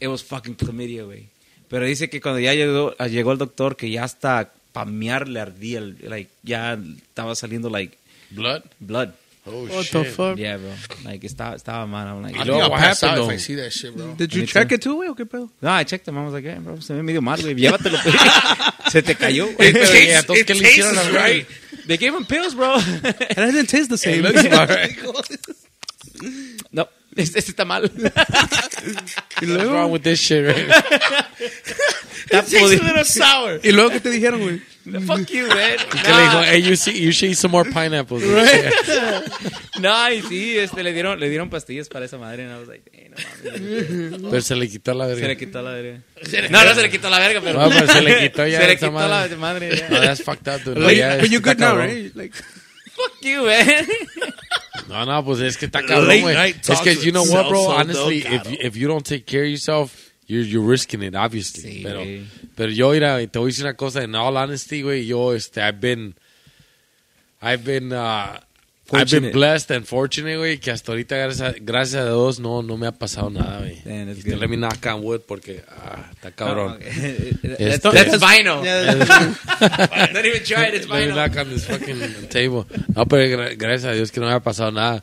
S1: It was fucking chlamydia, güey. Pero dice que cuando ya llegó, llegó el doctor, que ya hasta pamear le ardía, el- like, ya estaba saliendo, like,
S4: Blood?
S1: blood.
S4: Oh,
S2: What
S4: shit.
S2: the fuck?
S1: Yeah, bro. Like, estaba, estaba mal. I'm like,
S4: Y
S3: I
S4: luego-
S3: think I'll
S4: what
S3: pass out if
S4: happened,
S3: I
S4: though?
S3: see that shit, bro.
S2: Did you
S1: Me
S2: check
S1: too.
S2: it too, güey, o qué pedo?
S1: no, I checked him. I was like, "Eh, bro, se ve medio mal, güey. Llévatelo. se te cayó, güey.
S4: Pero,
S3: tastes-
S4: yeah, entonces,
S3: it
S4: ¿qué le
S3: tastes
S4: hicieron al
S3: right.
S4: güey?
S1: They gave him pills, bro.
S2: It doesn't taste the same.
S1: no, este, este está mal.
S2: y,
S4: What's wrong
S2: luego,
S4: with this shit, right?
S1: Está podrido.
S3: sour.
S2: y luego, ¿qué te dijeron, güey?
S1: Fuck you, man.
S4: Que le dijo,
S1: Nah,
S4: hey, you, see, you should eat some more pineapples.
S1: nah, y sí, este, le, dieron, le dieron pastillas para esa madre. And I was like, "Eh, no mames.
S4: Pero se le quitó la
S1: Se
S4: verga.
S1: le quitó la verga. No, no se le quitó la verga, pero.
S4: No, pero se le quitó ya
S1: Se le
S4: esa
S1: quitó
S4: madre.
S1: la madre. ya.
S4: No, that's fucked up, dude. No,
S2: But you-
S4: ya,
S2: but you
S4: está
S2: good now,
S4: cabrón.
S2: right? Like,
S1: Fuck you, man.
S4: No, no, pues es que está cabrón,
S3: Late
S4: güey.
S3: night
S4: Es que,
S3: talks
S4: you know what, bro?
S3: with Celso
S4: Honestly, if,
S3: Delgado.
S4: you- if you don't take care of yourself, you're, you're risking it, obviously.
S1: Sí,
S4: pero,
S1: güey.
S4: pero yo, mira, te voy a decir una cosa. In all honesty, güey, yo, este, I've been... I've been... Uh, I've
S1: Fortunate.
S4: been blessed and fortunate, güey, que hasta ahorita, gracias a, gracias a Dios, no, no me ha pasado nada, güey.
S1: Damn, that's
S4: Este,
S1: good.
S4: Let me knock on wood porque, ah, está cabrón.
S1: That's,
S4: Este-
S1: that's vinyl.
S2: yeah,
S1: Don't even try it, it's
S4: Let me
S1: vinyl.
S4: knock on this fucking table. No, pero gra- gracias a Dios que no me ha pasado nada.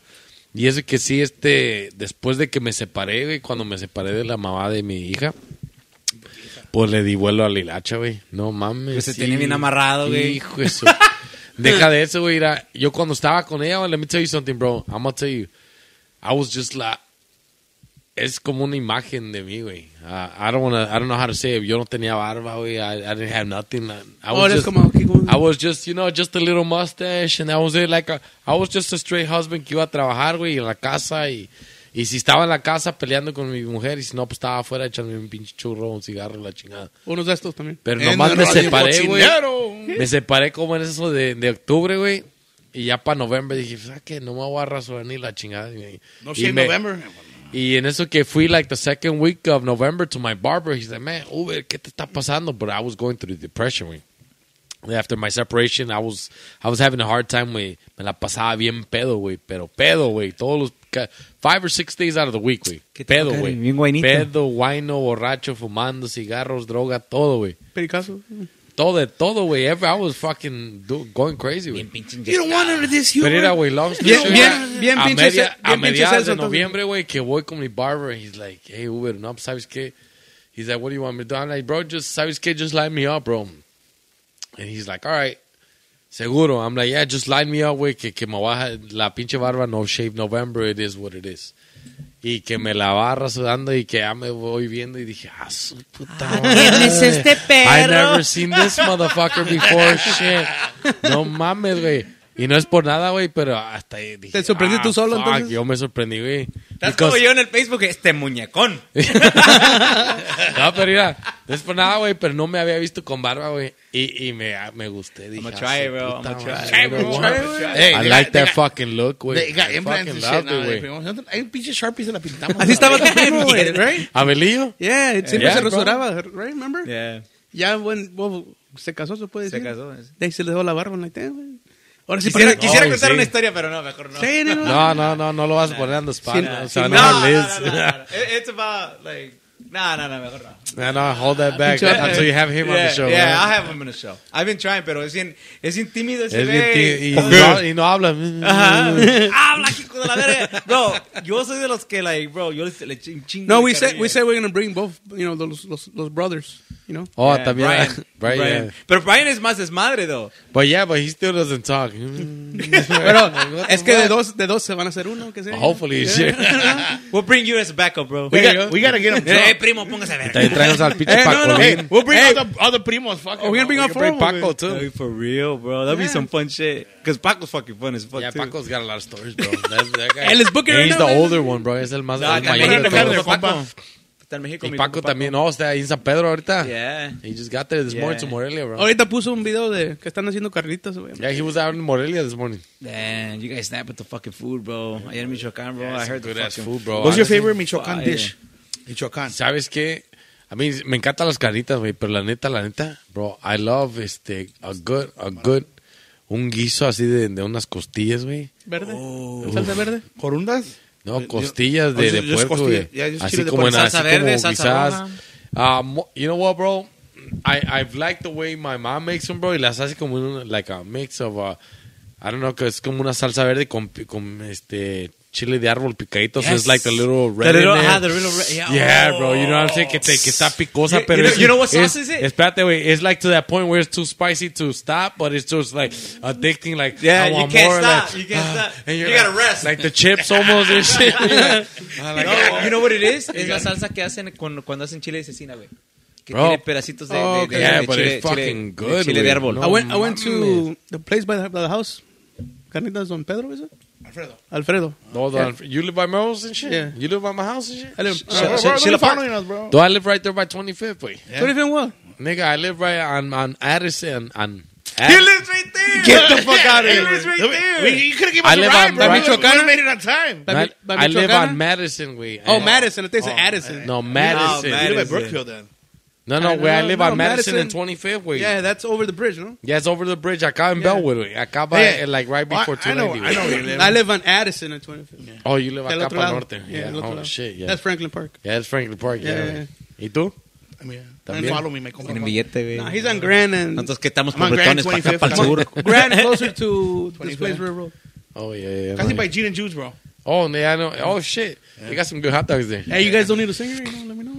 S4: Y eso que sí, este, después de que me separé, güey, cuando me separé de la mamá de mi hija, pues le di vuelo a la hilacha, güey. No mames.
S1: Pues se tiene bien amarrado, güey.
S4: Hijo de su- Deja de eso, güey. Mira, yo cuando estaba con ella, güey, let me tell you something, bro. I'm gonna tell you. I was just like, es como una imagen de mí, güey. Uh, I don't wanna, I don't know how to say it. Yo no tenía barba, güey. I, I didn't have nothing. I, I
S2: Oh,
S4: was
S2: eres
S4: just,
S2: como aquí, como-
S4: I was just, you know, just a little mustache and that was it. Like, a, I was just a straight husband que iba a trabajar, güey, en la casa y, Y si estaba en la casa peleando con mi mujer, y si no, pues estaba afuera echándome un pinche churro, un cigarro, la chingada.
S2: Unos de estos también.
S4: Pero
S3: En
S4: nomás
S3: el
S4: me
S3: radio
S4: separé, güey.
S3: cochinero.
S4: Me separé como en eso de, de octubre, güey. Y ya para noviembre dije, "Pues, ¿sabes qué? No me voy a rasurar ni la chingada. Y-
S3: No
S4: y
S3: shave
S4: me-
S3: November.
S4: Y en eso que fui, like, the second week of November to my barber, he's like, man, Uber, ¿qué te está pasando? But I was going through depression, güey. After my separation, I was, I was having a hard time, güey. Me la pasaba bien pedo, güey. Pero pedo, güey. Todos los, ca- five or six days out of the week, güey.
S1: ¿Qué te
S4: Pedo,
S1: toca,
S4: güey.
S1: bien guainito?
S4: Pedo, guayno, borracho, fumando, cigarros, droga, todo, güey.
S2: Pericazo.
S4: Todo de todo, güey. Every- I was fucking do- going crazy, güey.
S3: You don't want none of this, you.
S4: Pero era, güey, long story
S2: Bien-
S4: short,
S2: bien- bien
S4: a
S2: pinche
S4: media-
S2: ce-
S4: A
S2: bien pinche
S4: mediados
S2: Celso,
S4: de
S2: entonces.
S4: noviembre, güey, que voy con mi barber. and He's like, hey, Uber, no, ¿sabes qué? He's like, what do you want me to do? I'm like, bro, just, ¿sabes qué? Just line me up, bro. And he's like, all right. Seguro. I'm like, yeah, just line me up, güey, que, que me baja la pinche barba, no shave November, it is what it is. Y que me la va rasudando y que ya me voy viendo y dije, ah, su puta madre.
S1: este
S4: I never seen this motherfucker before, shit. No mames, güey. Y no es por nada, güey, pero hasta ahí dije, "Ah,
S2: ¿Te sorprendí tú solo,
S4: fuck,
S2: entonces?
S4: Yo me sorprendí, güey.
S1: Estás
S4: Because-
S1: como yo en el Facebook, este muñecón.
S4: No, pero mira, no es por nada, güey, pero no me había visto con barba, güey. Y, y me, me gusté. Dije,
S1: I'ma try it, bro.
S4: "Ah, su
S1: I'ma
S4: puta
S1: try it,
S4: madre,
S1: bro.
S4: güey."
S1: Try it, bro.
S4: Hey,
S3: They
S4: I
S3: got- they
S4: like that
S3: got-
S4: fucking look,
S3: They
S4: güey.
S3: got
S4: I
S3: implants
S4: fucking
S3: and shit.
S4: loved
S3: eh,
S4: it,
S3: No, le
S4: güey.
S3: pegamos- Hay un pinche Sharpie se la pintamos.
S2: Así estaba tu primo, güey, right?
S4: ¿Abelillo?
S2: Yeah, it siempre
S4: Yeah,
S2: se
S4: bro.
S2: rasuraba, right? Remember? Ya, bueno, bueno, se casó, se puede
S1: Se
S2: decir.
S1: casó, es-
S2: De ahí se le dejó la barba en la tela, güey. Ahora sí
S1: Quisiera,
S2: parece-
S1: quisiera
S4: Oh,
S1: contar
S4: sí.
S1: una historia, pero no, mejor no.
S2: Sí, no, no.
S4: No, no, no, no lo vas a poner en the spot.
S2: Sin-
S4: no, o
S2: sin-
S4: sea,
S1: No,
S4: no,
S1: no, no,
S4: Liz.
S1: no, no, no. It- It's about, like, no, no, no, mejor no.
S4: No, no, hold that back
S2: Pinche-
S4: until you have him on the show.
S1: eh, yeah,
S4: man.
S1: I'll have him on the show. I've been trying, pero es bien, es bien tímido ese
S4: Es bien tío, y,
S1: güey.
S4: no, y no habla.
S1: Ajá. Habla aquí con la verga. Bro, yo soy de los que, like, bro, yo le, le chin- chingo.
S2: No,
S1: el
S2: we said
S1: carrillo.
S2: we said we're gonna bring both, you know, los los, los brothers, you know.
S4: Oh,
S1: Yeah,
S4: también.
S1: Brian.
S4: Brian,
S1: Brian.
S4: yeah.
S1: Pero Brian es más desmadre, though.
S4: But yeah, but he still doesn't talk. Mm,
S2: Pero es que de dos de dos se van a hacer uno, que sea.
S4: Hopefully, shit.
S1: We'll bring you as a backup, bro.
S3: We got- we gotta get him
S1: Eh, eh,
S3: drunk.
S1: primo, póngase a ver.
S4: Ahí traemos al pinche
S2: Eh, no,
S4: Paco
S2: no,
S4: Lin.
S2: hey,
S3: We'll bring
S2: Hey.
S3: all the all the primos. Fuck
S2: Oh, we're gonna bring
S4: We
S2: up
S4: can
S2: four.
S4: bring Paco,
S2: Paco.
S4: too.
S1: for real, bro. That'd be some fun shit. Because Paco's fucking fun as fuck,
S4: Yeah,
S1: too.
S4: Paco's got a lot of stories, bro. That, that guy.
S2: Él es Booker
S4: And
S2: right
S4: he's
S2: now,
S4: the
S2: man.
S4: older one, bro. Es el más el
S1: acá
S4: mayor
S1: en
S4: de
S1: México,
S4: todos.
S1: Paco.
S3: compa.
S1: Está en México,
S4: Y
S1: mi
S4: Paco
S1: compa
S4: también. No, está ahí en San Pedro ahorita.
S1: Yeah.
S4: He just got there this morning to
S1: Yeah. Oh,
S4: Morelia, bro.
S2: Ahorita puso un video de que están haciendo carnitas, güey.
S4: Yeah, he was out in Morelia this morning.
S1: Damn, you guys snap at the fucking food, bro. Allá en Michoacán, bro. I heard the
S4: Good ass
S1: fucking
S4: food, bro.
S3: What's your
S4: Honestly.
S3: favorite Michoacan
S1: Fire.
S3: dish? Michoacan.
S4: ¿Sabes qué? A mí me encantan las carnitas, güey, pero la neta, la neta, bro, I love este a good a good un guiso así de, de unas costillas, güey.
S2: Verde. Salsa verde.
S3: ¿Corundas?
S4: No,
S3: Yo-
S1: oh,
S4: costillas de,
S3: yo-
S4: de
S3: yo es
S4: puerco,
S3: costilla.
S4: güey.
S3: Ya, yo es
S4: Así
S3: chile de
S4: como en
S3: puerco.
S4: así
S1: Salsa verde,
S4: como
S1: salsa
S4: guisadas.
S1: roja.
S4: Ah, mo- you know what, bro? I I've liked the way my mom makes them, bro, y las hace como un like a mix of uh, I don't know, que es como una salsa verde con pi- con este chile de árbol picadito, so it's
S1: Yes.
S4: like the little red
S1: The
S4: in
S1: little,
S4: there.
S1: ajá, the little red. Yeah,
S4: Yeah,
S1: oh.
S4: bro. You know what I'm saying? Que, te, que está picosa,
S1: You-
S4: pero
S1: you know-
S4: es-
S1: you know what sauce
S4: es-
S1: is it?
S4: Espérate, güey. It's like to that point where it's too spicy to stop, but it's just like addicting. Like
S1: Yeah,
S4: I
S1: you
S4: want
S1: can't
S4: more,
S1: stop.
S4: like,
S1: You can't
S4: ah,
S1: stop.
S4: and you're
S1: You gotta
S4: like-
S1: rest.
S4: Like the chips almost and shit.
S1: No, you know what it is? Es la salsa que hacen cuando, cuando hacen chile de cecina, güey. Que
S4: Bro.
S1: tiene pedacitos de, de-
S2: Oh,
S1: de-
S2: okay.
S1: de
S4: Yeah, but
S1: chile,
S4: it's
S1: chile, de
S4: fucking good,
S1: chile
S4: güey.
S1: de árbol. Ah,
S4: No.
S2: I went I went to
S4: mames.
S2: the place by the, by the house. Carnitas Don Pedro, is it?
S3: Alfredo.
S2: Alfredo.
S4: No, Don, you live by my house and shit.
S2: Yeah.
S4: You live by my house and shit.
S2: I live-
S1: Sh-
S2: uh,
S1: sh- Sheila Park.
S3: bro.
S4: Do I live right there by 25th, wait?
S2: what if it was?
S4: Nigga, I live right on on Addison on.
S1: He lives right there.
S3: Get the fuck out of
S1: He
S3: here.
S1: lives right there.
S3: We- You could have given us
S4: I
S3: a
S4: live
S3: ride,
S4: on
S3: bro. We
S4: Michoacan.
S3: would have made it on time.
S2: By,
S4: Not-
S2: by
S4: I live
S2: Michoacana?
S4: on Madison, way.
S2: Oh, Madison. I think it's Addison.
S4: No, Madison.
S1: Madison.
S3: Oh, You live at
S1: Madison.
S3: Brookfield then.
S4: No, no,
S2: No,
S4: where I
S2: no,
S4: live
S2: no,
S4: on Madison,
S2: Madison.
S4: and 25th, way.
S2: Yeah, that's over the bridge, no?
S4: Yeah, it's over the bridge. Acá en
S2: Yeah.
S4: Bellwood, güey. Acá by, uh,
S3: Yeah.
S4: like right
S3: Oh, I-
S4: before
S3: I know-
S4: 290.
S3: I know
S4: güey.
S3: where you live.
S2: I live on Addison at 25th. Yeah,
S4: Oh, you live
S2: Del
S4: acá
S2: otro
S4: para
S2: lado.
S4: norte.
S2: Yeah,
S4: Yeah,
S2: del otro
S4: oh
S2: lado.
S4: shit, yeah.
S2: That's Franklin Park.
S4: yeah, it's Franklin Park, yeah.
S2: Yeah,
S4: güey. ¿Y tú?
S3: Mira.
S4: También.
S3: Follow me, me compa.
S1: Tiene billete, güey.
S2: Nah, he's on Grand and
S1: Nosotros que estamos
S3: I'm on
S1: pobretones para
S3: Grand
S1: acá, para el
S3: 25th.
S1: sur.
S2: Grand closer to this place railroad.
S4: Oh, yeah, yeah.
S3: Casi
S4: right.
S3: by Gene and Jude's, bro. Eh,
S4: Oh, yeah, I know. Oh, shit. They got some good hot dogs there.
S2: Hey, you guys don't need a singer? You know, let me know. You know.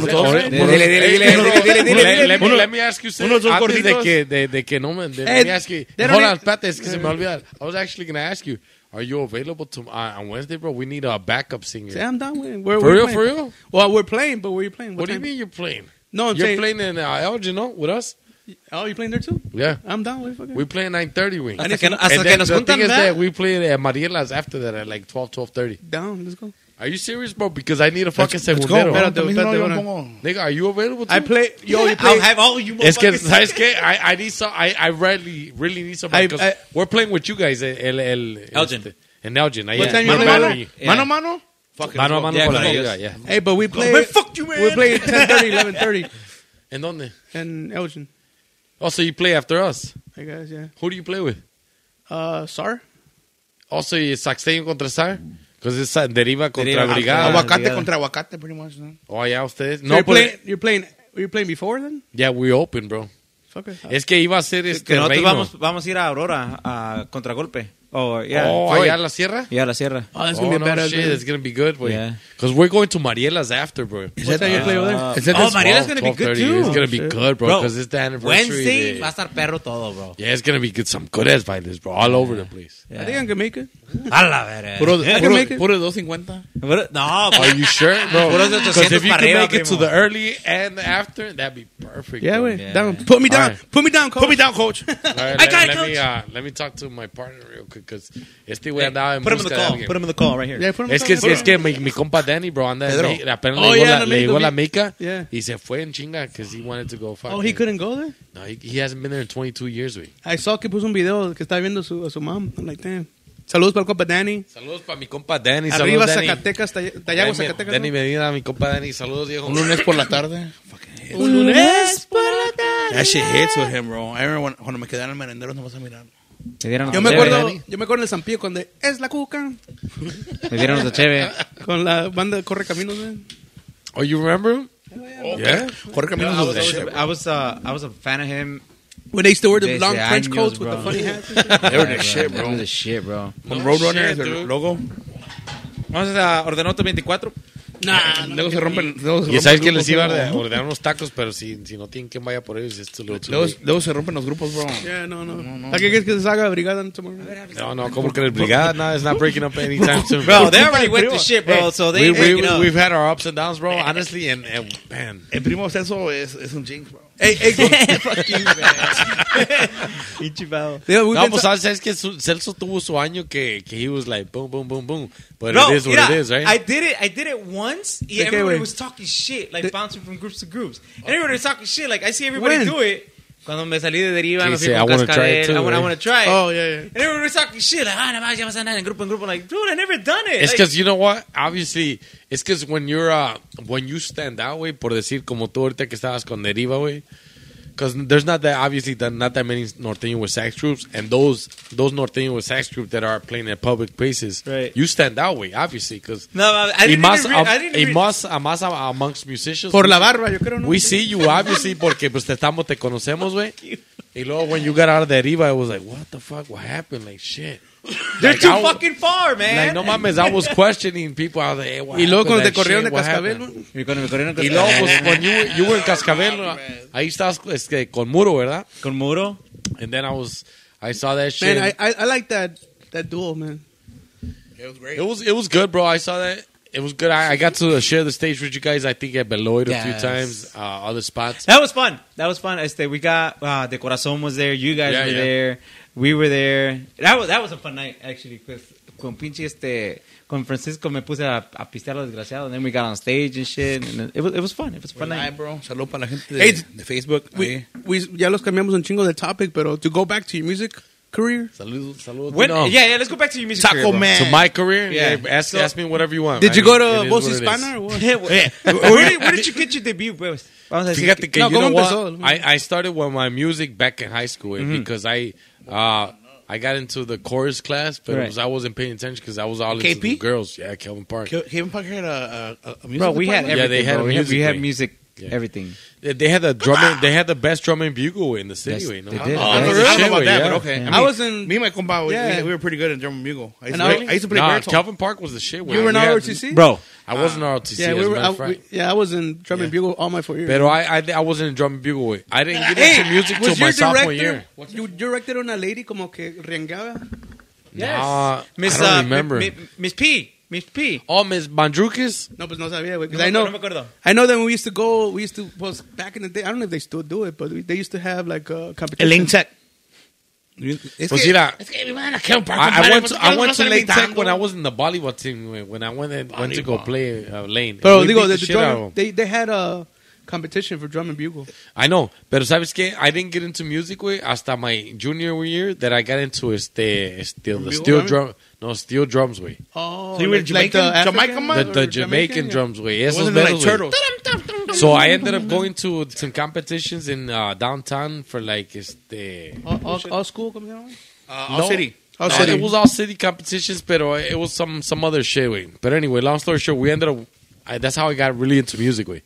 S4: Pues,
S3: Unos dos,
S4: ahora-
S3: ¿eh?
S1: Dile, dile, dile, dile, dile, dile, dile,
S4: Let-
S1: dile.
S4: let me- let me ask you something.
S3: unos dos
S4: Antes de
S3: gorditos.
S4: que, de, de que no me, de,
S2: Eh,
S4: let me ask you.
S2: they don't
S4: Hold on,
S2: need-
S4: espérate, es que se me olvida. I was actually going to ask you, are you available to, uh, on Wednesday, bro? We need a backup singer.
S2: Say, I'm done with it. Where,
S4: For
S2: we're
S4: real,
S2: playing.
S4: for real?
S2: Well, we're playing, but where you playing?
S4: What do you
S2: time?
S4: mean you're playing?
S2: No, I'm
S4: You're
S2: saying-
S4: playing in uh, Elgin, no? With us?
S2: Oh, you playing there too?
S4: Yeah.
S2: I'm down with it. fucker.
S4: We play at 9.30, we.
S1: Hasta que, hasta que nos
S4: the thing
S1: juntan,
S4: is
S1: ¿verdad?
S4: that we play at Mariela's after that at like 12, 12.30.
S2: down. Let's go.
S4: Are you serious, bro? Because I need a fucking
S3: Let's go, bro.
S4: segundero.
S2: Espérate,
S3: También no,
S2: espérate,
S3: yo
S2: una.
S3: pongo-
S4: Nigga, are you available?
S2: I
S4: too?
S2: play. Yo, you play.
S1: I'll have all you
S4: Es que,
S1: motherfuckers.
S4: ¿sabes qué? I, I need some, I, I really, really need somebody.
S2: I-
S4: 'cause
S2: I-
S4: we're playing with you guys. El, el, el,
S1: Elgin.
S4: Este, and Elgin. I,
S2: What time you
S4: Mano
S2: play?
S4: a
S2: Mano,
S4: mano.
S2: mano, mano.
S4: Mano a mano
S1: Yeah,
S4: con la
S1: come on.
S4: liga, yeah.
S2: Hey, but we play.
S1: man, fuck you, man.
S2: We play at 10:30, 11:30,
S4: ¿En dónde?
S2: and Elgin.
S4: Also, you play after us.
S2: I guess yeah.
S4: Who do you play with?
S2: Uh, Sar.
S4: Also, is Saxteño contra Sar? Because it's uh, Deriva contra
S1: Deriva ah, contra-
S4: Brigada.
S3: Ah, Aguacate
S1: yeah.
S3: contra aguacate, pretty much. ¿no?
S4: Oh, yeah, ustedes.
S2: No,
S4: No,
S2: you're
S4: but,
S2: playing. You're playing. Were you playing before then?
S4: yeah, we open, bro.
S2: Fucker.
S4: Es que iba a ser este
S1: Ah. Que nosotros
S4: Reino.
S1: vamos, vamos a ir a Aurora a contragolpe. Oh, yeah.
S4: oh,
S1: Troy.
S4: allá en la sierra?
S1: Yeah, la sierra.
S2: Oh, that's
S4: oh,
S2: gonna be
S4: no,
S2: better.
S4: shit, it's gonna be good, boy.
S1: Yeah.
S4: Because we're going to Mariela's after, bro.
S2: What time you play over there?
S1: Uh,
S3: Is that
S1: oh,
S3: this-
S1: Mariela's gonna be good
S4: 12:30. It's
S1: too.
S4: gonna be good, bro, because it's the anniversary.
S1: Wednesday
S4: de-
S1: va a estar perro todo, bro.
S4: Yeah, it's gonna be good. Some good ass violence, bro, all over the place.
S2: I think I can make it.
S1: A la verga.
S3: Puro,
S2: I can
S3: puro,
S2: make it.
S3: puro 250.
S1: Puro- no,
S4: Are you sure, bro?
S1: Puros 800
S4: Because if you
S1: para
S4: can
S1: arriba,
S4: make it to
S1: primo.
S4: the early and the after, that'd be perfect.
S2: Yeah,
S4: bro.
S2: wait.
S1: Yeah.
S2: Down. Put me
S4: All
S2: down.
S4: right.
S2: Put me down. Coach. Put me down, coach.
S4: All right,
S1: I
S4: let,
S1: got it,
S4: let
S1: coach.
S4: me uh, let me talk to my partner real quick because este güey
S1: Hey,
S4: andaba en
S1: Put him in
S4: busca
S1: the
S4: de
S1: call.
S4: alguien.
S1: Put him in the call right here.
S2: Yeah, put him
S4: Es que,
S2: down.
S4: es que mi, mi compa Danny, bro, anda en
S3: Pedro.
S4: México. apenas
S2: Oh,
S4: le llegó,
S2: yeah,
S4: la,
S2: no,
S4: le llegó
S2: lo vi.
S4: la mica
S2: Yeah.
S4: y se fue en chinga because he wanted to go fuck.
S2: Oh, he couldn't go there.
S4: No, he, he hasn't been there in 22 years, güey.
S2: I saw que puso un video que estaba viendo su, a su mom. I'm like, damn. Saludos para el compa Danny.
S4: Saludos para mi compa Danny.
S2: Arriba
S4: Saludos, Danny.
S2: Zacatecas, Talla- Tallagua,
S4: Danny,
S2: Zacatecas.
S4: Danny
S2: ¿no?
S4: Medina, mi compa Danny. Saludos, Diego.
S3: Un lunes por la tarde.
S2: Un lunes.
S3: That shit hits with him, bro. I remember when, cuando me quedé en el merendero, no vas a mirar.
S1: Me dieron
S2: Yo
S1: los
S2: me
S1: de
S2: acuerdo,
S1: Cheve,
S2: yo me acuerdo en el San Pío cuando es la cuca
S1: Me dieron los de Cheve.
S2: con la banda de Corre Caminos. ¿eh?
S4: Oh, you remember him? Yeah.
S3: Corre caminos
S1: I was,
S3: de
S1: always-
S3: shit.
S1: I was, uh, I was a fan of him.
S2: When they used to wear the
S1: Desde
S2: long trench
S1: años,
S2: coats with
S1: bro.
S2: the funny hats. and shit.
S3: They were the
S1: Yeah,
S3: shit,
S1: that was
S3: bro.
S1: the shit, bro.
S3: Con
S4: No
S3: Roadrunner,
S4: shit, dude.
S3: el logo.
S1: Vamos a ordenar otro 24.
S2: Nah, no.
S3: Luego se rompen. Luego se
S4: Y
S3: rompen
S4: sabes
S3: los
S4: que les iba
S3: grupos,
S4: a
S3: bro.
S4: ordenar unos tacos, pero si, si no tienen quien vaya por ellos, esto lo
S3: Luego, luego se rompen los grupos, bro.
S2: Yeah, no, no. ¿A qué quieres que se haga brigada tomorrow?
S4: No, no, como que les brigada, no, it's not breaking up anytime soon.
S1: Bro, they already went to shit,
S2: Eh,
S1: bro. So they
S4: we, we,
S1: breaking up.
S4: We've had our ups and downs, bro, honestly, and, and man.
S3: El primo Celso es, es un jinx, bro.
S2: Hey, hey, go. Digo, we've
S4: No,
S2: been
S4: pues
S2: so-
S4: sabes sabes que su- Celso tuvo su año que, que he was like boom, boom, boom, boom. But
S1: Bro,
S4: it is what
S1: mira,
S4: it is, right?
S1: I did it. I did it once. Yeah,
S2: qué,
S1: everybody
S2: güey?
S1: was talking shit, like
S2: De-
S1: bouncing from groups to groups. And everybody was talking shit. Like I see everybody
S2: When?
S1: do it. Cuando me salí de deriva,
S4: Sí,
S1: me fui
S4: sí, I
S1: con
S4: wanna try
S1: cascabel.
S4: it too,
S1: I wanna, I
S4: güey.
S1: wanna try it.
S2: Oh, yeah, yeah.
S1: And everybody was talking shit. Like, ah, no más, ya vas a andar en grupo, en grupo. Like, dude, I never done it.
S4: It's
S1: Like,
S4: because you know what? Obviously, it's because when you're uh, when you stand out, way por decir como tú ahorita que estabas con Deriva, way. Because there's not that obviously that not that many Norteño with sax troops, and those those Norteño with sax troops that are playing at public places,
S1: Right.
S4: you stand out, way obviously, because
S1: No, I I
S4: y
S1: didn't
S4: más
S1: even re- I didn't
S4: y
S1: re-
S4: más a más a- amongst musicians.
S2: Por la barba, yo creo, ¿no?
S4: We see you obviously porque pues te estamos te conocemos, güey. Y luego when you got out of Deriva, it was like what the fuck, what happened, like shit.
S1: They're
S4: Like,
S1: too
S4: I-
S1: fucking far,
S4: Like,
S1: man.
S4: no mames, I was questioning people. I was like, hey, what
S2: Y luego cuando te corrieron
S4: happened? Like,
S2: de
S4: shit, what
S2: Cascabel,
S4: happened?
S2: ¿no?
S1: Y cuando me corrieron con-
S4: Y luego, pues, when you, were- you were in Cascabel, ahí estabas este, con Muro, ¿verdad?
S1: con muro.
S4: And then I was, I saw that shit.
S2: Man, I, I, I like that, that duel, man.
S4: it was it was good, bro. I saw that. It was good. I, I got to share the stage with you guys. I think at Beloit a
S1: Yes.
S4: few times, uh, other spots.
S1: That was fun. That was fun. Este, we got uh, De Corazón was there. You guys
S4: Yeah,
S1: were
S4: yeah.
S1: there. We were there. That was that was a fun night actually. 'cause Con pinche este con Francisco me puse a, a pistear lo desgraciado. And then we got on stage and shit. And it was it was fun. It was a fun
S3: Ay,
S1: night.
S3: bro. Salud para la gente
S2: Hey,
S3: de, de Facebook.
S2: We, we, ya los cambiamos un chingo de topic, pero to go back to your music career,
S4: Saludos, saludos.
S1: When,
S4: No.
S1: Yeah, yeah. Let's go back to your music. career,
S2: Oh,
S3: Taco
S1: bro.
S3: Man.
S4: To my career,
S1: Yeah.
S4: yeah. ask, ask me whatever you want.
S2: did you
S4: I
S2: go
S4: mean, it
S2: to
S4: is
S2: Voz
S4: what it is.
S2: Hispana or what?
S1: Yeah, where, where did, where did you get your debut, pues? Vamos a decir
S4: Fíjate que
S2: No,
S4: you know
S2: ¿cómo
S4: what?
S2: empezó?
S4: I, I started with my music back in high school eh, because I uh, I got into the chorus class, but it
S1: Right.
S4: was, I wasn't paying attention because I was all into
S3: KP?
S4: the girls. Yeah, Kelvin Park.
S3: Kevin Parker had a, a, a- a music
S1: bro, we had
S3: department?
S1: everything.
S4: they had
S1: bro.
S4: a
S1: we had, we
S4: music
S1: had
S4: way.
S1: music.
S4: Yeah.
S1: Everything.
S4: They- They had the drumming. They had the best drum and bugle in the city.
S1: Yes,
S4: way, no?
S1: they did.
S3: Oh, I don't
S1: Yeah.
S3: know
S4: Shit,
S3: about
S4: way,
S3: that,
S4: yeah.
S3: but okay. I,
S2: I was in-
S3: Me and my compa, we,
S2: Yeah.
S3: we, we were pretty good in drum and bugle. I used,
S2: And
S3: to,
S2: I-
S3: play, I used to play
S4: Nah,
S3: baritone.
S4: Kelvin Park was the shit. way.
S2: You were in
S4: We had-
S2: ROTC?
S1: Bro,
S4: I wasn't ROTC.
S2: Yeah, we
S4: as a
S2: were,
S4: matter
S2: I,
S4: of fact.
S2: we, yeah, I was in drum and bugle all my four years.
S4: Pero I, I I wasn't in drum and bugle. way. I didn't get into music till my sophomore year.
S2: You directed una lady como que rengueaba.
S1: yes.
S4: Nah,
S1: Miss,
S4: I don't
S1: uh,
S4: remember.
S1: Mi- Mi- Miss P. Miss P.
S4: Oh, Miss Mandrukis.
S2: No, pues no sabía, güey.
S1: No
S2: 'cause
S1: me
S2: I know,
S1: acuerdo, no me acuerdo.
S2: I know that when we used to go, we used to, was back in the day, I don't know if they still do it, but we, they used to have like a competition.
S3: Tech. Es
S4: Pues
S3: que-
S4: mira,
S5: Es que me van a quedar un par,
S4: I, I
S5: compadre,
S4: went
S5: pues,
S4: to,
S5: ¿qué
S4: I
S5: los
S4: went
S5: vas
S4: to
S5: a
S4: Lake
S5: estar
S4: Tech when I
S5: invitando?
S4: was in the volleyball team eh, when- when I went and, went to go play uh, lane.
S2: Pero
S4: We beat
S2: digo, the,
S4: the shit out of 'em.
S2: drum, they, they had a competition for drum and bugle.
S4: I know, pero sabes que I didn't get into music way hasta my junior year that I got into este steel the
S2: Bugle
S4: steel
S2: drumming?
S4: drum no steel drums way
S2: Oh,
S3: So you were Jamaican- Jamaican
S2: African
S4: the,
S3: man?
S2: or
S4: the Jamaican
S2: yeah.
S4: drums way esos
S3: wasn't it like
S4: dedos, güey.
S3: turtles.
S4: So I ended up going to some competitions in uh, downtown for like este
S2: All, all, all Oh, school, ¿cómo se llama?
S3: Uh, all city.
S2: All
S4: No,
S2: city.
S4: It was all city competitions, but uh, it was some some other shit. Way. But anyway, long story short, we ended up. I, that's how I got really into music, way.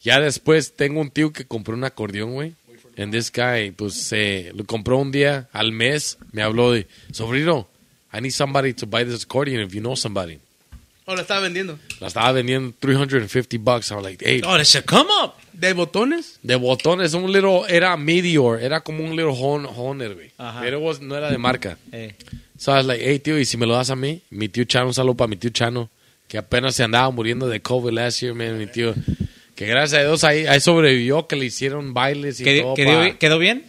S4: Ya después tengo un tío que compró un acordeón, güey. And this guy, pues, eh, lo compró un día al mes. Me habló de, sobrino, I need somebody to buy this accordion if you know somebody.
S2: Oh, la estaba vendiendo.
S4: La estaba vendiendo 350 bucks. I was like, hey,
S1: Oh, that should come up.
S2: ¿De botones?
S4: de botones, un little, era Meteor, era como un little hon- Honor, güey.
S1: Ajá.
S4: Pero was- no era de marca.
S1: Eh,
S4: So I was like, hey, tío, y si me lo das a mí, mi tío Chano, un saludo para mi tío Chano, que apenas se andaba muriendo de COVID last year, man, mi tío. Que gracias a Dios ahí, ahí sobrevivió, que le hicieron bailes y
S1: ¿quedó,
S4: todo.
S1: quedó-
S4: pa-
S1: quedó bien?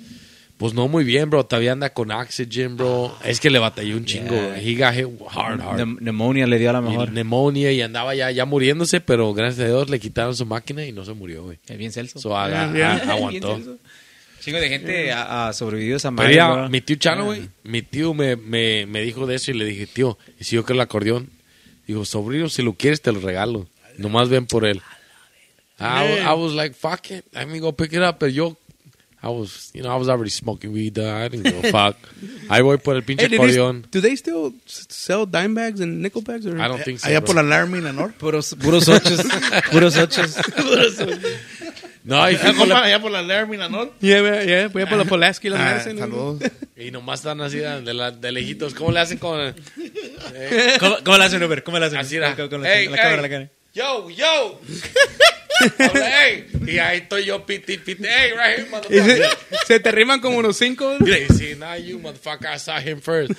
S4: Pues no muy bien, bro. Todavía anda con oxygen, bro. Es que le batalló un chingo. He got hit hard, hard.
S1: Pneu- Neumonía le dio a la
S4: Y
S1: mejor.
S4: neumonía y andaba ya, ya muriéndose, pero gracias a Dios le quitaron su máquina y no se murió, güey.
S1: Eh, Bien Celso.
S4: So, aga-
S2: Yeah, yeah.
S4: a- aguantó.
S1: Chingo de gente ha, ha sobrevivido a esa
S4: Pero
S1: madre.
S4: ya,
S1: bro.
S4: mi tío Chano, güey, mi tío me, me, me dijo de eso y le dije, tío, ¿y si yo quiero el acordeón? Digo, sobrino, si lo quieres te lo regalo. Nomás ven por él. I, wa- I was like, fuck it, let me go pick it up. Pero yo, I was, you know, I was already smoking weed, uh, I didn't give a fuck. Ahí voy por el pinche
S2: Hey, did they,
S4: acordeón.
S2: do they still s- sell dime bags and nickel bags? Or?
S4: I don't think so.
S3: Allá
S4: bro.
S3: por la Laramie, la North.
S1: Puros, puros ochos. puros ochos.
S4: No, y, fui
S3: Allá
S4: por
S3: por
S4: la-
S3: la- allá por la Laramie, la North.
S2: Yeah, yeah, yeah. Voy a por la Polaski y la
S3: Ah,
S2: Madison.
S3: Saludos.
S4: y nomás están así de, la- de lejitos. ¿Cómo le hacen con...?
S1: ¿Cómo, cómo la hacen, Uber? ¿Cómo la hacen?
S4: Así era.
S1: Con, con la,
S4: Ey,
S1: con la cámara,
S4: ey.
S1: la cámara.
S4: Yo, yo. Hola, ey. Y ahí estoy yo, piti, piti. Hey, right here,
S2: Y se,
S4: motherfucker.
S2: se te riman como unos cinco.
S4: Mira, y si, nah, you, motherfucker, I saw him first.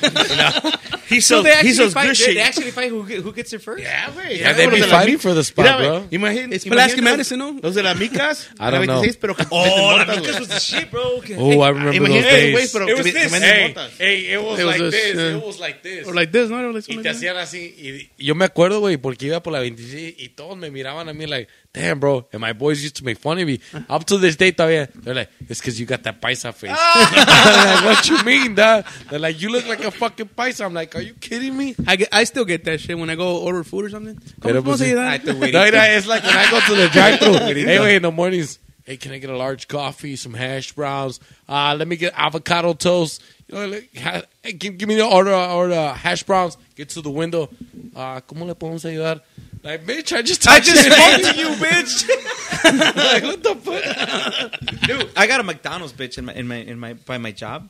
S3: He sells, he sells good shit.
S1: actually fight who, who gets it first?
S3: Yeah, güey.
S4: Yeah,
S3: Ya,
S4: they
S3: los
S4: be
S3: de la
S4: fighting
S3: mic-
S4: for the spot,
S3: Mira,
S4: bro.
S3: güey, imagín-
S2: It's
S3: imagínate
S2: Pulaski Madison, ¿no?
S3: Los de la Micas.
S4: I don't
S3: la 26, pero que venden
S1: Oh, la
S3: botas,
S1: Micas
S3: güey.
S1: was the shit, bro.
S4: oh, I remember those
S3: Imagínate, güey,
S4: days.
S3: pero
S1: It was
S3: que- que
S1: this.
S3: venden
S4: Hey,
S3: botas.
S4: hey, it was
S2: It was
S4: like
S2: this,
S4: this.
S2: yeah.
S4: It was like this.
S2: Or like this, ¿no? Or like
S4: Y
S2: something like
S4: te
S2: that.
S4: hacían así. Y y yo me acuerdo, güey, porque iba por la 26 y todos me miraban a mí, like, damn, bro. And my boys used to make fun of me. Up to this day, todavía. They're like, it's because you got that paisa face.
S2: Ah.
S4: I'm like, what you mean, dog? They're like, you look like a fucking paisa. I'm like, are you kidding me?
S2: I, get, I still get that shit when I go order food or something. ¿Cómo,
S4: Pero
S2: ¿cómo
S4: pues
S2: se
S4: sí.
S2: llama?
S1: Ay, te güey.
S4: No, no, it's like when I go to the drive-thru. hey, wait, in the mornings. Hey, can I get a large coffee, some hash browns? Uh, let me get avocado toast. You know, like, ha- hey, give, give me the order order uh, hash browns. Get to the window. Uh, ¿Cómo le podemos ayudar? Like, bitch, I just
S1: I
S4: talked
S1: just
S4: to you.
S1: spoke to you, bitch.
S4: like, what the fuck?
S1: Dude, I got a McDonald's bitch in my, in my, in my, by my job.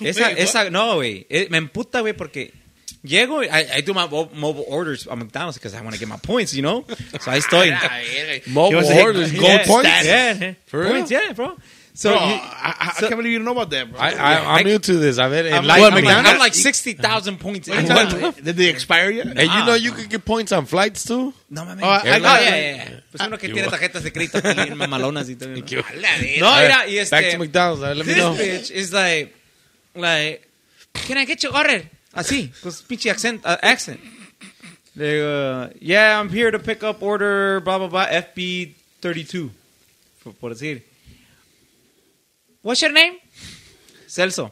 S1: Esa,
S2: Wait, what?
S1: esa, no, güey. Eh, Me emputa, güey, porque llego, I, I do my mo- mobile orders on McDonald's because I want to get my points, you know? So I estoy.
S4: Mobile
S3: was like,
S4: orders,
S3: yeah,
S4: gold points.
S1: Yeah, yeah.
S4: For real?
S1: points, yeah, bro. So,
S3: Bro,
S1: you-
S3: I, I, I
S1: so-
S3: can't believe you don't know about that, bro.
S4: I, I, I'm new to this. I've had
S1: I'm,
S4: enlightened
S1: like,
S4: me.
S1: I'm, like, I'm like 60,000 points. in.
S3: What? Did they expire yet?
S4: Hey, you know
S1: ah.
S4: you could get points on flights too.
S1: No mames.
S2: Oh, I- I
S1: Ah,
S2: got-
S1: ya, ya, ya. Pues uno que tiene tarjetas de crédito también, mamalonas y todo. ¿no? No,
S4: All right,
S1: mira, y este.
S4: Back to McDonald's. All right, let me
S1: This
S4: know.
S1: bitch is like, like, can I get your order? Así, con su pinche accent, uh, accent. Le digo, yeah, I'm here to pick up order, blah, blah, blah, FB32. Por, por decir. What's your name? Celso.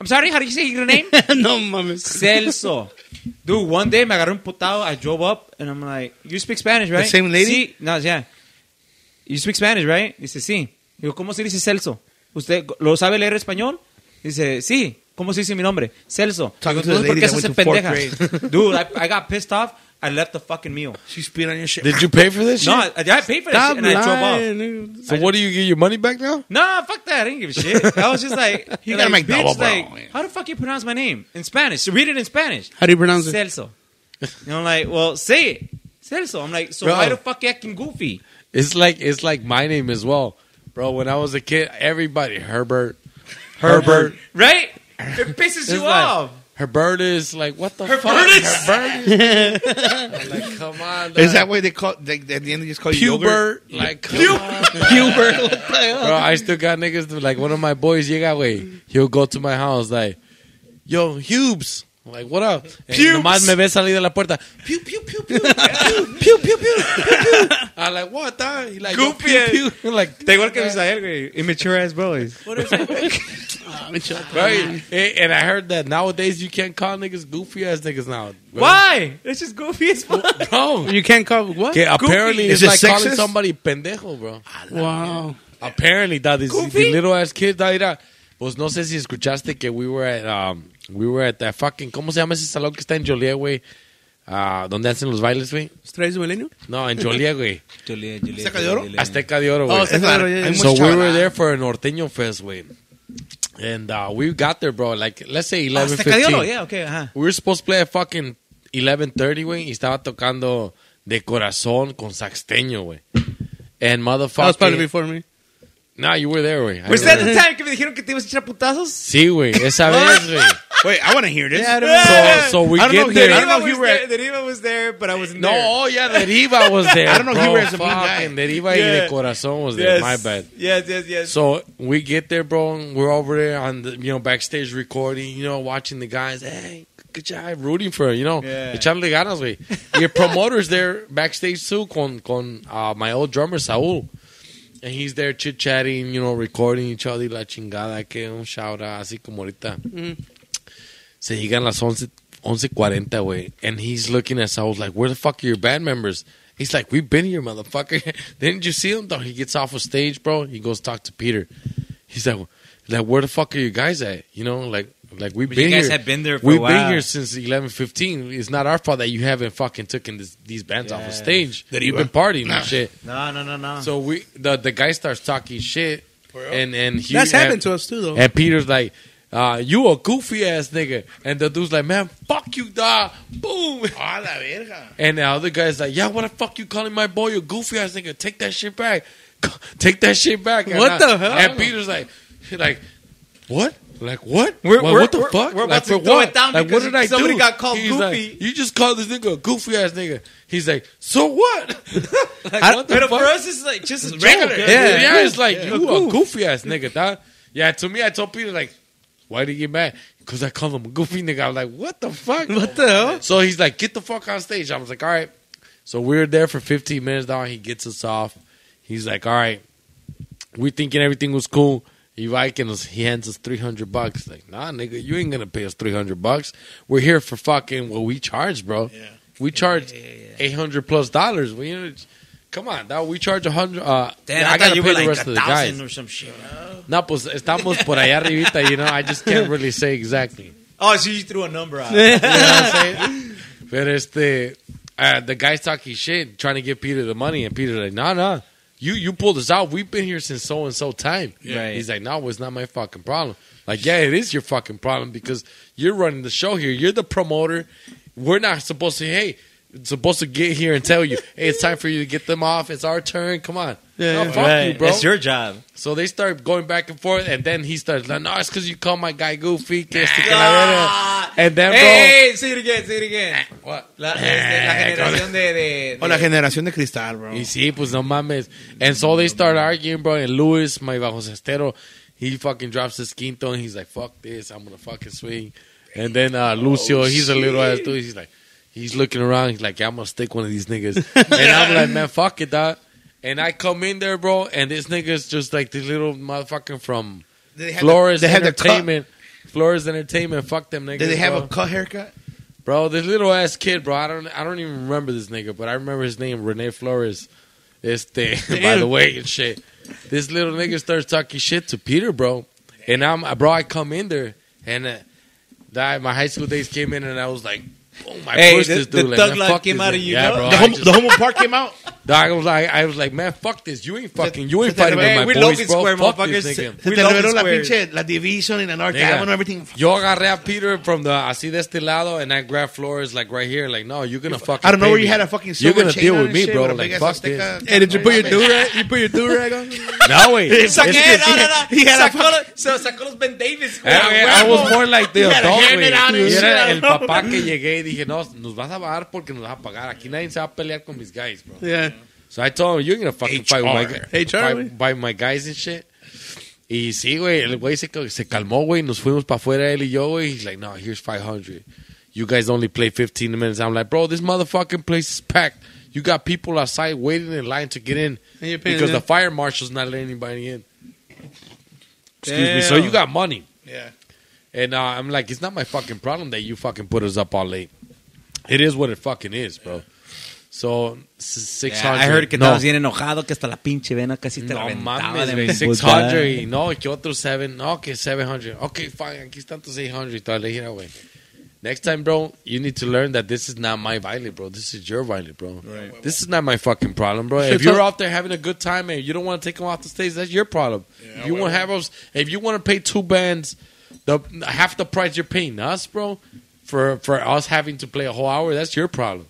S1: I'm sorry, how do you say your name?
S2: no mames.
S1: Celso. Dude, one day me agarré un putado. I drove up and I'm like, you speak Spanish, right?
S2: same lady?
S1: Sí. No, yeah. You speak Spanish, right? Dice, sí. Digo, ¿cómo se dice Celso? ¿Usted lo sabe leer español? Dice, sí. ¿Cómo se dice mi nombre? Celso.
S3: Talking
S1: Digo,
S3: to
S1: Entonces,
S3: the
S1: ¿por
S3: lady
S1: qué
S3: that
S1: se hace
S3: went to fourth
S1: pendeja? Dude, I, I got pissed off. I left the fucking meal.
S3: She spit on your shit.
S4: Did you pay for this?
S1: No,
S4: shit?
S1: I, I paid for that shit and I drove off.
S2: nigga.
S4: So what do you get your money back now?
S1: No, fuck that. I didn't give a shit. I was just like,
S3: You
S1: like,
S3: gotta make
S1: bitch,
S3: double, bro.
S1: like, how the fuck you pronounce my name in Spanish? Read it in Spanish.
S2: How do you pronounce it?
S1: Celso. And I'm like, well, say it. Celso. I'm like, so
S4: Bro.
S1: why the fuck you acting goofy?
S4: It's like it's like my name as well, bro. When I was a kid, everybody Herbert, Herbert,
S1: Right? It pisses you
S4: It's like,
S1: off.
S4: Her bird is like, what the fuck? Her bird is. I'm like, come on.
S3: Is that
S4: dog.
S3: why they call? They, at the end, they just call you yogurt.
S4: Pubert. Like, come on. Bro, I still got niggas to, like one of my boys llega, güey. He'll go to my house like, yo, Hubes. I'm Like, what up? And nomás me ve salir de la puerta. Pew, pew, pew, pew. pew, pew, pew, pew, pew, pew. I'm like, what the? He like, yo, pew, pew. I'm like,
S1: Está igual que Misael, güey. Immature ass boys.
S2: Ah, pinche vato.
S4: right. Eh, And I heard that nowadays you can't call niggas goofy ass niggas now. bro.
S1: Why? It's just goofy as fuck.
S4: Bro.
S2: You can't call what?
S4: Que apparently
S3: Is
S4: it's
S3: it
S4: like calling
S3: sexist?
S4: somebody pendejo, bro.
S2: Ah, Wow.
S4: Apparently, that is
S1: Goofy?
S4: the little ass kid. That, that. Pues no sé si escuchaste que we were at um, we were at that fucking ¿cómo se llama ese salón que está en Joliet, güey? Ah, donde hacen los bailes, güey.
S2: ¿Estrellas de milenio?
S4: No, en Joliet, güey.
S1: Juliet, Juliet,
S3: ¿Azteca de oro?
S1: Juliet.
S4: Azteca de Oro, güey.
S2: Oh, Azteca de Oro, yeah, yeah.
S4: So
S3: Mucha
S4: we were
S3: chavalada.
S4: there for a Norteño Fest, güey. And uh, we got there, bro. Like, let's say
S2: Oh,
S4: 11,
S1: Azteca de oro,
S4: 15.
S1: Ah, yeah, okay, ajá.
S4: We were supposed to play at fucking 11.30, güey. Y estaba tocando De Corazón con Saxteño, güey. And
S2: That was probably
S4: motherfucker.
S2: before me.
S4: Nah, you were there, güey. I
S1: ¿Was
S4: remember.
S1: that the time que me dijeron que te ibas a echar putazos?
S4: Sí, güey, esa vez, güey.
S3: Wait, I want to hear this.
S4: So, so we
S3: I don't
S4: get
S3: know,
S4: there.
S3: I don't know if
S1: was
S3: you were
S1: there,
S3: at-
S1: Deriva was there, but I was
S4: no, oh yeah, Deriva was there.
S3: I don't know if
S4: bro.
S3: you were as a blue guy.
S4: Fucking Deriva y
S1: Yeah.
S4: De Corazón was there.
S1: Yes.
S4: My bad.
S1: Yes, yes, yes.
S4: So we get there, bro. And we're over there on the you know backstage recording, you know, watching the guys. Hey, good job, rooting for her, you know.
S1: Yeah.
S4: Echarle ganas, güey. Your promoters there backstage too, con con uh, my old drummer Saul, and he's there chit chatting, you know, recording each other. y La chingada, que un shout out, así como ahorita.
S1: Mm-hmm.
S4: Se llegan las 11, 11.40, güey. And he's looking at us. I was like, where the fuck are your band members? He's like, we've been here, motherfucker. Didn't you see him? Though he gets off of stage, bro. He goes talk to Peter. He's like, like where the fuck are you guys at? You know, like, like we've
S1: But you
S4: been
S1: guys
S4: here.
S1: have been there for a
S4: we've been
S1: while.
S4: here since eleven fifteen. It's not our fault that you haven't fucking taken this, these bands off of
S1: Yeah.
S4: stage.
S3: That
S4: you've
S3: either.
S4: been partying and shit.
S1: No, no, no, no.
S4: So we the the guy starts talking shit, and and he
S2: That's
S4: and-
S2: happened to us too, though.
S4: and Peter's like, uh, you a goofy ass nigga. And the dude's like, man, fuck you, da. Boom.
S3: Ah, la verga.
S4: And the other guy's like, yeah, what the fuck you calling my boy a goofy ass nigga? Take that shit back. Take that shit back. And
S2: What
S4: I-
S2: the hell?
S4: And Peter's like, like, what? Like what?
S1: We're-
S4: like,
S1: we're-
S4: what the
S1: we're-
S4: fuck?
S1: we're
S4: like,
S1: about to
S4: for
S1: throw
S4: what?
S1: it down
S4: like what
S1: because
S4: did I
S1: somebody
S4: do?
S1: got called
S4: He's
S1: goofy.
S4: Like, you just called this nigga a goofy ass nigga. He's like, so what? like, what the
S1: But
S4: fuck?
S1: for us, it's like just a
S4: regular.
S1: joke.
S4: Yeah, yeah, it's like you a goofy ass nigga, dog. Yeah, to me, I told Peter like, why did you get mad? Because I called him a goofy nigga. I was like, what the fuck?
S2: What the hell?
S4: So he's like, get the fuck on stage. I was like, all right. So we were there for 15 minutes. Now he gets us off. He's like, all right. We thinking everything was cool. He liking us. He hands us 300 bucks. Like, nah, nigga, you ain't gonna pay us 300 bucks. We're here for fucking what we charge, bro.
S3: Yeah.
S4: We charge 800 plus dollars. We ain't- Come on, dog. We charge a hundred. Uh,
S1: Damn,
S4: I,
S1: I, thought
S4: gotta
S1: you
S4: pay
S1: were
S4: the
S1: like
S4: rest
S1: a
S4: of the guys.
S1: thousand or some shit.
S4: No, pues estamos por allá arribita, you know. I just can't really say exactly.
S1: Oh, so you threw a number out.
S4: You know what I'm saying? But it's the uh, the guy's talking shit, trying to give Peter the money, and Peter's like, "Nah, nah, you you pulled us out. We've been here since so and so time."
S1: Right.
S4: He's like, "No, it's not my fucking problem." Like, yeah, it is your fucking problem because you're running the show here. You're the promoter. We're not supposed to. Hey, supposed to get here and tell you, hey, it's time for you to get them off. It's our turn. Come on.
S2: Yeah,
S4: no,
S2: yeah.
S4: fuck you, bro.
S1: It's your job.
S4: So they start going back and forth, and then he starts like, "No, it's because you call my guy goofy." que esto, que la verga." and then, bro,
S1: Hey, hey, say it again, say it again.
S4: What?
S1: La, este, la generación de, de,
S3: O la
S1: de-
S3: generación de cristal, bro.
S4: Y sí, pues no mames. And so they start arguing, bro. And Luis, my bajo cestero, he fucking drops his quinto and he's like, fuck this, I'm gonna fucking swing. And then
S3: Oh,
S4: uh, Lucio, he's a little ass dude. He's like, he's looking around. He's like, yeah, I'm gonna stick one of these niggas. and I'm like, man, fuck it, dog. And I come in there, bro, and this nigga's just like this little motherfucker from
S3: They had
S4: Flores
S3: the- they had the cut-
S4: Entertainment. Flores Entertainment, fuck them niggas.
S3: Did they have
S4: bro.
S3: a cut haircut?
S4: Bro, this little ass kid, bro. I don't, I don't even remember this nigga, but I remember his name, Rene Flores. Este, by the way, and shit. This little nigga starts talking shit to Peter, bro. And I'm, bro, I come in there and uh, that- my high school days came in, and I was like, boom, I
S1: Hey,
S4: pushed
S1: the-
S4: this
S1: the
S4: dude. like,
S1: thug
S4: man,
S1: life
S4: fuck
S1: came
S4: this
S1: out of
S4: nigga.
S1: you,
S4: yeah,
S1: bro.
S4: bro.
S3: The
S4: Oh, I
S3: homo,
S4: just-
S3: the homo part came out.
S4: No, I was like, I was like, man, fuck this. You ain't fucking, you ain't
S7: Se te
S4: fighting with my
S7: reveló- we
S4: boys,
S7: Logan
S4: bro.
S7: Square,
S4: fuck this
S7: motherfuckers.
S4: nigga.
S7: We
S5: Se te
S7: love
S5: reveló
S7: the
S5: la
S7: square.
S5: pinche la division y la North
S4: Nigga,
S5: Avenue, everything.
S4: Yo agarré a Peter from the así de este lado, and I grabbed Flores like right here. Like, no, you're gonna fucking.
S5: I don't know
S4: pay
S5: where you
S4: me.
S5: had a fucking
S4: You're
S5: silver
S4: gonna
S5: chain
S4: deal
S5: on
S4: with
S5: and
S4: me,
S5: shit
S4: bro.
S5: with a
S4: Like,
S5: big-ass
S4: fuck
S5: Azteca.
S4: this.
S2: Hey, did you put your
S5: Mames.
S2: do-rag? You put your do-rag on?
S4: No way.
S5: Saqué, no, no, no. He had a
S7: Sacó los- Se los sacó los Ben Davis, güey.
S4: Eh, I, I was more like the
S5: had a
S4: adult, güey.
S5: helmet on and
S4: Yo
S5: shit,
S4: era
S5: I
S4: el
S5: don't know.
S4: papá que llegué y dije, no, nos vas a pagar porque nos vas a pagar. Aquí nadie se va a pelear con mis guys, bro.
S2: Yeah.
S4: So I told him, you're gonna fucking fight with my, gu-
S2: HR,
S4: fight-
S2: güey.
S4: fight my guys and shit. Y sí, güey, el güey se, ca- se calmó, güey. Nos fuimos para afuera él y yo, güey. He's like, no, here's 500. You guys only play 15 minutes. I'm like, bro, this motherfucking place is packed. You got people outside waiting in line to get in
S2: And you're paying
S4: because the
S2: them.
S4: fire marshal's not letting anybody in. Excuse me. So you got money.
S2: Yeah.
S4: And uh, I'm like, it's not my fucking problem that you fucking put us up all late. It is what it fucking is, bro. So, s- 600.
S1: I heard que
S4: no.
S1: estabas bien enojado, que hasta la pinche vena casi te
S4: No
S1: reventaba
S4: mames,
S1: de
S4: güey,
S1: emputada.
S4: 600 y no, que otro 7, no, que 700. Ok, fine, aquí están tus 600 y tal. Le dije, "No, güey. Next time, bro, you need to learn that this is not my violent, bro. This is your violent, bro. This is not my fucking problem, bro. If you're out there having a good time and you don't want to take them off the stage, that's your problem. If you want to have us, if you want to pay two bands, the half the price you're paying us, bro, for for us having to play a whole hour, that's your problem.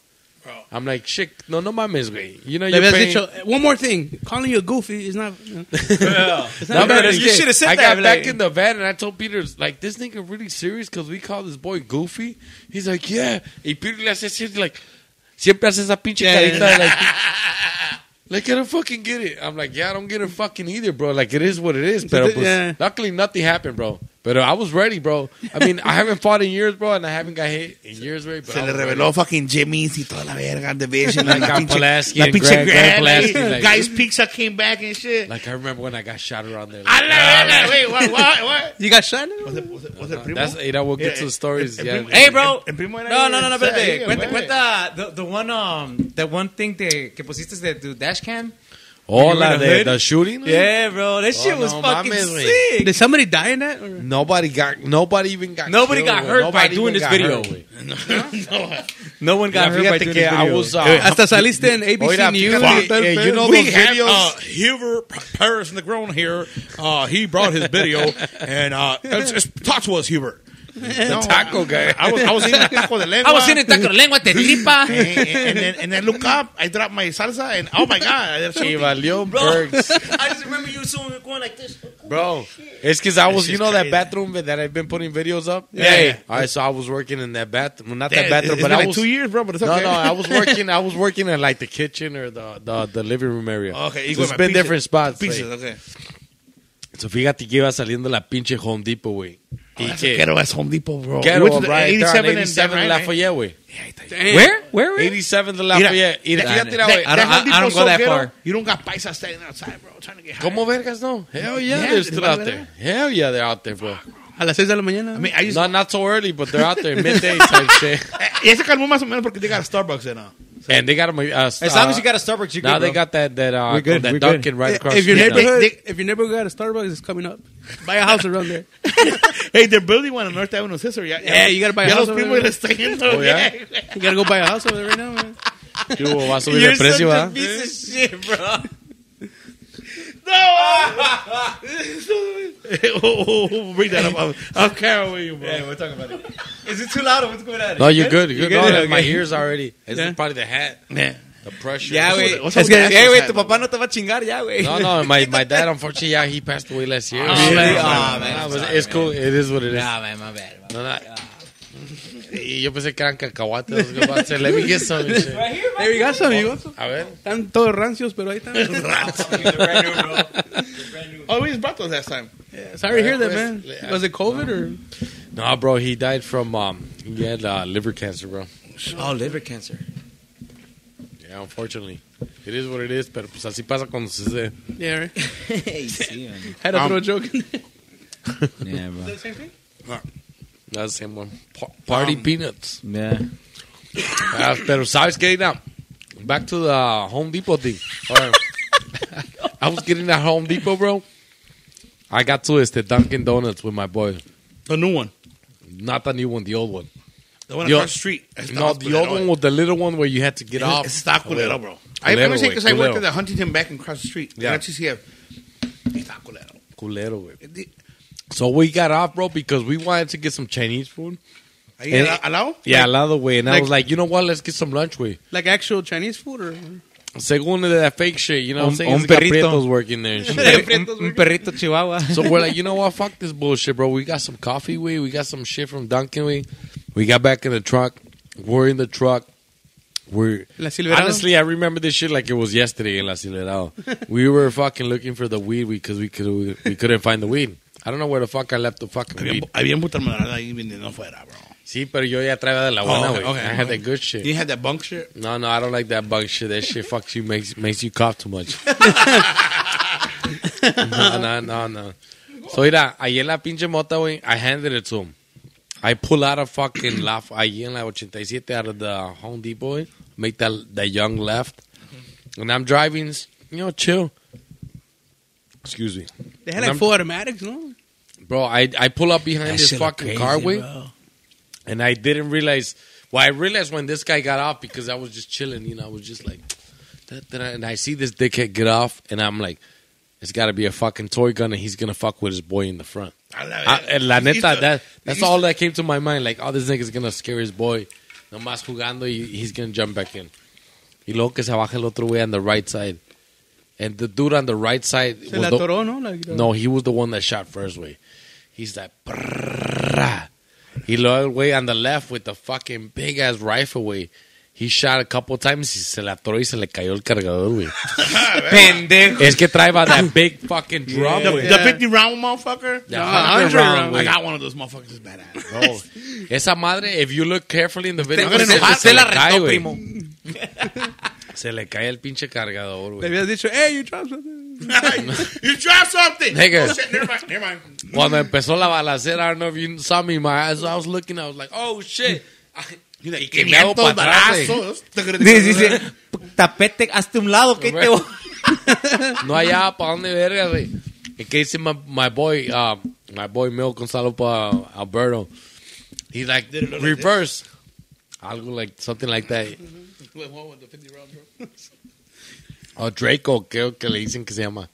S4: I'm like, shit, no, no mames, güey. You know,
S2: Le
S4: you're
S2: habías
S4: paying.
S2: dicho, one more thing, calling you goofy is not... it's
S4: No,
S2: not
S4: but
S2: bad.
S4: it's
S7: you
S4: good.
S7: should've said
S4: I
S7: that,
S4: got
S7: like-
S4: back in the van and I told Peter, like, this nigga really serious because we call this boy Goofy. He's like, yeah. Y Peter le hace así, like, siempre hace esa pinche carita, like, like, I don't fucking get it. I'm like, yeah, I don't get it fucking either, bro. Like, it is what it is. Pero, pues,
S2: Yeah.
S4: luckily, nothing happened, bro. But I was ready, bro. I mean, I haven't fought in years, bro, and I haven't got hit in years, right? But
S3: Se
S4: I
S3: le
S4: was ready.
S3: reveló fucking Jimmy's y toda la verga, Division, la,
S4: Like a
S3: pinche,
S4: Pulaski
S3: la
S4: and
S3: pinche
S4: Greg- Greg
S3: Grammy,
S4: Pulaski, like-
S3: Guys Pizza came back and shit.
S4: Like, I remember when I got shot around there.
S3: A
S4: Like,
S3: la verga, güey, what, what, what?
S2: You got shot?
S3: Was it, was it, was it primo?
S4: that's, you know, we'll get to the stories.
S3: El- el
S4: Yeah.
S3: primo-
S1: Hey, bro.
S3: El, el primo era
S1: No, no, no, no,
S3: o sea,
S1: espérate.
S3: ahí,
S1: Cuenta,
S3: güey.
S1: cuenta the, the one, um, the one thing de- que pusiste de tu dashcam.
S4: Oh, la
S1: You were
S4: de
S1: hood?
S4: the shooting?
S1: Yeah, bro. That shit
S4: Mm. Oh,
S1: was
S4: no
S1: fucking
S4: mames, güey.
S1: sick.
S2: Did somebody die in that? or-
S4: Nobody got. Nobody even got.
S7: Nobody
S4: killed,
S7: got
S4: güey.
S7: hurt by
S4: Nobody even
S7: doing this
S4: got
S7: video.
S4: hurt, güey.
S1: No one got
S4: Yeah,
S1: hurt by
S4: fíjate
S1: doing
S4: que
S1: this
S4: I
S1: video.
S4: was. uh,
S2: Hasta saliste en ABC
S4: Oiga,
S2: News.
S4: fíjate,
S2: y tal,
S4: eh,
S2: pero-
S4: you know
S7: we
S4: those
S7: have
S4: videos-
S7: uh, Hoover Paris in the ground here. Uh, he brought his video and uh, it's, it's, talk to us, Hubert.
S4: the taco guy.
S3: I was, I was eating a taco de lengua.
S7: I was eating a taco de
S3: lengua, te tripa. And, and, then, and then look up, I dropped my salsa, and oh my God.
S4: Y valió Bergs.
S7: I just remember you soon going like this.
S4: Bro, it's because I was, you
S3: shit's
S4: know, that
S3: crazy.
S4: bathroom that I've been putting videos up?
S3: Yeah, yeah.
S4: All right, so I was working in that bathroom. Not that
S3: Damn,
S4: bathroom,
S3: it's
S4: but
S3: been
S4: I
S3: like
S4: was.
S3: two years, bro, but it's
S4: No,
S3: okay.
S4: no, I was working. I was working in like the kitchen or the the, the living room area.
S3: Okay,
S4: so
S3: igual,
S4: it's been
S3: pizza-
S4: different spots.
S3: Pizzas,
S4: like.
S3: okay. Oh,
S4: So fíjate que iba saliendo la pinche Home Depot, güey. Y que-
S3: Ghetto as Home Depot, bro.
S4: Ghetto,
S3: We went to the
S4: right? 87
S3: 87
S4: there, 87
S3: and Lafayette.
S4: Lafayette, güey.
S2: Damn.
S1: Where?
S4: 87 de Lafayette. Y fíjate, güey.
S1: I don't- I- I don't go that far.
S3: You don't got paisas standing outside, bro, trying to get high.
S4: ¿Cómo vergas no? Hell yeah,
S3: Yeah,
S4: they're still
S3: they
S4: out
S3: might
S4: there. Hell yeah, they're out there, bro.
S1: Ah,
S2: A las 6 de la mañana.
S3: I mean, I used
S4: No, not so early, but they're out there midday type shit.
S3: Y se calmó más o menos porque they got a Starbucks there now.
S4: And they got them. Uh,
S1: As long as you got a Starbucks, you
S4: Now
S1: good,
S4: they
S1: bro.
S4: got that that uh,
S1: We're good,
S4: that
S1: we're good.
S4: Dunkin' right across.
S2: if your
S4: the street.
S2: neighborhood,
S3: they-
S2: if your neighborhood got a Starbucks, it's coming up. Buy a house around there.
S3: hey, they're building one on North Avenue, sister. Yeah,
S2: Yeah, you gotta buy a
S3: ya
S2: house
S3: los
S2: over there.
S3: primos le están yendo
S4: Oh, yeah?
S3: bien.
S2: You gotta go buy a house over there right now, man.
S4: Tú, va a subir el precio, ¿verdad?
S1: piece of shit, bro.
S3: oh, oh, bring that up. I'm, I'm carrying with you, bro.
S1: Is it too loud or what's going on?
S4: No, you're good. You're good.
S1: good,
S4: No,
S1: okay.
S4: my ears already. It's
S2: Yeah.
S4: probably the hat, the pressure.
S1: Ya, güey.
S3: what's up
S1: Es que,
S3: with the
S1: eh, güey,
S3: exercise,
S1: tu papá no te va a chingar ya, güey.
S4: No, no. My my dad, unfortunately, yeah, he passed away last year.
S1: Oh, man. Oh, man.
S4: Nah, but it's cool. It is what it is.
S1: Nah, man, my bad. my bad.
S4: No, no. Y yo pensé que eran cacahuates. I was gonna say, Let me get some. and shit.
S2: There you got some, you got some.
S4: A ver.
S2: Están todos rancios, pero ahí están.
S3: Oh, we just brought those last time.
S2: Sorry to hear that, man.
S4: Pues, le-
S2: Was it COVID or?
S4: No, bro, he died from um, he had uh, liver cancer, bro.
S1: Oh, liver cancer.
S4: Yeah, unfortunately, it is what it is. Pero pues así pasa cuando se hace-
S2: Yeah, right.
S1: Hey, sí, man.
S2: Had to throw a joke in there.
S1: Yeah, bro.
S2: Same thing?
S4: That's the same one. Pa- party peanuts.
S1: Yeah.
S4: Ah, pero sabes qué, now back to the Home Depot thing. Alright. I was getting at Home Depot, bro. I got to este Dunkin' Donuts with my boy.
S3: The new one.
S4: Not the new one, the old one.
S3: The one
S4: Yo-
S3: across the street. Está
S4: No,
S3: más
S4: the old
S3: culero,
S4: one
S3: eh.
S4: with the little one where you had to get off.
S3: Está culero, bro.
S5: I remember
S4: Culero,
S5: saying because I
S4: güey,
S5: worked at
S4: culero.
S5: the Huntington Bank and across the street. Yeah.
S4: Yeah.
S5: At CCF. Está culero.
S4: Culero, güey. So we got off, bro, because we wanted to get some Chinese food.
S5: Ahí,
S3: Eh,
S4: And-
S5: al, al lado?
S4: Yeah, al lado, güey. And I
S2: like-
S4: was like, you know what? Let's get some lunch, güey.
S2: Like actual Chinese food or
S4: Según that fake shit, you know what
S1: Un-
S4: I'm saying?
S1: un
S4: It's got
S1: perrito.
S4: prietos working there and shit.
S1: Un, un perrito chihuahua.
S4: So we're like, you know what? Fuck this bullshit, bro. We got some coffee, we we got some shit from Dunkin', we we got back in the truck. We're in the truck. We're
S2: La Silverado?
S4: honestly, I remember this shit like it was yesterday in La Silverado. we were fucking looking for the weed because we could we, couldn't find the weed. I don't know where the fuck I left the fucking
S3: Había,
S4: weed.
S3: había un puta madre ahí vendiendo afuera, bro.
S4: Sí, pero yo ya traía de la buena,
S3: okay,
S4: güey.
S3: Oh, okay,
S4: I had
S3: okay.
S4: that good shit.
S3: You had that bunk shit?
S4: No, no, I don't like that bug shit. That shit fucks you, makes makes you cough too much. no, no, no, no. So, mira, ayer la pinche mota, güey, I handed it to him. I pull out a fucking laugh ahí en la 87 out of the Home Depot, güey. Make that, that young left. And I'm driving, s- you know, chill. Excuse me.
S2: they had like
S4: I'm-
S2: four automatics, no?
S4: Bro, I, I pull up behind this
S3: shit look
S4: fucking
S3: crazy,
S4: car, güey.
S3: bro.
S4: And I didn't realize. Well, I realized when this guy got off because I was just chilling. You know, I was just like, da, da, da, and I see this dickhead get off, and I'm like, it's got to be a fucking toy gun, and he's gonna fuck with his boy in the front.
S3: I love
S4: I,
S3: it.
S4: and la
S3: He's
S4: neta,
S3: the-
S4: that that's
S3: he's-
S4: all that came to my mind. Like, oh, this nigga's gonna scare his boy. Nomás jugando, he, he's gonna jump back in. Y luego que se baja el otro way on the right side, and the dude on the right side
S2: Se la
S4: was the-
S2: atoró, no? Like, uh, the-
S4: no, he was the one that shot first, way. He's like, "Prrrra." he looked way on the left with the fucking big ass rifle, way. He shot a couple times. y Se la atoró y se le cayó el cargador, güey.
S1: Pendejo.
S4: es que trae that big fucking drum,
S3: The,
S4: güey.
S3: the 50 round motherfucker?
S4: Yeah,
S2: Ah,
S4: 100 round,
S3: I
S4: güey.
S3: got one of those motherfuckers. It's badass.
S4: Bro, Esa madre, if you look carefully in the video,
S3: van a
S4: se-
S3: enojar,
S4: se
S3: te
S4: le
S3: la
S4: cae,
S3: rentó,
S4: güey.
S3: primo.
S4: Se le cae el pinche cargador,
S2: Le
S4: güey.
S2: habías dicho, hey, you dropped something.
S3: you dropped something!
S4: Nigga.
S3: Oh, shit, never mind, never mind.
S4: Cuando empezó la balacera, I don't know if you saw me, my eyes, I was looking, I was like, oh shit.
S3: Mira, y
S4: Que me hago
S3: 500
S4: pa' atrás,
S3: balazos.
S1: Dice, dice, tapete, hazte un lado, que ahí te voy.
S4: No hallaba para dónde verga, güey. En que dice my, my boy, uh, my boy Mel Gonzalo pa Alberto. He like reverse. Algo like something like that. O Draco, creo que le dicen que se llama.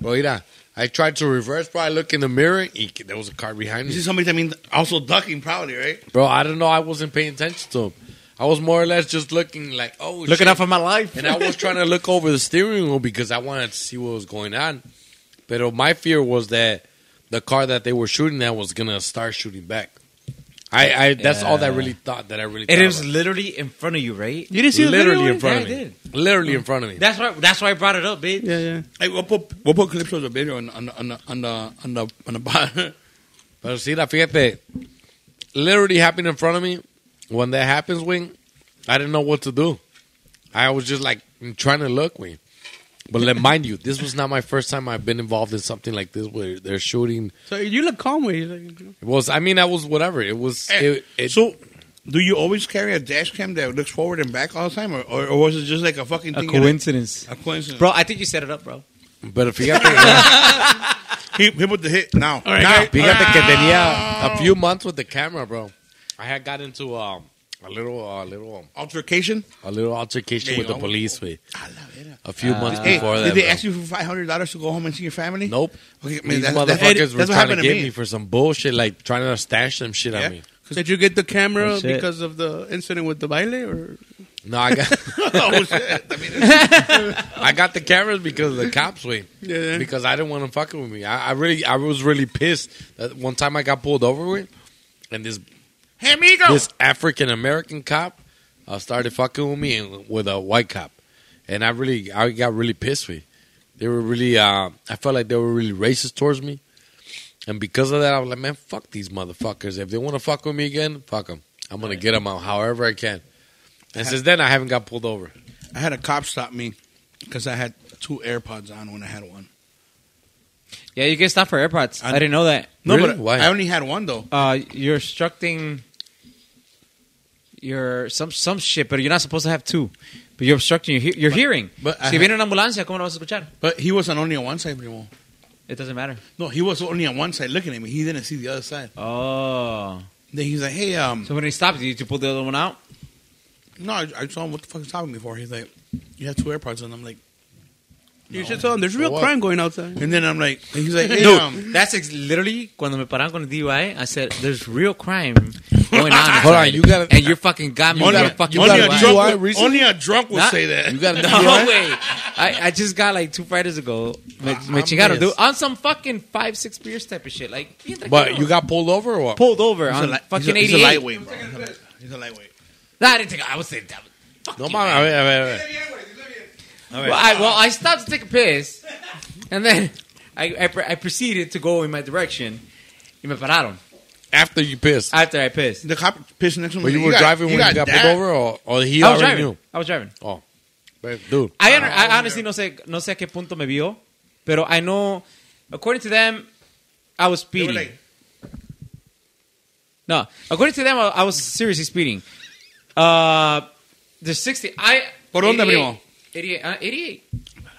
S4: Bro, mira, I tried to reverse, bro. I look in the mirror, y que- there was a car behind
S3: You
S4: me.
S3: see somebody, I mean, also ducking probably, right?
S4: Bro, I don't know. I wasn't paying attention to him. I was more or less just looking like, oh,
S1: Looking
S4: shit.
S1: out for my life.
S4: And I was trying to look over the steering wheel because I wanted to see what was going on. But my fear was that the car that they were shooting at was gonna start shooting back. I, I that's all that really thought that I really.
S1: It
S4: thought
S1: was
S4: about.
S1: literally in front of you, right?
S2: You didn't see the
S4: literally
S2: video, eh?
S4: in front
S1: Yeah, I
S4: of me. Literally in front of me.
S1: That's why. That's why I brought it up, bitch.
S2: Yeah, yeah.
S3: Hey, we'll put, we'll put clips of the video on, on, on, the, on, the, on, the, on the bottom.
S4: Pero sí, la fíjate, literally happened in front of me. When that happens, wing, I didn't know what to do. I was just like trying to look, wing. But let, mind you, this was not my first time I've been involved in something like this where they're shooting.
S2: So you look calm, way. Like,
S4: It was, I mean, I was whatever. It was. It, it,
S3: Eh, so, do you always carry a dash cam that looks forward and back all the time, or, or, or was it just like a fucking
S1: A
S3: thing?
S1: coincidence,
S3: A coincidence.
S1: bro. I think you set it up, bro.
S4: Pero fíjate,
S3: He, he put the hit now.
S2: right,
S3: now.
S2: guys.
S4: fíjate que tenía a few months with the camera, bro. I had got into um, a little, a little,
S3: Altercation.
S4: a little altercation
S3: There
S4: with
S3: you
S4: the
S3: go.
S4: police. Wait, a few months
S3: Ah. Hey,
S4: before
S3: did
S4: that,
S3: they
S4: bro.
S3: ask you for five hundred dollars to go home and see your family?
S4: Nope.
S3: Okay, man,
S4: These
S3: that's, that's,
S4: motherfuckers
S3: that's
S4: were
S3: what
S4: trying
S3: happened to
S4: to get me.
S3: me.
S4: for some bullshit, like trying to stash some shit
S3: Yeah.
S4: on me.
S2: Did you get the camera
S1: Oh, shit.
S2: because of the incident with the baile? Or
S4: No, I got,
S3: oh shit! I mean,
S4: I got the cameras because of the cops. Wait,
S2: Yeah.
S4: because I didn't want them fucking with me. I, I really, I was really pissed. That one time I got pulled over with, and this
S3: hey, amigo.
S4: this African American cop uh, started fucking with me and with a white cop, and I really I got really pissed with. They were really uh, I felt like they were really racist towards me, and because of that, I was like, man, fuck these motherfuckers. If they want to fuck with me again, fuck them. I'm gonna get them out however I can. And since then, I haven't got pulled over.
S3: I had a cop stop me because I had two AirPods on when I had one.
S1: Yeah, you get stopped for AirPods. I, didn't know that.
S3: No,
S4: Really?
S3: but
S4: Why?
S3: I only had one though.
S1: Uh, you're obstructing your some some shit, but you're not supposed to have two. But you're obstructing your he- your hearing.
S3: but I
S1: si
S3: ha-
S1: viene una ambulancia, ¿cómo lo vas a escuchar?
S3: But he wasn't only on one side, primo.
S1: It doesn't matter.
S3: No, he was only on one side looking at me. He didn't see the other side.
S1: Oh,
S3: Then he's like, hey, um,
S1: So when he stopped, you, you pulled the other one out.
S3: no, I, I saw him. What the fuck is stopping me for? He's like, you have two AirPods, and I'm like,
S2: You should tell him there's real crime going outside.
S3: and then I'm like, and he's like, hey,
S1: Dude,
S3: um,
S1: that's ex- literally cuando me pararon con el DUI. I said, "There's real crime going on."
S4: Hold on,
S1: inside."
S4: you gotta-
S1: and you fucking got me.
S4: You
S1: with
S4: gotta-
S1: a fucking
S4: you
S1: DUI.
S4: gotta- you
S3: drunk
S4: DUI
S3: would-
S4: recently?
S3: only a drunk would
S1: Nah.
S3: say that.
S4: You got a
S1: No
S4: DUI?
S1: way. I, I just got like two Fridays ago. Me, me
S4: I'm
S1: chingaron, dude.
S4: pissed.
S1: On some fucking five, six beers type of shit. Like, bien
S4: But
S1: tranquilo.
S4: you got pulled over or what?
S1: pulled over on
S3: li-
S1: fucking
S3: he's
S1: 88.
S3: a, He's a lightweight, bro. He's a lightweight.
S1: Nah, I didn't take. I was saying that. was- Fuck
S4: No,
S1: you,
S4: man.
S1: man.
S4: A ver, a ver, a ver.
S1: Well, I, well, I stopped to take a piss, and then I, I, pr- I proceeded to go in my direction. Y me pararon
S4: After you pissed.
S1: after I pissed.
S3: The cop pissed next to me.
S4: But you
S3: He
S4: were
S3: got-
S4: driving
S3: he
S4: when you got
S3: that.
S4: pulled over or, or he
S1: I was
S4: already
S1: driving.
S4: knew? Oh.
S1: I was driving.
S4: Dude.
S1: I, under- I honestly no sé no sé a qué punto me vio, pero I know according to them I was speeding. no, according to them I, I was seriously speeding. Uh, the 60 I
S3: ¿Por dónde,
S1: 88,
S3: primo?
S1: 88, uh, 88.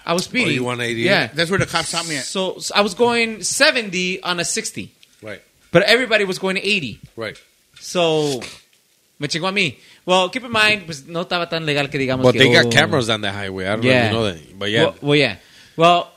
S1: I was speeding.
S4: Oh, you want 88?
S1: Yeah.
S3: That's where the cop stopped me at.
S1: So, so I was going 70 on a 60,
S4: Right,
S1: but everybody was going 80.
S4: right.
S1: So me chingó a mí. Well, keep in mind, pues no estaba tan legal que digamos
S4: But
S1: que
S4: they
S1: oh.
S4: got cameras on the highway. I don't
S1: Yeah.
S4: know if you know that. But yeah.
S1: Well, well, yeah. Well,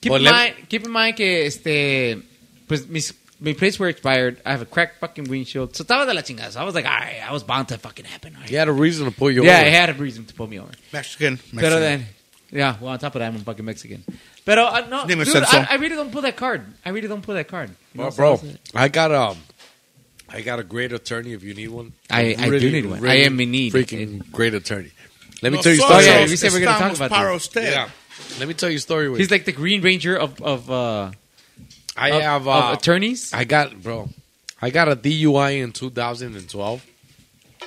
S1: keep
S4: Well,
S1: in
S4: let-
S1: mind, keep in mind que este, pues mis, my plates were expired. I have a cracked fucking windshield. So estaba de la chingada. So I was like, all right, I was bound to fucking happen. all right.
S4: he had a reason to pull you
S1: yeah,
S4: over.
S1: I had a reason to pull me over.
S3: Mexican.
S1: Pero
S3: Mexican.
S1: then, yeah. Well, on top of that, I'm a fucking Mexican. But uh, no,
S3: Name
S1: dude,
S3: is said so.
S1: I, I really don't pull that card. I really don't pull that card. You know,
S4: Well,
S1: so
S4: bro,
S1: it's-
S4: I got um, I got a great attorney. If you need one,
S1: I- I do
S4: Really,
S1: need one. I
S4: really
S1: am in need.
S4: Freaking great attorney. Let me tell you a
S1: Oh
S4: story.
S1: yeah, we said we're gonna talk about
S3: Para
S1: this.
S3: usted.
S4: Yeah. Let me tell you a story. With
S1: He's like the Green Ranger of of uh,
S4: I
S1: of,
S4: have uh,
S1: of attorneys.
S4: I got bro. I got a DUI in 2012.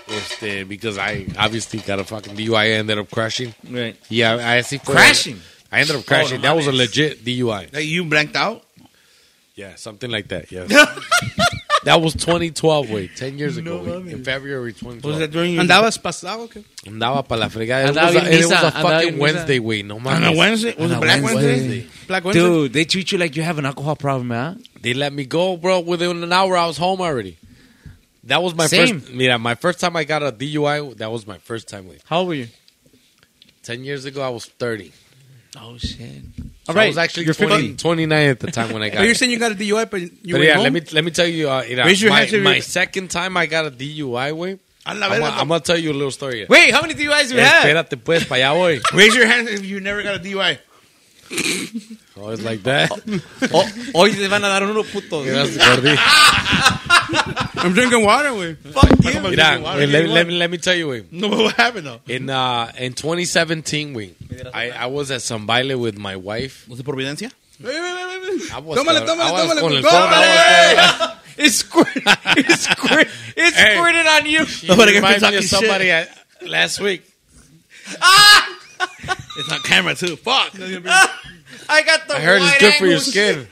S4: Este, because I obviously got a fucking DUI. I ended up crashing.
S1: right.
S4: Yeah, I actually
S1: Crashing?
S4: I ended up crashing. that was a legit DUI.
S3: That you blanked out?
S4: Yeah, something like that. Yes. that was 2012, wait, 10 years ago. güey, in February 2012.
S3: Was that during your-
S2: Andabas pasado, ¿qué?
S4: Andaba para la fregada. It
S1: Andaba
S4: was
S1: bien
S4: a, it was
S1: misa, andaba
S4: a
S1: bien
S4: fucking
S1: misa.
S4: Wednesday, güey. No
S3: on a
S4: mames.
S3: Wednesday? Was it Black Wednesday?
S2: Black Wednesday.
S1: Dude, they treat you like you have an alcohol problem, huh?
S4: They let me go, bro. Within an hour, I was home already. That was my
S1: Same.
S4: first. Yeah, my first time I got a DUI. That was my first time. Like
S1: How old were you?
S4: ten years ago, I was thirty.
S1: Oh shit!
S4: So
S1: All right,
S4: I was actually
S1: you're
S4: 20,
S1: 50.
S4: 29 at the time when I got.
S2: But you're
S4: it.
S2: saying you got a DUI, but you
S4: But
S2: were
S4: yeah,
S2: home?
S4: let me let me tell you. Uh, you know,
S3: Raise your
S4: my,
S3: hands if you-
S4: my second time I got a DUI. Way
S3: A la
S4: I'm,
S3: verga,
S4: gonna- I'm gonna tell you a little story.
S1: Wait, how many DUIs do you have?
S4: Eh, Espérate pues, para allá voy.
S3: Raise your hand if you never got a DUI.
S4: Always Oh, like that.
S1: Oh, Hoy te van a dar uno puto.
S4: Gracias, Gordy.
S2: I'm drinking water, güey.
S3: Fuck you.
S4: Mira, eh, let, me- let me let me tell you. Way.
S3: No, what happened though?
S4: In uh, in 2017, we I, I was at some baile with my wife.
S3: Was it Providencia?
S4: I was
S2: Tómale,
S4: cabr-
S2: tómale,
S4: I was
S2: tómale,
S4: con
S2: tómale.
S4: el compa, I was
S1: It's squirted. It's squirted. It's
S4: Hey.
S1: squirted on you.
S4: there.
S3: Nobody
S4: You
S3: can be
S4: remind me
S3: talking
S4: of somebody I- last week.
S3: It's on camera too. Fuck.
S1: I got the.
S4: I heard it's
S1: wide
S4: good for your
S1: angles.
S4: skin.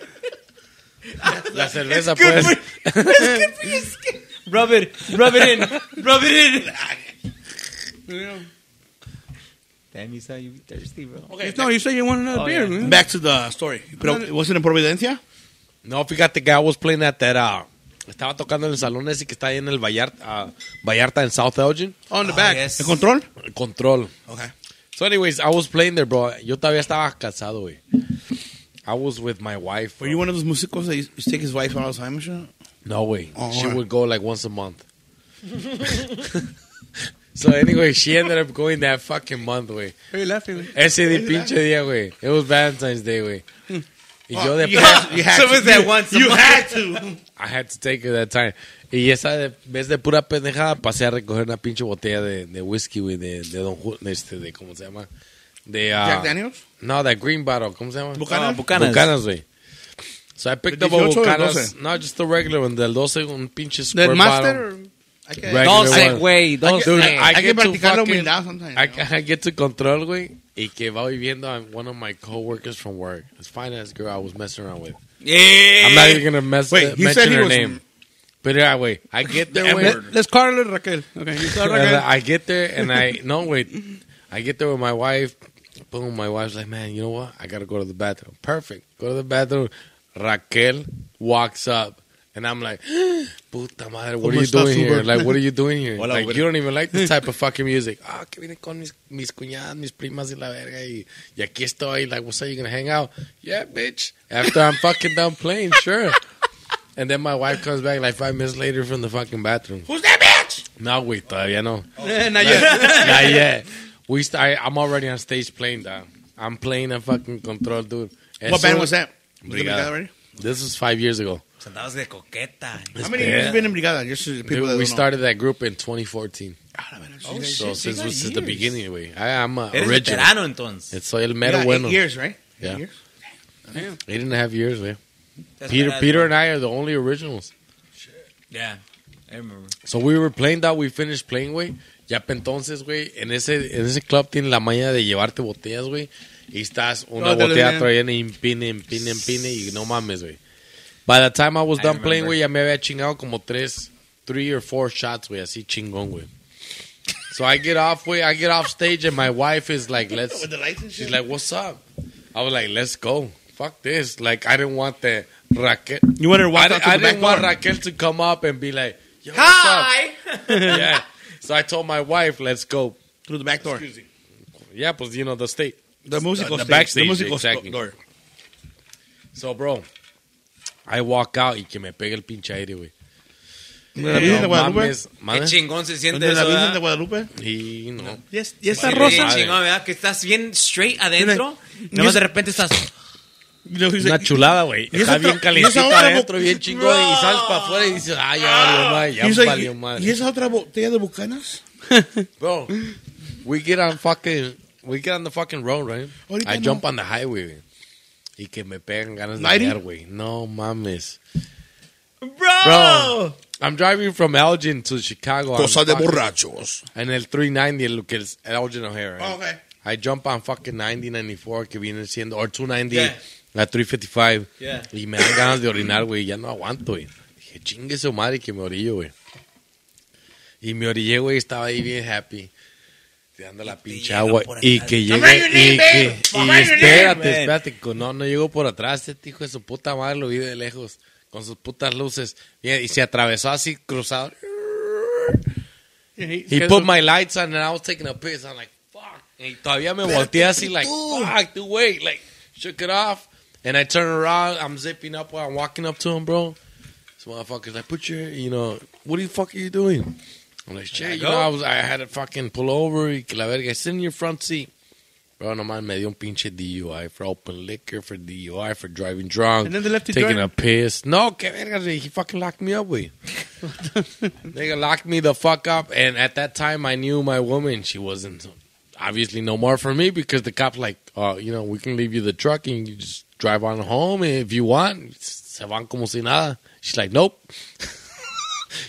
S4: La cerveza,
S1: Good
S4: pues.
S1: for, it's good for your skin. Rub it, rub it in, rub it in. Damn, you sound you be thirsty, bro.
S2: No, you said you want another
S1: Oh,
S2: beer,
S1: yeah.
S2: man.
S3: Back to the story. Pero it wasn't in Providencia?
S4: No, fíjate que I was playing at that. Uh, estaba tocando en el salón ese que está ahí en el Vallarta, uh, Vallarta en South Elgin.
S2: On the back.
S3: The control?
S4: El Control.
S3: Okay.
S4: So, anyways, I was playing there, bro. Yo todavía estaba casado, güey. I was with my wife.
S3: Were
S4: bro.
S3: you one of those musicos that used to take his wife out all the time and shit?
S4: No way.
S3: Oh,
S4: she
S3: alright.
S4: would go like once a month. so anyway, she ended up going that fucking month, güey.
S2: Are you laughing, güey?
S4: Ese de pinche día, güey. It was Valentine's Day, güey. Y yo de
S3: You had, you had
S1: So
S3: to.
S1: was that once a
S3: You
S1: month?
S3: had to.
S4: I had to take her that time. Y esa de, vez de pura pendejada pasé a recoger una pinche botella de, de whisky, güey, de, de Don Ju- de este, de cómo se llama, de ah,
S3: Jack Daniels?
S4: No, that green bottle, ¿cómo se llama?
S3: Bucanas?
S4: Ah, Bucanas. Bucanas, güey. So I picked
S3: ¿De
S4: up a
S3: 18 o del
S4: Bucanas,
S3: 12?
S4: no, just the regular one, del 12, un pinche square
S2: The master?
S4: bottle.
S2: or-
S4: Regular
S1: Don't
S4: one.
S1: say, wait, don't
S4: Dude,
S1: say.
S4: I,
S3: Hay que
S4: get to
S3: practicar la
S4: fucking,
S3: humildad sometimes.
S4: I,
S3: you know?
S4: I get to control, güey, y que va viviendo a one of my coworkers from work. This finance girl I was messing around with.
S1: yeah.
S4: I'm not even gonna mess uh,
S3: Wait, he
S4: mention
S3: said he
S4: her
S3: was-
S4: name. But yeah, wait, I get there, güey.
S2: Let- Let's call her Raquel. Okay, you call
S4: And
S2: Raquel.
S4: I get there and I no wait, I get there with my wife. Boom, my wife's like, man, you know what? I gotta go to the bathroom. Perfect. Go to the bathroom. Raquel walks up And I'm like, puta madre, what
S2: ¿Cómo
S4: are you
S2: estás,
S4: doing here?
S2: Uber?
S4: Like, what are you doing here?
S3: Hola,
S4: like,
S3: Uber.
S4: you don't even like this type of fucking music. Ah, que vine con mis, mis cuñadas, mis primas y la verga. Y, y aquí estoy. Like, what's up? You gonna hang out? Yeah, bitch. After I'm fucking done playing, sure. And then my wife comes back like five minutes later from the fucking bathroom. Who's that bitch? No, wait, todavía no.
S2: Not yet.
S4: Not yet. We st- I, I'm already on stage playing that. I'm playing a fucking control, dude. And
S5: What band
S4: so-
S5: was that? Was it
S4: Brigada.
S5: Brigada already?
S4: This was five years ago.
S1: Andabas de coqueta.
S5: How many years have you been in Brigada? Just to the people
S4: Dude,
S5: that
S4: we
S5: don't know.
S4: started that group in 2014.
S5: Oh, shit.
S4: so since since the beginning, we I am a
S1: Eres
S4: original.
S1: veterano entonces.
S4: It's so el
S5: You
S4: mero
S5: got
S4: bueno.
S5: eight years, right? Eight
S4: Yeah.
S5: years?
S4: Eight and a half years, man.
S1: That's
S4: Peter,
S1: badass,
S4: Peter,
S1: bro.
S4: and I are the only originals.
S1: Yeah, I remember.
S4: So we were playing that. We finished playing, güey. Ya pa' entonces, güey, en ese, en ese club tiene la maña de llevarte botellas, güey. Y estás una
S2: Órale,
S4: botella
S2: man.
S4: trayendo y empine, empine, empine. Y no mames, güey. By the time I was
S1: I
S4: done playing,
S1: remember.
S4: güey, ya me había chingado como tres, three or four shots, güey. Así chingón, güey. So I get off, güey. I get off stage and my wife is like, let's... She's like, what's up? I was like, let's go. Fuck this. Like, I didn't want the Raquel.
S3: You wanted to walk
S4: I,
S3: out
S4: di-
S3: to
S4: I
S3: the back
S4: didn't want
S3: door.
S4: Raquel to come up and be like, Yo, hi. yeah. So I told my wife, let's go.
S5: Through the back door.
S4: Yeah, but you know, the state.
S5: The musical
S4: the
S5: stage.
S4: backstage,
S5: The musical
S4: exactly.
S5: door.
S4: So, bro, I walk out y que me pegue el pinche aire, güey.
S5: ¿De la Virgen de
S4: No
S5: Guadalupe?
S4: mames,
S1: Qué
S4: mames.
S1: chingón se siente
S5: ¿De la
S1: eso,
S5: Virgen de
S1: ¿verdad?
S5: Guadalupe?
S4: Y no.
S2: Y es- y esa
S1: Qué
S2: rosa.
S1: chingón, ¿verdad? Que estás bien straight adentro. Nada más de repente estás...
S4: Una chulada, güey. Está
S5: esa
S4: bien
S5: otra- y esa
S4: calentita
S5: otra bo- Ah.
S4: adentro, bien chingón. Y sales para afuera y dices, ay, ya valió madre,
S5: Y
S4: ya
S5: esa-
S4: valió madre.
S5: ¿Y esa otra botella de Bucanas?
S4: Bro, we get on fucking, we get on the fucking road, right?
S5: Ahorita
S4: I
S5: no.
S4: jump on the highway, güey. Y que me pegan ganas de
S5: ¿Lighting?
S4: mirar, güey. No mames.
S1: Bro!
S4: I'm driving from Elgin to Chicago. on
S7: Cosa de
S4: fucking-
S7: borrachos.
S4: En el 390, lo que es Elgin O'Hare. right?
S5: okay.
S4: I jump on fucking 90, 94, que viene siendo, or 290,
S1: Yeah.
S4: la 355.
S1: Yeah.
S4: Y me dan ganas de orinar, güey. Ya no aguanto, güey. Dije, chingue su madre que me orillo, güey. Y me orillé, güey, estaba ahí bien happy. Tirando la pinche
S1: llega
S4: agua.
S1: por
S4: Y
S1: atrás.
S4: que llega. Y, que, y espérate, espérate. que No, no llegó por atrás. Este hijo de su puta madre lo vi de lejos. Con sus putas luces. Y, y se atravesó así cruzado. He put my lights on and I was taking a piss. I'm like, fuck. Y todavía me volteé así, like, fuck, dude, wait. Like, shook it off. And I turn around. I'm zipping up while I'm walking up to him, bro. This motherfucker's like, put your, you know, what the fuck are you doing? I'm like, shit, you know, I was, I had to fucking pull over. Y que la verga, sit in your front seat. Bro, nomás me dio un pinche DUI for open liquor, for DUI, for driving drunk.
S2: And then they left you
S4: Taking
S2: drunk.
S4: a piss. No, que verga, he fucking locked me up, güey. Nigga locked me the fuck up, and at that time I knew my woman. She wasn't obviously no more for me because the cop's like, uh, you know, we can leave you the truck and you just drive on home if you want. Se van como si nada. She's like, nope.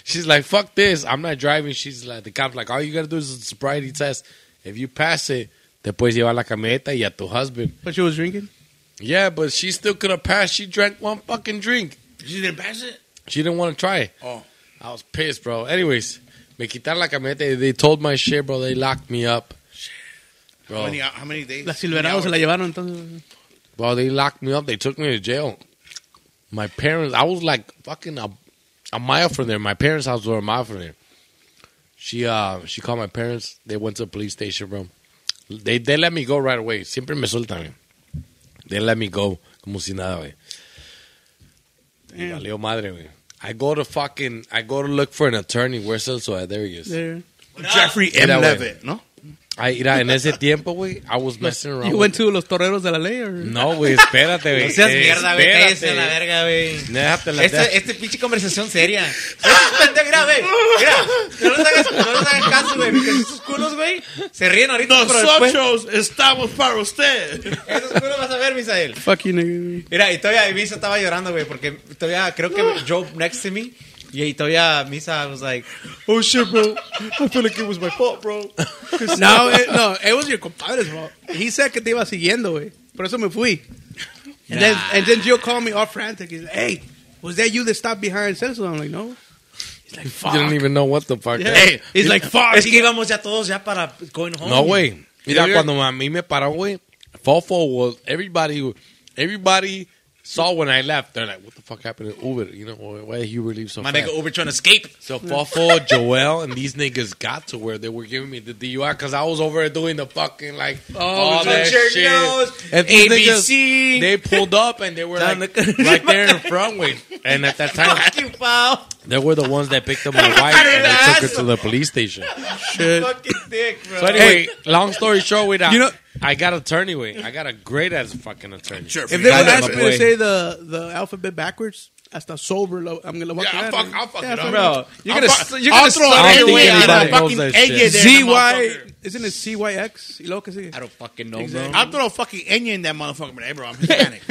S4: She's like, fuck this. I'm not driving. She's like, the cop's like, all you gotta do is a sobriety test. If you pass it, te puedes llevar la camioneta y a tu husband.
S2: But she was drinking.
S4: Yeah, but she still could have passed. She drank one fucking drink.
S5: She didn't pass it?
S4: She didn't want to try it.
S5: Oh.
S4: I was pissed, bro. Anyways, me quitaron la camioneta. They told my shit, bro. They locked me up.
S5: How
S4: Bro,
S5: many,
S3: uh,
S5: how many days?
S2: La Silverado se la llevaron entonces. eh,
S4: bro, they locked me up. They took me to jail. My parents, I was like fucking a, a mile from there. My parents' house were a mile from there. She uh she called my parents. They went to the police station, bro. They they let me go right away. Siempre me sueltan. güey. They let me go como si nada, güey. Me Valió madre, güey. I go to fucking I go to look for an attorney. Where's Celso? at? There he is.
S2: There.
S5: Jeffrey M.
S4: Era, güey.
S5: Levitt, ¿no?
S4: Ay, mira, en ese tiempo, güey, I was messing around.
S2: You
S4: with-
S2: went to los toreros de la ley or?
S4: No, güey, espérate, güey.
S1: No seas mierda, güey.
S4: Espérate.
S1: Cállese a la verga, güey.
S4: Déjate la-
S1: Esta este pinche conversación seria. Este mira, güey. Mira, no les hagas, no les hagas caso, güey. Porque esos culos, güey, se ríen ahorita. pero después,
S5: Nosotros estamos para usted.
S1: esos culos vas a ver, Misael.
S2: Fuck you, nigga.
S1: Mira, y todavía Misa estaba llorando, güey, porque todavía creo que drove next to me. Y ahí todavía Misa was like, oh shit, bro. I feel like it was my fault, bro.
S2: No, it, no, it was your compadre's fault. He said que te iba siguiendo, güey. Por eso me fui. And then and then Jill called me all frantic. He's like, hey, was that you that stopped behind Celso? I'm like, no.
S4: You don't even know what the fuck.
S2: Yeah. He's like, fuck.
S1: Es que íbamos ya todos ya para going home.
S4: No, güey. Mira,
S5: Yeah.
S4: cuando a mí me paró, güey, Fofo was everybody, everybody saw when I left. They're like, "What the fuck happened to Uber? You know why why did Uber leave so
S7: My
S4: fast?"
S7: nigga Uber trying to escape.
S4: So Fofo, Joel, and these niggas got to where they were giving me the DUI because I was over there doing the fucking like all that
S7: your
S4: shit.
S7: nose,
S4: And these
S7: ABC.
S4: niggas, they pulled up and they were
S1: Down
S4: like
S1: the-
S4: right there in front with. And at that time,
S1: you, pal.
S4: they were the ones that picked up my wife and they took her to the police station.
S1: Fucking dick, bro.
S4: So anyway, long story short, with that,
S2: You know-
S4: I got attorney. Wait, I got a great ass fucking attorney.
S7: Sure,
S2: If they would
S4: Goddamn
S2: ask me
S4: boy.
S2: to say the, the alphabet backwards, hasta sober, lo- I'm going to walk
S5: Yeah, I'll
S2: out.
S5: fuck- I'll fuck it up.
S1: Bro, you're
S5: I'll
S1: gonna,
S5: fuck-
S1: su- you're gonna
S5: I'll throw
S1: suck
S4: I don't
S1: your
S4: think
S1: way out
S4: anybody
S1: of
S4: knows
S5: fucking
S4: that
S5: egg
S4: shit.
S5: in there.
S2: ZY, isn't it CYX? Y luego que sigue.
S1: I don't fucking know, bro.
S5: I'll throw a fucking enya in that motherfucker, but hey, bro, I'm Hispanic.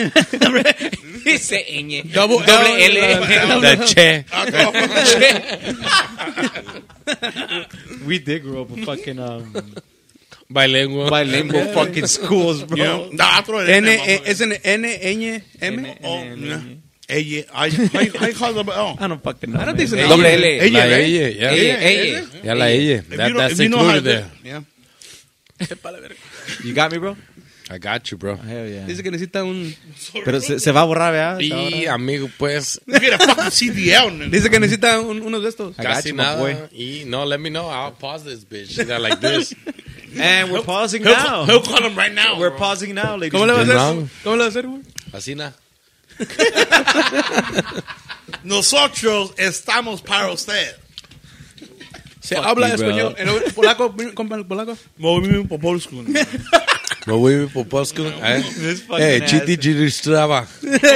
S1: Ese ñ.
S2: Double
S1: Doble L.
S2: L.
S4: The chair.
S1: We did grow up with fucking um,
S4: Bilingual.
S1: bilingual fucking schools, bro.
S5: no, I'll throw it in
S2: N,
S5: that
S2: eh,
S5: motherfucker.
S2: isn't it N, Ñ, M?
S5: Oh, no.
S1: I
S5: Enya. I- How you- how you call it? Oh.
S1: don't fucking know. I
S2: don't think so.
S1: Double L.
S4: La
S5: Ella, right?
S4: ella, yeah.
S1: Ella,
S5: Ella.
S1: ella.
S4: Yeah, la ella. That,
S5: don't-
S4: that's
S5: if you know how
S4: included
S5: to do-
S4: there.
S5: Yeah.
S1: You got me, bro?
S4: I got you, bro.
S1: Hell yeah.
S2: Dice que necesita un...
S1: Pero se, se va a borrar, ¿verdad? Se va a borrar.
S4: Y amigo, pues,
S5: You get a fucking CDL. nigga.
S2: Dice que necesita un- uno de estos.
S1: I got
S4: casi
S1: you, my boy.
S4: nada. Y no, let me know. I'll pause this bitch. She got like this.
S1: And we're pausing
S5: He'll,
S1: now.
S5: call- he'll call him right now.
S1: We're
S5: bro.
S1: pausing now, ladies.
S2: ¿Cómo le
S1: and
S2: va a hacer?
S4: Wrong.
S2: ¿Cómo le va a hacer, güey?
S4: Así nada.
S5: Nosotros estamos para usted.
S2: Se habla
S4: you, bro.
S2: español. El otro polaco, mi- compa, el polaco.
S5: Movimiento por Polsku.
S4: But we for Posco. Eh?
S1: fucking
S4: Hey,
S1: ass.
S4: chiti chiti strava.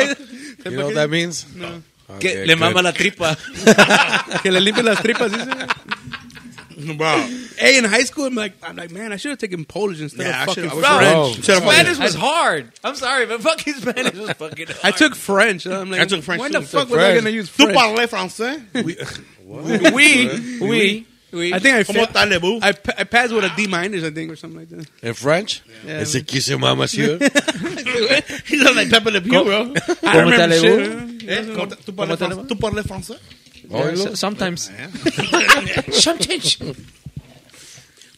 S4: You know what that means? No.
S1: gentlemen. Que le mama la tripa.
S2: Que le limpien las tripas, dice.
S5: Bro.
S2: Hey, in high school, I'm like, I'm like, man, I should have taken Polish instead
S5: Yeah, I
S2: of fucking
S5: should've-
S2: French.
S5: I was
S4: Bro.
S5: Should've fucking-
S1: Spanish was hard. I'm sorry, but fucking Spanish was fucking hard.
S2: I took French. huh? I'm like,
S5: I took French
S2: when
S5: too.
S2: the
S5: I took
S2: fuck was I
S4: French.
S2: going to use
S5: ¿Tú
S2: French?
S5: parles francés?
S1: we, we, we.
S2: I think I,
S5: ¿Cómo
S2: fa-
S5: está, Lebu?
S2: I, pa- I passed with a D minus, I think, or something like that.
S4: In French?
S2: Yeah.
S4: It's a kiss your mama, monsieur.
S5: He sounds like Pepe Le Pew, bro.
S1: I remember shit.
S5: Eh, ¿cómo está- ¿Tú parles fran- tú parles francés?
S1: Oh,
S4: Oilo.
S1: Sometimes.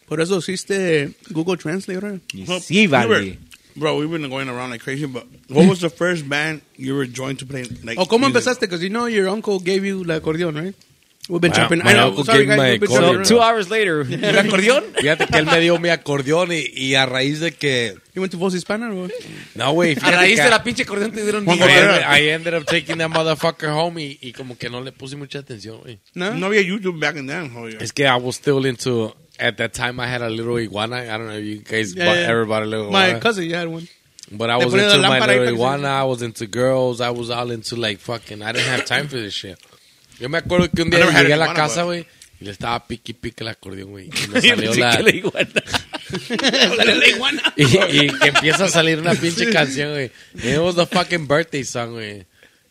S2: Por eso existe Google Translate, right?
S1: Sí, vale.
S5: Hubert, Bro, we've been going around like crazy, but what was the first band you were joined to play? Like,
S2: Oh, ¿cómo
S5: music?
S2: empezaste? Because you know your uncle gave you the accordion, right? We've been
S4: My-
S2: chopping.
S4: my
S2: I know.
S4: uncle
S2: Sorry,
S4: gave
S2: guys,
S4: my
S2: we've been
S4: accordion.
S2: chopping
S1: So, two
S2: around.
S1: hours later. ¿El acordeón?
S4: Fíjate que él me dio mi acordeón y, y a raíz de que.
S2: You went to Voz Hispana, bro?
S4: No, güey.
S1: A
S4: fíjate
S1: raíz
S4: que-
S1: de la pinche acordeón te dieron
S4: I,
S1: dinero.
S4: ended, I ended up taking that motherfucker home y, y como que no le puse mucha atención, güey.
S2: No?
S5: No había YouTube back in then, oh, yeah.
S4: Es que I was still into at that time I had a little iguana. I don't know if you guys
S2: Yeah,
S4: bought
S2: yeah.
S4: everybody a little
S2: My
S4: iguana.
S2: cousin, yeah, had one.
S4: but I
S2: they
S4: was
S2: put it in
S4: into
S2: the lámpara ahí
S4: my little
S2: para que se-
S4: iguana, I was into girls, I was all into like fucking I didn't have time for this shit. Yo me acuerdo que un día
S5: never had
S4: llegué a
S5: an
S4: la
S5: iguana,
S4: casa,
S5: but-
S4: güey, y le estaba pique y pique el acordeón, güey. Y me salió la y, y que empieza a salir una pinche canción, güey. It was the fucking birthday song, güey.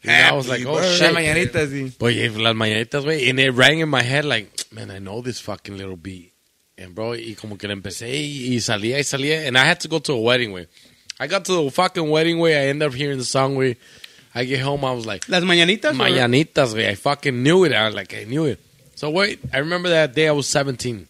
S4: And I was like, oh
S1: Las
S4: shit.
S1: mañanitas, sí.
S4: Oye, las mañanitas, güey. And it rang in my head like, man, I know this fucking little beat. And bro, y como que le empecé y, y salía y salía. And I had to go to a wedding, way. I got to the fucking wedding, way. I end up hearing the song, way. I get home, I was like,
S2: Las mañanitas? or-
S4: mañanitas, way. I fucking knew it. I was like, I knew it. So wait, I remember that day I was 17.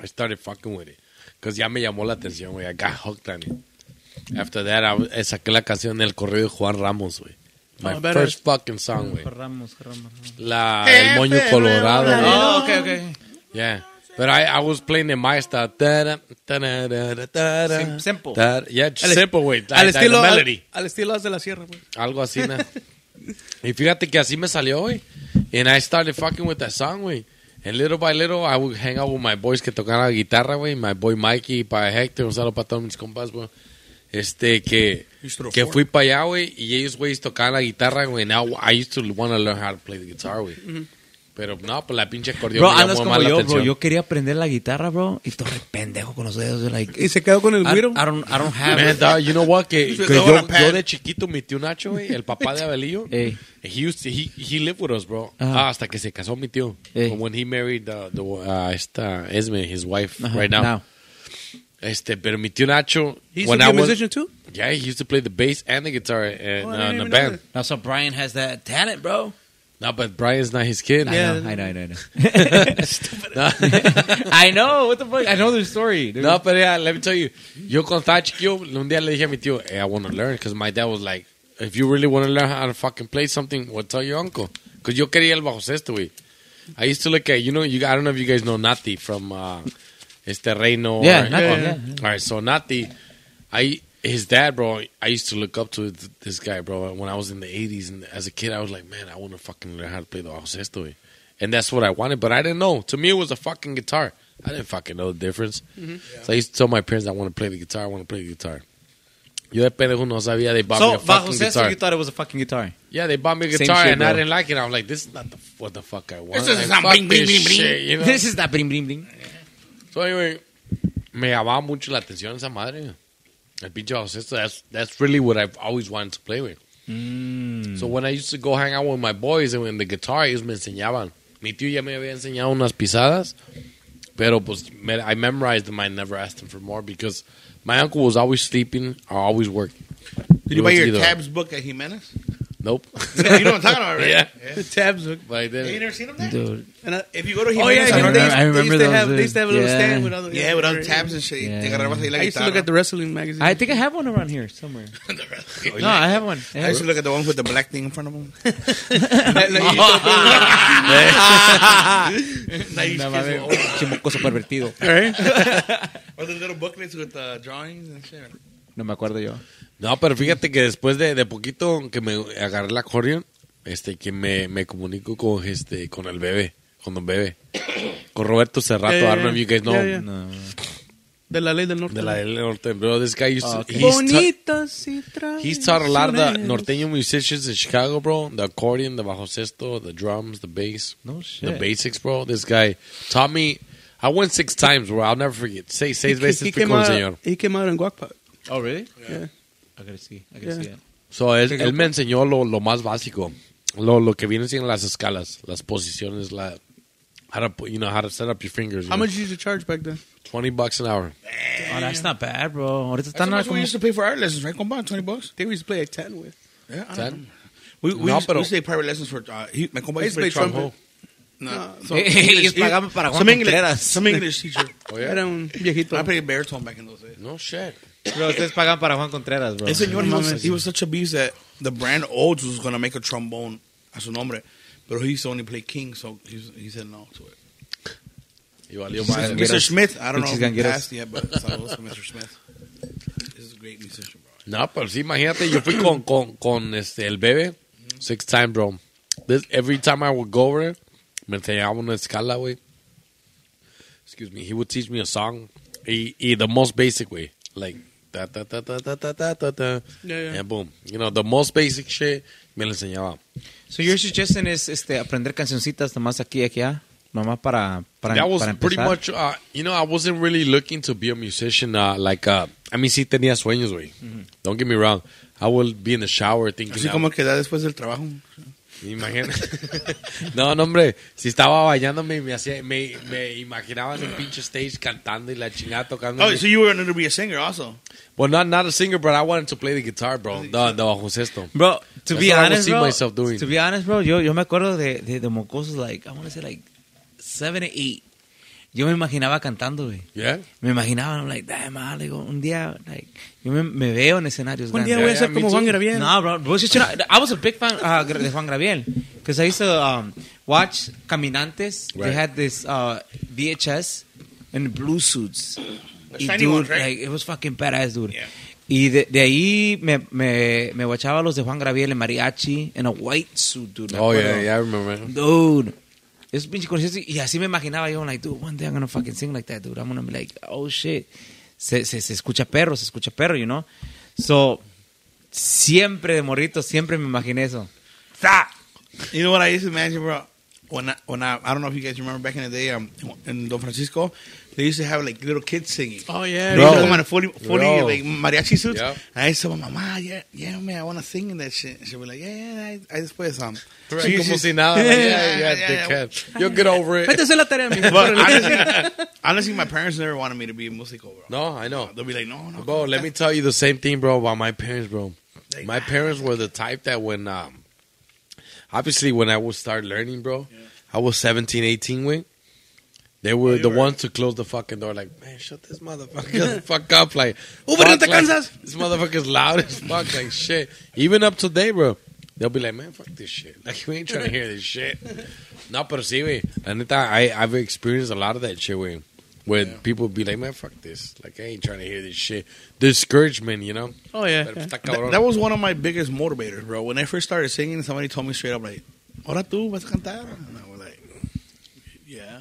S4: I started fucking with it. Because ya me llamó la atención, güey. I got hooked on it. After that, I was- saqué la canción del correo de Juan Ramos, güey. My
S2: Oh, better.
S4: first fucking song, güey.
S1: Ramos, Ramos.
S4: La, el moño colorado. güey.
S1: Oh, okay, okay.
S4: Yeah. But I, I was playing the maestra. Ta-da, ta-da, da-da, ta-da,
S1: Sim- simple.
S4: ta- yeah, simple, güey.
S2: Al
S4: Like, like
S2: estilo,
S4: the
S2: al,
S4: melody.
S2: al estilo As de la Sierra, pues.
S4: Algo así, na. y fíjate que así me salió, güey. And I started fucking with that song, güey. And little by little, I would hang out with my boys que tocan la guitarra, güey. My boy Mikey, para Hector, un saludo para todos mis compas, güey. Este, que, que fui para allá, güey, y ellos, güey, tocaban la guitarra, güey. Now, I used to want to learn how to play the guitar, güey. Pero no, pues la pinche acordeón
S1: Bro,
S4: me
S1: andas como
S4: llamó más la
S1: yo, bro.
S4: atención.
S1: Yo quería aprender la guitarra, bro. Y todo re pendejo con los dedos. yo Like,
S2: Y se quedó con el
S4: Ah,
S1: I, I,
S2: güiro.
S1: don't, I don't have
S4: Man,
S1: it.
S4: dog, you know what? Que, que
S5: Ahora,
S4: yo,
S5: Pat.
S4: yo de chiquito, mi tío Nacho, güey, el papá de Abelillo,
S1: Ey.
S4: he, used to- he, he lived with us, bro.
S1: Ajá.
S4: Ah, hasta que se casó mi tío.
S1: Ey.
S4: When he married uh, the, uh, esta Esme, his wife,
S1: Ajá,
S4: right now.
S1: now.
S4: Este, pero mi tío Nacho,
S2: He's
S4: when
S2: a
S4: I
S2: good
S4: was,
S2: musician, too?
S4: yeah, he used to play the bass and the guitar and,
S2: Oh, I didn't
S4: uh, in a
S2: even know
S4: band.
S2: that.
S1: Now, so Brian has that talent, bro.
S4: No, but Brian's not his kid.
S2: Yeah.
S1: I know, I know, I know. I know. I know, what the fuck? I know their story. dude.
S4: No, pero yeah, let me tell you. Yo cuando estaba chiquillo, un día le dije a mi tío, hey, I want to learn, because my dad was like, if you really want to learn how to fucking play something, well, tell your uncle. Because yo quería el bajo sexto, güey. I used to look at, you know, you, I don't know if you guys know Nati from uh, Este Reino.
S1: Yeah,
S4: or-
S1: Nati,
S4: or-
S1: yeah.
S4: All right, so Nati, I, his dad, bro, I used to look up to th- this guy, bro. When I was in the 80s and as a kid, I was like, man, I want to fucking learn how to play the bajo sexto, güey. And that's what I wanted, but I didn't know. To me, it was a fucking guitar. I didn't fucking know the difference.
S3: Mm-hmm.
S4: So I used to tell my parents I want to play the guitar, I want to play the guitar. Yo de pendejo no sabía they bought me
S1: So,
S4: a fucking
S1: bajo
S4: guitar.
S1: sexto, you thought it was a fucking guitar.
S4: Yeah, they bought me a
S1: Same
S4: guitar
S1: shit,
S4: and I
S1: bro.
S4: didn't like it. I'm like, this is not the what the fuck I want.
S3: This is
S4: Like,
S3: not
S4: fuck
S3: bling, bling,
S4: this
S3: bling, bling.
S4: shit, you know?
S1: This is that bling bling bling.
S4: So anyway, me llamaba mucho la atención esa madre. El pinche baloncesto. That's that's really what I've always wanted to play with. So when I used to go hang out with my boys and when the guitar, ellos me enseñaban. Mi tío ya me había enseñado unas pisadas, pero pues me, I memorized them. I never asked him for more because my uncle was always sleeping or always working.
S3: Did you buy your
S4: Either-
S3: Tabs book at Jimenez?
S4: Nope.
S3: you know what I'm talking about, right?
S4: Yeah.
S3: yeah.
S2: The tabs. look-
S4: but I didn't.
S3: You never seen him there?
S1: Dude,
S2: And I,
S3: If you go to
S2: oh,
S3: Jimenez,
S2: yeah.
S3: I
S2: They,
S3: don't
S1: remember-
S2: used-
S3: know.
S1: I remember
S2: they used to
S1: those,
S2: have, they
S1: dude.
S2: used to have a little
S1: Yeah.
S2: stand with other.
S3: yeah, without Tabs and shit,
S1: Yeah.
S3: te agarrabas ahí la
S2: I used to look at
S3: guitarra.
S2: the wrestling magazine.
S1: I think I have one around here somewhere. No, I have one. I
S3: I
S1: have
S3: used to look at the one with the black thing in front of him.
S1: one. No, mames, chimocoso pervertido.
S3: Or the little booklets with the drawings and shit.
S1: No me acuerdo yo.
S4: No, pero fíjate que después de, de poquito que me agarré el acordeón, este, que me, me comunico con este, con el bebé, con don bebé, con Roberto Cerrato,
S2: Yeah, yeah,
S4: I don't know if you guys know,
S2: yeah, yeah.
S1: No.
S2: De la ley del norte.
S4: de la del norte, bro, this guy used to,
S1: Okay.
S4: he's, ta-
S2: si
S4: he's taught a lot of the
S2: traicioneros.
S4: norteño musicians in Chicago, bro, the accordion, the bajo sexto, the drums, the bass,
S1: No
S4: the
S1: shit.
S4: basics, bro, this guy taught me, I went six times, bro, I'll never forget, seis, seis
S2: He- he
S4: veces fui
S2: came
S4: con el
S2: out-
S4: señor.
S2: He came out in Guacpa.
S1: Oh, really?
S2: Yeah.
S1: I gotta see. I
S2: Yeah.
S1: gotta see it.
S4: So, él, él me enseñó lo, lo más básico, lo, lo que viene siendo las escalas, las posiciones, la, how to, put- you know, how to set up your fingers. you
S2: How
S4: know.
S2: much did you charge back then?
S4: 20 bucks an hour.
S1: Oh, that's not bad, bro. Ahorita
S3: That's
S1: están
S3: how much we
S1: como-
S3: used to pay for art lessons, right? Compa, 20 bucks?
S2: They used to play at 10 with.
S3: Yeah, I don't know.
S4: Ten?
S3: We, we,
S4: No,
S3: used,
S4: pero-
S3: we used to take private lessons for, uh, he, my compa used to
S2: Basically
S3: play trumpet.
S2: trumpet.
S3: No. So,
S1: Ellos pagaban para Juan
S3: some, English,
S1: Contreras.
S3: some English teacher.
S4: Oh, Ah,
S2: Era un viejito.
S3: I played baritone back in those days.
S4: No shit.
S1: Bro, ustedes pagan para Juan Contreras, bro.
S3: Ese señor, he
S2: mames.
S3: was, he was such a beast that the brand Olds was going to make a trombone a su nombre, but he used to only play king, so he, he said no to it.
S4: Y valió madre.
S1: Gangueros.
S3: Mr. Smith, I don't know
S1: Pinches
S3: if he
S1: gangueros.
S3: passed yet, but saludos to Mr. Smith. This is a great musician, bro.
S4: No, pero sí, imagínate, yo fui con, con, con este, el bebé, six times, bro. This, every time I would go over, me enseñaba una escala, güey. Excuse me, he would teach me a song, y, y the most basic way, like, ta, ta, ta, ta, ta, ta, ta, ta, ta,
S2: Yeah, yeah.
S4: and boom. You know, the most basic shit, me lo enseñaba.
S1: So your suggestion is este, aprender cancioncitas nomás aquí y aquí, nomás para, para,
S4: that was
S1: para empezar.
S4: pretty much uh, you know i wasn't really looking to be a musician uh, like uh, i mean si tenía sueños güey don't get me wrong i would be in the shower thinking
S3: Así
S4: I-
S3: como queda después del trabajo.
S4: imagina no no hombre si estaba bañándome me hacía me, me imaginaba en el pinche stage cantando y la chingada tocando
S3: Oh, so you were going to be a singer also.
S4: well not not a singer but i wanted to play the guitar bro the, the bajo sexto
S1: Bro, to
S4: That's
S1: be
S4: what I would
S1: honest,
S4: see
S1: bro,
S4: myself doing.
S1: to be honest, bro, yo, yo me acuerdo de, de, de mocosos, like, I want to say, like, seven or eight. Yo me imaginaba cantando, güey.
S4: yeah
S1: Me imaginaba, I'm like, damn, man, digo, un día, like, yo me, me veo en escenarios
S2: Un día
S1: grandes.
S2: voy a
S4: Yeah,
S2: ser
S4: me
S2: como Juan
S4: too.
S2: Gabriel.
S1: No, bro. bro, you know, I was a big fan uh, de Juan Gabriel because I used to um, watch Caminantes. They
S4: Right.
S1: had this uh, VHS in blue suits. Y,
S3: shiny
S1: dude,
S3: ones, right?
S1: like, it was fucking badass, dude.
S3: Yeah.
S1: Y de, de ahí me, me, me guachaba los de Juan Gabriel en mariachi in a white suit, dude. me
S4: oh yeah
S1: acuerdo.
S4: yeah i remember
S1: Dude. Esos pinches conciertos. Y así me imaginaba yo, like, dude, one day I'm gonna fucking sing like that, dude. I'm gonna be like, oh shit. Se, se, se escucha perro, se escucha perro, you know? So, siempre de morrito, siempre me imaginé eso.
S3: You know what I used to imagine, bro? When I, when I, I don't know if you guys remember back in the day um, in Don Francisco, they used to have like little kids singing.
S2: Oh, yeah.
S3: They used to
S4: Bro.
S3: come in a fully, fully
S4: Bro.
S3: like mariachi suits.
S4: Yep.
S3: And I used to tell my mama, "Ah, yeah, yeah, man, I want to sing in that shit. And she'd be like, yeah, yeah, I, I just play some.
S4: Right, como si nada, like, yeah, yeah,
S3: yeah, yeah.
S4: dickhead. You'll get over
S2: Vete a
S4: it.
S2: hacer la tarea, mijo.
S3: But
S4: ah,
S3: honestly, honestly, my parents never wanted me to be a musical, bro.
S4: No, I know.
S3: They'll be like, no, no.
S4: Bro, let me tell you the same thing, bro, about my parents, bro. My parents were the type that when, um, obviously, when I would start learning, bro, I was 17, 18 with. They were the ones to close the fucking door. Like, man, shut this motherfucker the fuck up. Like,
S2: Uber, no
S4: fuck,
S2: te
S4: like,
S2: cansas."
S4: This motherfucker's loud as fuck. Like, shit. Even up to today, bro. They'll be like, man, fuck this shit. Like, we ain't trying to hear this shit. No, pero sí, güey. La neta, I, I've experienced a lot of that shit, güey. When people be like, man, fuck this. Like, I ain't trying to hear this shit. Discouragement, you know?
S2: Oh, yeah.
S4: Pero está
S3: That,
S4: cabrón.
S3: that was one of my biggest motivators, bro. When I first started singing, somebody told me straight up, like, "Ahora tú vas a cantar," and I was like, "Yeah."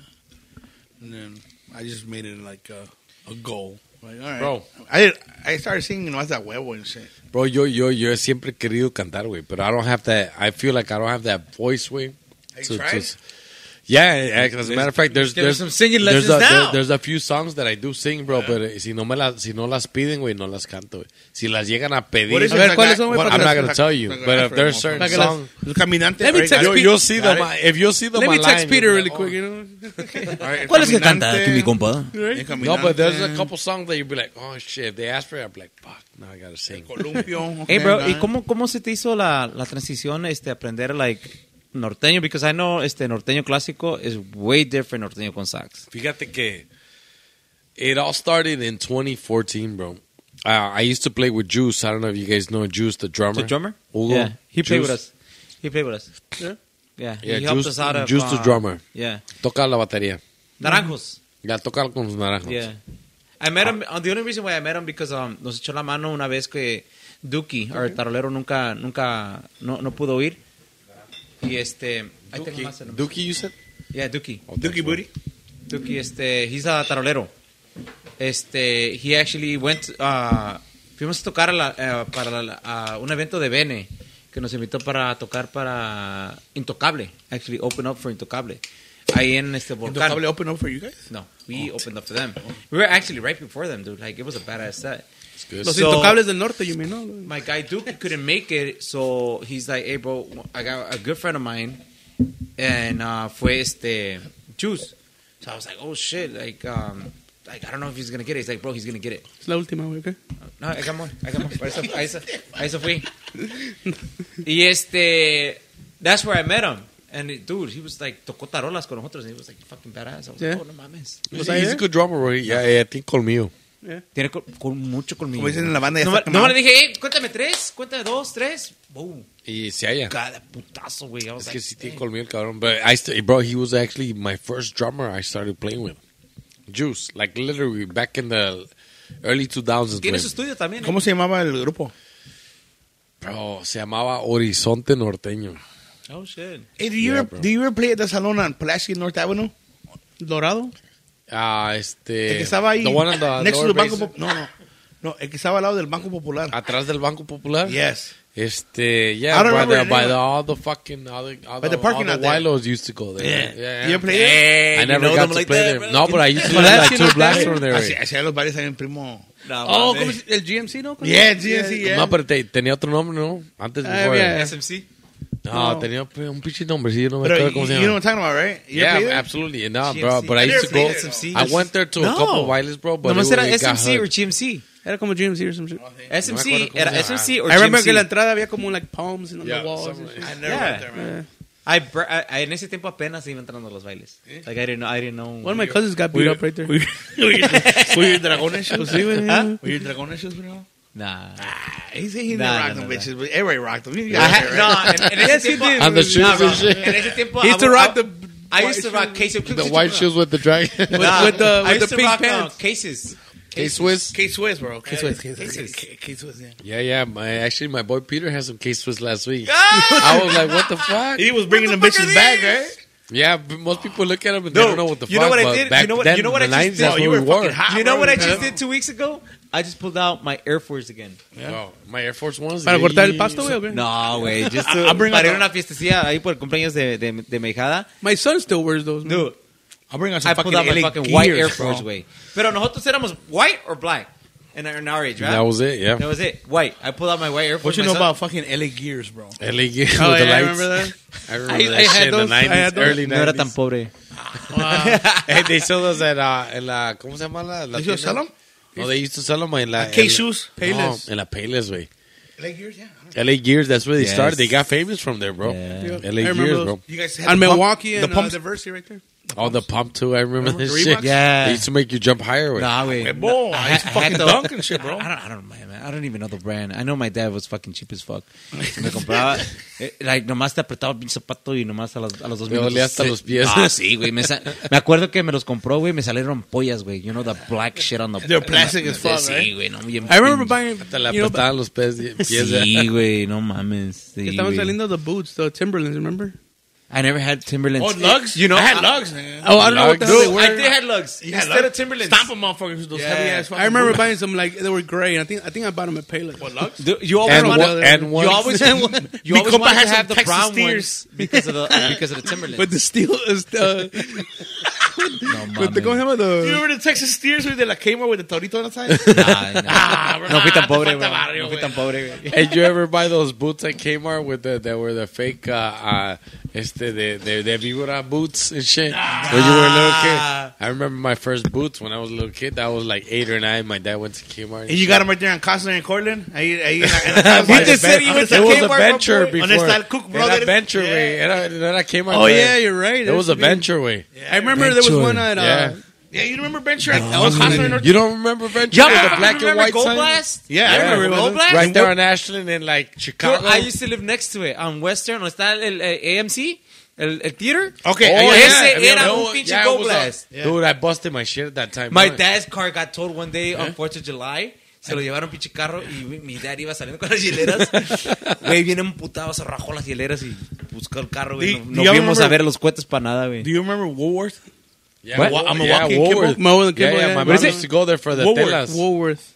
S3: And then I just made it like a, a goal. Like, all right,
S4: Bro.
S3: I did, I started singing más that huevo and shit.
S4: Bro, yo, yo, yo siempre he querido cantar, güey, pero I don't have that. I feel like I don't have that voice, güey. to-
S3: tried?
S4: to s- yeah, eh, as a matter of fact, there's
S1: give us
S4: there's
S1: some singing
S4: there's
S1: lessons
S4: a,
S1: now.
S4: there- there's a few songs that I do sing, bro, pero si no me las si no las piden, güey, no las canto. güey. Si las llegan a pedir,
S2: is A ver, ¿cuáles son, güey,
S4: Well,
S2: para
S4: I'm
S2: que
S4: not
S2: las-
S4: gonna tell you, but if there's
S2: Para
S4: certain
S2: que las-
S4: songs,
S3: Caminante,
S2: Let me
S3: right?
S2: text
S4: yo,
S2: Pete-
S4: you'll see them. I- If you'll see them,
S2: Let me
S4: online,
S2: text Peter
S4: you'll
S2: really
S4: be like, "Oh,
S2: quick, you know?
S1: ¿Cuál es que canta aquí mi compa?
S3: El
S4: oh. No,
S3: caminante,
S4: but there's
S2: Mm.
S4: a couple songs that you'll be like, oh shit, if they ask for it, I'm like, fuck, now I gotta sing.
S3: Columpio.
S1: Hey,
S3: okay,
S1: bro, ¿y
S3: right.
S1: cómo, cómo se te hizo la, la transición este, aprender, like, norteño? Because I know este, norteño clásico is way different norteño con sax.
S4: Fíjate que it all started in 2014, bro. Uh, I used to play with Juice. I don't know if you guys know Juice, the drummer.
S1: The drummer?
S4: Hugo.
S1: Yeah, he played
S4: Juice.
S1: with us. He played with us. Yeah,
S4: Yeah,
S1: he helped
S4: Juice-
S1: us out. of,
S4: Juice the
S1: uh,
S4: drummer.
S1: Yeah.
S4: Toca la batería.
S1: Naranjos.
S4: Ya toca con los naranjos.
S1: Yeah. I met him. uh, The only reason why I met him because um, nos echó la mano una vez que Duki, o el tarolero, nunca, nunca, no, no pudo ir. Y este, ahí tengo más. en-
S4: Dookie, you said?
S1: Yeah, Oh, Duki.
S4: Dookie Booty.
S1: Duki, este, he's a tarolero. Este, he actually went, uh, fuimos a tocar a la- eh, para la- a un evento de Bene que nos invitó para tocar para Intocable, actually open up for Intocable. Ahí en este volcán.
S3: Probably open up for you guys.
S1: No, we opened up for them. Oh, We were actually right before them, dude. Like it was a badass set.
S4: good.
S2: Los
S1: So,
S2: intocables del norte, you mean, no?
S1: my guy Duke couldn't make it, so he's like, "Hey, bro, I got a good friend of mine, and uh, fue este Juice." So I was like, "Oh shit!" Like, um, like I don't know if he's gonna get it. He's like, "Bro, he's gonna get it."
S2: Es la última, güey, ¿qué?
S1: No, I got more. I got more. Por eso, a, eso, a eso fui. Y este, that's where I met him. And it- dude, he was like, tocó tarolas con nosotros, and he was like, fucking badass. I was
S2: Yeah.
S1: like, oh, no mames.
S4: He's, he's a good drummer, bro. Yeah, yeah, I think Colmillo.
S1: Tiene col- con mucho colmillo.
S3: Como dicen en la banda, ya
S1: no,
S3: está
S1: me- no me
S3: quemado.
S1: le dije, "Ey, cuéntame tres, cuéntame dos, tres. Boom.
S4: Y se halla.
S1: Cada putazo, güey. eh. I was
S4: Es
S1: like,
S4: que sí tiene
S1: "Damn."
S4: colmillo el cabrón. But I st- bro, he was actually my first drummer I started playing with. Juice. Like literally back in the early 2000s.
S1: Tiene su
S4: güey.
S1: estudio también. ¿eh?
S3: ¿Cómo se llamaba el grupo?
S4: Bro, se llamaba Horizonte Norteño.
S1: Oh, shit.
S3: Hey, do you
S4: Yeah,
S3: ever,
S4: bro.
S3: do you ever play at the salon on Pulaski North Avenue?
S2: ¿Dorado?
S4: Ah, este.
S3: El que estaba ahí
S4: The one on the
S3: next to
S4: lower Ah,
S3: the Banco
S4: basin.
S3: Pop- No, no. No, el que estaba al lado del Banco Popular.
S4: Atrás del Banco Popular.
S3: Yes.
S4: Este, yeah,
S3: I don't
S4: by,
S3: remember
S4: the,
S3: the
S4: by
S3: name
S4: the, all the fucking, all the, all
S3: By the
S4: the-
S3: parking
S4: all
S3: lot
S4: the
S3: there.
S4: Wilos used to go there. Yeah,
S3: You
S4: yeah.
S3: ever played there?
S4: Eh,
S1: Eh,
S4: I never got to play there. No, but I used to live
S2: that's
S4: like
S2: your
S4: two blocks
S2: thing.
S4: from there. eh.
S3: Así, así a los bares también, primo.
S4: Ah,
S1: No,
S2: Oh,
S1: mames.
S2: ¿cómo se- El GMC, ¿no?
S3: Yeah, yeah, sí, yeah.
S4: No, pero te- tenía otro nombre, ¿no? Antes
S2: Ah,
S4: before.
S2: yeah.
S1: SMC.
S4: No, tenía un pinche nombre, sí, yo no me
S3: Pero,
S4: acuerdo
S3: you,
S4: cómo se
S3: you know
S4: llama.
S3: what I'm talking about, right? You ever
S4: Yeah,
S3: played there?
S4: absolutely. No, bro, but I
S1: I
S4: used
S1: never
S4: to go.
S1: played SMC.
S4: I went there to a
S1: No.
S4: couple of Wilos, bro, but
S1: Nomás
S4: it,
S1: era
S4: it got
S1: SMC o
S4: hood.
S1: GMC.
S2: Era como GMC or some shit.
S4: Oh,
S1: SMC,
S4: cómo
S1: era
S4: se llama.
S1: SMC o
S2: I remember
S1: GMC.
S2: que en la entrada había como like palms and on
S4: Yeah,
S2: the walls.
S4: something
S2: and shit.
S3: I never
S1: Yeah.
S3: went there, man.
S1: I br- I- I- en ese tiempo apenas iba entrando a los bailes. Like, I didn't know. I didn't know.
S2: One of my cousins got beat up right there. Pues
S3: Were you in Dragones shows?
S2: Sí, güey.
S1: ¿Ah?
S3: Were you in Dragones shows, primo?
S1: Nah.
S3: He said he
S1: Nah,
S3: never
S1: nah,
S3: rocked them
S1: nah,
S3: bitches, but everybody rocked them. You
S1: I
S3: got
S1: had,
S3: it, right?
S1: no, en, en ese tiempo.
S4: And the shoes
S1: nah, bro.
S4: and shit.
S1: En ese tiempo.
S2: He used to
S1: I-
S2: rock
S1: I-
S2: the
S1: I used to rock Casey.
S4: The white shoes with the dragon.
S2: With- with the-
S1: I
S2: with
S1: used
S2: the
S1: to
S2: pink
S1: rock, uh,
S2: pants.
S1: cases.
S4: K-Swiss.
S3: K-Swiss, bro. K-Swiss.
S1: K-Swiss.
S3: K- K-Swiss, yeah.
S4: Yeah, yeah. My actually, my boy Peter had some K Swiss last week.
S3: Ah.
S4: I was like, "What the fuck?"
S3: He was bringing the, bitches back, right?
S4: Yeah, but most people look at him and they don't know what the
S1: you
S4: fuck.
S1: know what I
S4: but
S1: did? You
S4: Back
S1: know what-
S4: then,
S1: you know what
S4: the
S1: I just
S4: 90s,
S1: did?
S4: that's
S1: Bro,
S3: you
S4: what
S3: were
S4: we wore.
S3: fucking hot.
S1: You know what I
S3: bro.
S1: just did two weeks ago? I just pulled out my Air Force again.
S4: Bro, my Air Force Ones.
S2: ¿Para
S4: they-
S2: cortar el pasto, güey? o qué?
S1: No, güey. Just
S3: I- I'll bring
S1: para
S3: up
S1: ir a una fiestecilla ahí por el cumpleaños de, de, de mi hijada.
S2: My son still wears those. man.
S1: Mm-hmm. Dude,
S3: I'll bring out some
S1: I
S3: fucking
S1: pulled out my
S3: LA
S1: fucking white
S3: gears,
S1: Air Force,
S3: bro.
S1: güey. Pero nosotros éramos white or black in our, in our age, right?
S4: That was it. Yeah.
S1: That was it. White. I pulled out my white Air Force.
S3: What you
S1: my
S3: know
S1: son-
S3: about fucking LA gears, bro?
S4: LA gear with
S2: Oh,
S4: the
S2: yeah, I
S4: lights.
S2: remember that.
S4: I remember
S2: I-
S4: that
S2: I had
S4: shit in
S2: those.
S4: the
S2: I had
S4: 90s,
S2: those.
S4: early
S1: No era
S4: 90s.
S1: tan pobre.
S4: Hey, they sold those at uh, en la ¿cómo se llama la? la
S3: They used to
S4: tienda?
S3: sell 'em?
S4: No, they used to sell them en la
S3: K-Shoes?
S4: Payless. en la Payless, güey.
S3: LA gears, yeah.
S4: LA Gears, that's where they
S1: Yes.
S4: started. They got famous from there, bro.
S1: Yeah.
S4: LA
S2: I remember
S4: Gears,
S2: those.
S4: bro.
S3: You guys had
S2: On
S3: the pump-
S2: Milwaukee
S3: the
S2: and uh,
S3: pumps-
S2: Diversity right there.
S4: Oh, the pump too. I remember, this shit.
S1: Yeah.
S4: They used to make you jump higher with.
S1: Nah, wait.
S7: Bro,
S1: I-
S7: he's
S1: I had
S7: fucking
S1: to-
S7: dunking shit, bro.
S1: I don't, I don't, man, I don't even know the brand. I know my dad was fucking cheap as fuck. Me compraba, eh, like, nomás te apretaba el pinche zapato y nomás a los, a los dos
S4: Me
S1: minutos.
S4: dolía hasta
S1: se-
S4: los pies.
S1: Ah, sí, güey. Me, sa- me acuerdo que me los compró, güey, me salieron pollas, güey. You know, the black shit on the...
S7: They're plastic as fuck,
S1: Sí,
S7: right?
S1: güey, no, bien
S2: I remember
S1: pinche-
S2: buying.
S4: Te la
S2: you know,
S4: apretaban los pies. pies eh.
S1: Sí, güey, no mames.
S2: que
S1: Sí,
S2: estaban
S1: güey.
S2: saliendo the boots, the Timberlands. Remember?
S1: I never had Timberlands.
S7: Oh, lugs?
S1: You know,
S7: I had
S1: I-
S7: lugs, man.
S2: Oh, I don't know what the hell they
S1: Dude,
S2: were.
S1: I did had lugs
S7: had
S1: instead
S7: lugs?
S1: of Timberlands.
S7: Stomp them, motherfuckers, with those heavy ass fucking
S2: I remember
S7: boots.
S2: buying some like they were gray. And I think I think I bought them at Payless. What lugs?
S1: Dude, you always
S4: And,
S2: I don't
S1: wanted-
S2: know.
S4: one, and one.
S1: You always you
S7: Mi
S1: always
S7: compa
S1: wanted to
S7: has
S1: have
S7: some
S1: the
S7: Texas
S1: brown
S7: steers.
S1: ones because of the uh, because of the Timberlands.
S2: But the steel is uh,
S1: no, mames.
S2: but the going about
S7: You
S2: the
S7: remember the Texas Steers with the la came with the torito on the side?
S1: Ay, no.
S7: ah, bro,
S1: No fui tan
S7: te
S1: pobre,
S7: falta
S1: güey.
S7: barrio,
S1: No fui
S7: güey.
S1: tan pobre, güey.
S4: Hey, you ever buy those boots at Kmart with the that were the fake uh, uh este the the the Vibora boots and shit when you were a little kid? I remember my first boots when I was a little kid. That was like eight or nine. My dad went to Kmart.
S7: And you got them right there on Costner and Cortland? Ahí, ahí en la- en la
S4: By
S7: casa.
S4: the ben- it was a venture
S7: boy.
S4: before.
S7: Donde está el Cook Brothers?
S4: Era venture,
S7: Yeah.
S4: way. Era, no era Kmart.
S2: oh yeah, you're right.
S4: It was a
S2: That's-
S4: venture, way.
S2: I remember there was one at uh, Oh,
S4: Yeah.
S7: Yeah, you remember Venture? That was Costner and
S4: You don't remember venture? with the black and white
S1: Gold
S4: sign?
S1: Blast?
S7: Yeah, I
S4: Yeah.
S7: remember.
S1: Gold
S7: Gold
S1: Blast?
S4: Right there on Ashland and like Chicago.
S1: I used to live next to it on Western. ¿Dónde está el, el, eh, AMC? El, el theater?
S7: Okay,
S1: Oh,
S7: ahí-
S1: ese
S4: había
S1: era
S4: uno.
S1: un pinche
S4: Yeah, it
S1: Gold
S4: was a-
S1: Blast.
S4: Dude, I busted my shit at that time.
S1: My
S4: Huh?
S1: dad's car got towed one day on 4th of July. Se lo llevaron pinche carro y mi- mi dad iba saliendo con las hileras. Güey, bien emputado, se rajó las hileras y buscó el carro, güey.
S7: Do-
S1: No,
S7: do
S1: no
S7: y'all
S1: fuimos a
S7: remember-
S1: ver los cohetes para nada, güey.
S7: Do you remember Woolworth?
S4: Yeah,
S1: What?
S4: Wa- I'm a
S7: Yeah,
S4: walking
S7: Woolworth.
S4: Woolworth.
S2: Mo and
S4: Yeah,
S2: Kimball,
S4: yeah,
S2: yeah.
S4: my
S2: What
S4: mom
S2: is it?
S4: used to go there for the
S7: Woolworth.
S4: telas.
S2: Woolworth.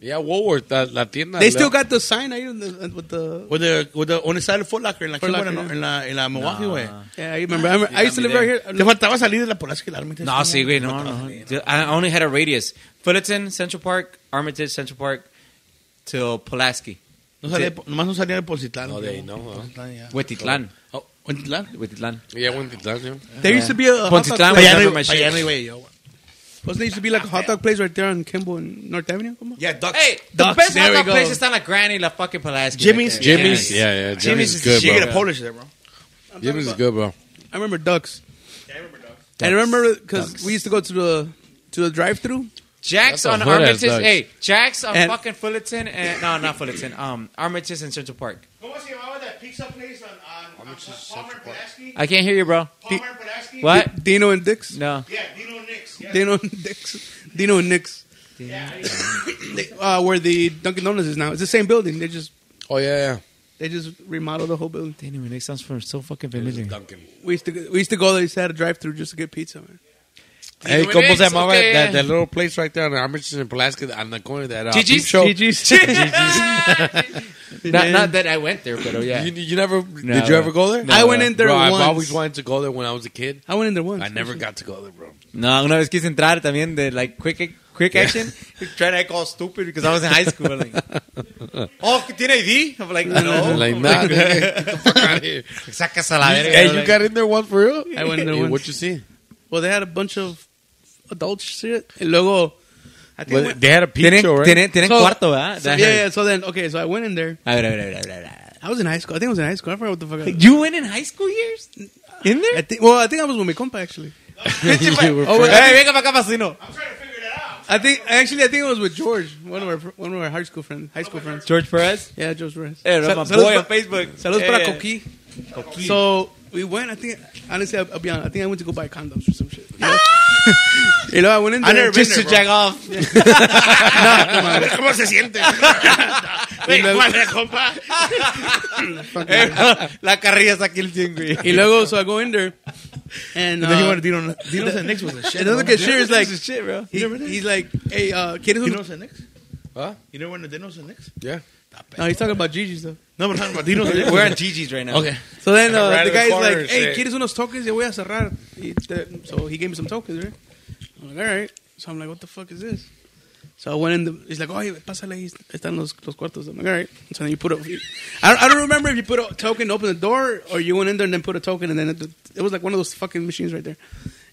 S4: Yeah, Woolworth, la, la tienda.
S2: They
S4: la-
S2: still got the sign ahí on the- with the.
S7: With the, with the, on the side of Foot Locker, en la,
S2: Foot
S7: Kimbo,
S2: Locker,
S7: no,
S2: yeah.
S7: en la, en la Milwaukee, güey.
S2: Yeah, I remember. I, remember, I used to live right here.
S7: Le faltaba salir de la Polaski la Armitage.
S1: No, sí, güey, no, no. Yo- I only had a radius. Fullerton, Central Park, Armitage, Central Park, to Pulaski,
S7: No salía, de- nomás no salía de Polcitlán.
S4: No, they
S7: güey.
S4: know, huh?
S7: Polcitlán, ya.
S1: Huetitlán,
S7: Oh, ¿Polcitlán?
S1: Huetitlán.
S4: Yeah, when did that, yeah.
S2: There used to be a hot dog
S1: Poncitlán was
S2: place.
S7: Para allá
S1: never
S7: no-
S1: my
S7: para allá no
S1: shit.
S7: iba yo, güey.
S2: Wasn't there used to be like a hot dog place right there on Kimball and North Avenue? Come on.
S7: Yeah, Ducks.
S1: Hey, the
S2: Ducks,
S1: best
S2: there
S1: hot
S2: we
S1: dog
S2: go.
S1: place is on like Granny, la fucking Pulaski.
S7: Jimmy's?
S1: right there.
S4: Jimmy's, yeah, yeah. Jimmy's,
S1: Jimmy's
S4: is
S1: is
S4: good,
S7: You
S4: bro.
S7: get a Polish there, bro.
S4: Jimmy's is good, bro.
S2: I remember Ducks.
S1: Ducks.
S2: I remember because
S1: Ducks.
S2: we used to go to the to the drive-through.
S1: Jack's on
S4: That's a hood-ass
S1: Armitage.
S4: Ducks.
S1: Hey, Jack's on
S2: And-
S1: fucking Fullerton and no, not Fullerton. Um, Armitage and Central Park.
S7: ¿Cómo se llamaba that pizza place on, on, on Palmer and Pulaski?
S1: I can't hear you, bro.
S7: Palmer and Pulaski?
S1: What?
S2: Dino and Dix.
S1: No.
S7: Yeah, Dino Nix. Yeah.
S2: Dino and Dix. Dino and Nix. uh, where the Dunkin' Donuts is now. It's the same building. They just
S4: Oh, yeah,
S2: they just remodeled the whole building.
S1: Danny, it sounds from so fucking
S4: yeah.
S1: familiar.
S4: Duncan.
S2: We used to go- we used to go there. Used to have a drive-through just to get pizza. Man.
S4: Hey,
S1: Dino
S4: ¿cómo
S1: Mix,
S4: se llamaba
S1: okay.
S4: that, that little place right there on Armitage and Pulaski on the corner? That uh, peep
S1: Gigi's?
S4: show?
S2: GG's.
S1: Not, not that I went there, but oh yeah.
S4: You, you never,
S1: No,
S4: did you ever go there?
S2: I went in there
S4: bro,
S2: once.
S4: I've always wanted to go there when I was a kid.
S2: I went in there once.
S4: I never got to go there, bro.
S1: No, una vez quise entrar también de like quick quick action, trying to act all stupid because I was in high school. Like, oh, tiene ID? I'm like, no.
S4: Like, nah, dude, get the fuck out of here.
S1: Sacas a la verga.
S4: Hey, you
S1: like-
S4: got in there once for real?
S2: I went in there
S4: Hey,
S2: once.
S4: What you see?
S2: Well, they had a bunch of adult shit. And luego, I think.
S4: Well, they had a peep
S1: Tienen,
S4: show, right?
S1: tienen, tienen
S2: So-
S1: cuarto, ¿verdad?
S2: so- yeah, yeah. So then, okay. So I went in there.
S1: A ver, a ver, a ver, a ver, a ver.
S2: I was in high school. I think I was in high school. I forgot what the fuck. I was.
S1: You went in high school years? In there?
S2: I think, well, I think I was with my compa actually.
S1: Oh, wait, hey, venga para acá, vecino.
S2: I think actually, I think it was with George, one of our fr- one of our high school friends. High school friends.
S1: George Perez.
S2: Yeah, George Perez.
S1: Hey, that's
S2: Sal-
S1: my Eh, boy Eh.
S2: saludos pa-
S1: on Facebook.
S2: Saludos
S1: Hey,
S2: para
S1: yeah.
S2: Coqui. So we went. I think honestly, I'll, I'll be honest. I think I went to go buy condoms or some shit. You know, You know, I went in there.
S1: Just to jack off.
S7: ¿Cómo se siente?
S2: Y luego-
S7: ¿Cuál es, compa?
S1: Eh, La carrilla está aquí el cien, güey.
S2: Y luego, so I go in there, and uh,
S7: Then you want to Dino Dino's and Nix was a shit.
S2: and the other kid, sure, is like,
S1: shit, bro.
S2: he- he's like, hey, uh, kid, who?
S7: Dino's and Nix?
S4: Huh?
S7: You never went to Dino's and Nix?
S4: Yeah.
S2: No, he's talking about Gigi's though.
S7: No, we're talking about Dino's and Nix.
S1: We're on GG's right now. Okay.
S2: So then uh,
S4: Right
S2: the
S4: in the
S2: guy's
S4: corner
S2: like,
S4: and
S2: hey,
S4: shit.
S2: ¿quieres unos tokens? Ya voy a cerrar. Y te- so he gave me some tokens, right? I'm like, all right. So I'm like, what the fuck is this? So I went in the, he's like, oye, pásale, ahí están los, los cuartos. I'm like, all right. So then you put a, I, don't- I don't remember if you put a token, open the door, or you went in there and then put a token, and then it, it was like one of those fucking machines right there.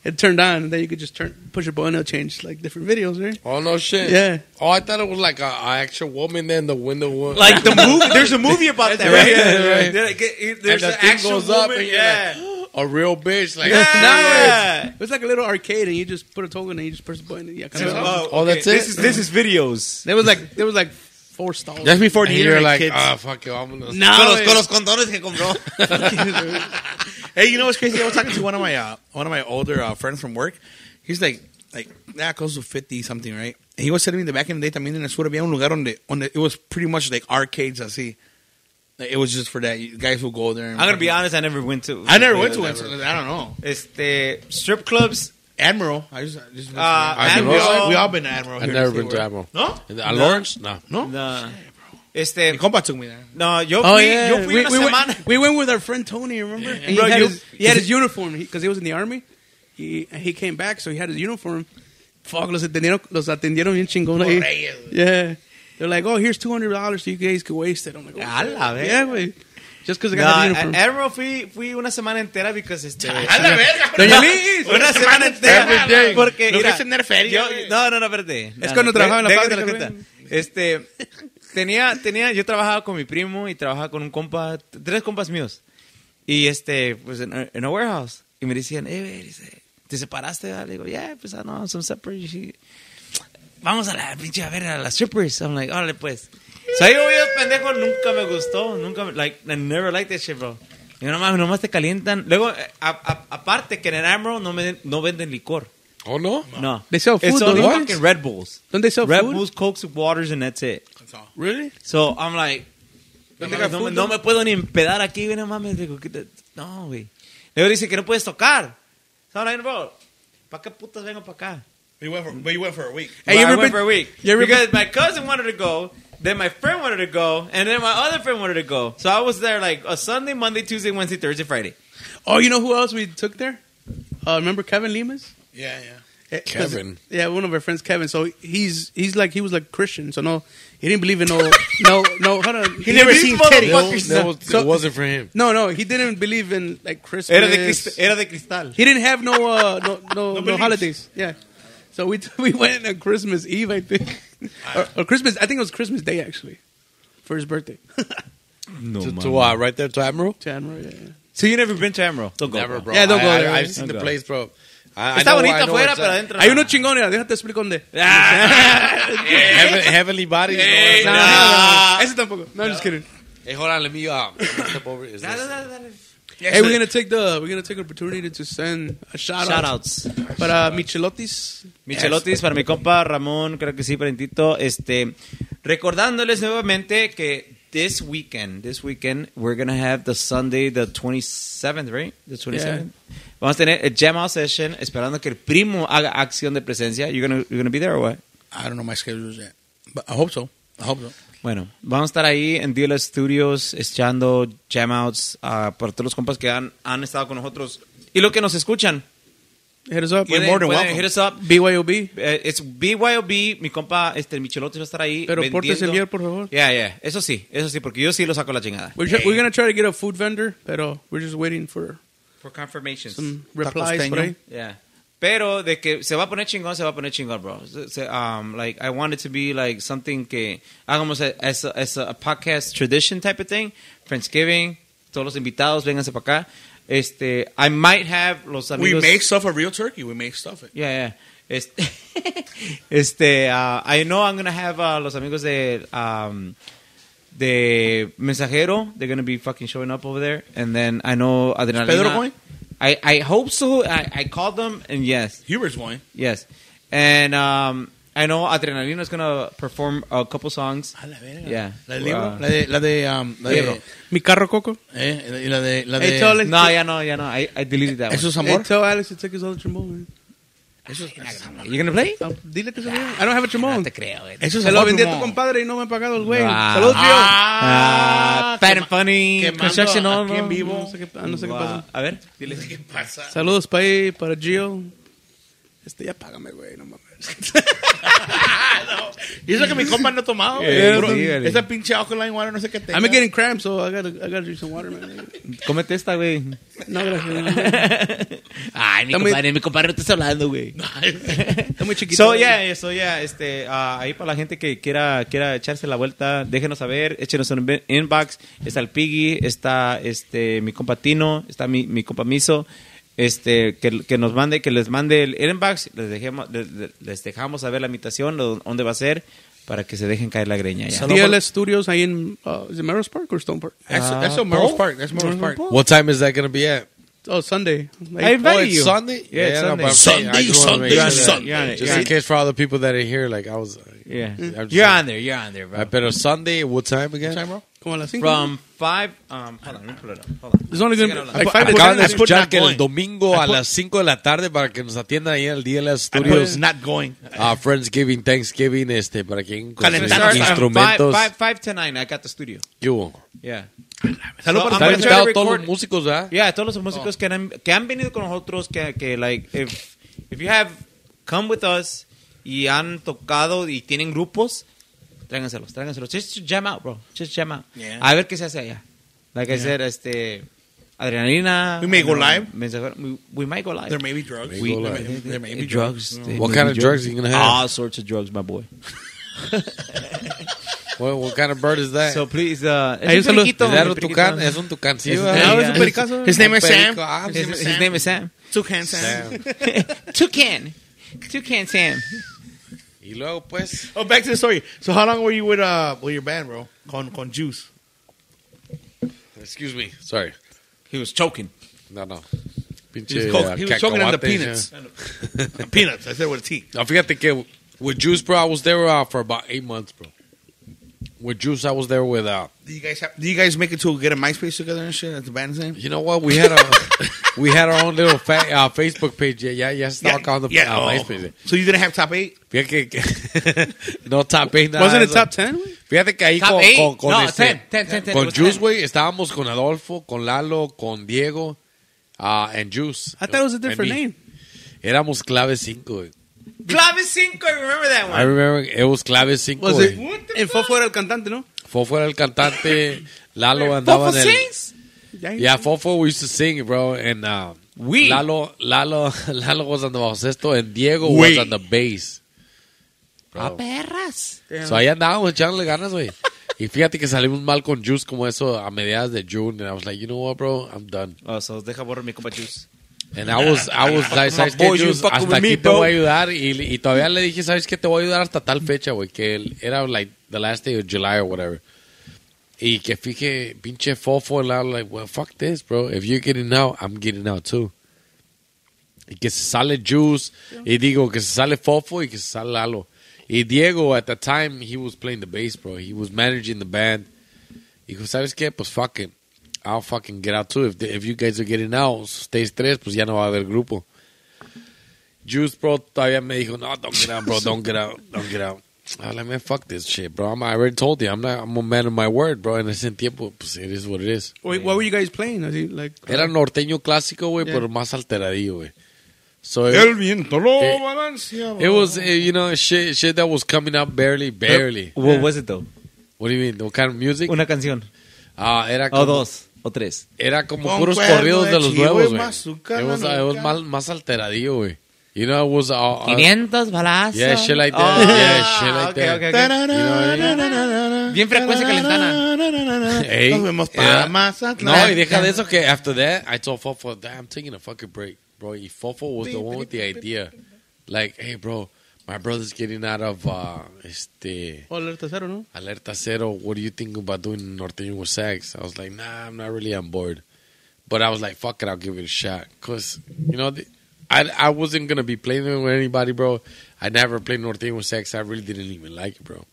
S2: It turned on, and then you could just turn, push a button, it'll change like different videos, right?
S4: Oh no shit.
S2: Yeah.
S4: Oh, I thought it was like a, a actual woman there in the window. Like,
S1: Like the movie, there's a movie about that, right?
S4: Yeah, yeah, right.
S1: They're like, it- it- There's
S4: And the
S1: an
S4: thing
S1: actual
S4: goes up
S1: woman,
S4: and you're
S1: yeah.
S4: a real bitch. Like, ah.
S1: Yeah.
S2: It's like a little arcade, and you just put a token, and you just press a button. And yeah, comes out.
S4: Oh, that's
S1: This
S4: it?
S1: is this is videos.
S2: There was like there was like four stalls.
S5: That's before the
S4: and you're
S5: internet,
S4: like,
S5: kids.
S4: ah, fuck it, I'm gonna.
S5: con, los,
S2: güey.
S5: con los condones que compró.
S3: Hey, you know what's crazy? I was talking to one of my uh, one of my older uh, friends from work. He's like like that close to fifty something, right? And he was telling me that back in the day, también en el sur había un lugar donde donde it was pretty much like arcades. I see. It was just for that. You guys will go there. And
S1: I'm gonna be honest. I never went to.
S3: I never went to one. so I don't know.
S1: Este strip clubs.
S3: Admiral. I just, I just went
S1: Uh,
S3: to-
S4: I
S3: we,
S1: Admiral.
S3: all, we all been to Admiral.
S4: I've
S3: here
S4: never
S3: in the
S4: been
S3: state
S4: to Admiral.
S3: No?
S4: And A Lawrence? No.
S3: world. No.
S1: No.
S3: Mi
S1: Este,
S3: compa took me there.
S1: no, yo fui,
S2: Oh yeah,
S1: yo fui
S2: we,
S1: una
S2: we
S1: semana.
S2: went, we went with our friend Tony. Remember? And he,
S1: Bro,
S2: had
S1: you-
S2: his, he had his uniform because he, was in the army. He and he came back, so he had his uniform. Fuck, los atendieron, los atendieron bien chingón ahí. Yeah, they're like, oh, here's two hundred dollars so you guys can waste it. I'm like, oh,
S1: A la
S2: shit.
S1: verga.
S2: yeah, güey. Just because I
S1: No, eh,
S2: got the
S1: a-
S2: uniform.
S1: Admiral fui, fui una semana entera because este.
S2: Doña Liz,
S1: una semana entera.
S4: Every day.
S1: Porque
S3: No
S1: mira,
S3: quieres tener feria,
S1: yo-
S3: güey.
S1: no, no, no, espérate. No, no,
S2: cuando
S1: de-
S2: trabajaba en la
S1: déjate
S2: fábrica,
S1: cuenta.
S2: güey.
S1: Este tenía tenía yo trabajaba con mi primo y trabajaba con un compa, t- tres compas míos. Y este pues en en a warehouse y me decían, "Eh, güey, dice, ¿te separaste?" Le digo, "Yeah, pues ah, no, some separate." Y she- Vamos a la pinche a ver a las strippers. I'm like, "Órale, pues." So ahí voy yo, pendejo, nunca me gustó, nunca me- like I never liked that shit, bro. Y nomás, nomás te calientan. Luego, eh, a- a- aparte que en el Amro no, me- no venden licor.
S4: Oh, no?
S1: No.
S2: They sell food,
S1: It's
S2: though,
S1: only
S2: don't they?
S1: fucking Red Bulls.
S2: Don't they sell
S1: Red
S2: food?
S1: Bulls, Cokes, waters, and that's it.
S2: Really?
S1: So I'm like, no,
S2: they got
S1: no
S2: food,
S1: me- no me puedo ni empedar aquí, güey, no mames. Digo, ¿qué te- no, güey. Luego dice que no puedes tocar. So I'm like, bro, ¿para qué putas vengo para acá?
S3: You went for, but you went for a week.
S2: Hey, you
S1: Well, I
S2: ever
S1: went
S2: been-
S1: for a week.
S2: you ever
S1: because my cousin wanted to go, then my friend wanted to go, and then my other friend wanted to go. So I was there like a Sunday, Monday, Tuesday, Wednesday, Thursday, Friday.
S2: Oh, you know who else we took there? Uh, remember Kevin Limas?
S3: Yeah, yeah.
S2: Eh, 'cause-
S4: Kevin.
S2: yeah, one of our friends, Kevin. So he's he's like he was like Christian. So no, he didn't believe in no no no. Hold on. He
S1: never seen titties.
S4: No, that was,
S2: So-
S4: it wasn't for him.
S2: No, no, he didn't believe in like Christmas.
S1: Era de, eh. crist- era de cristal.
S2: He didn't have no uh, no no, no, holidays. Yeah. So we we went on Christmas Eve, I think,
S3: Ah.
S2: or, or Christmas. I think it was Christmas Day actually, for his birthday.
S4: to, to uh, right there to Admiral?
S2: To Admiral, yeah, yeah.
S1: So you never been to Emerald? Don't go.
S4: Never, bro.
S2: Yeah, don't
S4: I,
S2: go
S4: I,
S2: there.
S4: I've seen the
S1: Okay.
S4: place, bro.
S1: Está
S4: I, I know, I
S1: bonito
S4: know
S1: afuera,
S4: it's
S1: pero
S4: a-
S1: adentro.
S2: Hay unos chingones. Déjate explico dónde.
S4: Heaven, heavenly bodies. you know
S2: No, no, no,
S4: what I'm saying?
S2: no. Ese tampoco. No, I'm just kidding.
S4: Hey, hold on. Let me uh, step over. Is
S1: Dale,
S4: this-
S1: dale, dale.
S2: Hey, we're gonna take the we're gonna take opportunity to send a shout,
S1: Shout
S2: out
S1: outs.
S2: para Michelotis.
S1: Michelotis para mi compa Ramón, creo que sí, Parentito. Este, recordándoles nuevamente que this weekend, this weekend, we're gonna have the Sunday, the 27th, right? The 27th. Vamos a tener el jam out session, esperando que el primo haga acción de presencia. You're gonna, you're gonna be there or what?
S3: I don't know my schedules yet, but I hope so. I hope so.
S1: Bueno, vamos a estar ahí en DLS Studios echando jam outs ah, por todos los compas que han, han estado con nosotros y los que nos escuchan.
S2: Hit us up.
S1: You're more than welcome. Hit us up.
S2: BYOB.
S1: Eh, Es BYOB, mi compa este, el Michelote va a estar ahí.
S2: Pero
S1: vendiendo.
S2: pórtese bien, por favor. Pues
S1: Yeah, yeah. Eso sí, eso sí, porque yo sí lo saco la chingada.
S2: We're, tr- we're gonna try to get a food vendor, pero we're just waiting for
S1: For confirmations.
S2: some replies. por ahí.
S1: Yeah. Pero de que se va a poner chingón, se va a poner chingón, bro. Se- se- um, like, I want it to be like something que hagamos a- as a, as a podcast tradition type of thing. Friendsgiving, todos los invitados, vénganse para acá. Este, I might have los
S3: We
S1: amigos.
S3: make stuff a real turkey. We make stuff it.
S1: Yeah, yeah. Este, este ah, I know I'm gonna have ah, los amigos de, um, de Mensajero. They're gonna be fucking showing up over there. And then I know Adrenalina.
S3: Pedro going?
S1: I, I hope so. I, I called them, and yes,
S3: Hubert's one.
S1: yes. And um, I know Adrenalina is gonna perform a couple songs. Yeah.
S3: La de libro.
S1: Uh,
S3: La de la de um, la
S1: Libro.
S3: de,
S2: Mi carro coco.
S3: eh, y la de la
S2: Hey,
S3: de.
S2: Tole.
S1: no, ya no, ya no. I, I deleted that
S3: Eso es
S2: Hey,
S3: amor.
S2: tell Alex to take his other trombone.
S1: one. You gonna play?
S2: man. Dile que se lo I don't have a trombone.
S3: Eso es
S2: Se lo
S3: amor.
S2: vendí a tu
S3: Ramón.
S2: compadre y no me ha pagado el
S3: Ah.
S2: güey.
S1: Wow.
S2: Saludos, tío.
S1: Ah, Fat and Funny.
S3: quemando
S1: Construction
S3: aquí
S1: Homo.
S3: en vivo.
S2: No sé qué, ah, no sé qué
S1: Wow.
S2: pasa.
S1: A ver.
S3: ¿Qué pasa?
S2: Saludos para para Gio. Este ya págame, güey, no mames.
S5: Y eso que mi compa no ha tomado. güey.
S1: Eh,
S5: Bro,
S1: sí, vale.
S5: esa pinche alkaline water no sé qué tenga.
S2: I'm getting cramps, so I gotta, I gotta drink some water, man.
S1: Cómete esta, güey.
S2: No, gracias.
S1: Ay, mi
S2: Está muy-
S1: compadre, mi compadre no te está hablando, güey.
S2: Está muy chiquito.
S1: So, yeah, so, yeah, este, ah, ahí para la gente que quiera, quiera echarse la vuelta, déjenos saber, échenos un inv- inbox, está el Piggy, está, este, mi compa Tino, está mi, mi compa Miso, este, que, que nos mande, que les mande el inbox, les dejemos, les, les dejamos saber la invitación, lo- dónde va a ser, para que se dejen caer la greña ya.
S2: DLS Studios ahí en, uh, is it Merrill's Park or Stone Park?
S5: That's,
S1: Uh,
S5: that's on Merrill's Park. That's Merrill's Park.
S4: What time is that going to be at?
S2: Oh, Sunday. Like,
S1: I invited
S4: oh, it's
S1: you.
S4: Sunday?
S1: Yeah, it's
S4: no,
S1: Sunday.
S4: but I'm saying, I
S7: Sunday,
S4: just wanna make
S7: Sunday,
S4: sure that-
S7: Sunday.
S1: You're on it,
S4: Just
S1: you're
S4: in
S1: on-
S4: case for all the people that are here, like, I was...
S1: Yeah.
S4: I'm just-
S1: You're on there, you're on there, bro.
S4: I bet on Sunday, what time again?
S2: como a las cinco.
S1: From five, um, hold on, let me pull it up, hold on.
S2: It's only
S1: Sigan
S2: gonna be
S1: hablando.
S2: like five to
S4: Acaban de
S2: ten.
S4: escuchar que el domingo a las 5 de la tarde para que nos atienda ahí en el DLS Studios.
S5: not going.
S4: Ah, Friendsgiving, Thanksgiving, este, para quien
S1: It
S5: Calentando.
S1: starts
S4: consiga
S1: at five,
S4: instrumentos.
S1: five, five to nine, I got the studio.
S4: ¿Qué hubo?
S1: Yeah. So,
S5: Salud para
S1: I'm
S4: Están
S1: gonna try to
S4: invitados todos
S1: record-
S4: los músicos, ¿verdad?
S1: Yeah, todos los músicos que, han, que han venido con nosotros, que, que like, if, if you have come with us y han tocado y tienen grupos, tráiganselos, tráiganselos. Just jam out, bro. Just jam out.
S5: Yeah.
S1: A ver qué se hace allá. Like I said, este, adrenalina.
S5: We may go
S1: no,
S5: live.
S1: mensajero- We, we might go live.
S5: There may be drugs.
S1: We-
S4: Go
S5: live. There may be
S1: drugs. there
S4: Eh, What
S1: may
S4: kind
S1: be
S4: of drugs you gonna have?
S1: All sorts of drugs, my boy.
S4: What, what kind of bird is that?
S1: So please, uh,
S2: Ahí
S1: es
S2: se
S1: un
S2: los-
S1: periquito,
S4: ¿Es that un
S1: periquito.
S4: tucán? Es un tucán, sí,
S1: Es un-
S4: ¿verdad?
S2: No, es
S1: Yeah.
S2: un pericazo.
S5: His name is Sam.
S4: Perico. Ah,
S5: His
S1: His,
S5: name is
S1: his
S5: Sam.
S1: name is Sam.
S5: Toucan Sam.
S1: Toucan. Toucan Sam.
S4: Y luego, pues...
S5: Oh, back to the story. So how long were you with uh with your band, bro? Con con Juice.
S4: Excuse me. Sorry.
S1: He was choking.
S4: No, no.
S5: He
S4: Pinche,
S5: was,
S4: ah,
S5: choking- he was choking on the
S4: cacahuates,
S5: peanuts.
S4: yeah.
S5: peanuts. I said with a T.
S4: No, fíjate que with Juice, bro, I was there uh, for about eight months, bro. With Juice, I was there with... Uh,
S5: Do you guys have, do you guys make it to get a MySpace together and shit? That's the band's name.
S4: You know what? We had a we had our own little fa- uh, Facebook page. Yeah, yeah, yeah. Stock on the
S5: yeah,
S4: uh,
S5: oh.
S4: MySpace.
S5: So you didn't have top eight?
S4: Fíjate que, que- no top eight. nada
S2: Wasn't
S4: de
S2: it
S4: eso.
S2: top ten?
S4: Fíjate que ahí
S1: Top
S4: con,
S1: eight?
S4: con, con
S1: No,
S4: este-
S1: ten, ten, ten, ten. It
S4: con
S1: was
S4: Juice,
S1: ten.
S4: güey, estábamos con Adolfo, con Lalo, con Diego, ah, and Juice.
S2: I thought it was a
S4: And
S2: different
S4: me.
S2: name.
S4: Éramos clave 5, güey.
S1: Clave 5, I remember that
S4: I
S1: one.
S4: remember it was clave 5,
S2: Was it?
S4: güey.
S2: And Fofo era el cantante, ¿no?
S4: Fue fuera el cantante, Lalo andaba
S1: Fofo
S4: en el...
S1: sings?
S4: Yeah, Fofo, we used to sing, bro, and uh,
S1: We.
S4: Lalo, Lalo, Lalo was on the baloncesto, and Diego was
S5: We.
S4: on the bass.
S1: Ah, perras.
S4: So ahí andábamos echándole ganas, güey. Y fíjate que salimos mal con Juice como eso a mediados de June, and I was like, you know what, bro, I'm done.
S1: Oh, so deja borrar mi compa Juice.
S4: And I was, I was like, ¿sabes qué,
S1: boys, you
S4: Juice?
S1: fucking
S4: Hasta
S1: with
S4: aquí
S1: me,
S4: te
S1: bro."
S4: voy a ayudar. Y, y todavía le dije, ¿sabes qué? Te voy a ayudar hasta tal fecha, güey, que el- era like the last day of July or whatever. Y que fije, pinche Fofo, and I'm like, well, fuck this, bro. If you're getting out, I'm getting out too. y que se sale Juice, y digo que se sale Fofo y que se sale Lalo. Y Diego, at the time, he was playing the bass, bro. He was managing the band. Y dijo, ¿sabes qué? Pues fuck it. I'll fucking get out too. If, the- if you guys are getting out, ustedes tres, pues ya no va a haber grupo. Juice, bro, todavía me dijo, no, don't get out, bro, don't get out, don't get out. I was like, man, fuck this shit, bro. I'm, I already told you, I'm not, I'm a man of my word, bro. En ese tiempo, pues it is what it is.
S2: Wait, what were you guys playing? Así, like,
S4: Era norteño clásico, güey,
S2: Yeah.
S4: pero más alteradillo, güey. So, it-
S7: viento lo
S4: Eh,
S7: balancea.
S4: It was, uh, you know, shit, shit that was coming up barely, barely.
S1: What was it, though?
S4: What do you mean? What kind of music?
S1: Una canción.
S4: Ah, era
S1: O
S4: como,
S1: dos. O tres.
S4: era como
S5: Con
S4: puros
S5: cuerno
S4: corridos
S5: de
S4: de los
S5: chivo
S4: nuevos,
S5: y
S4: güey.
S5: mazuca,
S4: It was, it was
S5: manuca.
S4: mal- más alteradillo, güey. You know, it was... Uh,
S1: Ah,
S4: uh,
S1: 500 balazos.
S4: yeah, shit like that.
S1: Oh.
S4: yeah, shit like that.
S1: that.
S4: You know what I mean?
S1: Bien frecuencia calentana.
S4: Hey,
S5: Nos vemos para
S4: yeah.
S5: Mazatlán.
S4: No, y deja de eso que after that, I told Fofo, "Damn, I'm taking a fucking break, bro. Y Fofo was the one with the idea. Like, hey, bro, my brother's getting out of, uh, este...
S2: oh, el tercero, ¿no?
S4: Alerta Cero, what do you think about doing Norteño with sax? I was like, nah, I'm not really on board. But I was like, fuck it, I'll give it a shot. Because, you know, the, I, I wasn't going to be playing it with anybody, bro. I never played Norteño with sax. I really didn't even like it, bro.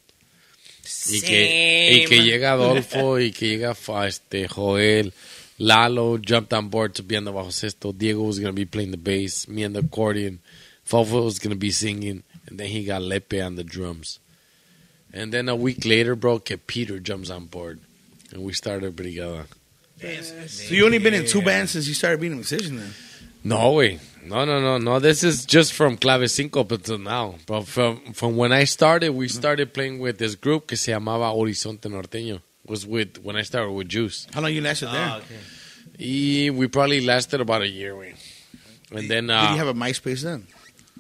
S4: Y que, y que llega Adolfo, y que llega fa- este, Joel, Lalo jumped on board to be on the bajo sexto. Diego was going to be playing the bass, me on the accordion. Fofo was going to be singing. And then he got Lepe on the drums. And then a week later, bro, que Peter jumps on board. And we started Brigada.
S5: So you only been in two bands since you started being a musician then.
S4: No, way. No, no, no, no. This is just from Clave but to now. But from from when I started, we started playing with this group que se llamaba Horizonte Norteño. Was with when I started with Juice.
S3: How long you lasted there?
S1: Ah,
S4: Y we probably lasted about a year, way. And then uh,
S3: Did you have a MySpace then?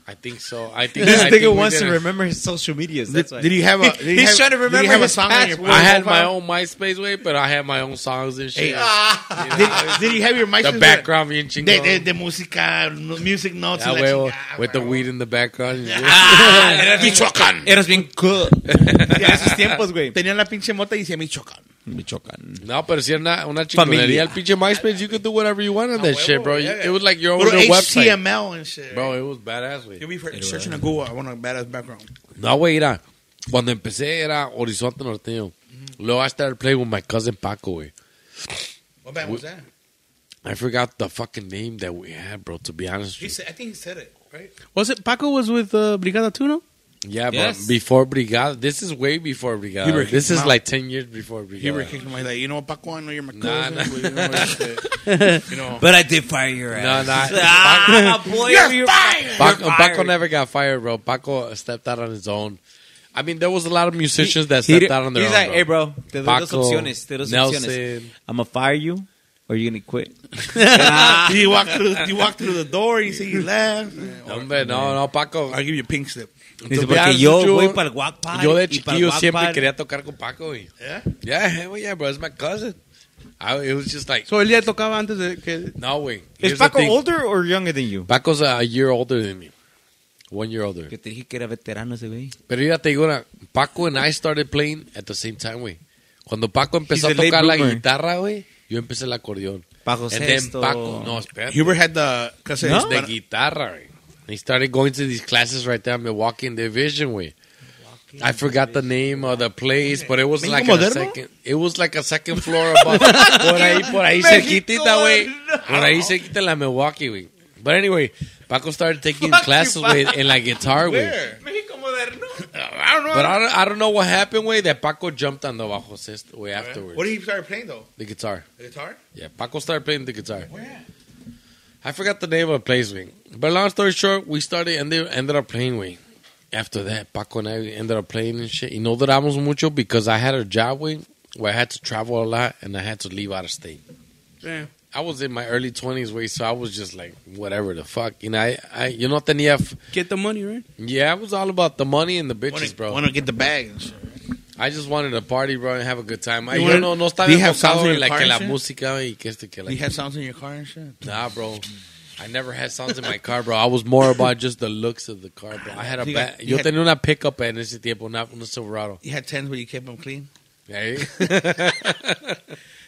S4: I think so. I think
S1: This
S4: I think we
S1: nigga wants
S4: did
S1: to
S4: a-
S1: remember his social medias. That's why.
S3: Did you have a? Did you
S1: He's
S3: have,
S1: trying to
S3: Did
S1: remember
S3: you have a
S1: his
S3: song on your?
S1: password.
S4: I had my own MySpace way, but I had my own songs and
S1: uh,
S4: shit.
S3: Did, did you have your MySpace?
S4: the background bien chingón.
S3: De, de, de música, no- music notes.
S4: Ya,
S3: y la
S4: huevo,
S3: chingada, Ah,
S4: with the
S3: huevo.
S4: weed in the background. and shit.
S8: Michoacán.
S1: Eras bien cool. En esos tiempos, güey.
S3: Tenían la pinche mota y decía Michoacán.
S1: Michoacán.
S4: No, pero si era una, una chingonería. El pinche MySpace, you could do whatever you want on that shit, bro. You- It was like your own
S3: Puro
S4: little website.
S3: HTML and shit.
S4: Bro, it was badass, güey.
S3: You'll be searching on Google. I want a badass background.
S4: No, güey, era. Cuando empecé era Horizonte Norteño.
S3: Mm.
S4: Luego I started playing with my cousin Paco, güey.
S3: What band was that?
S4: I forgot the fucking name that we had, bro, to be honest with you.
S3: said, I think he said it, right?
S2: Was it Paco was with uh, Brigada Tuno?
S4: Yeah,
S1: Yes.
S4: but before Brigada, this is way before Brigada.
S3: were
S4: this
S3: kicking
S4: is
S3: out.
S4: like 10 years before
S3: You were
S4: Brigada. Ah,
S3: kicking my like, you know, Paco, I know you're my cousin.
S4: Nah, nah.
S3: but you know, it's, uh, you know.
S1: But I did fire your
S4: No,
S1: ass.
S4: no.
S1: Ah, boy, you're fired.
S4: Paco, Paco never got fired, bro. Paco stepped out on his own. I mean, there was a lot of musicians that stepped out on their
S1: He's
S4: own.
S1: like, hey, bro, te doy dos
S4: Paco,
S1: opciones. Te doy dos opciones.
S4: Nelson.
S1: I'm going to fire you or you're going to quit.
S3: Did you walk through? Did you walk through the door? You see, you laugh.
S4: No, hombre, no, no, Paco.
S3: I'll give you a pink slip.
S1: Dice,
S4: To be
S1: porque
S4: honest
S1: yo
S4: with you,
S1: voy para el Wack Party
S4: Yo de
S1: y para
S4: chiquillo
S1: el
S4: siempre
S1: Wack Party.
S4: quería tocar con Paco, güey.
S3: Yeah?
S4: Yeah, hell yeah, bro. It's my cousin. I, it was just like,
S2: So él ya tocaba antes de que.
S4: no, güey.
S1: Is
S4: Here's the
S1: Paco
S4: thing.
S1: older or younger than you?
S4: Paco's a, a year older than me. One year older.
S1: Que te dije que era veterano ese güey.
S4: Pero mira, te digo una, Paco and I started playing at the same time, güey. Cuando Paco empezó
S1: He's
S4: a
S1: a late
S4: tocar la
S1: bloomer.
S4: guitarra, güey, yo empecé el acordeón.
S1: Paco
S4: And then
S1: Sexto.
S4: Paco, no, espérate.
S3: Huber had the cassette.
S1: No?
S4: de guitarra, güey. He started going to these classes right there in Milwaukee in Division, güey. I forgot the name of the place, but it was like a
S3: Moderno?
S4: second. It was like a second floor above. por ahí, por ahí cerquitita, güey. Por ahí cerquita en la Milwaukee, güey. But anyway, Paco started taking classes, güey, en la guitar, güey.
S3: I don't know.
S4: But I don't, I don't know what happened, way that Paco jumped on the bajo sist, way afterwards.
S3: what did he start playing though?
S4: the guitar.
S3: The guitar?
S4: Yeah, Paco started playing the guitar. I forgot the name of the place, way. But long story short, we started and they ended up playing, way. After that, Paco and I ended up playing and shit. You know that I was mucho because I had a job, way, where I had to travel a lot and I had to leave out of state.
S2: Damn.
S4: I was in my early 20s, way, so I was just like, whatever the fuck. You know, I, I you know, tenía. F-
S2: Get the money, right?
S4: yeah, I was all about the money and the bitches, bro.
S3: Want to get the bag? And shit.
S4: I just wanted to party, bro, and have a good time. I,
S3: You
S4: yo
S3: wanted-
S4: no, no estaba
S3: Do you have sounds
S4: enfocado
S3: in
S4: en
S3: your
S4: like,
S3: car
S4: que
S3: and
S4: la
S3: shit?
S4: música y que esto que la...
S3: You had sounds in your car and shit.
S4: Nah, bro. I never had sounds in my car, bro. I was more about just the looks of the car, bro. I had a
S3: You
S4: bad...
S3: got- you
S4: Yo
S3: had-
S4: tenía una pickup en ese tiempo, una, una Silverado.
S3: You had tens where you kept them clean.
S4: Hey?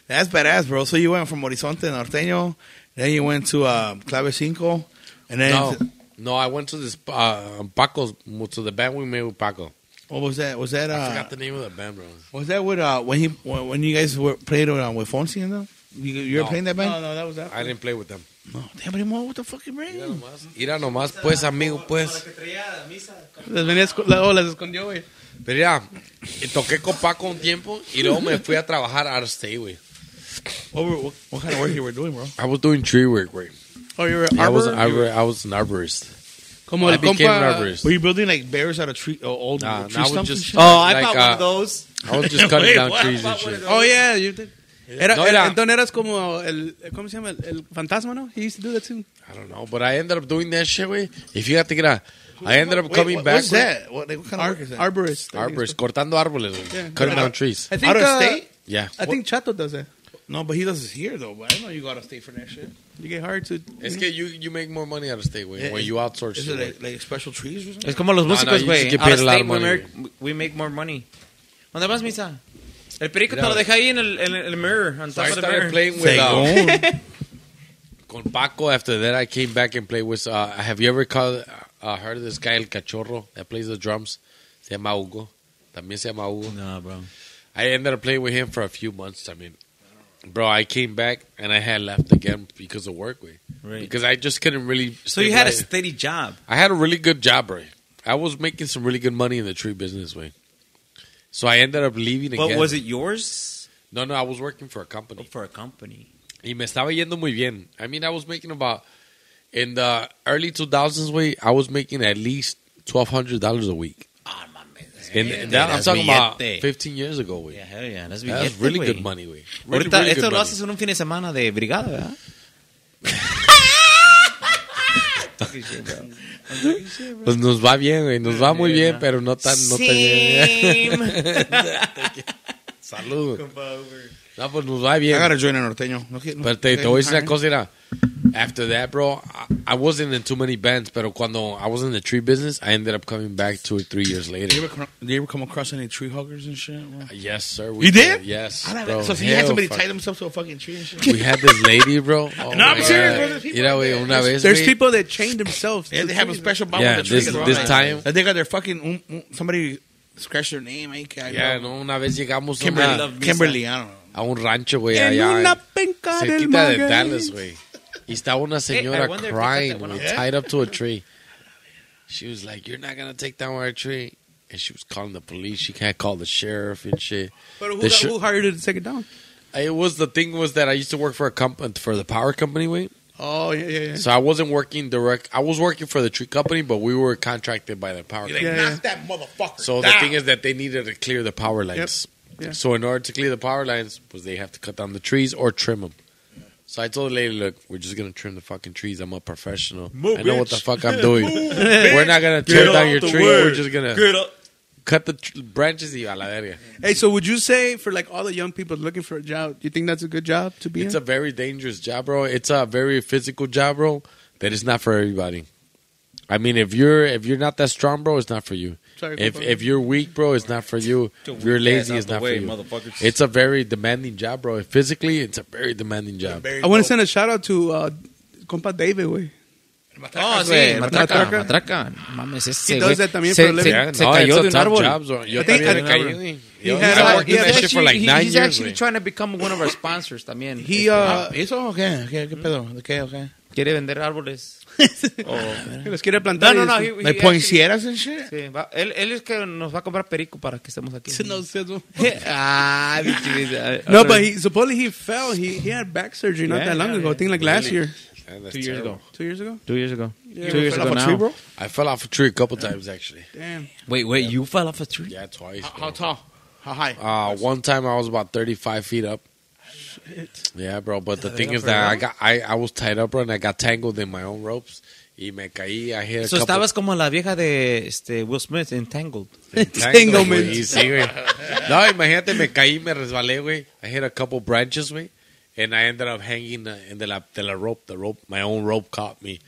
S3: That's badass, bro. So you went from Horizonte Norteño, then you went to uh, Clave Cinco, and then
S4: no. No, I went to this... Uh, Paco's... To the band we made with Paco.
S3: what was that? Was that
S2: Ah.
S4: I
S3: uh,
S4: forgot the name of the band, bro.
S3: was that with uh, when he when, when you guys were played uh, with Fonsi and them? You, you were
S4: No.
S3: playing that band?
S2: no, that was that.
S4: I didn't play with them.
S3: No, damn it, Mo, what the fuck you
S4: Mira
S3: bringing?
S4: nomás, mira nomás, pues, amigo, pues.
S2: Las venía esco- la- oh, las escondió, güey.
S4: Pero ya, y toqué con Paco un tiempo y luego me fui a trabajar out of state, güey.
S3: What, were, what, what kind of work you were doing, bro?
S4: I was doing tree work, güey.
S2: Oh, you were an
S4: I was
S2: arbor?
S4: I, were, I was an arborist.
S2: Como
S4: Ah, I
S2: el
S4: became an
S2: compa.
S4: arborist.
S3: Were you building like bears out of tree, uh, old
S4: Nah,
S3: tree
S4: nah, I was
S3: stumps? and
S4: just
S3: shit?
S1: Oh, I
S4: like,
S1: bought one of
S4: uh,
S1: those.
S4: I was just cutting
S3: Wait,
S4: down
S3: what?
S4: trees and shit.
S2: Oh, yeah. You did. Era,
S4: No,
S2: era-
S4: era-
S2: entonces eras como el. ¿Cómo se llama? El, el fantasma, ¿no? He used to do that too.
S4: I don't know, but I ended up doing that shit, güey. If you got to get out, I ended up
S3: Wait,
S4: coming
S3: what,
S4: back.
S3: What's
S4: güey.
S3: that? What, like, what kind of work is that?
S2: Arborist. I think
S4: Arborist, cortando árboles, güey.
S2: Yeah.
S4: cutting down trees.
S2: it's- I think,
S3: Out of
S2: uh,
S3: state?
S4: Yeah.
S2: I think Chato does that.
S3: No, but he does this here though. But I know you got to stay for that shit.
S2: You get hired to.
S4: Es que you, you make more money out of state, güey,
S3: Yeah,
S4: when
S3: is-
S4: you outsource
S3: Is
S4: shit,
S3: it
S4: güey.
S3: like, like special trees or something?
S1: Es como los
S4: no,
S1: músicos,
S4: you just
S1: güey.
S4: get
S1: Out
S4: paid
S1: of
S4: a lot
S1: state,
S4: of
S1: we
S4: money,
S1: make- we make more money. ¿Dónde vas, Misa? El perico te
S4: Mira,
S1: lo deja ahí en el, en el mirror. On
S4: So
S1: top
S4: I
S1: of the mirror.
S4: started playing with uh, con Paco. After that, I came back and played with. Uh, have you ever called, uh, heard of this guy El Cachorro that plays the drums? Se llama Hugo. También se llama Hugo.
S1: No, bro.
S4: I ended up playing with him for a few months. I mean, bro, I came back and I had left again because of work, way.
S1: Right.
S4: Because I just couldn't really.
S1: So you had a
S4: stabilize-
S1: steady job.
S4: I had a really good job, right? I was making some really good money in the tree business, way. So I ended up leaving
S1: But
S4: again.
S1: was it yours?
S4: No, no, I was working for a company.
S1: For a company.
S4: Y me estaba yendo muy bien. I mean, I was making about in the early 2000s, way I was making at least twelve hundred dollars a week.
S1: Ah,
S4: And that, I'm
S1: that's
S4: talking about
S1: billete.
S4: 15 years ago, way.
S1: Yeah, hell yeah, that's
S4: That's
S1: billete,
S4: really
S1: güey.
S4: good money, way. Really,
S1: Ahorita,
S4: really
S1: esto
S4: good
S1: lo
S4: money.
S1: haces en un fin de semana de brigada, ¿verdad?
S4: Pues nos va bien, güey. Nos va muy bien, pero no tan, no tan bien. Salud. No, pues nos va bien.
S5: I gotta join a norteño. No, que- no-
S4: But te, te voy a decir una cosa, mira. After that, bro, I, I wasn't in too many bands, pero cuando I was in the tree business, I ended up coming back two or three years
S5: Did you
S4: later.
S5: ever, cr- did you ever come across any tree huggers and shit? bro?
S4: Yes, sir. We
S5: You did?
S4: Yes,
S5: I don't
S4: bro.
S5: know. So if you had
S4: Hell,
S5: somebody
S4: fuck.
S5: tie themselves to a fucking tree and shit.
S4: We had this lady, bro. Oh
S5: No, I'm
S4: my God.
S5: serious, bro. There's people
S4: Mira,
S5: out
S4: güey,
S5: there.
S4: una vez,
S2: There's
S4: güey,
S2: people that chain themselves.
S5: Yeah, they have a special bond
S4: Yeah,
S5: with the tree.
S4: this-
S5: bro.
S4: this
S5: Like,
S4: time-
S5: that they got their fucking un, un, somebody scratched their name. ahí que-
S4: Yeah, no, una vez llegamos a
S5: Kimberly,
S4: una-
S5: Kimberly, I don't know.
S4: a un rancho, güey,
S2: En
S4: allá.
S2: una
S4: en-
S2: penca del
S4: cerquita de
S2: maguey.
S4: Dallas, güey. Y estaba una señora
S1: wonder if they
S4: crying,
S1: cut that one
S4: güey, tied up to a tree. She was like, "You're not gonna take down our tree," and she was calling the police. She can't call the sheriff and shit.
S2: But who,
S4: The
S2: got,
S4: shir-
S2: who hired you to take it down?
S4: It was the thing was that I used to work for a company for the power company, wait.
S2: Oh yeah, yeah, yeah.
S4: So I wasn't working direct. I was working for the tree company, but we were contracted by the power company.
S2: yeah, yeah.
S7: that motherfucker.
S4: So the thing is that they needed to clear the power lines.
S2: Yeah.
S4: So in order to clear the power lines, was they have to cut down the trees or trim them. So I told the lady, look, we're just gonna trim the fucking trees. I'm a professional. I know what the fuck I'm doing. we're not gonna tear down your tree. We're just gonna cut the tr- branches. Y a la verga.
S2: Hey, so would you say for like all the young people looking for a job, do you think that's a good job to be
S4: It's a
S2: in?
S4: very dangerous job, bro. It's a very physical job, bro. That is not for everybody. I mean, if you're if you're not that strong, bro, it's not for you.
S2: Sorry,
S4: if
S2: compadre.
S4: if you're weak, bro, it's not for you. If you're lazy, it's not for you. It's a very demanding job, bro. Physically, it's a very demanding job.
S2: I want to send a shout out to uh, compa David, güey.
S1: Oh, sí,
S2: güey,
S1: matraca,
S2: matraca.
S1: matraca. Mames, ese
S2: He
S1: güey
S2: does that también
S1: se,
S2: for a
S1: se,
S2: living.
S1: se
S4: No,
S1: cayó
S4: it's a
S1: de un
S4: tough
S1: árbol.
S4: job, bro. Yo
S2: I think-
S4: también
S2: I-
S4: me caí. Yo-
S2: had-
S4: I worked
S2: he
S4: in
S2: had
S4: that shit for like
S1: he-
S4: nine
S1: he's
S4: years.
S1: actually
S4: güey.
S1: trying to become one of our sponsors también. Este, ah,
S2: He uh,
S5: ¿Eso o qué? ¿Qué, qué pedo? ¿De qué o qué?
S1: quiere vender árboles.
S2: los quiere
S1: No,
S2: plantar.
S1: no, no.
S2: y-
S1: he- he
S5: ¿Like poincieras and shit?
S1: actually- sí, va- él, él es que nos va a comprar perico para que estemos aquí.
S2: No, sé, no.
S1: ah, bicho,
S2: No, but he supposedly he fell. He he had back surgery not
S1: Yeah,
S2: that long
S1: yeah,
S2: ago. I
S1: yeah.
S2: think like last year,
S4: Man, that's
S1: two years
S4: terrible.
S1: ago.
S2: two years ago.
S1: Two years ago. two
S2: you
S1: years ago now.
S4: I fell off a tree a couple times actually.
S2: Damn.
S1: Wait, wait, you fell off a tree?
S4: Yeah, twice. bro.
S5: How tall? How high?
S4: Uh, one time I was about thirty-five feet up. Yeah, bro. But the thing is that I got I, I was tied up, bro, and I got tangled in my own ropes. Y me caí. I hit a
S1: So
S4: couple.
S1: estabas como la vieja de este, Will Smith, Entangled.
S4: Tangled,
S2: Entanglement.
S4: güey. Sí, güey. No, imagínate, me caí, me resbalé, güey. I hit a couple branches, güey, and I ended up hanging uh, in the la, de la rope. The rope, my own rope caught me.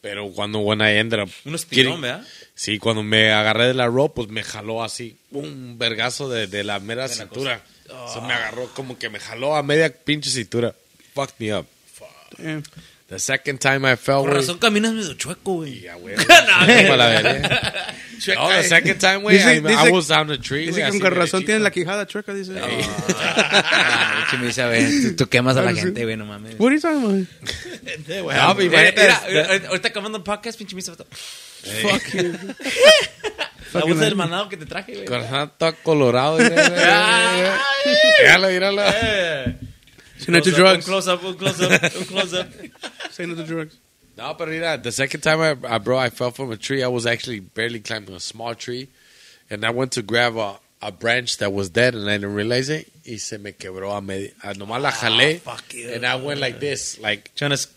S4: Pero cuando when I ended up
S1: Un estirón,
S4: getting-
S1: ¿verdad?
S4: Sí, cuando me agarré de la rope, pues me jaló así, un vergazo de, de la mera cintura. Se me agarró como que me jaló a media pinche cintura. Fucked me up.
S2: Damn.
S4: The second time I fell,
S1: Por
S4: güey.
S1: razón caminas medio chueco, güey.
S4: Ya, güey. Como la verga. No, the second time, güey,
S2: Dice-
S4: I, I
S2: dice-
S4: was on the tree, güey.
S2: Oh, Dice
S4: así
S2: que con razón
S4: derechito.
S2: tienes la quijada chueca, dice.
S1: Ah, bicho, me dice, a ver, tú, tú quemas a la
S2: Ah, sí.
S1: gente, güey, no mames. Eh,
S2: What are you talking about?
S4: No, pero
S1: Mira,
S4: imagínate,
S2: este.
S1: mira, ahor- ahorita acabando el podcast, pinche misa.
S2: Fuck you.
S1: La
S2: Fucking uh,
S1: bolsa del
S2: man.
S1: mandado que te traje, güey.
S4: Corazón todo colorado. güey. Míralo, míralo.
S2: Say no to
S1: Close-up,
S2: drugs.
S1: Un close-up, un close-up, un close-up.
S2: Say no to drugs.
S4: No, pero mira, the second time I, I, bro, I fell from a tree. I was actually barely climbing a small tree. And I went to grab a, a branch that was dead and I didn't realize it. Y se me quebró a medio. Nomás la jalé. and I went like this. Like,
S1: Chon es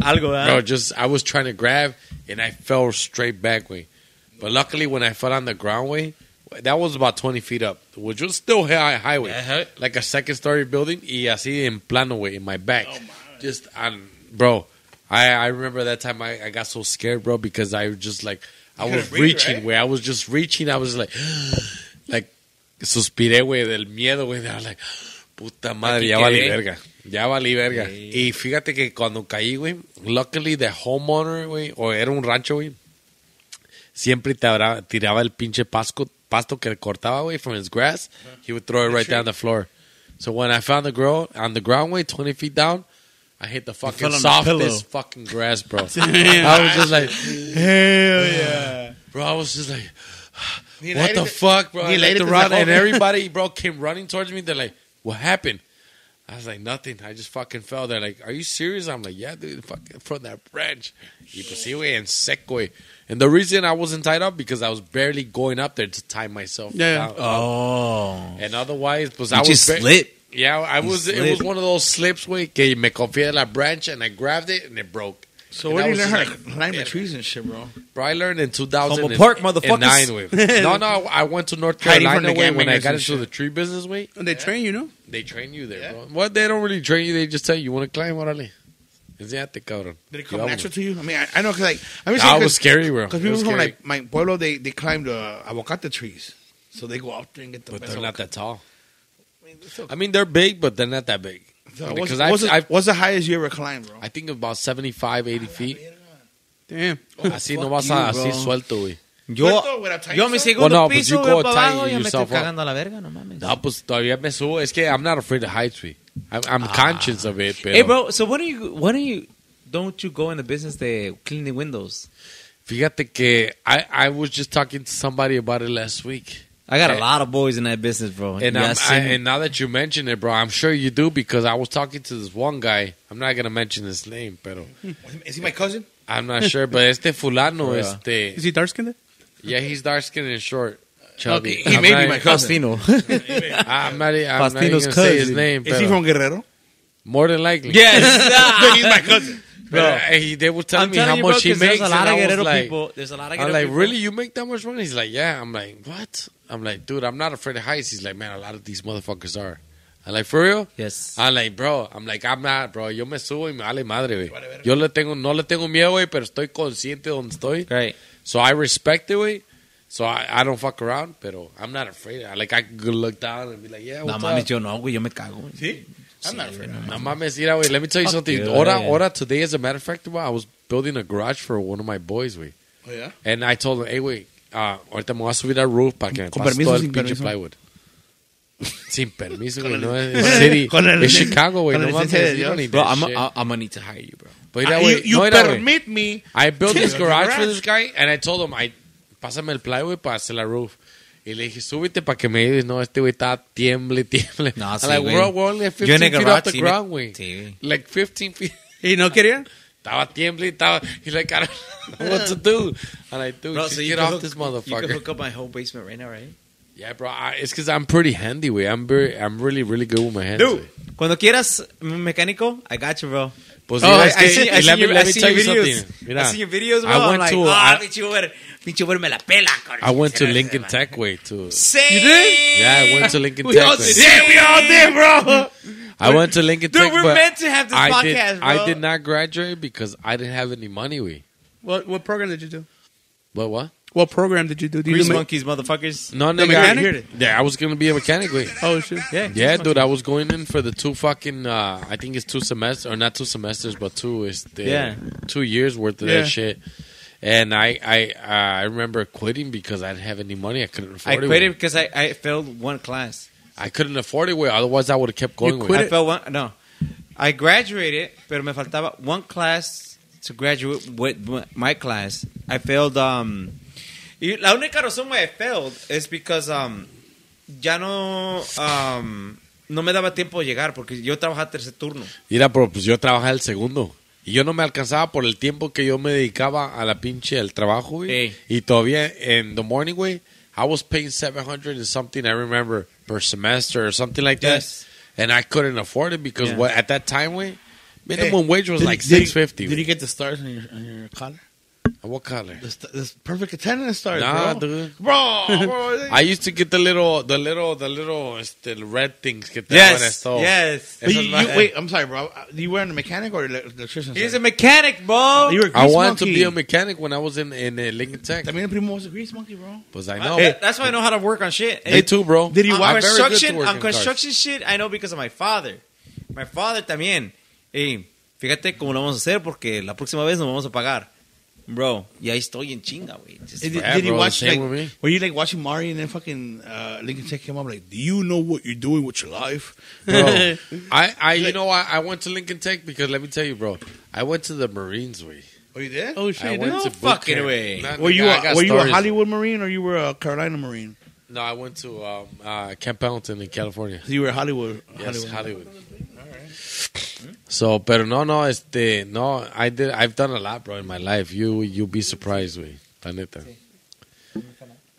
S1: algo, ¿verdad?
S4: bro, just, I was trying to grab and I fell straight back, way. But luckily, when I fell on the ground, way, that was about 20 feet up, which was still high, highway.
S1: Ajá.
S4: like a second story building y así en plano way in my back just on bro I, I remember that time I, I got so scared bro because I was just like I was reaching where I was just reaching I was like like suspiré güey del miedo güey I was like puta madre ya valí
S1: quedé.
S4: verga ya valí verga y fíjate que cuando caí güey luckily the homeowner güey o era un rancho güey siempre te abra- tiraba el pinche pasco, pasto que cortaba, güey, from his grass. He would throw it right down the floor. So when I found the girl on the ground, way 20 feet down, I hit the fucking
S1: fell on the pillow.
S4: softest fucking grass, bro. I was just like, hell yeah. Bro, I was just like, what the fuck, bro? I
S5: he
S4: let
S5: laid it
S4: the
S5: to
S4: rod,
S5: the
S4: and
S5: hole.
S4: everybody, bro, came running towards me. They're like, what happened? I was like, nothing. I just fucking fell. They're like, are you serious? I'm like, yeah, dude, fucking from that branch. Y pues sí, güey, en sec, güey. And the reason I wasn't tied up because I was barely going up there to tie myself
S2: Yeah.
S4: down.
S1: Oh.
S4: And otherwise, pues I
S1: You
S4: was
S1: just
S4: ba-
S1: slip.
S4: Yeah, I was. It
S1: slid.
S4: was one of those slips, güey, que me confié de la branch and I grabbed it and it broke.
S5: So
S4: And
S5: where
S4: I
S5: do
S4: was
S5: you learn how
S4: just
S5: to climb the trees and shit, bro?
S4: Bro, I learned in 2000.
S1: Como pork, motherfuckers.
S4: No, no, I went to North
S5: Hiding from
S4: Carolina
S5: the
S4: way
S5: gang
S4: when I
S5: bangers
S4: got
S5: and
S4: into the tree business way.
S2: And they train you, know?
S4: They train you there, bro. Well, they don't really train you. They just tell you, you want to climb, órale. Enséñate, cabrón.
S5: Did it come
S4: Yeah, bro.
S5: natural to you? I mean, I, I know because like I'm
S4: Nah, it was scary, bro.
S5: Because
S4: It
S5: people
S4: was
S5: from
S4: scary.
S5: like my pueblo, they they climb the avocado trees, so they go out there and get the
S4: But
S5: best.
S4: they're not
S5: avocado.
S4: that tall.
S5: I mean, it's okay.
S4: I mean, they're big, but they're not that big.
S5: So what's,
S4: Because
S5: what's,
S4: I've,
S5: the-
S4: I've,
S5: what's the highest you ever climbed, bro?
S4: I think about 75, 80 feet.
S2: Damn.
S4: Así no vas a, así suelto, güey.
S1: Yo, yo mi segundo
S4: Well, no, but you
S1: piso,
S4: go
S1: veo para
S4: tie
S1: abajo, ya me estoy
S4: yourself up.
S1: cagando a la verga, no mames.
S4: No, pues todavía me subo. Es que I'm not afraid of heights, güey. I'm, I'm conscious of it, pero...
S1: Hey, bro, so what do you, what do you, don't you go in the business de cleaning windows?
S4: Fíjate que I, I was just talking to somebody about it last week.
S1: I got
S4: Eh.
S1: a lot of boys in that business, bro.
S4: And,
S1: Ya
S4: I'm,
S1: sé.
S4: I, and now that you mention it, bro, I'm sure you do because I was talking to this one guy. I'm not going to mention his name, pero
S5: Is he my cousin?
S4: I'm not sure. But este fulano,
S1: Oh, Yeah.
S4: este...
S2: Is he dark skinned?
S4: Yeah, he's dark-skinned and short. Chubby.
S5: Okay, he
S4: I'm
S5: may
S4: not-
S5: be my
S1: Faustino.
S4: I'm not, e- I'm not
S1: Faustino's
S4: even going to say his
S1: cousin.
S4: name,
S5: Is he
S4: pero
S5: from Guerrero?
S4: more than likely.
S1: yes.
S5: He's my cousin.
S4: Bro, he, they were telling
S1: I'm
S4: me how
S1: telling you, bro,
S4: much he
S1: 'cause
S4: makes.
S1: there's a lot
S4: and
S1: of
S4: I was
S1: Guerrero
S4: like,
S1: people. There's a lot of
S4: I'm
S1: Guerrero
S4: like,
S1: people.
S4: really? You make that much money? He's like, yeah. I'm like, what? I'm like, dude, I'm not afraid of heights. He's like, man, a lot of these motherfuckers are. I'm like, for real?
S1: Yes.
S4: I'm like, bro. I'm like, I'm not, bro. Yo me subo y me vale madre, güey. Yo le tengo, no le tengo miedo, güey, pero estoy consciente de donde estoy.
S1: Right.
S4: So I respect it, güey. So I, I don't fuck around, pero I'm not afraid. I, like, I could look down and be like, yeah,
S1: No
S4: what's
S1: mames,
S4: up?
S1: yo no, güey, yo me cago. güey.
S5: I'm not afraid.
S4: No mames, mira, güey, let me tell you something.
S1: you,
S4: Ahora,
S1: yeah.
S4: ahora, today, as a matter of fact, güey, I was building a garage for one of my boys, güey.
S5: Oh, yeah?
S4: And I told him, hey, güey, ah, ahorita me voy a subir al roof para que me
S5: Con
S4: pases
S5: permiso,
S4: todo el
S5: sin
S4: pinche
S5: permiso.
S4: plywood. Sin permiso, güey, no es es city.
S5: Con la
S4: Es
S5: licencia-
S4: Chicago, güey,
S5: con la
S4: no mames,
S5: licencia de
S4: you don't need
S1: Bro,
S4: that
S1: I'm,
S5: uh,
S4: shit.
S1: I, I'm gonna need to hire you, bro.
S4: But mira,
S5: Ah,
S4: güey,
S5: you
S4: no, mira,
S5: you
S4: güey.
S5: permit me.
S4: I built this garage, for
S5: garage.
S4: this guy and I told him, I, pásame el plywood para hacer la roof. Y le dije, súbete para que me ayudes. No, este güey está tiemble, tiemble.
S1: No,
S4: I'm
S1: sí,
S4: like,
S1: güey.
S4: bro, we're only at
S1: Yo en
S4: 15
S1: el
S4: feet
S1: garage
S4: off the
S1: sí me-
S4: ground, güey.
S1: Sí, güey.
S4: Like 15 feet.
S2: ¿Y no quería?
S4: Estaba tiemble, estaba. He's like, I don't know what to do. And I do. just get off this
S1: You
S4: motherfucker.
S1: can hook up my whole basement right now, right?
S4: Yeah, bro. I, it's because I'm pretty handy, way. I'm very, I'm really, really good with my hands.
S1: Dude,
S4: güey.
S1: cuando quieras un mecánico, I got you, bro.
S4: Pues,
S1: Oh,
S4: mira,
S1: I,
S4: es que-
S1: see, I
S4: y
S1: see
S4: let me-
S1: your,
S4: let
S1: I
S4: me
S1: see
S4: tell
S1: your
S4: you
S1: videos.
S4: something.
S1: I
S4: Mira,
S1: see your videos, bro.
S4: I
S1: I'm
S4: went
S1: like,
S4: to,
S1: ah,
S4: I-
S1: pinche Uber, pinche Uber me la pela, cabrón.
S4: I went to Lincoln Tech, way, too.
S1: Same.
S4: Yeah, I went to Lincoln
S1: We
S4: Tech.
S1: all
S4: güey.
S1: did. Oh, Yeah, we all did, bro.
S4: I went to Lincoln
S1: Dude,
S4: Tech.
S1: we're
S4: but
S1: meant to have this
S4: I
S1: podcast,
S4: did,
S1: bro.
S4: I did not graduate because I didn't have any money, way.
S2: What, what program did you do?
S4: But what?
S2: What program did you do? Did you
S1: Grease
S2: do me-
S1: monkeys, motherfuckers.
S4: No, no,
S2: mechanic?
S4: Yeah, I was gonna be a mechanic, way.
S2: Oh, shit.
S1: Yeah.
S4: Yeah, dude, I was going in for the two fucking. Uh, I think it's two semesters or not two semesters, but two is the
S1: Yeah.
S4: two years worth of
S2: Yeah.
S4: that shit. And I I uh, I remember quitting because I didn't have any money. I couldn't
S1: I
S4: afford it.
S1: quit it
S4: güey.
S1: because I, I failed one class.
S4: I couldn't afford it. Way otherwise I would have kept going.
S1: I
S4: with
S1: failed one. No, I graduated, pero me faltaba one class to graduate with my class. I failed. Um, y la única razón why I failed is because um, ya no um, no me daba tiempo de llegar porque yo trabajaba tercer turno.
S4: Mira, pero pues yo trabajaba el segundo. Y yo no me alcanzaba por el tiempo que yo me dedicaba a la pinche al trabajo, güey.
S1: Ey.
S4: Y todavía en the morning, güey, I was paying 700 and something, I remember, per semester or something like that.
S1: Yes.
S4: And I couldn't afford it because
S1: Yeah.
S4: what at that time, güey, minimum wage was
S5: Did-
S4: like
S5: did-
S4: 650.
S5: Did
S4: güey.
S5: you get the stars on your, on your collar?
S4: what color?
S5: The, st- the perfect attendance stars,
S4: Nah,
S5: bro.
S4: dude.
S5: Bro, bro.
S4: I used to get the little, the little, the little este, red things que te daban
S1: Yes,
S4: esto.
S1: yes.
S5: But
S4: Esas
S5: you,
S4: ma-
S5: you, wait, I'm sorry, bro. Uh, You weren't a mechanic or ele- electrician?
S1: He's
S5: sir?
S1: a mechanic, bro.
S5: You were a
S4: I
S5: grease
S4: wanted to
S5: monkey.
S4: be a mechanic when I was in, in uh, Lincoln Tech.
S5: También el primo was a grease monkey, bro.
S4: Pues I know.
S1: That- that's why I know how to work on shit.
S4: Me too, bro.
S5: Did he
S4: I'm
S1: on
S5: watch-
S4: very good to
S1: construction,
S4: work
S1: on
S4: in cars.
S1: construction shit, I know because of my father. My father también. Y fíjate cómo lo vamos a hacer porque la próxima vez nos vamos a pagar. Bro, y ahí estoy en chinga, güey. Just-
S5: Did,
S4: Yeah,
S5: did he
S4: bro,
S5: watch
S4: same
S5: like?
S4: with me.
S5: Were you like watching Mario and then fucking uh, Lincoln Tech came up like, do you know what you're doing with your life?
S4: bro. I, I, you know, I, I went to Lincoln Tech because let me tell you, bro. I went to the Marines way.
S5: Oh, you did?
S2: Oh, shit.
S4: I
S2: dude.
S4: went
S1: no
S4: to boot
S1: fucking
S4: camp.
S1: way.
S4: Nah,
S5: Were
S4: nigga,
S5: you
S4: I
S5: a,
S4: got
S5: were you a
S4: stories.
S5: Hollywood Marine or you were a Carolina Marine?
S4: No, I went to um, uh, Camp Pendleton in California.
S5: So you were a Hollywood.
S4: Yes, Hollywood. So, pero no, no, este, no, I did, I've done a lot, bro, in my life. You, you'll be surprised, güey. La neta.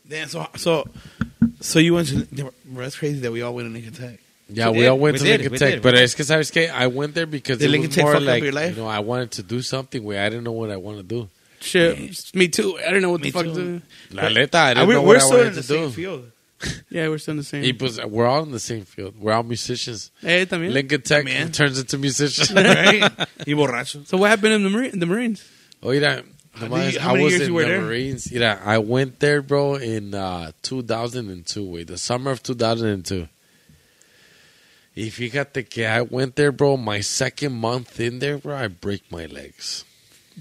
S5: Damn, so, so, so you went to. Bro, that's crazy that we all went to Nick Tech.
S4: Yeah, we,
S1: did.
S4: all went
S1: We
S4: to
S1: did.
S4: Lincoln
S1: We
S4: Tech,
S1: did.
S4: but es que sabes que I went there because
S5: Did
S4: it
S5: Lincoln
S4: was
S5: Tech
S4: more
S5: fuck up
S4: like
S5: your life?
S4: you know I wanted to do something where I didn't know what I want to do.
S2: Shit, me too. I don't know what the fuck. To,
S4: La neta, I
S5: And
S4: didn't
S5: we,
S4: know
S5: we're
S4: what I
S5: still in
S4: wanted
S5: the
S4: to
S5: same
S4: do.
S5: field.
S2: yeah, we're still in the same.
S4: Y pues, we're all in the same field. We're all musicians.
S2: Eh, también.
S4: Lincoln Tech
S5: Man.
S4: turns into musicians.
S5: Right? y borracho.
S2: So what happened in the, Marine, the Marines?
S4: Oiga, nomás,
S5: many- how
S4: I
S5: many
S4: was
S5: years
S4: in
S5: you were
S4: the
S5: there?
S4: Marines. Mira, I went there, bro, in uh, 2002, güey. The summer of 2002. Y fíjate que I went there, bro. My second month in there, bro, I break my legs.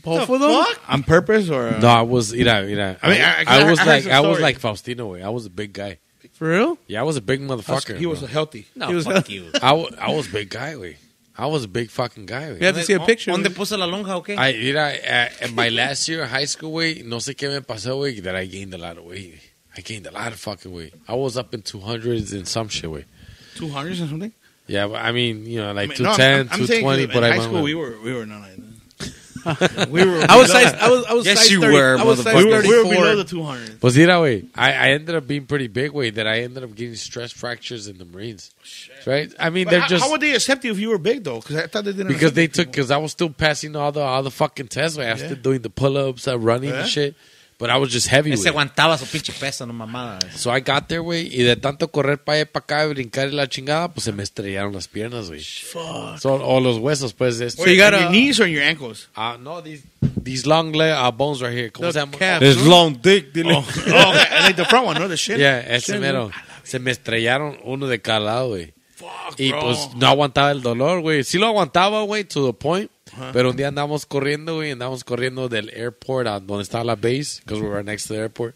S2: Both of them?
S5: On purpose or.
S4: No, I was, mira, mira. I
S5: mean, I- I-
S4: was
S5: I heard
S4: like,
S5: some
S4: I was
S5: stories.
S4: like Faustino, güey. I was a big guy.
S2: For real?
S4: Yeah, I was a big motherfucker.
S5: he was
S4: bro.
S5: healthy.
S1: No,
S2: He was-
S1: fuck you.
S4: I, wa- I was a big guy, güey. I was a big fucking guy, güey.
S2: We have to see a picture.
S1: ¿Dónde puso la lonja o qué?
S4: I, mira, uh, in my last year of high school, way, no sé qué me pasó, way, that I gained a lot of weight. I gained a lot of fucking weight. I was up in 200s and some shit, way.
S5: 200s or something?
S4: Yeah, but I mean, you know, like
S5: I mean, no, I'm-
S4: 210,
S5: I'm saying
S4: 220,
S5: in
S4: but I
S5: high school,
S4: went-
S5: we were, we were not like that. we were.
S2: I was size. I was. I was
S1: Yes,
S2: size
S1: you
S2: 30.
S1: were,
S2: I was size
S5: We were, we were
S2: 34.
S5: below the 200.
S4: Pues mira, güey, I, I ended up being pretty big, way, that I ended up getting stress fractures in the Marines. Right? I mean, they're
S5: Oh, How-
S4: just.
S5: how would they accept you if you were big though? Because I thought they didn't.
S4: because
S5: accept
S4: they
S5: big
S4: took,
S5: people.
S4: because I was still passing all the all the fucking tests, way. I was
S5: Yeah.
S4: still doing the pull ups, uh, running
S5: Yeah.
S4: and shit. But I was just heavy.
S1: Ese
S4: güey.
S1: aguantaba su pinche peso, no mamada.
S4: So I got there, güey, y de tanto correr para allá, para acá, y brincar y la chingada, pues se me estrellaron las piernas, güey. So, o los huesos, pues. de esto.
S5: So you got
S2: a-
S5: your knees or your ankles?
S4: Ah, no, these, these long leg, uh, bones right here. ¿Cómo
S2: The
S4: se llama?
S2: calf.
S4: This long dick,
S5: oh, okay. I like the front one, no the shit.
S4: Yeah, ese mero. Se me estrellaron uno de cada lado, güey. Y pues no aguantaba el dolor, güey. Sí lo aguantaba, güey, to the point. Pero un día andamos corriendo, güey. Andamos corriendo del airport a donde estaba la base. Because we were next to the airport.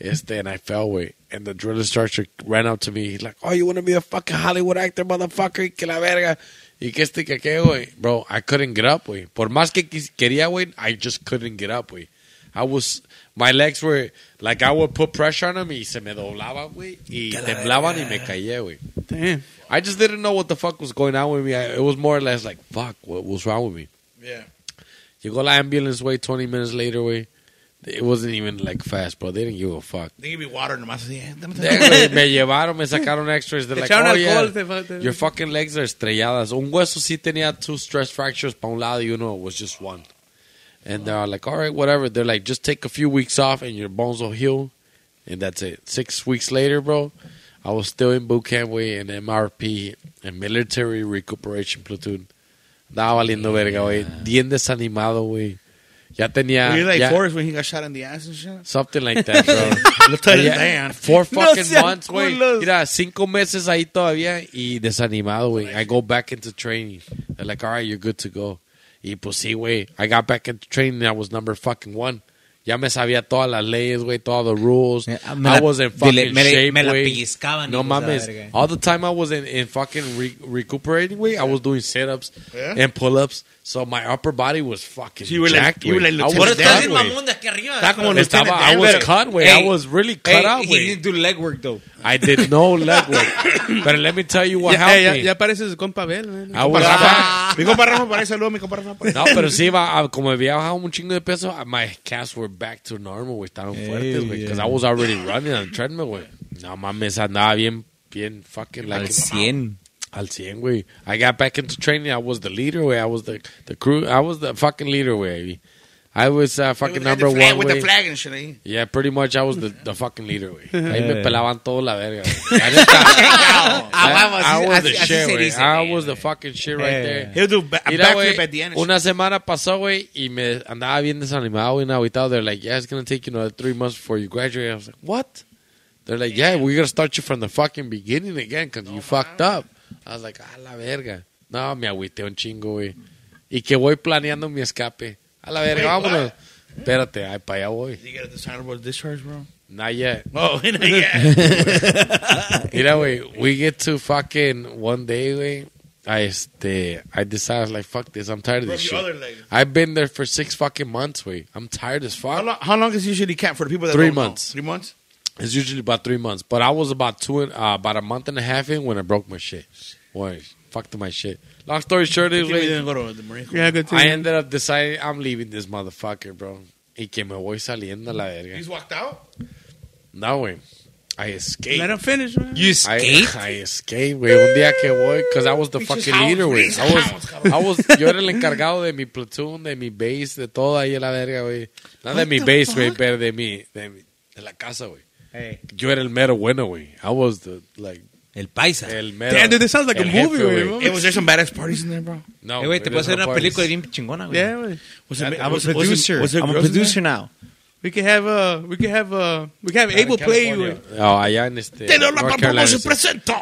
S4: Este, and I fell, güey. And the drill instructor ran up to me. He's like, oh, you want to be a fucking Hollywood actor, motherfucker? Y que la verga. Y que este, que qué, güey. Bro, I couldn't get up, güey. Por más que quis- quería, güey, I just couldn't get up, güey. I was, my legs were, like, I would put pressure on them y se me doblaban, güey. Y temblaban y me caía, güey.
S2: Damn.
S4: I just didn't know what the fuck was going on with me. I, it was more or less like, fuck, what was wrong with me?
S5: Yeah.
S4: Llegó la ambulance, way 20 minutes later, way. It wasn't even like fast, bro. They didn't give a fuck.
S5: They give me water nomás así. eh, dame
S4: Yeah, güey, me llevaron, me sacaron extras. They're
S2: Te
S4: like,
S2: echaron
S4: oh,
S2: alcohol, te
S4: yeah,
S2: fa- te-
S4: your fucking legs are estrelladas. Un hueso sí tenía two stress fractures para un lado y uno was just one. And they're all like, all right, whatever. They're like, just take a few weeks off and your bones will heal. And that's it. Six weeks later, bro, I was still in boot camp way in MRP and military recuperation platoon. Estaba valiendo verga, güey. Bien desanimado, güey. Ya tenía...
S5: Were you like
S4: ya-
S5: Forrest when he got shot in the ass and shit?
S4: Something like that, bro.
S5: Lieutenant
S4: Yeah,
S5: Dan.
S4: Four fucking
S2: sean
S4: months, güey.
S2: culos.
S4: Mira, cinco meses ahí todavía y desanimado, güey. I go back into training. They're like, all right, you're good to go. Y pues sí, güey. I got back into training. I was number fucking one. Ya me sabía todas las leyes, güey, todas the rules.
S1: Me- ah, me
S4: I
S1: la-
S4: was in
S1: dile,
S4: fucking
S1: me la-
S4: shape,
S1: me la
S4: güey.
S1: pellizcaban,
S4: No
S1: hijos de la
S4: mames.
S1: verga.
S4: All the time I was in, in fucking re- recuperating, güey, I was doing sit-ups and pull-ups. So my upper body was fucking
S5: So you were like-
S4: jacked,
S5: you were
S4: güey.
S5: like
S4: I was
S5: Lieutenant Dan,
S4: jacked,
S5: güey.
S4: güey.
S1: de aquí arriba.
S5: Está como
S4: Estaba,
S5: Lieutenant
S4: I
S5: Dan,
S4: was
S5: pero-
S4: cut, güey. I
S1: Hey,
S4: was really cut out,
S1: He
S4: güey.
S1: didn't do leg work, though.
S4: I did no leg work. But let me tell you what
S2: Ya, eh,
S4: happened.
S2: ya, ya pareces compa Abel, man.
S4: I was,
S5: Ah, Mi compa Rafa parece luego, mi compa Rafa parece.
S4: Ah. no, pero sí, va- ah, como había bajado un chingo de peso, ah, my calves were back to normal, güey. Estaban fuertes, güey. Because I was already running on the treadmill, güey. No mames, andaba bien, bien fucking like...
S1: Al 100.
S4: Al 100, güey. I got back into training. I was the leader, güey. I was the, the crew. I was the fucking leader, güey. I was uh, fucking
S5: With the
S4: number
S5: flag-
S4: one,
S5: With the
S4: güey.
S5: flag and shit. eh?
S4: Yeah, pretty much I was the, the fucking leader, güey. Ahí
S1: Eh.
S4: me pelaban todo la verga, güey. La neta. I, I was the
S1: Ah, así- así
S4: shit,
S1: se
S4: güey.
S1: dice, Eh.
S4: I
S1: güey.
S4: was the fucking shit right there.
S5: He'll do ba- a
S4: Mira, güey,
S5: backflip at the end. and shit.
S4: una semana pasó, güey, y me andaba bien desanimado, bien aguitado. They're like, yeah, it's gonna take you another three months before you graduate. I was like, what? They're like, yeah, we're gonna start you from the fucking beginning again because you fucked up. I was like, a la verga. No, me agüité un chingo, güey. Y que voy planeando mi escape. A la verga, vámonos. Espérate, ay, para allá voy.
S5: You get a dishonorable discharge, bro.
S4: Not yet.
S5: Oh, yeah.
S4: Mira, güey, we get to fucking one day, güey. I este, I decided like fuck this. I'm tired of this
S5: Rub your other
S4: shit.
S5: leg.
S4: I've been there for six fucking months, güey. I'm tired as
S5: How
S4: fuck.
S5: long, how long is usually camp for the people that
S4: Three
S5: don't know?
S4: months.
S5: Three months.
S4: It's usually about three months, but I was about two, and, uh, about a month and a half in when I broke my shit. Boy, fucked up my shit. Long story short, it was like-
S5: didn't go to the Marine Corps.
S2: Yeah, good
S4: I
S2: team.
S4: ended up deciding I'm leaving this motherfucker, bro. Y que me voy saliendo a la verga.
S5: He's walked out.
S4: No, güey. I escaped.
S2: Let him finish, man.
S1: You
S4: I, I escaped, güey. Un día que voy, because I was the fucking leader, güey. I was, I was, yo era el encargado de mi platoon, de mi base, de todo ahí a la verga, güey. No de mi base, güey, pero de mi, de mi- de la casa, güey.
S1: Hey.
S4: Yo era el mero bueno, güey. I was the, like,
S1: El paisa.
S4: el mero.
S2: Damn, dude, this sounds like a
S4: el jefe,
S2: movie, güey.
S4: güey.
S5: Hey, was there some badass parties in there, bro?
S4: No,
S1: Eh, güey, te
S4: it
S1: puedo
S4: was
S1: hacer
S4: no
S1: una
S4: parties.
S1: película bien chingona, güey.
S2: Yeah, güey.
S5: Was
S1: I'm
S5: it,
S1: a
S5: was it- was it-
S1: producer.
S5: Was it
S1: I'm a
S5: girls in there?
S1: producer now.
S2: We could have uh we could have uh we could have Abel play you. güey.
S4: No, allá en este.
S5: Taylor
S4: North
S5: La Pampamo
S4: Carolina,
S5: se
S4: sí.
S5: presenta.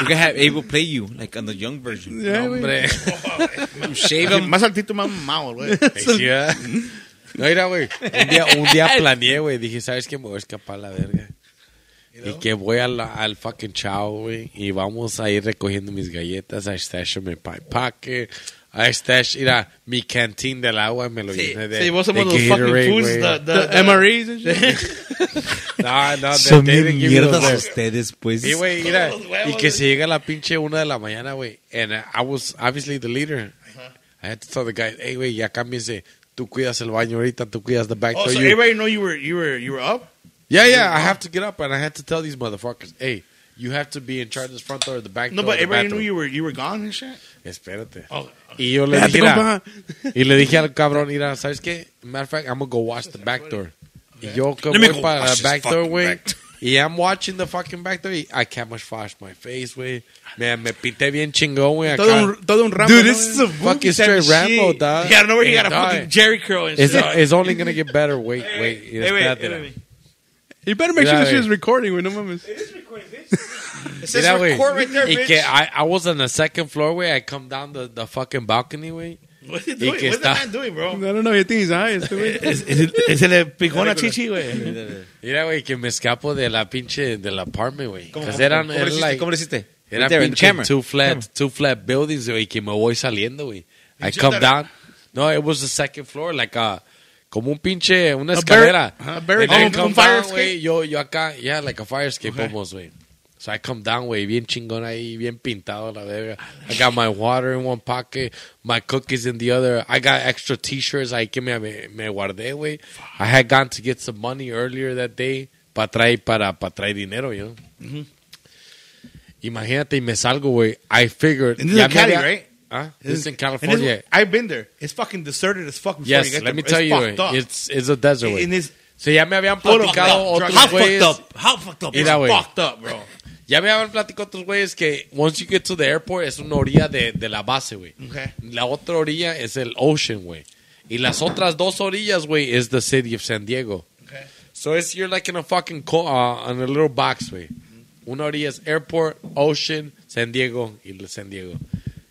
S1: You can have Abel play you, like on the young version.
S2: Yeah,
S4: No,
S2: eh, güey.
S4: hombre.
S1: Shave
S5: Así,
S1: him.
S5: Más altito, más mamado, güey.
S4: Sí, ¿verdad? No, mira, güey. Un día, un día planeé, güey. Dije, ¿sabes qué? Me voy a escapar a la verga. Y que voy a la- al fucking chao, güey. Y vamos a ir recogiendo mis galletas. I stash them in my pocket. I stash, mira, mi canteen del agua me lo llené de.
S5: Sí, vos somos
S4: de
S5: los
S4: Gatorade,
S5: fucking fools,
S4: güey.
S5: the, the,
S2: The MREs and shit.
S4: No, no,
S1: Son
S4: they- they
S1: bien
S4: didn't give me those
S1: mierdas
S4: there.
S1: ustedes, pues.
S4: Y, güey, mira, y que se llega a la pinche una de la mañana, güey. And uh, I was obviously the leader. I had to tell the guy, hey, güey, ya cámbiense. Tú cuidas el baño ahorita, tú cuidas the back
S5: Oh,
S4: door.
S5: so
S4: you-
S5: everybody know you were you were you were up?
S4: Yeah, yeah, I have to get up and I had to tell these motherfuckers, hey, you have to be in charge of this front door or the back
S5: No,
S4: door.
S5: but
S4: or the
S5: everybody knew
S4: bathroom."
S5: you were you were gone and shit.
S4: Espérate.
S5: Oh,
S4: Y yo le
S2: Espérate,
S4: dije, "Mira",
S2: compa.
S4: y le dije al cabrón, mira, ¿sabes qué? Matter of fact, I'm gonna go watch the back door. Y yo que
S7: Let me
S4: voy
S7: go
S4: para
S7: watch
S4: la
S7: this
S4: back door,
S7: fucking
S4: güey.
S7: back door.
S4: Y I'm watching the fucking back door. y I camouflage my face, güey. Me, me pinté bien chingón, güey. acá.
S2: Todo un todo un ramo.
S4: Dude,
S2: ¿no,
S4: this is
S2: güey?
S4: a fucking straight Rambo, dog.
S5: You gotta know where you
S4: Yeah,
S5: got a
S4: dog.
S5: fucking Jerry curl and
S4: It's,
S5: shit.
S4: it's only gonna get better. Wait, wait.
S5: Hey, wait,
S4: espérate.
S5: wait, wait.
S2: You better make
S4: Yeah,
S2: sure this
S4: güey.
S2: shit's recording, güey. No mames.
S5: It says
S4: Mira, güey.
S5: record right there,
S4: y
S5: bitch.
S4: que I, I was on the second floor, way. I come down the, the fucking balcony, way.
S5: What's he
S4: y
S5: doing?
S4: que
S5: What's
S4: está-
S5: that man doing,
S2: I
S5: bro?
S2: don't know. You think he's high? Este, güey.
S5: Se le picó una chichi, güey.
S4: Mira, güey, que me escapo de la pinche del apartment, güey. 'Cause Pues eran,
S1: ¿Cómo lo
S4: eran
S1: hiciste?
S4: like,
S1: ¿Cómo lo hiciste?
S4: era
S1: Right there in
S4: pinche
S1: camera.
S4: two flat, two flat buildings, güey, que me voy saliendo, güey. I come down. No, it was the second floor, like a, como un pinche, una escalera.
S2: a
S4: And
S2: barricade.
S4: I
S2: Oh, un
S4: come
S2: fire
S4: down, güey, Yo, yo acá, yeah, like a fire escape almost, güey. So I come down, güey, bien chingón ahí, bien pintado, la verga. I got my water in one pocket, my cookies in the other. I got extra t-shirts ahí que me, me, me guardé, güey. I had gone to get some money earlier that day para traer, para, para traer dinero, yo.
S5: Mm-hmm.
S4: Imagínate, y me salgo, güey. I figured.
S5: And this is
S4: ya
S5: in
S4: me
S5: Cali,
S4: había-
S5: right?
S4: Ah, this is in
S5: And
S4: California.
S5: this- I've been there. It's fucking deserted as fuck. Before
S4: Yes,
S5: you get
S4: let
S5: there.
S4: me
S5: It's
S4: tell you,
S5: fucked
S4: güey.
S5: up.
S4: It's, it's a desert,
S5: And
S4: güey.
S5: it's
S4: So ya me habían
S5: full of
S4: platicado
S5: fuck- drugs.
S4: otros güeyes.
S5: How fucked up?
S4: Mira, güey.
S5: It's fucked up, bro.
S4: Ya me habían platicado otros güeyes que once you get to the airport es una orilla de, de la base, güey.
S5: Ok.
S4: La otra orilla es el ocean, güey. Y las otras dos orillas, güey, es the city of San Diego. So it's you're like in a fucking co uh, in a little box, güey. Una orilla es airport, ocean, San Diego y el San Diego.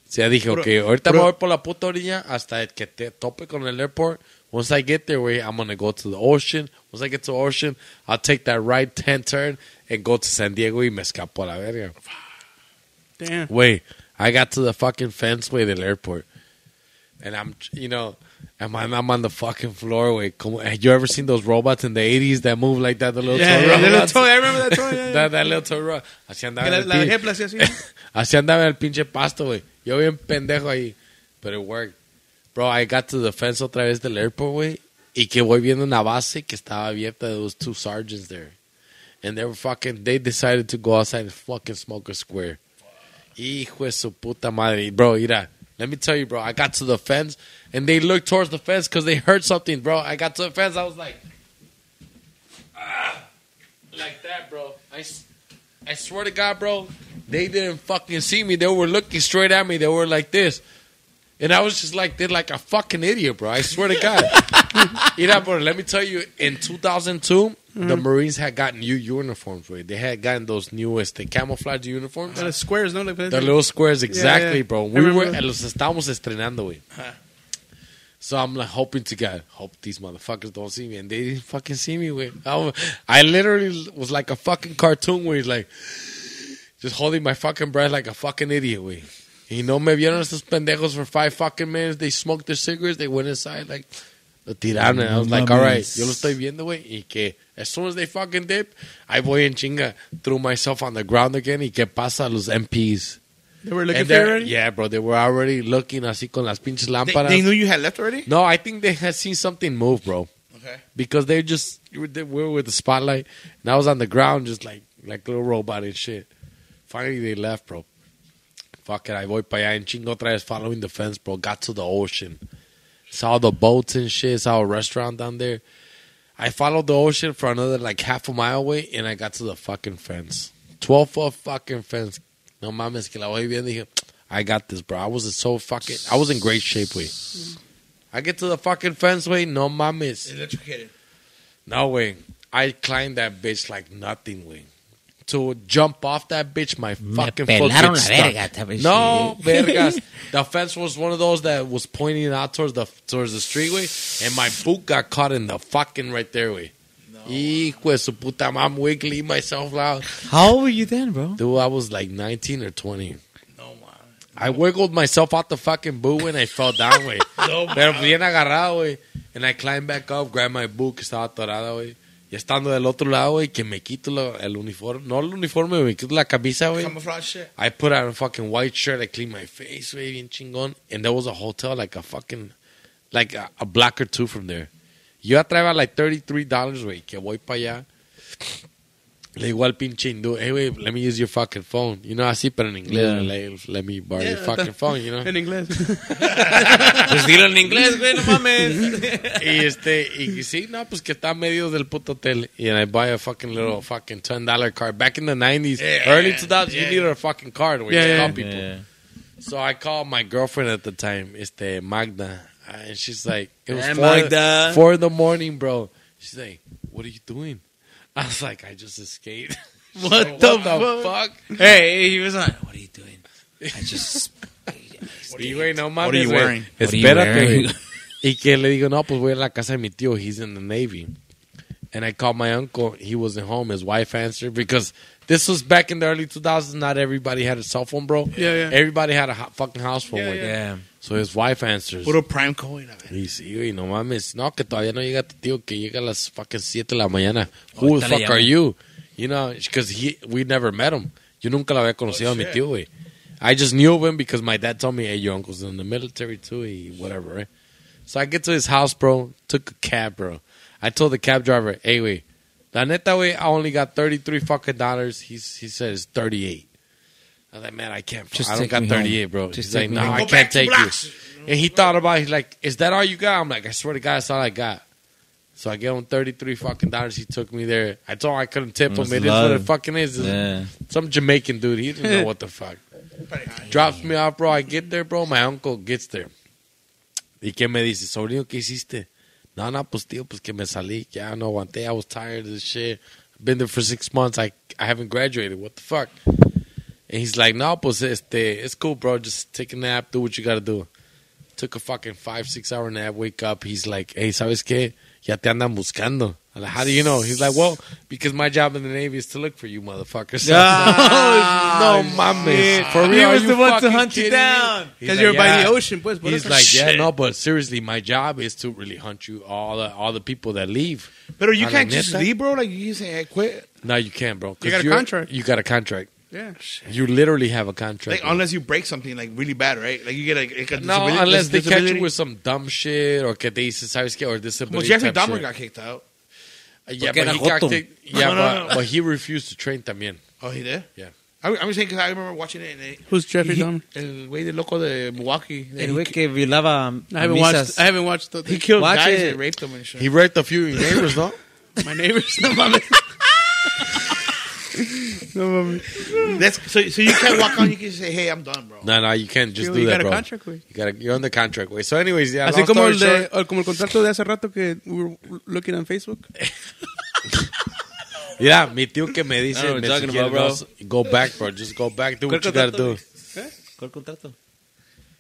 S4: O sea, dije, ok, ahorita me voy por la puta orilla hasta que te tope con el airport. Once I get there, güey, I'm gonna go to the ocean. Once I get to ocean, I'll take that right hand turn and go to San Diego y me escapo a la verga.
S2: Damn.
S4: Wait, I got to the fucking fence way to the airport, and I'm you know, and I'm, I'm on the fucking floor. Wait, come on. have you ever seen those robots in the '80s that move like that? The little
S2: Yeah,
S4: toy
S2: yeah, the little
S4: robots?
S2: toy. I remember that toy. Yeah, yeah.
S4: that, that little toy robot. Así andaba,
S2: Que
S4: en
S2: la,
S4: el
S2: la dejé
S4: pin-
S2: placida así.
S4: así andaba en el pinche pasto, güey. Yo bien pendejo ahí, but it worked, bro. I got to the fence otra vez del airport, güey, y que voy viendo una base que estaba abierta. There was two sergeants there, and they were fucking. They decided to go outside and fucking smoke a square. Hijo de su puta madre. Bro, mira. Let me tell you, bro. I got to the fence and they looked towards the fence because they heard something, bro. I got to the fence. I was like, "Ah," like that, bro. I, s- I swear to God, bro. They didn't fucking see me. They were looking straight at me. They were like this. And I was just like, they're like a fucking idiot, bro. I swear to God. Mira, bro, let me tell you, in 2002, the Marines had gotten new uniforms, right? They had gotten those newest, the camouflage uniforms.
S2: The squares, no. Like,
S4: The little squares, exactly,
S2: yeah.
S4: bro.
S2: I
S4: We were
S2: remember.
S4: los estábamos estrenando, güey. So I'm like hoping to God, hope these motherfuckers don't see me, and they didn't fucking see me, güey. I, wa- I literally was like a fucking cartoon, güey, like just holding my fucking breath like a fucking idiot, güey. Y no me vieron estos pendejos for five fucking minutes. They smoked their cigarettes. They went inside, like, lo tiraron. And I was like, all right, yo lo estoy viendo, güey. Y que, as soon as they fucking dip, I voy en chinga, threw myself on the ground again. Y que pasa los MPs.
S2: They were looking
S4: And
S2: for you
S4: they're-
S2: already?
S4: Yeah, bro. They were already looking así con las pinches
S5: They,
S4: lámparas.
S5: they knew you had left already?
S4: No, I think they had seen something move, bro.
S5: Okay.
S4: Because they just you were- they were with the spotlight, and I was on the ground just like like little robot and shit. Finally, they left, bro. Fuck it, I voy para allá and chingo otra vez following the fence, bro. Got to the ocean, saw the boats and shit, saw a restaurant down there. I followed the ocean for another like half a mile away, and I got to the fucking fence, twelve foot fucking fence. No mames, que la voy viendo. Dije, I got this, bro. I was in so fucking, I was in great shape, way. I get to the fucking fence, way. No mames.
S5: Electrocuted.
S4: No way. I climbed that bitch like nothing, way. To jump off that bitch, my fucking foot
S1: pelaron
S4: gets
S1: la verga,
S4: stuck.
S1: también.
S4: No, vergas. the fence was one of those that was pointing out towards the towards the streetway, and my boot got caught in the fucking right there, way. Hijo de su puta, I'm wiggly myself out.
S1: How old were you then, bro?
S4: Dude, I was like 19 or 20. No, man. I wiggled myself out the fucking boot when I fell down, güey. no, Pero bien agarrado, güey. And I climbed back up, grabbed my boot, que estaba atorada, güey. Y estando del otro lado, güey, que me quito lo- el uniforme. No el uniforme, me quito la camisa, güey.
S5: Camouflage shit.
S4: I put on a fucking white shirt. I cleaned my face, güey, bien chingón. And there was a hotel, like a fucking, like a, a block or two from there. Yo traía like $33, güey, que voy para allá. Le digo al pinche hindú, hey, güey, let me use your fucking phone. You know, así, pero en
S1: Yeah.
S4: inglés, like, let me borrow your fucking phone, you know.
S2: En inglés.
S4: Pues dilo en inglés, güey, no mames. y este, y sí, no, pues que está a medio del puto hotel. And I buy a fucking little fucking $10 card. Back in the 90s, early 2000s, you needed a fucking card when
S2: Yeah,
S4: you
S2: yeah,
S4: call people. So I called my girlfriend at the time, este Magda, and she's like, it was
S1: Hey,
S4: four,
S1: Magda.
S4: four in the morning, bro. She's like, what are you doing? I was like, I just escaped. what, the, fuck?
S1: Hey, he was like, what are you doing? I just...
S4: What are you wearing? No mames,
S5: are you
S4: güey.
S5: wearing?
S1: What are you
S4: Espérate,
S1: wearing?
S4: güey. Y que le digo, no, pues voy a la casa de mi tío. He's in the Navy. And I called my uncle. He wasn't home. His wife answered because this was back in the early 2000s. Not everybody had a cell phone, bro.
S2: Yeah, yeah.
S4: Everybody had a ho- fucking house phone.
S2: Yeah,
S4: güey.
S1: yeah.
S4: So his wife answers.
S5: Puro prime coin.
S4: Y sí, güey, no mames. No, que todavía no llega tu tío, que llega a las fucking 7 de la mañana. Who the
S1: Ahorita le
S4: fuck
S1: llamo.
S4: are you? You know, because he, we never met him. Yo nunca lo había conocido
S1: Oh,
S4: a mi tío, güey. I just knew of him because my dad told me, hey, your uncle's in the military too, y whatever, right? So I get to his house, bro. Took a cab, bro. I told the cab driver, hey, güey, la neta, güey, I only got 33 fucking dollars. He's, he says 38. I was like, man, I can't.
S1: Just
S4: I don't
S1: take
S4: got
S1: me home.
S4: 38, bro.
S1: Just
S4: He's like,
S1: take me
S4: no,
S1: home.
S4: I
S5: Go
S4: can't
S5: back to
S4: take you.
S5: blocks.
S4: And he thought about it. He's like, is that all you got? I'm like, I swear to God, that's all I got. So I gave him 33 fucking dollars. He took me there. I told him I couldn't tip
S1: That's
S4: him. It is what it
S1: love.
S4: fucking is.
S1: Yeah.
S4: Some Jamaican dude. He didn't know what the fuck. Drops me off, bro. I get there, bro. My uncle gets there. ¿Y qué me dice? Sobrino, ¿qué hiciste? No, no, pues tío, pues que me salí. Que ya no aguanté. I was tired of this shit. Been there for six months. I, I haven't graduated. What the fuck? And he's like, no, pues este, it's cool, bro. Just take a nap. Do what you gotta do. Took a fucking five, six hour nap. Wake up. He's like, hey, ¿sabes qué? Ya te andan buscando. I'm like, How do you know? He's like, well, because my job in the Navy is to look for you, motherfucker. So- no mames. For
S1: He
S4: real,
S1: was
S4: are
S1: the
S4: you
S1: one to
S4: fucking
S1: hunt you
S4: kidding me?
S1: down.
S4: He's
S2: Because
S4: like,
S2: you're by
S4: yeah.
S2: the ocean, pues. por
S4: He's
S2: eso.
S4: like, yeah, no, but seriously, my job is to really hunt you all the all the people that leave.
S5: But you
S4: A la
S5: can't just
S4: neta.
S5: leave, bro. Like you can say, I quit.
S4: No, you can't, bro. 'cause
S2: You got a
S4: you're-
S2: contract.
S4: You got a contract.
S2: Yeah.
S4: You literally have a contract.
S5: Like unless you break something like really bad, right? Like you get like, like a
S4: no,
S5: disabili-
S4: unless they catch
S5: disability.
S4: you with some dumb shit or que te dicen, sabes qué, or disability.
S5: Well, Jeffrey
S4: type
S5: Dahmer
S4: shit.
S5: got kicked out.
S4: Yeah,
S1: Porque
S4: but
S1: era
S4: he got
S1: joto.
S4: kicked- yeah,
S5: No, no,
S4: but,
S5: no.
S4: but he refused to train también.
S5: Oh, he did.
S4: Yeah.
S5: I, I'm just saying because I remember watching it. And
S2: Who's Jeffrey
S5: he-
S2: Dahmer?
S5: el güey de loco de Milwaukee.
S1: El güey que violaba
S2: I haven't
S1: misas.
S2: watched. I haven't watched the,
S5: he killed
S1: Watch
S5: guys
S1: it.
S5: and raped them and shit.
S4: He raped a few neighbors, no?
S2: my neighbors. No,
S5: That's so. So you can't walk on. You can say, "Hey, I'm done, bro."
S4: No, no, you can't just
S2: You-
S4: do
S2: you got
S4: that,
S2: a
S4: bro.
S2: contract, güey.
S4: You got you're on the contract, way. So, anyways, yeah.
S2: Así
S4: long
S2: como
S4: story
S2: el, de,
S4: short-
S2: o como el contrato de hace rato que we were looking on Facebook.
S4: Yeah, mi tío que me
S1: I know
S4: dice,
S1: what you're
S4: me
S1: talking
S4: sugiere,
S1: about,
S4: no, go back, bro. Just go back. Do what you gotta do.
S1: ¿Cuál contrato?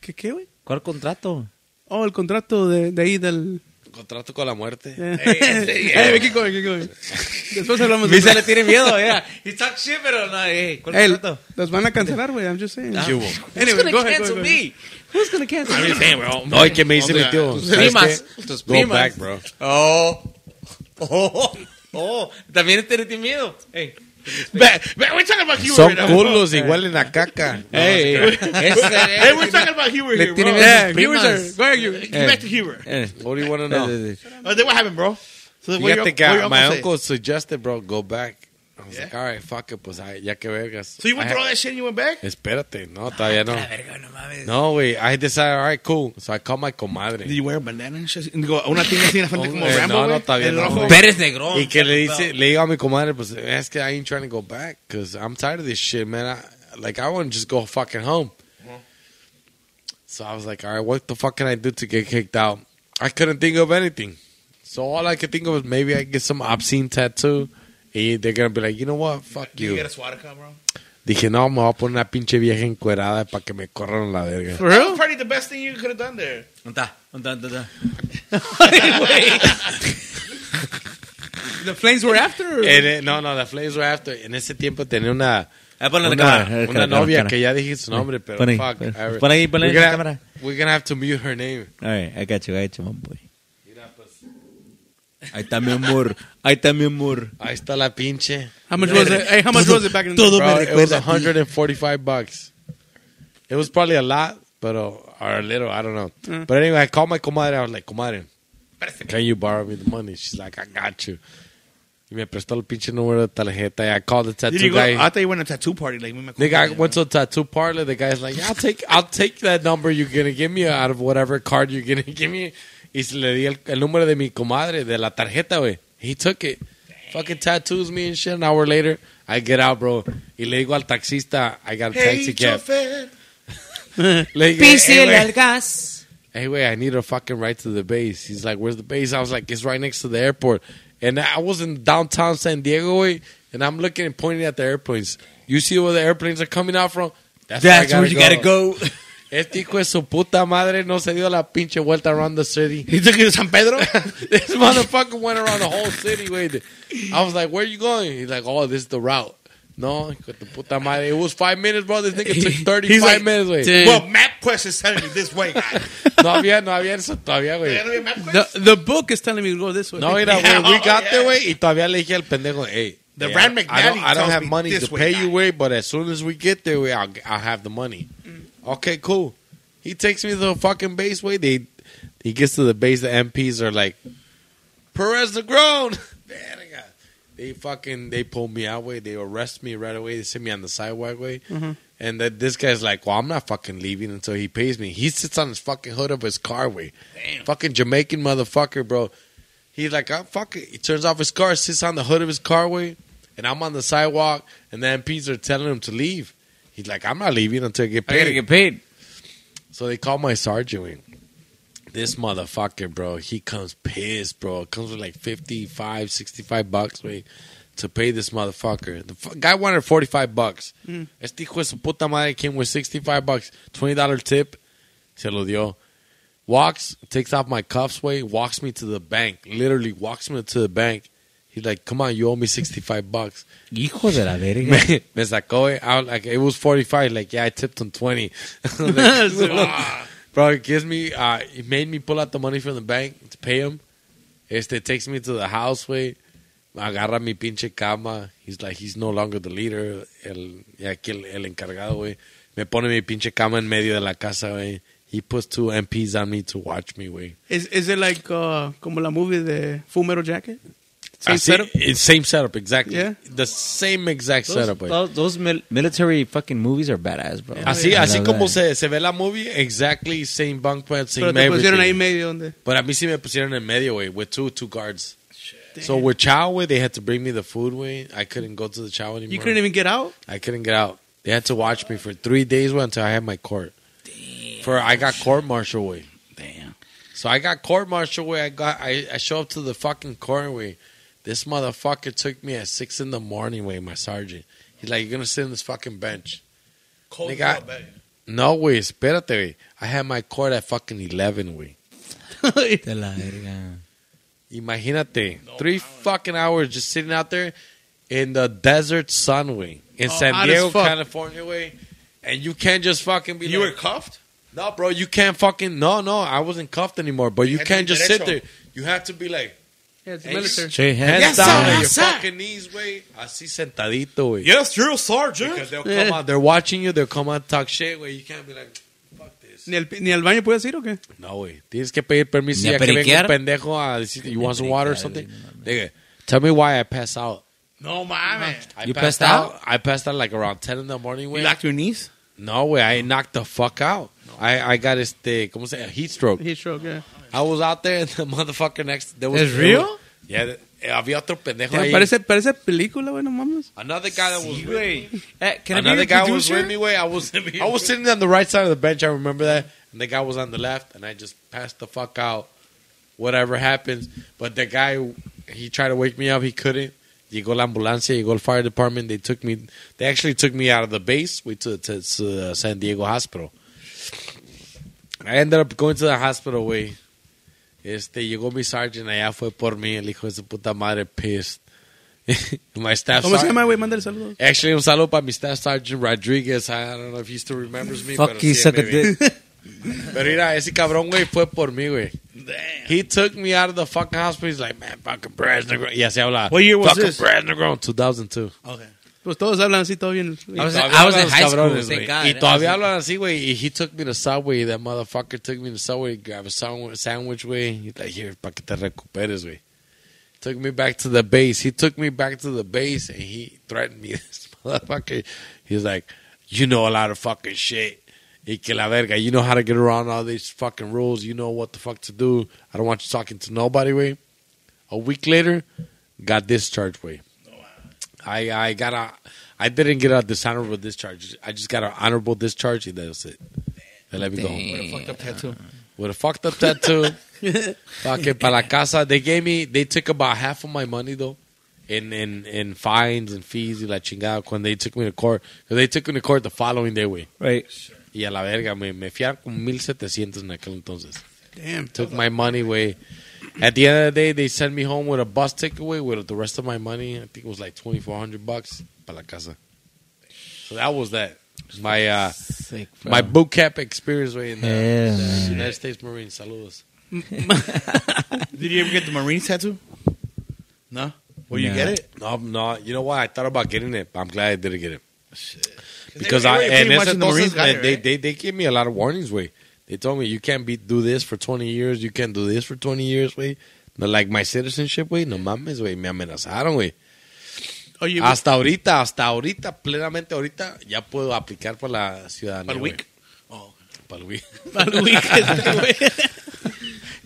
S2: ¿Qué, qué, güey?
S1: ¿Cuál contrato?
S2: Oh, el contrato de, de ahí del.
S4: Contrato con la muerte.
S2: Eh, Eh, ve, Kiko, ve, Kiko, ve. Después hablamos de
S1: Misa le tiene miedo, yeah. He talks shit, pero no, hey, ¿cuál
S2: Ey,
S1: contrato?
S2: Los van a cancelar, güey. I'm just saying.
S4: ¿Qué hubo?
S1: Who's
S2: Anyway,
S1: gonna
S2: go ahead,
S1: cancel
S2: go ahead, go ahead.
S1: me? Who's gonna cancel me?
S4: No, y que me dice mi tío. ¿sabes
S1: primas,
S4: qué?
S1: tus
S4: Go
S1: primas.
S4: back, bro.
S1: Oh. Oh. Oh. También este le tiene miedo. Hey.
S5: Back, back, we're talking about humor
S4: Son
S5: right now.
S4: culos y huelen a caca.
S1: Hey,
S5: Hey, we're talking about humor
S1: Le
S5: here,
S1: tiene
S5: bro.
S1: miedo a sus
S5: Yeah, viewers
S1: primas.
S5: are- go ahead, you.
S1: Eh.
S5: Get back to humor.
S4: What do you want to know?
S5: Uh, then what happened, bro? So what your-
S4: Eh, Fíjate que
S5: what your
S4: my
S5: say?
S4: uncle suggested, bro, go back. I was
S5: Yeah.
S4: like, all right, fuck it, pues ay, ya que vergas.
S5: So you went
S4: I
S5: through all
S4: had-
S5: that shit and you went back?
S4: Espérate, no, todavía no. No, güey, I decided, all right, cool. So I called my comadre.
S5: Did you wear a bandana and shit? Digo, una tienda así en la frente como
S4: Eh,
S5: Rambo,
S4: no, no,
S5: güey.
S4: está bien.
S5: El
S4: no,
S5: rojo.
S4: güey.
S6: Pérez Negrón.
S4: Y que le dice, le digo a mi comadre, pues es que I ain't trying to go back because I'm tired of this shit, man. I, like I want to just go fucking home. So I was like, all right, what the fuck can I do to get kicked out? I couldn't think of anything. So all I could think of was maybe I get some obscene tattoo. And they're gonna be like, you know what? Fuck
S5: Did you
S4: you.
S5: get a swatter cup, bro?
S4: Dije, no, me voy a poner una pinche vieja encuerada para que me corran la verga.
S5: For real? That was probably the best thing you could have done there.
S2: The Flames were after. or-
S4: And, eh, no, no, the flames were after. En ese tiempo tenía una,
S1: Ah, ponla en la
S4: una,
S1: cámara, en la
S4: una
S1: cámara,
S4: novia
S1: cámara.
S4: que ya dije su nombre, pero
S1: Pon ahí,
S4: fuck.
S1: pon-
S4: I-
S1: pon ahí, pon ahí
S4: we're
S1: en la
S4: gonna-
S1: cámara.
S4: We're gonna have to mute her name.
S1: All right, I got you, I got you, my boy.
S4: pues.
S1: Ahí está mi amor, ahí está mi amor.
S4: Ahí está la pinche.
S2: How much was it? Hey, how much was it back in the
S1: Todo
S4: Bro,
S1: me
S4: it was
S1: recuerda a ti.
S4: 145 bucks. It was probably a lot, but uh, or a little, I don't know.
S1: Mm.
S4: But anyway, I called my comadre. I was like, comadre, can you borrow me the money? She's like, I got you. Y me prestó el pinche número de tarjeta. I called the
S5: Did
S4: tattoo
S5: you go? I
S4: guy.
S5: thought you went to a tattoo party. Like, me and my
S4: The guy
S5: comadre,
S4: went to a tattoo parlor. The guy's like, I'll take, I'll take that number you're gonna give me out of whatever card you're gonna give me. Y se le di el, el número de mi comadre de la tarjeta, güey. He took it. Fucking tattoos me and shit. An hour later, I get out, bro. Y le digo al taxista, I got a taxi cab. Le digo, hey, güey.
S1: gas.
S4: Hey, wait, I need a fucking ride to the base. He's like, where's the base? I was like, it's right next to the airport. And I was in downtown San Diego, way, and I'm looking and pointing at the airplanes. You see where the airplanes are coming out from? That's,
S1: That's where you gotta go.
S4: Este hijo de su puta madre no se dio la pinche vuelta around the city.
S5: He took you to San Pedro?
S4: this motherfucker went around the whole city, wait. I was like, where you going? He's like, oh, this is the route. No, hijo de puta madre. It was five minutes, bro. This nigga took 35
S5: like,
S4: minutes, wait.
S5: well, MapQuest is telling me this way, guy.
S4: No había, no había eso todavía, güey.
S5: Todavía MapQuest?
S2: The, the book is telling me to go this way.
S4: No, mira,
S5: Yeah,
S4: güey, we
S5: oh,
S4: got
S5: yeah.
S4: there, güey, y todavía le dije al pendejo, hey.
S5: The
S4: hey,
S5: Rand
S4: I- I don't,
S5: McNally
S4: I don't
S5: tells
S4: have
S5: me
S4: money
S5: this
S4: to
S5: way,
S4: pay
S5: guy.
S4: you, güey, but as soon as we get there, güey, I'll, I'll have the money.
S5: Mm.
S4: Okay, cool. He takes me to the fucking base, way. They, he gets to the base, the MPs are like, Perez Negron! Verga. They fucking, they pull me out, way. They arrest me right away. They sit me on the sidewalk, way.
S5: Mm-hmm.
S4: And that this guy's like, well, I'm not fucking leaving until he pays me. He sits on his fucking hood of his car, way. Fucking Jamaican motherfucker, bro. He's like, I'm fucking. He turns off his car, sits on the hood of his car, way, and I'm on the sidewalk, and the MPs are telling him to leave. He's like, I'm not leaving until I get
S1: I gotta
S4: paid.
S1: get paid.
S4: so they call my sergeant. Way. This motherfucker, bro, he comes pissed, bro. Comes with like 55, 65 bucks, wait, to pay this motherfucker. The fu- guy wanted 45 bucks. Este hijo de su puta madre came with 65 bucks, $20 tip. Se lo dio. Walks, takes off my cuffs, way, walks me to the bank. Literally walks me to the bank. He's like, come on, you owe me 65 bucks
S1: Hijo de la verga.
S4: me, me sacó, eh, I was like, it was 45. Like, yeah, I tipped him 20. Like, "Ah." Bro, it gives me, uh, it made me pull out the money from the bank to pay him. Este takes me to the house, way. Agarra mi pinche cama. He's like, he's no longer the leader. El, y aquí el, el encargado, güey. Me pone mi pinche cama en medio de la casa, güey. He puts two MPs on me to watch me, güey.
S2: Is, is it like uh, como la movie de Full Metal Jacket? Same
S4: Así-
S2: setup?
S4: it's Same setup, exactly.
S2: Yeah.
S4: The same exact
S1: Those,
S4: setup, güey.
S1: those, those mil- military fucking movies are badass, bro.
S4: Así,
S1: I
S4: así
S1: love
S4: como
S1: that.
S4: se, se ve la movie, exactly same bunk bed,
S2: Pero
S4: same
S2: te pusieron ahí
S4: everything.
S2: medio donde.
S4: But a mí sí me pusieron en medio, way with two, two guards. So with chow, way, they had to bring me the food, way. I couldn't go to the chow anymore.
S2: You couldn't even get out?
S4: I couldn't get out. They had to watch me for three days, way, until I had my court. For I got court martial, way.
S6: Damn.
S4: So I got court martial, way. I got, I, I show up to the fucking court, way. This motherfucker took me at six in the morning, way, my sergeant. He's like, you're gonna sit on this fucking bench.
S5: Cold
S4: They got-
S5: blood, baby.
S4: No, güey, espérate, güey. I had my court at fucking 11, güey.
S1: De la verga.
S4: Imagínate. Three fucking hours just sitting out there in the desert sun, way. In
S5: Oh,
S4: San
S2: hot as
S4: Diego,
S2: fuck.
S4: California, way. And you can't just fucking be
S5: You were
S4: like,
S5: cuffed?
S4: no, bro, you can't fucking, no, no, I wasn't cuffed anymore, but you
S5: had
S4: can't
S5: to
S4: just sit
S5: derecho.
S4: there. You have to be like,
S2: Yeah, it's military.
S4: Shake hands
S7: Yes,
S4: down
S7: sir,
S4: on
S7: yes,
S4: your
S7: sir.
S4: fucking knees, güey. Así sentadito, güey.
S7: Yes, true, Sergeant.
S4: Because they'll come out, they're watching you, they'll come out and talk shit, güey. You can't be like, fuck this.
S2: ¿Ni, el, ¿Ni al baño puedes ir o qué?
S4: No, güey. Tienes que pedir permiso
S1: Ni a
S4: ya que venga
S1: periquear.
S4: un pendejo a decirte, you want some water or
S1: periquear,
S4: something? Nigga, tell me why I passed out.
S7: No mames.
S4: I
S1: You passed out?
S4: I passed out like around 10 in the morning,
S5: You
S4: güey.
S5: locked your knees?
S4: No, güey. I knocked the fuck out. I, I got este, ¿cómo se llama? Heat stroke.
S2: Heat stroke, yeah.
S4: I was out there and the motherfucker next. There was
S1: ¿Es real?
S4: Yeah, th- Pues, eh, había otro pendejo
S2: Yeah,
S4: ahí.
S2: parece, parece película, güey, no mames.
S4: Another guy that was with me.
S1: Eh, can I be
S4: Another
S1: your
S4: guy was
S1: producer?
S4: with me. Way I was I was sitting on the right side of the bench. I remember that, and the guy was on the left, and I just passed the fuck out. Whatever happens, but the guy he tried to wake me up. He couldn't. Llegó la ambulancia, llegó el fire department. They took me. They actually took me out of the base. We to, to, to, uh, San Diego Hospital. I ended up going to the hospital. Way. Este llegó mi sergeant allá fue por mí. El hijo de su puta madre pissed. my staff.
S2: ¿Cómo se
S4: sergeant-
S2: llama, güey? Mándale saludos.
S4: Actually, un saludo para mi staff sergeant Rodriguez. I, I don't know if he still remembers me.
S1: Fuck
S4: pero
S1: you,
S4: sí,
S1: suck a
S4: maybe.
S1: dick.
S4: Pero mira, ese cabrón, güey, fue por mí, güey. He took me out of the fucking hospital. He's like, man, fucking Brad Negron. Y así hablaba.
S5: What year was
S4: fucking
S5: this?
S4: Brad Negron, 2002.
S5: Okay.
S2: Pues todos hablan así, todo bien.
S1: I was,
S4: Todavía
S1: I was in
S4: hablan
S1: high
S4: los
S1: school.
S4: cabrones,
S1: thank
S4: güey.
S1: God. eh.
S4: Y todavía hablan así, güey. Y he took me to Subway. That motherfucker took me to Subway. Grab a sandwich, sandwich güey. He's like, here, para que te recuperes, güey. Took me back to the base. He took me back to the base and he threatened me. This motherfucker. He's like, you know a lot of fucking shit. Y que la verga. You know how to get around all these fucking rules. You know what the fuck to do. I don't want you talking to nobody, way. A week later, got discharged, way. I I got a I didn't get a dishonorable discharge. I just got an honorable discharge, and that was it. They let me go home
S5: Fucked up tattoo.
S4: with a fucked up tattoo. fucking para la casa. They gave me. They took about half of my money though, in in in fines and fees. Y la chingada. When they took me to court, 'Cause they took me to court the following day, way.
S1: Right.
S4: Y a la verga me me fiaron con mil setecientos en aquel entonces.
S2: Damn.
S4: Took my money away. At the end of the day, they sent me home with a bus ticket away with the rest of my money. I think it was like twenty four hundred bucks para la casa. So that was that. My uh,
S1: Sick, bro.
S4: my boot camp experience way in the,
S1: Hell,
S4: the
S1: man.
S4: United States Marines. Saludos.
S5: Did you ever get the Marines tattoo? No? Well, you
S1: No.
S5: get it?
S4: No, I'm not. You know what? I thought about getting it. but I'm glad I didn't get it because
S5: Because they-
S4: I
S5: they were
S4: and
S5: pretty
S4: that's
S5: much in the Marines got it,
S4: they,
S5: right?
S4: they they gave me a lot of warnings. Way they told me you can't be do this for twenty years. You can't do this for twenty years. Way. No, like my citizenship, way. No mames, way. Me amenazaron, way.
S5: Oh,
S2: Oye, güey,
S4: Hasta ahorita, hasta ahorita, plenamente ahorita, ya puedo aplicar para la ciudadanía.
S5: ¿Para el
S4: güey.
S5: WIC?
S4: Para el WIC.
S2: al weekend, güey.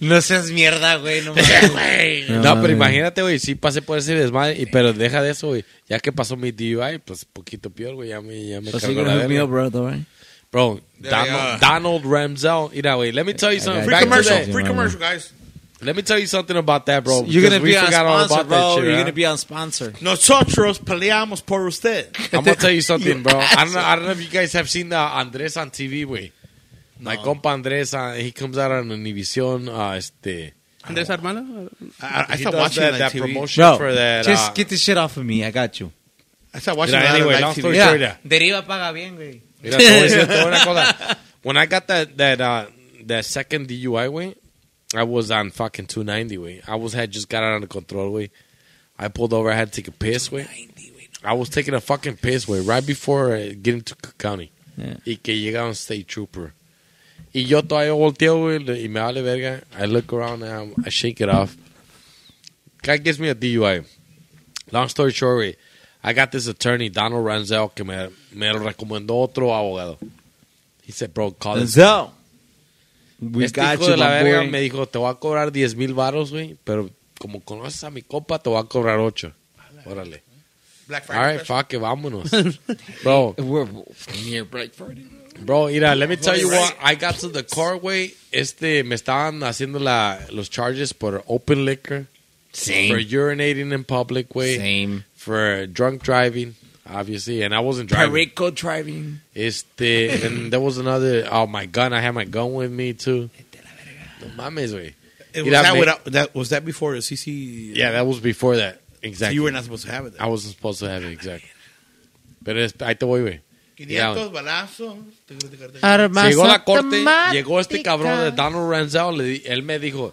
S1: No seas mierda, güey. No mames.
S4: No, pero imagínate, güey, sí pasé por ese desmadre, y, pero deja de eso, güey. Ya que pasó mi DUI, pues poquito peor, güey, ya me, ya me
S1: So
S4: cargó
S1: you're gonna
S4: la
S1: hook me
S4: verga.
S1: up, bro, though, right?
S4: Bro, Donald, Donald Ramsell, you know, wait, let me tell you
S1: got
S4: something. Back
S1: you.
S4: to
S1: Commercial,
S4: that.
S1: free commercial,
S5: guys.
S4: Let me tell you something about that, bro.
S1: You're
S4: because
S1: gonna
S4: we
S1: be on
S4: forgot all
S1: sponsor,
S4: about
S1: bro.
S4: that shit,
S1: You're
S4: huh?
S1: gonna be on sponsor.
S5: Nosotros peleamos por usted.
S4: I'm gonna tell you something, bro. I don't know. I don't know if you guys have seen uh, Andres on TV, way. My compa Andres, uh, he comes out on Univision. Uh, este,
S2: Andrés Armando.
S5: I, I
S4: he
S5: stopped
S4: does
S5: watching
S4: that,
S5: that,
S4: that
S5: TV.
S4: promotion
S1: Bro,
S4: for that.
S1: just
S4: uh,
S1: get this shit off of me. I got you.
S5: I stopped watching
S4: Mira,
S5: that
S4: anyway,
S5: anyway,
S4: long
S5: live
S4: story
S5: TV.
S4: short, yeah.
S1: Deriva paga bien, güey.
S4: Mira, te voy a decir- te voy a una cosa. When I got that that uh, that second DUI way, I was on fucking 290 way. I was had just got out of the control way. I pulled over. I had to take a piss way. I was taking a fucking piss way right before uh, getting to Cook County.
S1: Yeah.
S4: Y que llega un state trooper. Y yo todavía volteo, güey, y me vale verga. I look around and I'm- I shake it off. Guy gives me a DUI. Long story short, güey, I got this attorney, Donald Ranzel, que me, me lo recomendó otro abogado. He said, bro, call this
S1: So, we
S4: este
S1: got
S4: hijo
S1: you,
S4: de la
S1: my
S4: verga
S1: boy.
S4: me dijo, te voy a cobrar 10 mil baros, güey, pero como conoces a mi copa, te voy a cobrar 8. Órale.
S5: Black Friday.
S4: All right, fuck it, vámonos. bro,
S1: We're-
S4: bro, mira, let me tell you what. I got to the car, güey, este, me estaban haciendo la, los charges por open liquor, for
S1: Same.
S4: urinating in public, güey,
S1: Same.
S4: for drunk driving, obviously, and I wasn't driving.
S1: Perico driving.
S4: Este, and there was another. Oh my gun! I had my gun with me too. No mames, güey. You
S5: It was,
S4: know
S5: that
S4: me-
S5: without, that, was that before the CC?
S4: Yeah, that was before that.
S5: So
S4: Exactly.
S5: you were not supposed to have it
S4: I
S5: then.
S4: wasn't supposed to have it exactly. Pero es, ahí te voy, güey. Yeah.
S5: balazos.
S4: Se Llegó a la corte, llegó este cabrón de Donald Ranzel. le di- él me dijo,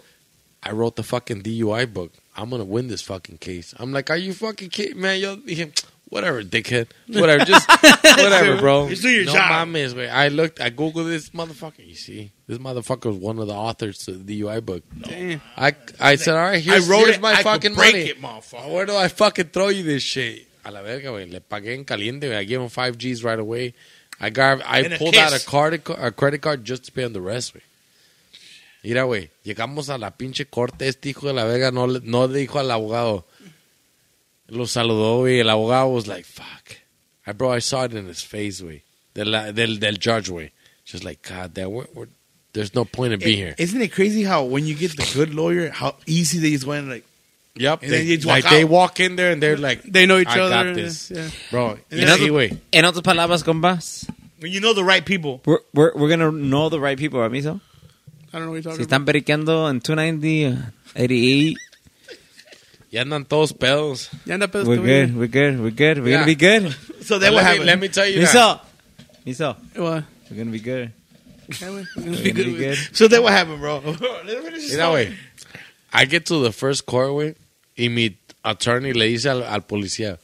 S4: I wrote the fucking DUI book. I'm gonna win this fucking case. I'm like, are you fucking kidding, man? Yo, dije, whatever, dickhead, whatever, just whatever, bro.
S5: Just do your
S4: no
S5: job.
S4: mames, güey. I looked, I googled this motherfucker. You see, this motherfucker was one of the authors to the DUI book.
S2: Damn.
S4: I, I said, all right, here's,
S5: I wrote
S4: here's
S5: it.
S4: my
S5: I could
S4: fucking
S5: break
S4: money.
S5: it, motherfucker.
S4: Where do I fucking throw you this shit? A la verga, güey. Le pagué en caliente. güey. I gave him five G's right away. I got, I
S5: And a
S4: pulled out
S5: kiss.
S4: a card, a credit card just to pay on the rest, güey. Mira, güey, llegamos a la pinche corte. Este hijo de la verga no, le- no le dijo al abogado. Lo saludó, güey. El abogado was like, fuck. I, bro, I saw it in his face, güey. Del, del, del judge, güey. Just like, god damn, we're, we're, there's no point in being here.
S5: Isn't it crazy how when you get the good lawyer, how easy they just went like,
S4: Yep.
S5: And
S4: they,
S5: then you just
S4: like
S5: walk
S4: they
S5: out.
S4: walk in there and they're like,
S2: They know each
S4: I
S2: other.
S4: got this,
S2: Yeah.
S4: bro. You
S1: that's-
S4: see, güey.
S1: En otras palabras, compas,
S5: when you know the right people.
S1: we're, we're, we're gonna know the right people, amigo.
S2: I don't know what you're
S1: Si
S2: talking
S1: están periqueando en 290, 88,
S4: Ya andan todos pedos.
S2: about. Ya anda pedo
S1: we're
S2: este güey.
S1: good, we're good, we're good. We're
S4: Yeah.
S1: gonna be good.
S5: So
S4: let,
S5: that what
S4: me,
S5: happened.
S4: let me tell you that.
S1: Miso, Miso,
S2: What?
S1: we're gonna be good.
S2: Yeah, güey. We're gonna
S1: We're
S2: be
S1: gonna
S2: good,
S1: be
S2: güey.
S1: good.
S5: so that what happened, bro.
S4: Mira, güey. I get to the first court, güey, y mi attorney le dice al, al policía,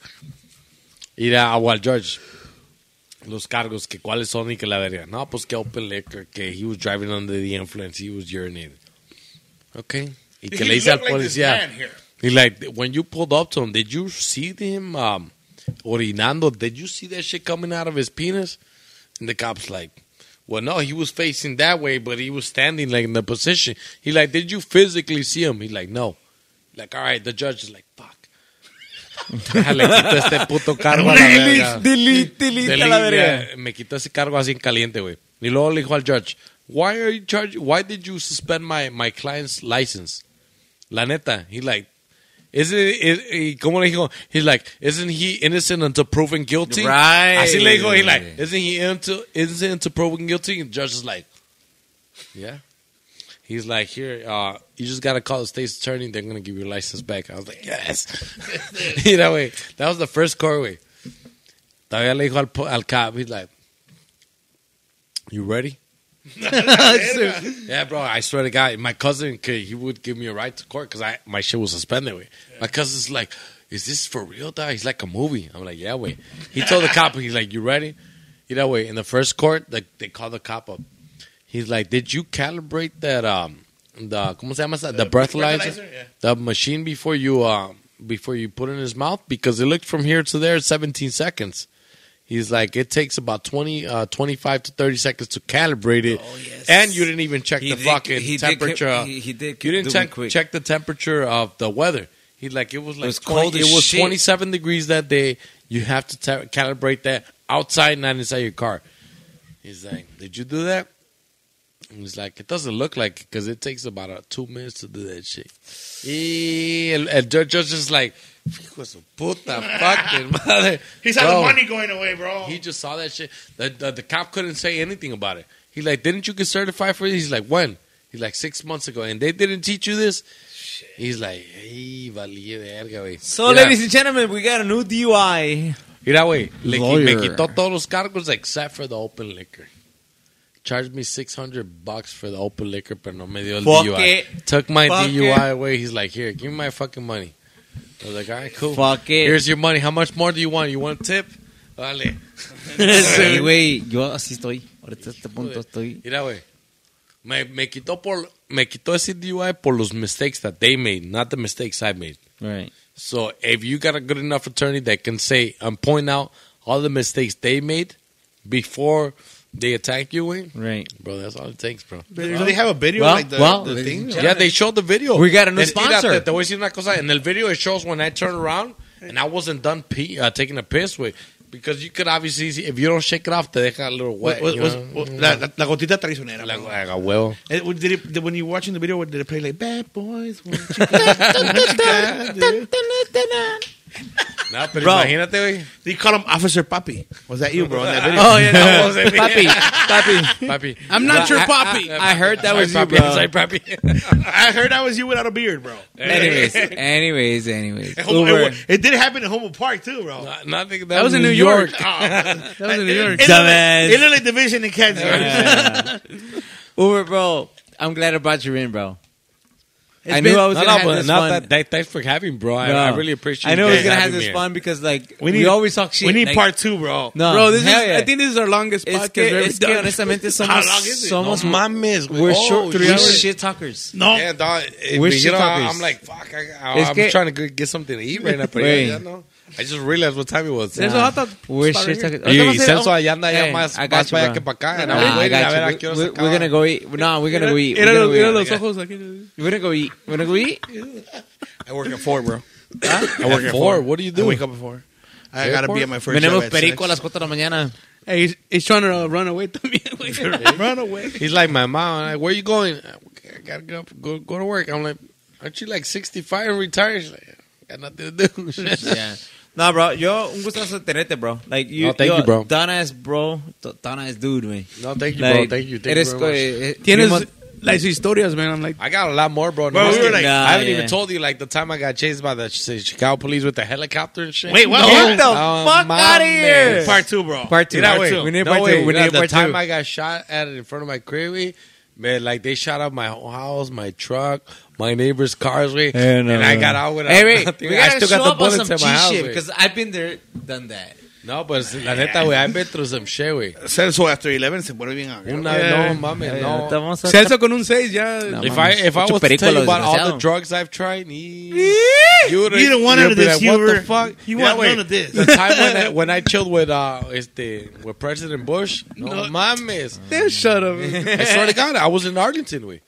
S4: mira, o al judge, los cargos, que cuáles son y que la verga. No, pues que open liquor, que he was driving under the influence, he was urinating. Okay. Y que le dice al policía, He like when you pulled up to him, did you see him um orinando? Did you see that shit coming out of his penis? And the cops like, well, no, he was facing that way, but he was standing like in the position. He like, did you physically see him? He like, no. Like, all right, the judge is like, fuck. Déjale, quito este puto cargo a la verga.
S1: delete, delete
S4: Del
S1: a la verga.
S4: India, Me quitó ese cargo así en caliente, güey. Y luego le dijo al judge, why are you charge, why did you suspend my, my client's license? La neta, he like, isn't is, y ¿cómo le dijo? He's like, isn't he innocent until proven guilty?
S1: Right.
S4: Así le dijo, he like, isn't he into, innocent until proven guilty? And the judge is like, yeah. He's like, here, uh, you just gotta call the state's attorney. They're gonna give your license back. I was like, yes. you know, wait, that was the first court, güey. Todavía le dijo al, po- al cop, he's like, you ready? yeah, bro. I swear to God, my cousin, could, he would give me a ride to court because I my shit was suspended. Wait. My cousin's like, "Is this for real, dog? He's like a movie." I'm like, "Yeah, wait." He told the cop, "He's like, you ready?" You know, wait. In the first court, like they call the cop up. He's like, "Did you calibrate that um the ¿cómo se llama esa? the, breathalyzer, the machine before you um before you put it in his mouth because it looked from here to there 17 seconds." He's like, it takes about 20, uh, 25 to 30 seconds to calibrate it. And you didn't even check
S1: Oh, He
S4: the
S1: did-
S4: fucking
S1: he did ca-
S4: temperature.
S1: he- he did
S4: you
S1: do
S4: didn't
S1: it
S4: check,
S1: quick.
S4: check the temperature of the weather. He like, it was like,
S1: was
S4: 20
S1: cold as
S4: It was
S1: shit.
S4: 27 degrees that day. You have to ta- calibrate that outside, not inside your car. He's like, did you do that? And he's like, it doesn't look like it because it takes about uh, two minutes to do that shit. Y el, el judge was just like, hijo de su puta fucking madre.
S5: He's had
S4: Bro.
S5: the money going away, bro.
S4: He just saw that shit. The, the, the cop couldn't say anything about it. He like, didn't you get certified for this? He's like, when? He's like, six months ago, and they didn't teach you this. He's like, hey, valia verga, güey.
S1: So,
S4: Mira,
S1: ladies and gentlemen, we got a new DUI.
S4: mira, güey, le qui- me
S1: Lawyer.
S4: quitó todos los cargos except for the open liquor. Charged me six hundred bucks for the open liquor, but no me dio el
S1: Fuck
S4: DUI.
S1: it.
S4: Took my
S1: Fuck
S4: DUI away. He's like, here, give me my fucking money. I was like, all right, cool.
S1: Fuck it.
S4: Here's your money. How much more do you want? You want a tip? Vale.
S1: Sí, güey, yo así estoy. Ahorita a este punto estoy.
S4: Mira, güey. Me, me quitó por me quitó ese DUI por los mistakes that they made, not the mistakes I made.
S1: Right.
S4: So if you got a good enough attorney that can say and point out all the mistakes they made before they attack you, güey,
S1: Right.
S4: bro, that's all it takes, bro.
S5: Do they have a video
S1: Well,
S5: like the,
S1: well,
S5: the thing?
S4: Yeah, they showed the video.
S1: We got a new
S4: And mira,
S1: sponsor.
S4: Te, te voy a decir una cosa. In the video, it shows when I turn around and I wasn't done pee, uh, taking a piss, with Because you could obviously, see- if you don't shake it off, te deja a little wet.
S5: What- what-
S4: you
S5: was-
S4: know?
S5: what- la, la, la gotita traicionera.
S4: Like,
S5: bro.
S4: like a huevo.
S5: It- did it, did- when you were watching the video, did it play like "Bad Boys"?
S4: Nah, pero
S1: Bro.
S4: imagínate, güey.
S5: they call him Officer Papi. Was that you, bro? In that video?
S1: Oh, yeah,
S4: That
S1: no.
S4: wasn't me.
S1: papi, papi.
S4: Papi.
S2: I'm not your
S1: I-
S2: poppy.
S1: I, I heard that was you,
S4: Sorry, papi.
S1: bro.
S4: Sorry, papi.
S5: I heard that was you without a beard, bro.
S1: Anyways, anyways, anyways.
S5: It,
S1: Uber.
S5: it did happen in Homo Park too, bro.
S4: Not- not that, Oh.
S2: That was in New York. That was in New York.
S5: It looked like-
S1: Dumbass.
S5: It looked like division in Kansas.
S1: Uber, bro. I'm glad I brought you in, bro. I knew
S2: been-
S1: I was
S4: No,
S1: gonna
S4: no,
S1: have
S4: but
S1: this
S4: not
S1: fun.
S4: that- that- Thanks for having, bro. I,
S1: No.
S4: I really appreciate.
S1: I knew
S4: you
S1: I was
S4: guys
S1: gonna have
S4: having
S1: this
S4: me.
S1: fun because like we,
S5: We need-
S1: always talk shit.
S5: We need
S1: like,
S5: part two, bro.
S1: No,
S2: Bro, this is,
S1: hell yeah.
S2: I think this is our longest
S1: es
S2: podcast
S1: que,
S2: we've
S1: es
S2: ever
S1: que
S2: done.
S1: honestamente somos,
S5: long is it?
S1: somos
S4: No mames, güey.
S1: we're
S4: Oh,
S1: short,
S4: three
S1: we're
S4: hours.
S1: shit talkers.
S5: No,
S4: Yeah, dog. It,
S1: We're
S4: but, you know,
S1: shit-talkers.
S4: I'm like, fuck. I, I,
S1: Es
S4: I'm
S1: que-
S4: trying to g- get something to eat right now, but
S1: Wait.
S4: yeah, yeah, no. I just realized what time it was.
S2: There's a hot dog
S1: We're
S2: spot
S1: shit
S2: right here.
S1: talkers.
S4: Y,
S1: Ahorita
S4: y
S1: vamos a-
S4: Celso allá anda ya
S1: Hey,
S4: más,
S1: I got
S4: más
S1: you,
S4: para allá
S1: bro.
S4: que para acá. And
S1: Nah,
S4: I'm
S1: I
S4: waiting a
S1: got
S4: ver
S1: you.
S4: a qué hora se
S1: We- We're
S4: acaba.
S1: gonna go eat. No, we're gonna go eat. We're
S2: Era
S1: gonna
S2: los,
S1: go eat.
S2: era
S1: We're
S2: los ojos aquí.
S1: gonna go eat. We're gonna go eat.
S5: I work at four, bro.
S4: I work at four. What do you
S5: I
S4: do?
S5: wake up at four. I gotta be at my first.
S1: Venemos
S5: job at
S1: perico a
S5: six.
S1: las 4 de la mañana.
S2: Hey, he's, he's trying to uh, run away también, güey.
S5: Run away.
S4: He's like, my mom. I'm like, where you going? I gotta get up, go go to work. I'm like, aren't you like 65 and retired? She's like, got nothing to do.
S1: Yeah. No, bro, yo un gustazo tenerte, bro. Like you,
S4: No, thank
S1: yo,
S4: you, bro.
S1: Donas, bro, T- Donas, dude, man.
S4: No, thank you,
S1: Like,
S4: bro. Thank you. Thank
S1: eres,
S4: you very much.
S1: eh, eh,
S2: Tienes
S1: primo-
S2: las historias, man. I'm like,
S4: I got a lot more, bro.
S5: Bro, we were
S4: I
S5: like-
S1: Nah,
S4: haven't
S1: yeah.
S4: even told you like the time I got chased by the Chi- Chicago police with the helicopter and shit.
S5: Wait, what?
S1: Get the
S4: Oh,
S1: fuck
S4: my
S1: out of here.
S4: man.
S5: Part two, bro.
S1: Part two.
S5: Get out,
S1: Part
S5: wait.
S1: two. We need
S4: no,
S1: part
S4: wait,
S1: two. We
S4: nah,
S1: need
S4: the
S1: part
S4: time
S1: two.
S4: I got shot at it in front of my crib, we- man, like they shot up my whole house, my truck, my neighbor's cars, we,
S1: Yeah, Eh, no,
S4: and I
S1: no.
S4: got out with.
S1: Hey, wait, we
S4: I
S1: gotta
S4: still
S1: show
S4: got the
S1: up on
S4: bullets
S1: some
S4: in my
S1: G
S4: house.
S1: shit
S4: we.
S1: because I've been there, done that.
S4: No, but la neta, we, I've been through some shit, we.
S5: Celso after 11 se pone bien agrio.
S4: Una,
S2: Yeah.
S4: No, mames, no.
S1: Estamos a-
S2: Celso con un 6 ya.
S1: No,
S4: If
S1: mames.
S4: I if I
S1: Ocho
S4: was to tell
S1: perico,
S4: you about all
S1: desgraciado.
S4: the drugs I've tried, you would
S5: You the one out of this,
S4: What
S5: Huber.
S4: the fuck?
S5: You
S4: Yeah,
S5: want
S4: wait.
S5: none of this.
S4: The time when I, when I chilled with uh este with President Bush, no, mames.
S2: Damn, shut up. man.
S4: I swear to God, I was in Arlington, way.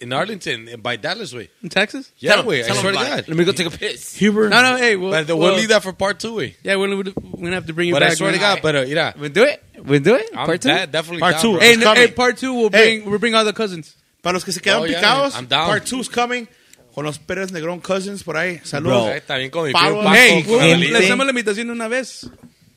S4: In Arlington, by Dallas, way.
S2: In Texas?
S4: Yeah, way. I
S1: Tell 'em
S4: swear to
S1: about it.
S4: God.
S1: Let me go take a piss.
S2: Huber. No, no, hey. We'll,
S4: But we'll
S2: we'll-
S4: leave that for part two, way.
S2: Yeah, we're, we're going to have to bring you
S4: But
S2: back.
S4: I swear to
S2: man.
S4: God, but uh, yeah,
S1: We do it. We do it.
S4: I'm
S1: Part two.
S4: de- definitely
S5: Part
S4: down,
S5: two.
S4: bro.
S2: Hey,
S5: It's
S2: no, hey,
S5: coming.
S2: part two, we'll
S5: Hey.
S2: bring, we'll bring all the cousins.
S5: Para los que se quedan
S4: Oh, yeah,
S5: picados,
S4: I'm down.
S5: part two's coming. Con los Pérez Negrón cousins por ahí.
S1: Bro.
S5: Saludos.
S4: Ahí También con mi
S5: Pablo,
S4: tío Paco,
S2: Hey,
S4: con
S2: we'll-
S4: Dalí.
S2: le hacemos la invitación de una vez.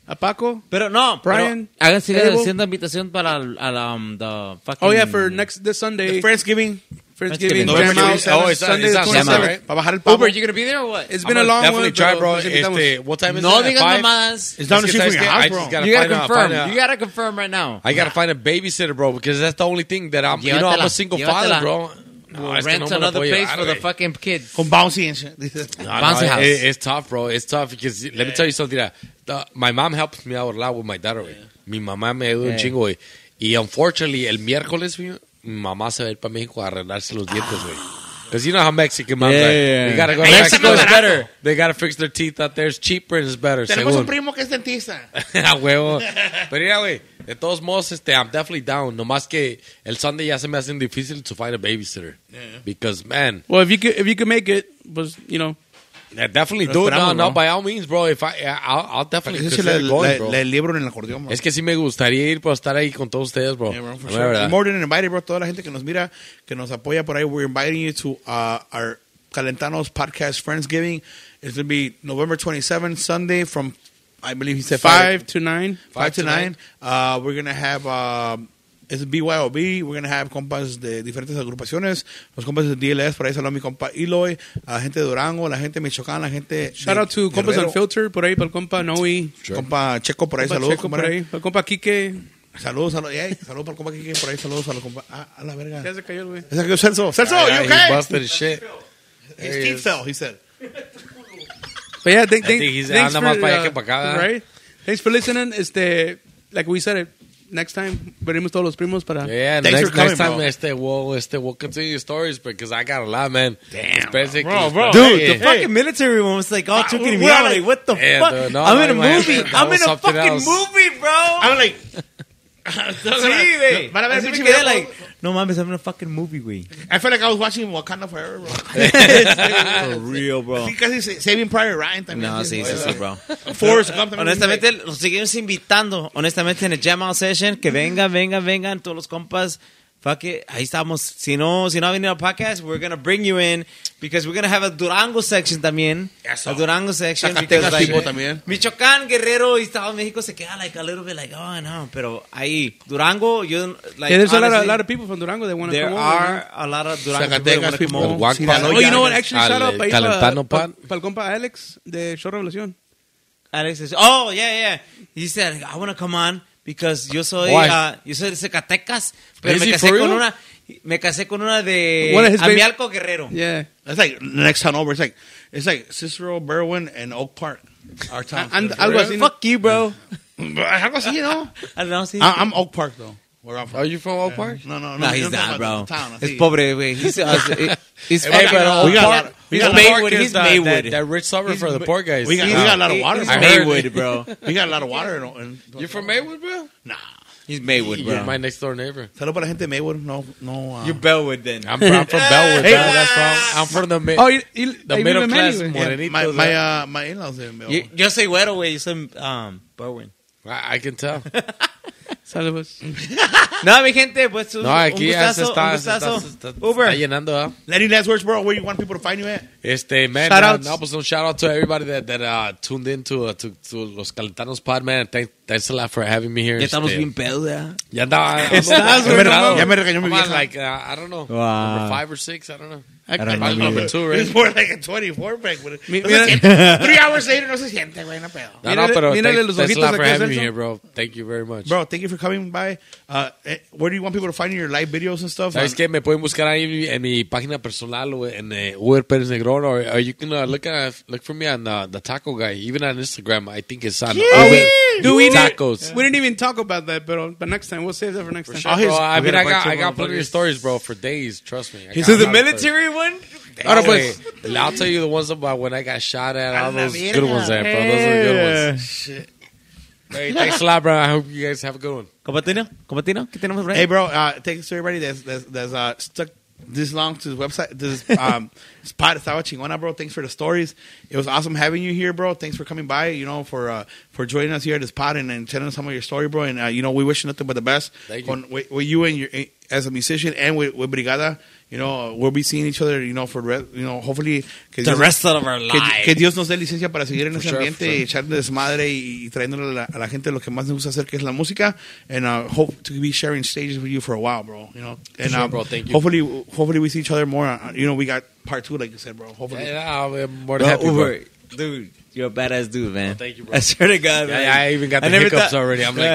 S2: A Paco.
S1: Pero no,
S2: Brian,
S1: Pero, hagan sigue
S2: Abel.
S1: haciendo invitación para el- al, um, the fucking.
S2: Oh, yeah, for
S4: Hmm.
S2: next this Sunday.
S5: Friendsgiving.
S2: Friendsgiving.
S1: November
S2: Jam out.
S5: 27th.
S4: Oh, it's-
S2: Sunday
S4: it's
S2: the
S4: on
S1: Sunday,
S2: 27th.
S4: right?
S5: Para bajar el pavo.
S1: Uber, you gonna be there or what?
S2: It's
S4: I'm
S2: been a
S4: gonna
S2: long
S4: definitely
S2: one.
S4: try,
S2: pero
S4: bro.
S2: los invitamos.
S4: Este, what time is
S1: no
S4: it? At
S1: digas
S4: five?
S1: mamadas.
S5: It's down the
S4: Es que
S5: street from
S4: sabes
S5: your
S4: que
S5: house,
S4: I
S5: bro.
S4: just gotta
S1: You gotta
S4: find out-
S1: confirm.
S4: find out-
S1: you gotta confirm right now.
S4: I gotta find a babysitter, bro, because that's the only thing that I'm. you know, I'm
S1: Llévatela.
S4: a single
S1: Llévatela.
S4: father, bro. No, es que
S1: Rent
S4: no me la
S1: another
S4: puedo
S1: place
S4: llevar,
S1: for the
S4: güey.
S1: fucking kids.
S5: Con bouncy and shit. Dice,
S4: No, no,
S1: bouncy
S4: it-
S1: house.
S4: it- it's tough, bro. It's tough because let me tell you something. uh, the- my mom helps me out a lot with my daughter. güey. Mi mamá me ayuda un chingo, güey. Y unfortunately, el miércoles, güey, mi mamá se va a ir para México a arreglarse los dientes, güey. Because you know how Mexican moms
S1: Yeah, yeah,
S4: are. They
S1: yeah.
S4: gotta go to
S1: Mexico
S4: Mexico.
S1: is better.
S4: They gotta fix their teeth out there. It's cheaper and it's better.
S5: Tenemos
S4: según.
S5: un primo que es dentista.
S4: A huevo. Pero mira, güey, de todos modos, este, I'm definitely down. Nomás que el Sunday ya se me hace difícil to find a babysitter. Because, man,
S2: Well, if you could, if you could make it, was you know,
S4: I definitely do it. No,
S5: esperamos,
S4: no,
S5: bro.
S4: by all means, bro. If I, I'll, I'll definitely
S5: Ese es
S4: consider
S5: el,
S4: going,
S5: la,
S4: bro.
S5: la- el libro en el acordeón, bro.
S4: Es que sí me gustaría ir para estar ahí con todos ustedes, bro.
S5: Yeah, bro, for
S4: La
S5: sure.
S4: verdad.
S5: More than invited, bro. Toda la gente que nos mira, que nos apoya por ahí, we're inviting you to uh, our Calentanos podcast Friendsgiving. It's going to be November 27th, Sunday from, I believe he said
S2: five to nine.
S5: five to
S4: to
S5: nine. Uh, we're gonna have um, it's BYOB. We're gonna have compas de diferentes agrupaciones, los compas de DLS por ahí salió mi compa Eloy, la gente de Durango, la gente de Michoacán, la gente
S2: Shout
S5: de-
S2: out to compas
S5: Guerrero,
S2: on Filter por ahí, para el compa Noe,
S5: compa Checo por ahí,
S2: compa
S5: saludos,
S2: Checo
S5: compa.
S2: por ahí, para el compa Quique.
S5: saludos, saludos, ey, saludos para el compa Kike por ahí, saludos a los compa ah, a la verga.
S2: Ya se cayó el güey.
S5: Ese
S3: "Oh,
S5: que es Celso, Celso,
S3: Ah,
S4: Yeah,
S5: you
S4: He
S5: okay?
S4: busted his shit.
S5: His teeth fell, he said.
S2: But yeah, thank, thank,
S4: think he's-
S2: thanks
S4: anda
S2: for,
S4: más para allá
S2: uh,
S4: que para acá, ¿verdad?
S2: right? Thanks for listening. Este, like we said it, next time venimos todos los primos para.
S4: Yeah,
S5: Thanks
S4: next,
S5: for coming,
S4: next time
S5: bro.
S4: este we'll, este we'll continue stories because I got a lot, man. Damn,
S5: Bro, bro.
S1: Dude, the fucking military one was like "Oh, all choking me
S5: we're
S1: out.
S5: like-
S1: Like, what the
S4: Yeah,
S1: fuck?
S4: dude, no,
S1: I'm in a
S4: no, no,
S1: movie.
S4: that
S1: I'm
S4: was
S1: in a
S4: something
S1: fucking
S4: else.
S1: movie, bro.
S5: I'm like,
S1: Sí, güey.
S5: Van a ver
S1: Así
S5: el
S1: me
S5: pinche
S1: quedé,
S5: video.
S1: like, no mames, I'm in a fucking movie, güey.
S5: I felt like I was watching Wakanda Forever, bro.
S1: For real, bro.
S5: Sí, casi se- Saving Private Ryan también.
S1: No, sí, sí, sí, bro.
S5: Forrest Gump también.
S1: Honestamente, los seguimos invitando. Honestamente, en el Jam Out Session, que venga, venga, vengan todos los compas. Fuck it. Ahí estamos. Si no, si no ha venido al podcast, we're gonna bring you in because we're gonna have a Durango section también.
S5: Eso.
S1: A Durango section.
S5: Zacatecas
S1: because,
S5: tipo también.
S1: Michoacán, Guerrero y Estado de México se queda like a little bit like, oh no, pero ahí Durango, yo like
S2: Yeah, there's a lot, of,
S1: honestly,
S2: a lot of people from Durango that want to
S1: there
S2: come over.
S1: are
S2: man.
S1: a lot of Durango
S5: Zacatecas
S1: that wanna come
S5: people.
S1: over.
S4: El guac-
S5: Sinaloa.
S2: Oh, you know what? Actually,
S4: Al-
S2: shout out para
S4: Calentano
S2: para
S4: Pan.
S2: el compa Alex de Show Revolución.
S1: Alex says, "Oh yeah, yeah." He said, "I want to come on because yo soy,
S4: Why?
S1: uh, yo soy de Zacatecas, pero
S4: Is
S1: me
S4: he
S1: casé
S4: for
S1: con
S4: real?
S1: una." Me casé con una de
S2: What is his baby-
S1: Amialco Guerrero.
S2: Yeah.
S3: That's like the next town over. It's like it's like Cicero, Berwin, and Oak Park. Our town.
S2: And- algo así. ¿no?
S1: Fuck you, bro.
S3: Algo así, you know.
S1: I don't know, Ah, sí.
S3: I- I'm Oak Park though. Where I'm from.
S4: Are you from Oak Park?
S3: No, Ah, no, no.
S1: no, he's
S3: you don't talk
S1: not, bro.
S3: about the town,
S1: It's
S3: así.
S1: pobre, güey. He's, uh, he's
S3: Hey, we got-
S1: Oak
S3: we got a
S1: Park.
S3: lot- we
S1: He's
S3: got a lot of
S1: Maywood.
S4: Park
S1: He's
S4: is that,
S1: Maywood.
S4: That, that rich suburb for the poor guys.
S3: We got, we got a lot of water.
S1: He's
S3: bro.
S1: Maywood, bro.
S3: We got a lot of water. In, in,
S4: You're from Maywood, bro?
S3: Nah.
S1: He's Maywood,
S4: You're
S1: bro.
S4: my next door neighbor.
S3: Saludos para la gente de Maywood. No, no. Uh,
S1: You're Bellwood, then.
S4: I'm, I'm from Bellwood. Hey, that's from, I'm from the, mi-
S2: Oh, you, you,
S4: the
S2: they
S4: middle
S2: leave him
S4: class
S2: anyway.
S4: morenito.
S3: my my, uh, my in-laws are in
S1: You-
S3: Maywood.
S1: Yo soy güero, güey. Yo soy um, Bowen.
S4: I, I can tell.
S2: Saludos.
S1: No, mi gente, pues un,
S4: No, aquí
S1: un
S4: ya se
S1: gustazo,
S4: está,
S1: un
S4: se está,
S1: gustazo.
S4: se está- se
S1: Uber.
S4: está llenando. ¿ah?
S3: Lenny, last words, bro. Where you want people to find you at?
S4: Este, man,
S2: Shout
S4: shout
S2: outs.
S4: no, pues un shout out to everybody that, that uh, tuned in to, uh, to, to Los Calentanos Pod, man. Thank, thanks a lot for having me here.
S1: Ya estamos
S4: este,
S1: bien pedos, ya.
S4: Ya andaba.
S2: Estás, güey, no mames.
S3: Ya me regañó mi
S4: I'm on,
S3: vieja.
S4: Like, uh, I don't know.
S1: Wow.
S4: Number five or six, I don't know.
S2: I-
S1: don't
S4: Probably
S1: know,
S4: number
S1: güey.
S4: two, right?
S3: It's more like a 24 pack. but it-
S2: Mi-
S3: no
S2: mira-
S3: se siente. Three hours later, no se siente, güey. No pedo.
S4: No, no,
S2: Mírale-
S4: pero
S2: mírale
S4: thank-
S2: los
S4: thanks a lot
S2: ojitos
S4: for
S2: aquí a
S4: having me
S2: Celso.
S4: here, bro. Thank you very much.
S3: Bro, thank you for coming by. Uh, eh, where do you want people to find your live videos and stuff?
S4: ¿Sabes qué? Me pueden buscar ahí en mi página personal o en eh, Uber Pérez Negrón or, or you can uh, look, at, look for me on uh, The Taco Guy, even on Instagram. I think it's on uh,
S2: Oh, we,
S4: Uber
S2: do we didn't-
S4: Tacos.
S2: we didn't even talk about that, but, but next time. We'll save that for next time.
S1: Oh,
S4: Bro, I
S3: we
S4: mean,
S3: got a
S4: I
S3: bunch
S4: got,
S3: of
S4: I got plenty
S3: motherfuckers.
S4: of stories, bro, for days. Trust me. I
S1: To
S4: got
S1: the
S4: a lot of stories.
S1: military one?
S4: Ahora pues, I'll tell you the ones about when I got shot at. All those good ones,
S1: Eh,
S4: there, bro. Those are good ones. Hey, thanks a lot, bro. I hope you guys have a good one.
S1: Compatino, compatino, ¿qué tenemos por ahí?
S3: Hey, bro, uh, thanks to everybody that's, that's, that's uh, stuck this long to this website, this um, spot. Estaba chingona, bro. Thanks for the stories. It was awesome having you here, bro. Thanks for coming by, you know, for uh, for joining us here at this pod and, and telling us some of your story, bro. And, uh, you know, we wish you nothing but the best.
S4: Thank you.
S3: Con- with, with you and your, eh, as a musician and with, with Brigada, you know, we'll be seeing each other, you know, for, the rest- you know, hopefully. que
S1: The
S3: Dios-
S1: rest of our
S3: que,
S1: life.
S3: que Dios nos dé licencia para seguir en ese
S4: sure,
S3: ambiente
S4: for
S3: y echarle desmadre y, y trayéndole a la, a la gente lo que más nos gusta hacer, que es la música. And uh, hope to be sharing stages with you for a while, bro. You know, and
S4: sure,
S3: um,
S4: bro. Thank you.
S3: Hopefully, hopefully we see each other more. Uh, you know, we got part two, like you said, bro. Hopefully.
S4: Yeah, I'm more
S1: Bro,
S4: than happy, bro. Oh,
S1: Uber, dude, you're a badass dude, man.
S4: thank you, bro.
S1: I swear to God, man.
S4: Yeah, I even got the
S1: never
S4: hiccups already. I'm like,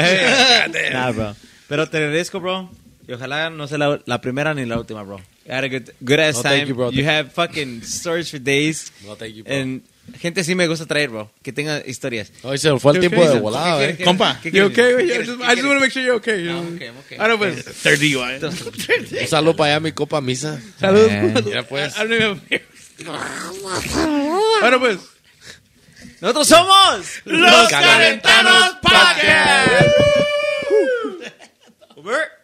S1: Yeah. nah, bro. Pero te agradezco, bro. Y ojalá no sea la, la primera ni la última, bro. You had a good, good ass
S4: No,
S1: time.
S4: Oh, thank you, bro.
S1: have fucking stories for days.
S4: No, thank you, bro.
S1: And gente sí me gusta traer, bro. Que tenga historias.
S4: Hoy se nos fue el tiempo de volada, eh.
S1: Compa.
S2: You okay? güey? I just, I just want to make sure you're okay. You know?
S1: okay, I'm okay.
S2: Ahora pues,
S3: Third DUI.
S4: Un saludo para allá, mi copa misa.
S2: saludos.
S4: Ya pues.
S2: I don't even have a beer. Ahora pues.
S1: Nosotros somos
S4: Los Calentanos
S1: Podcast. Uber.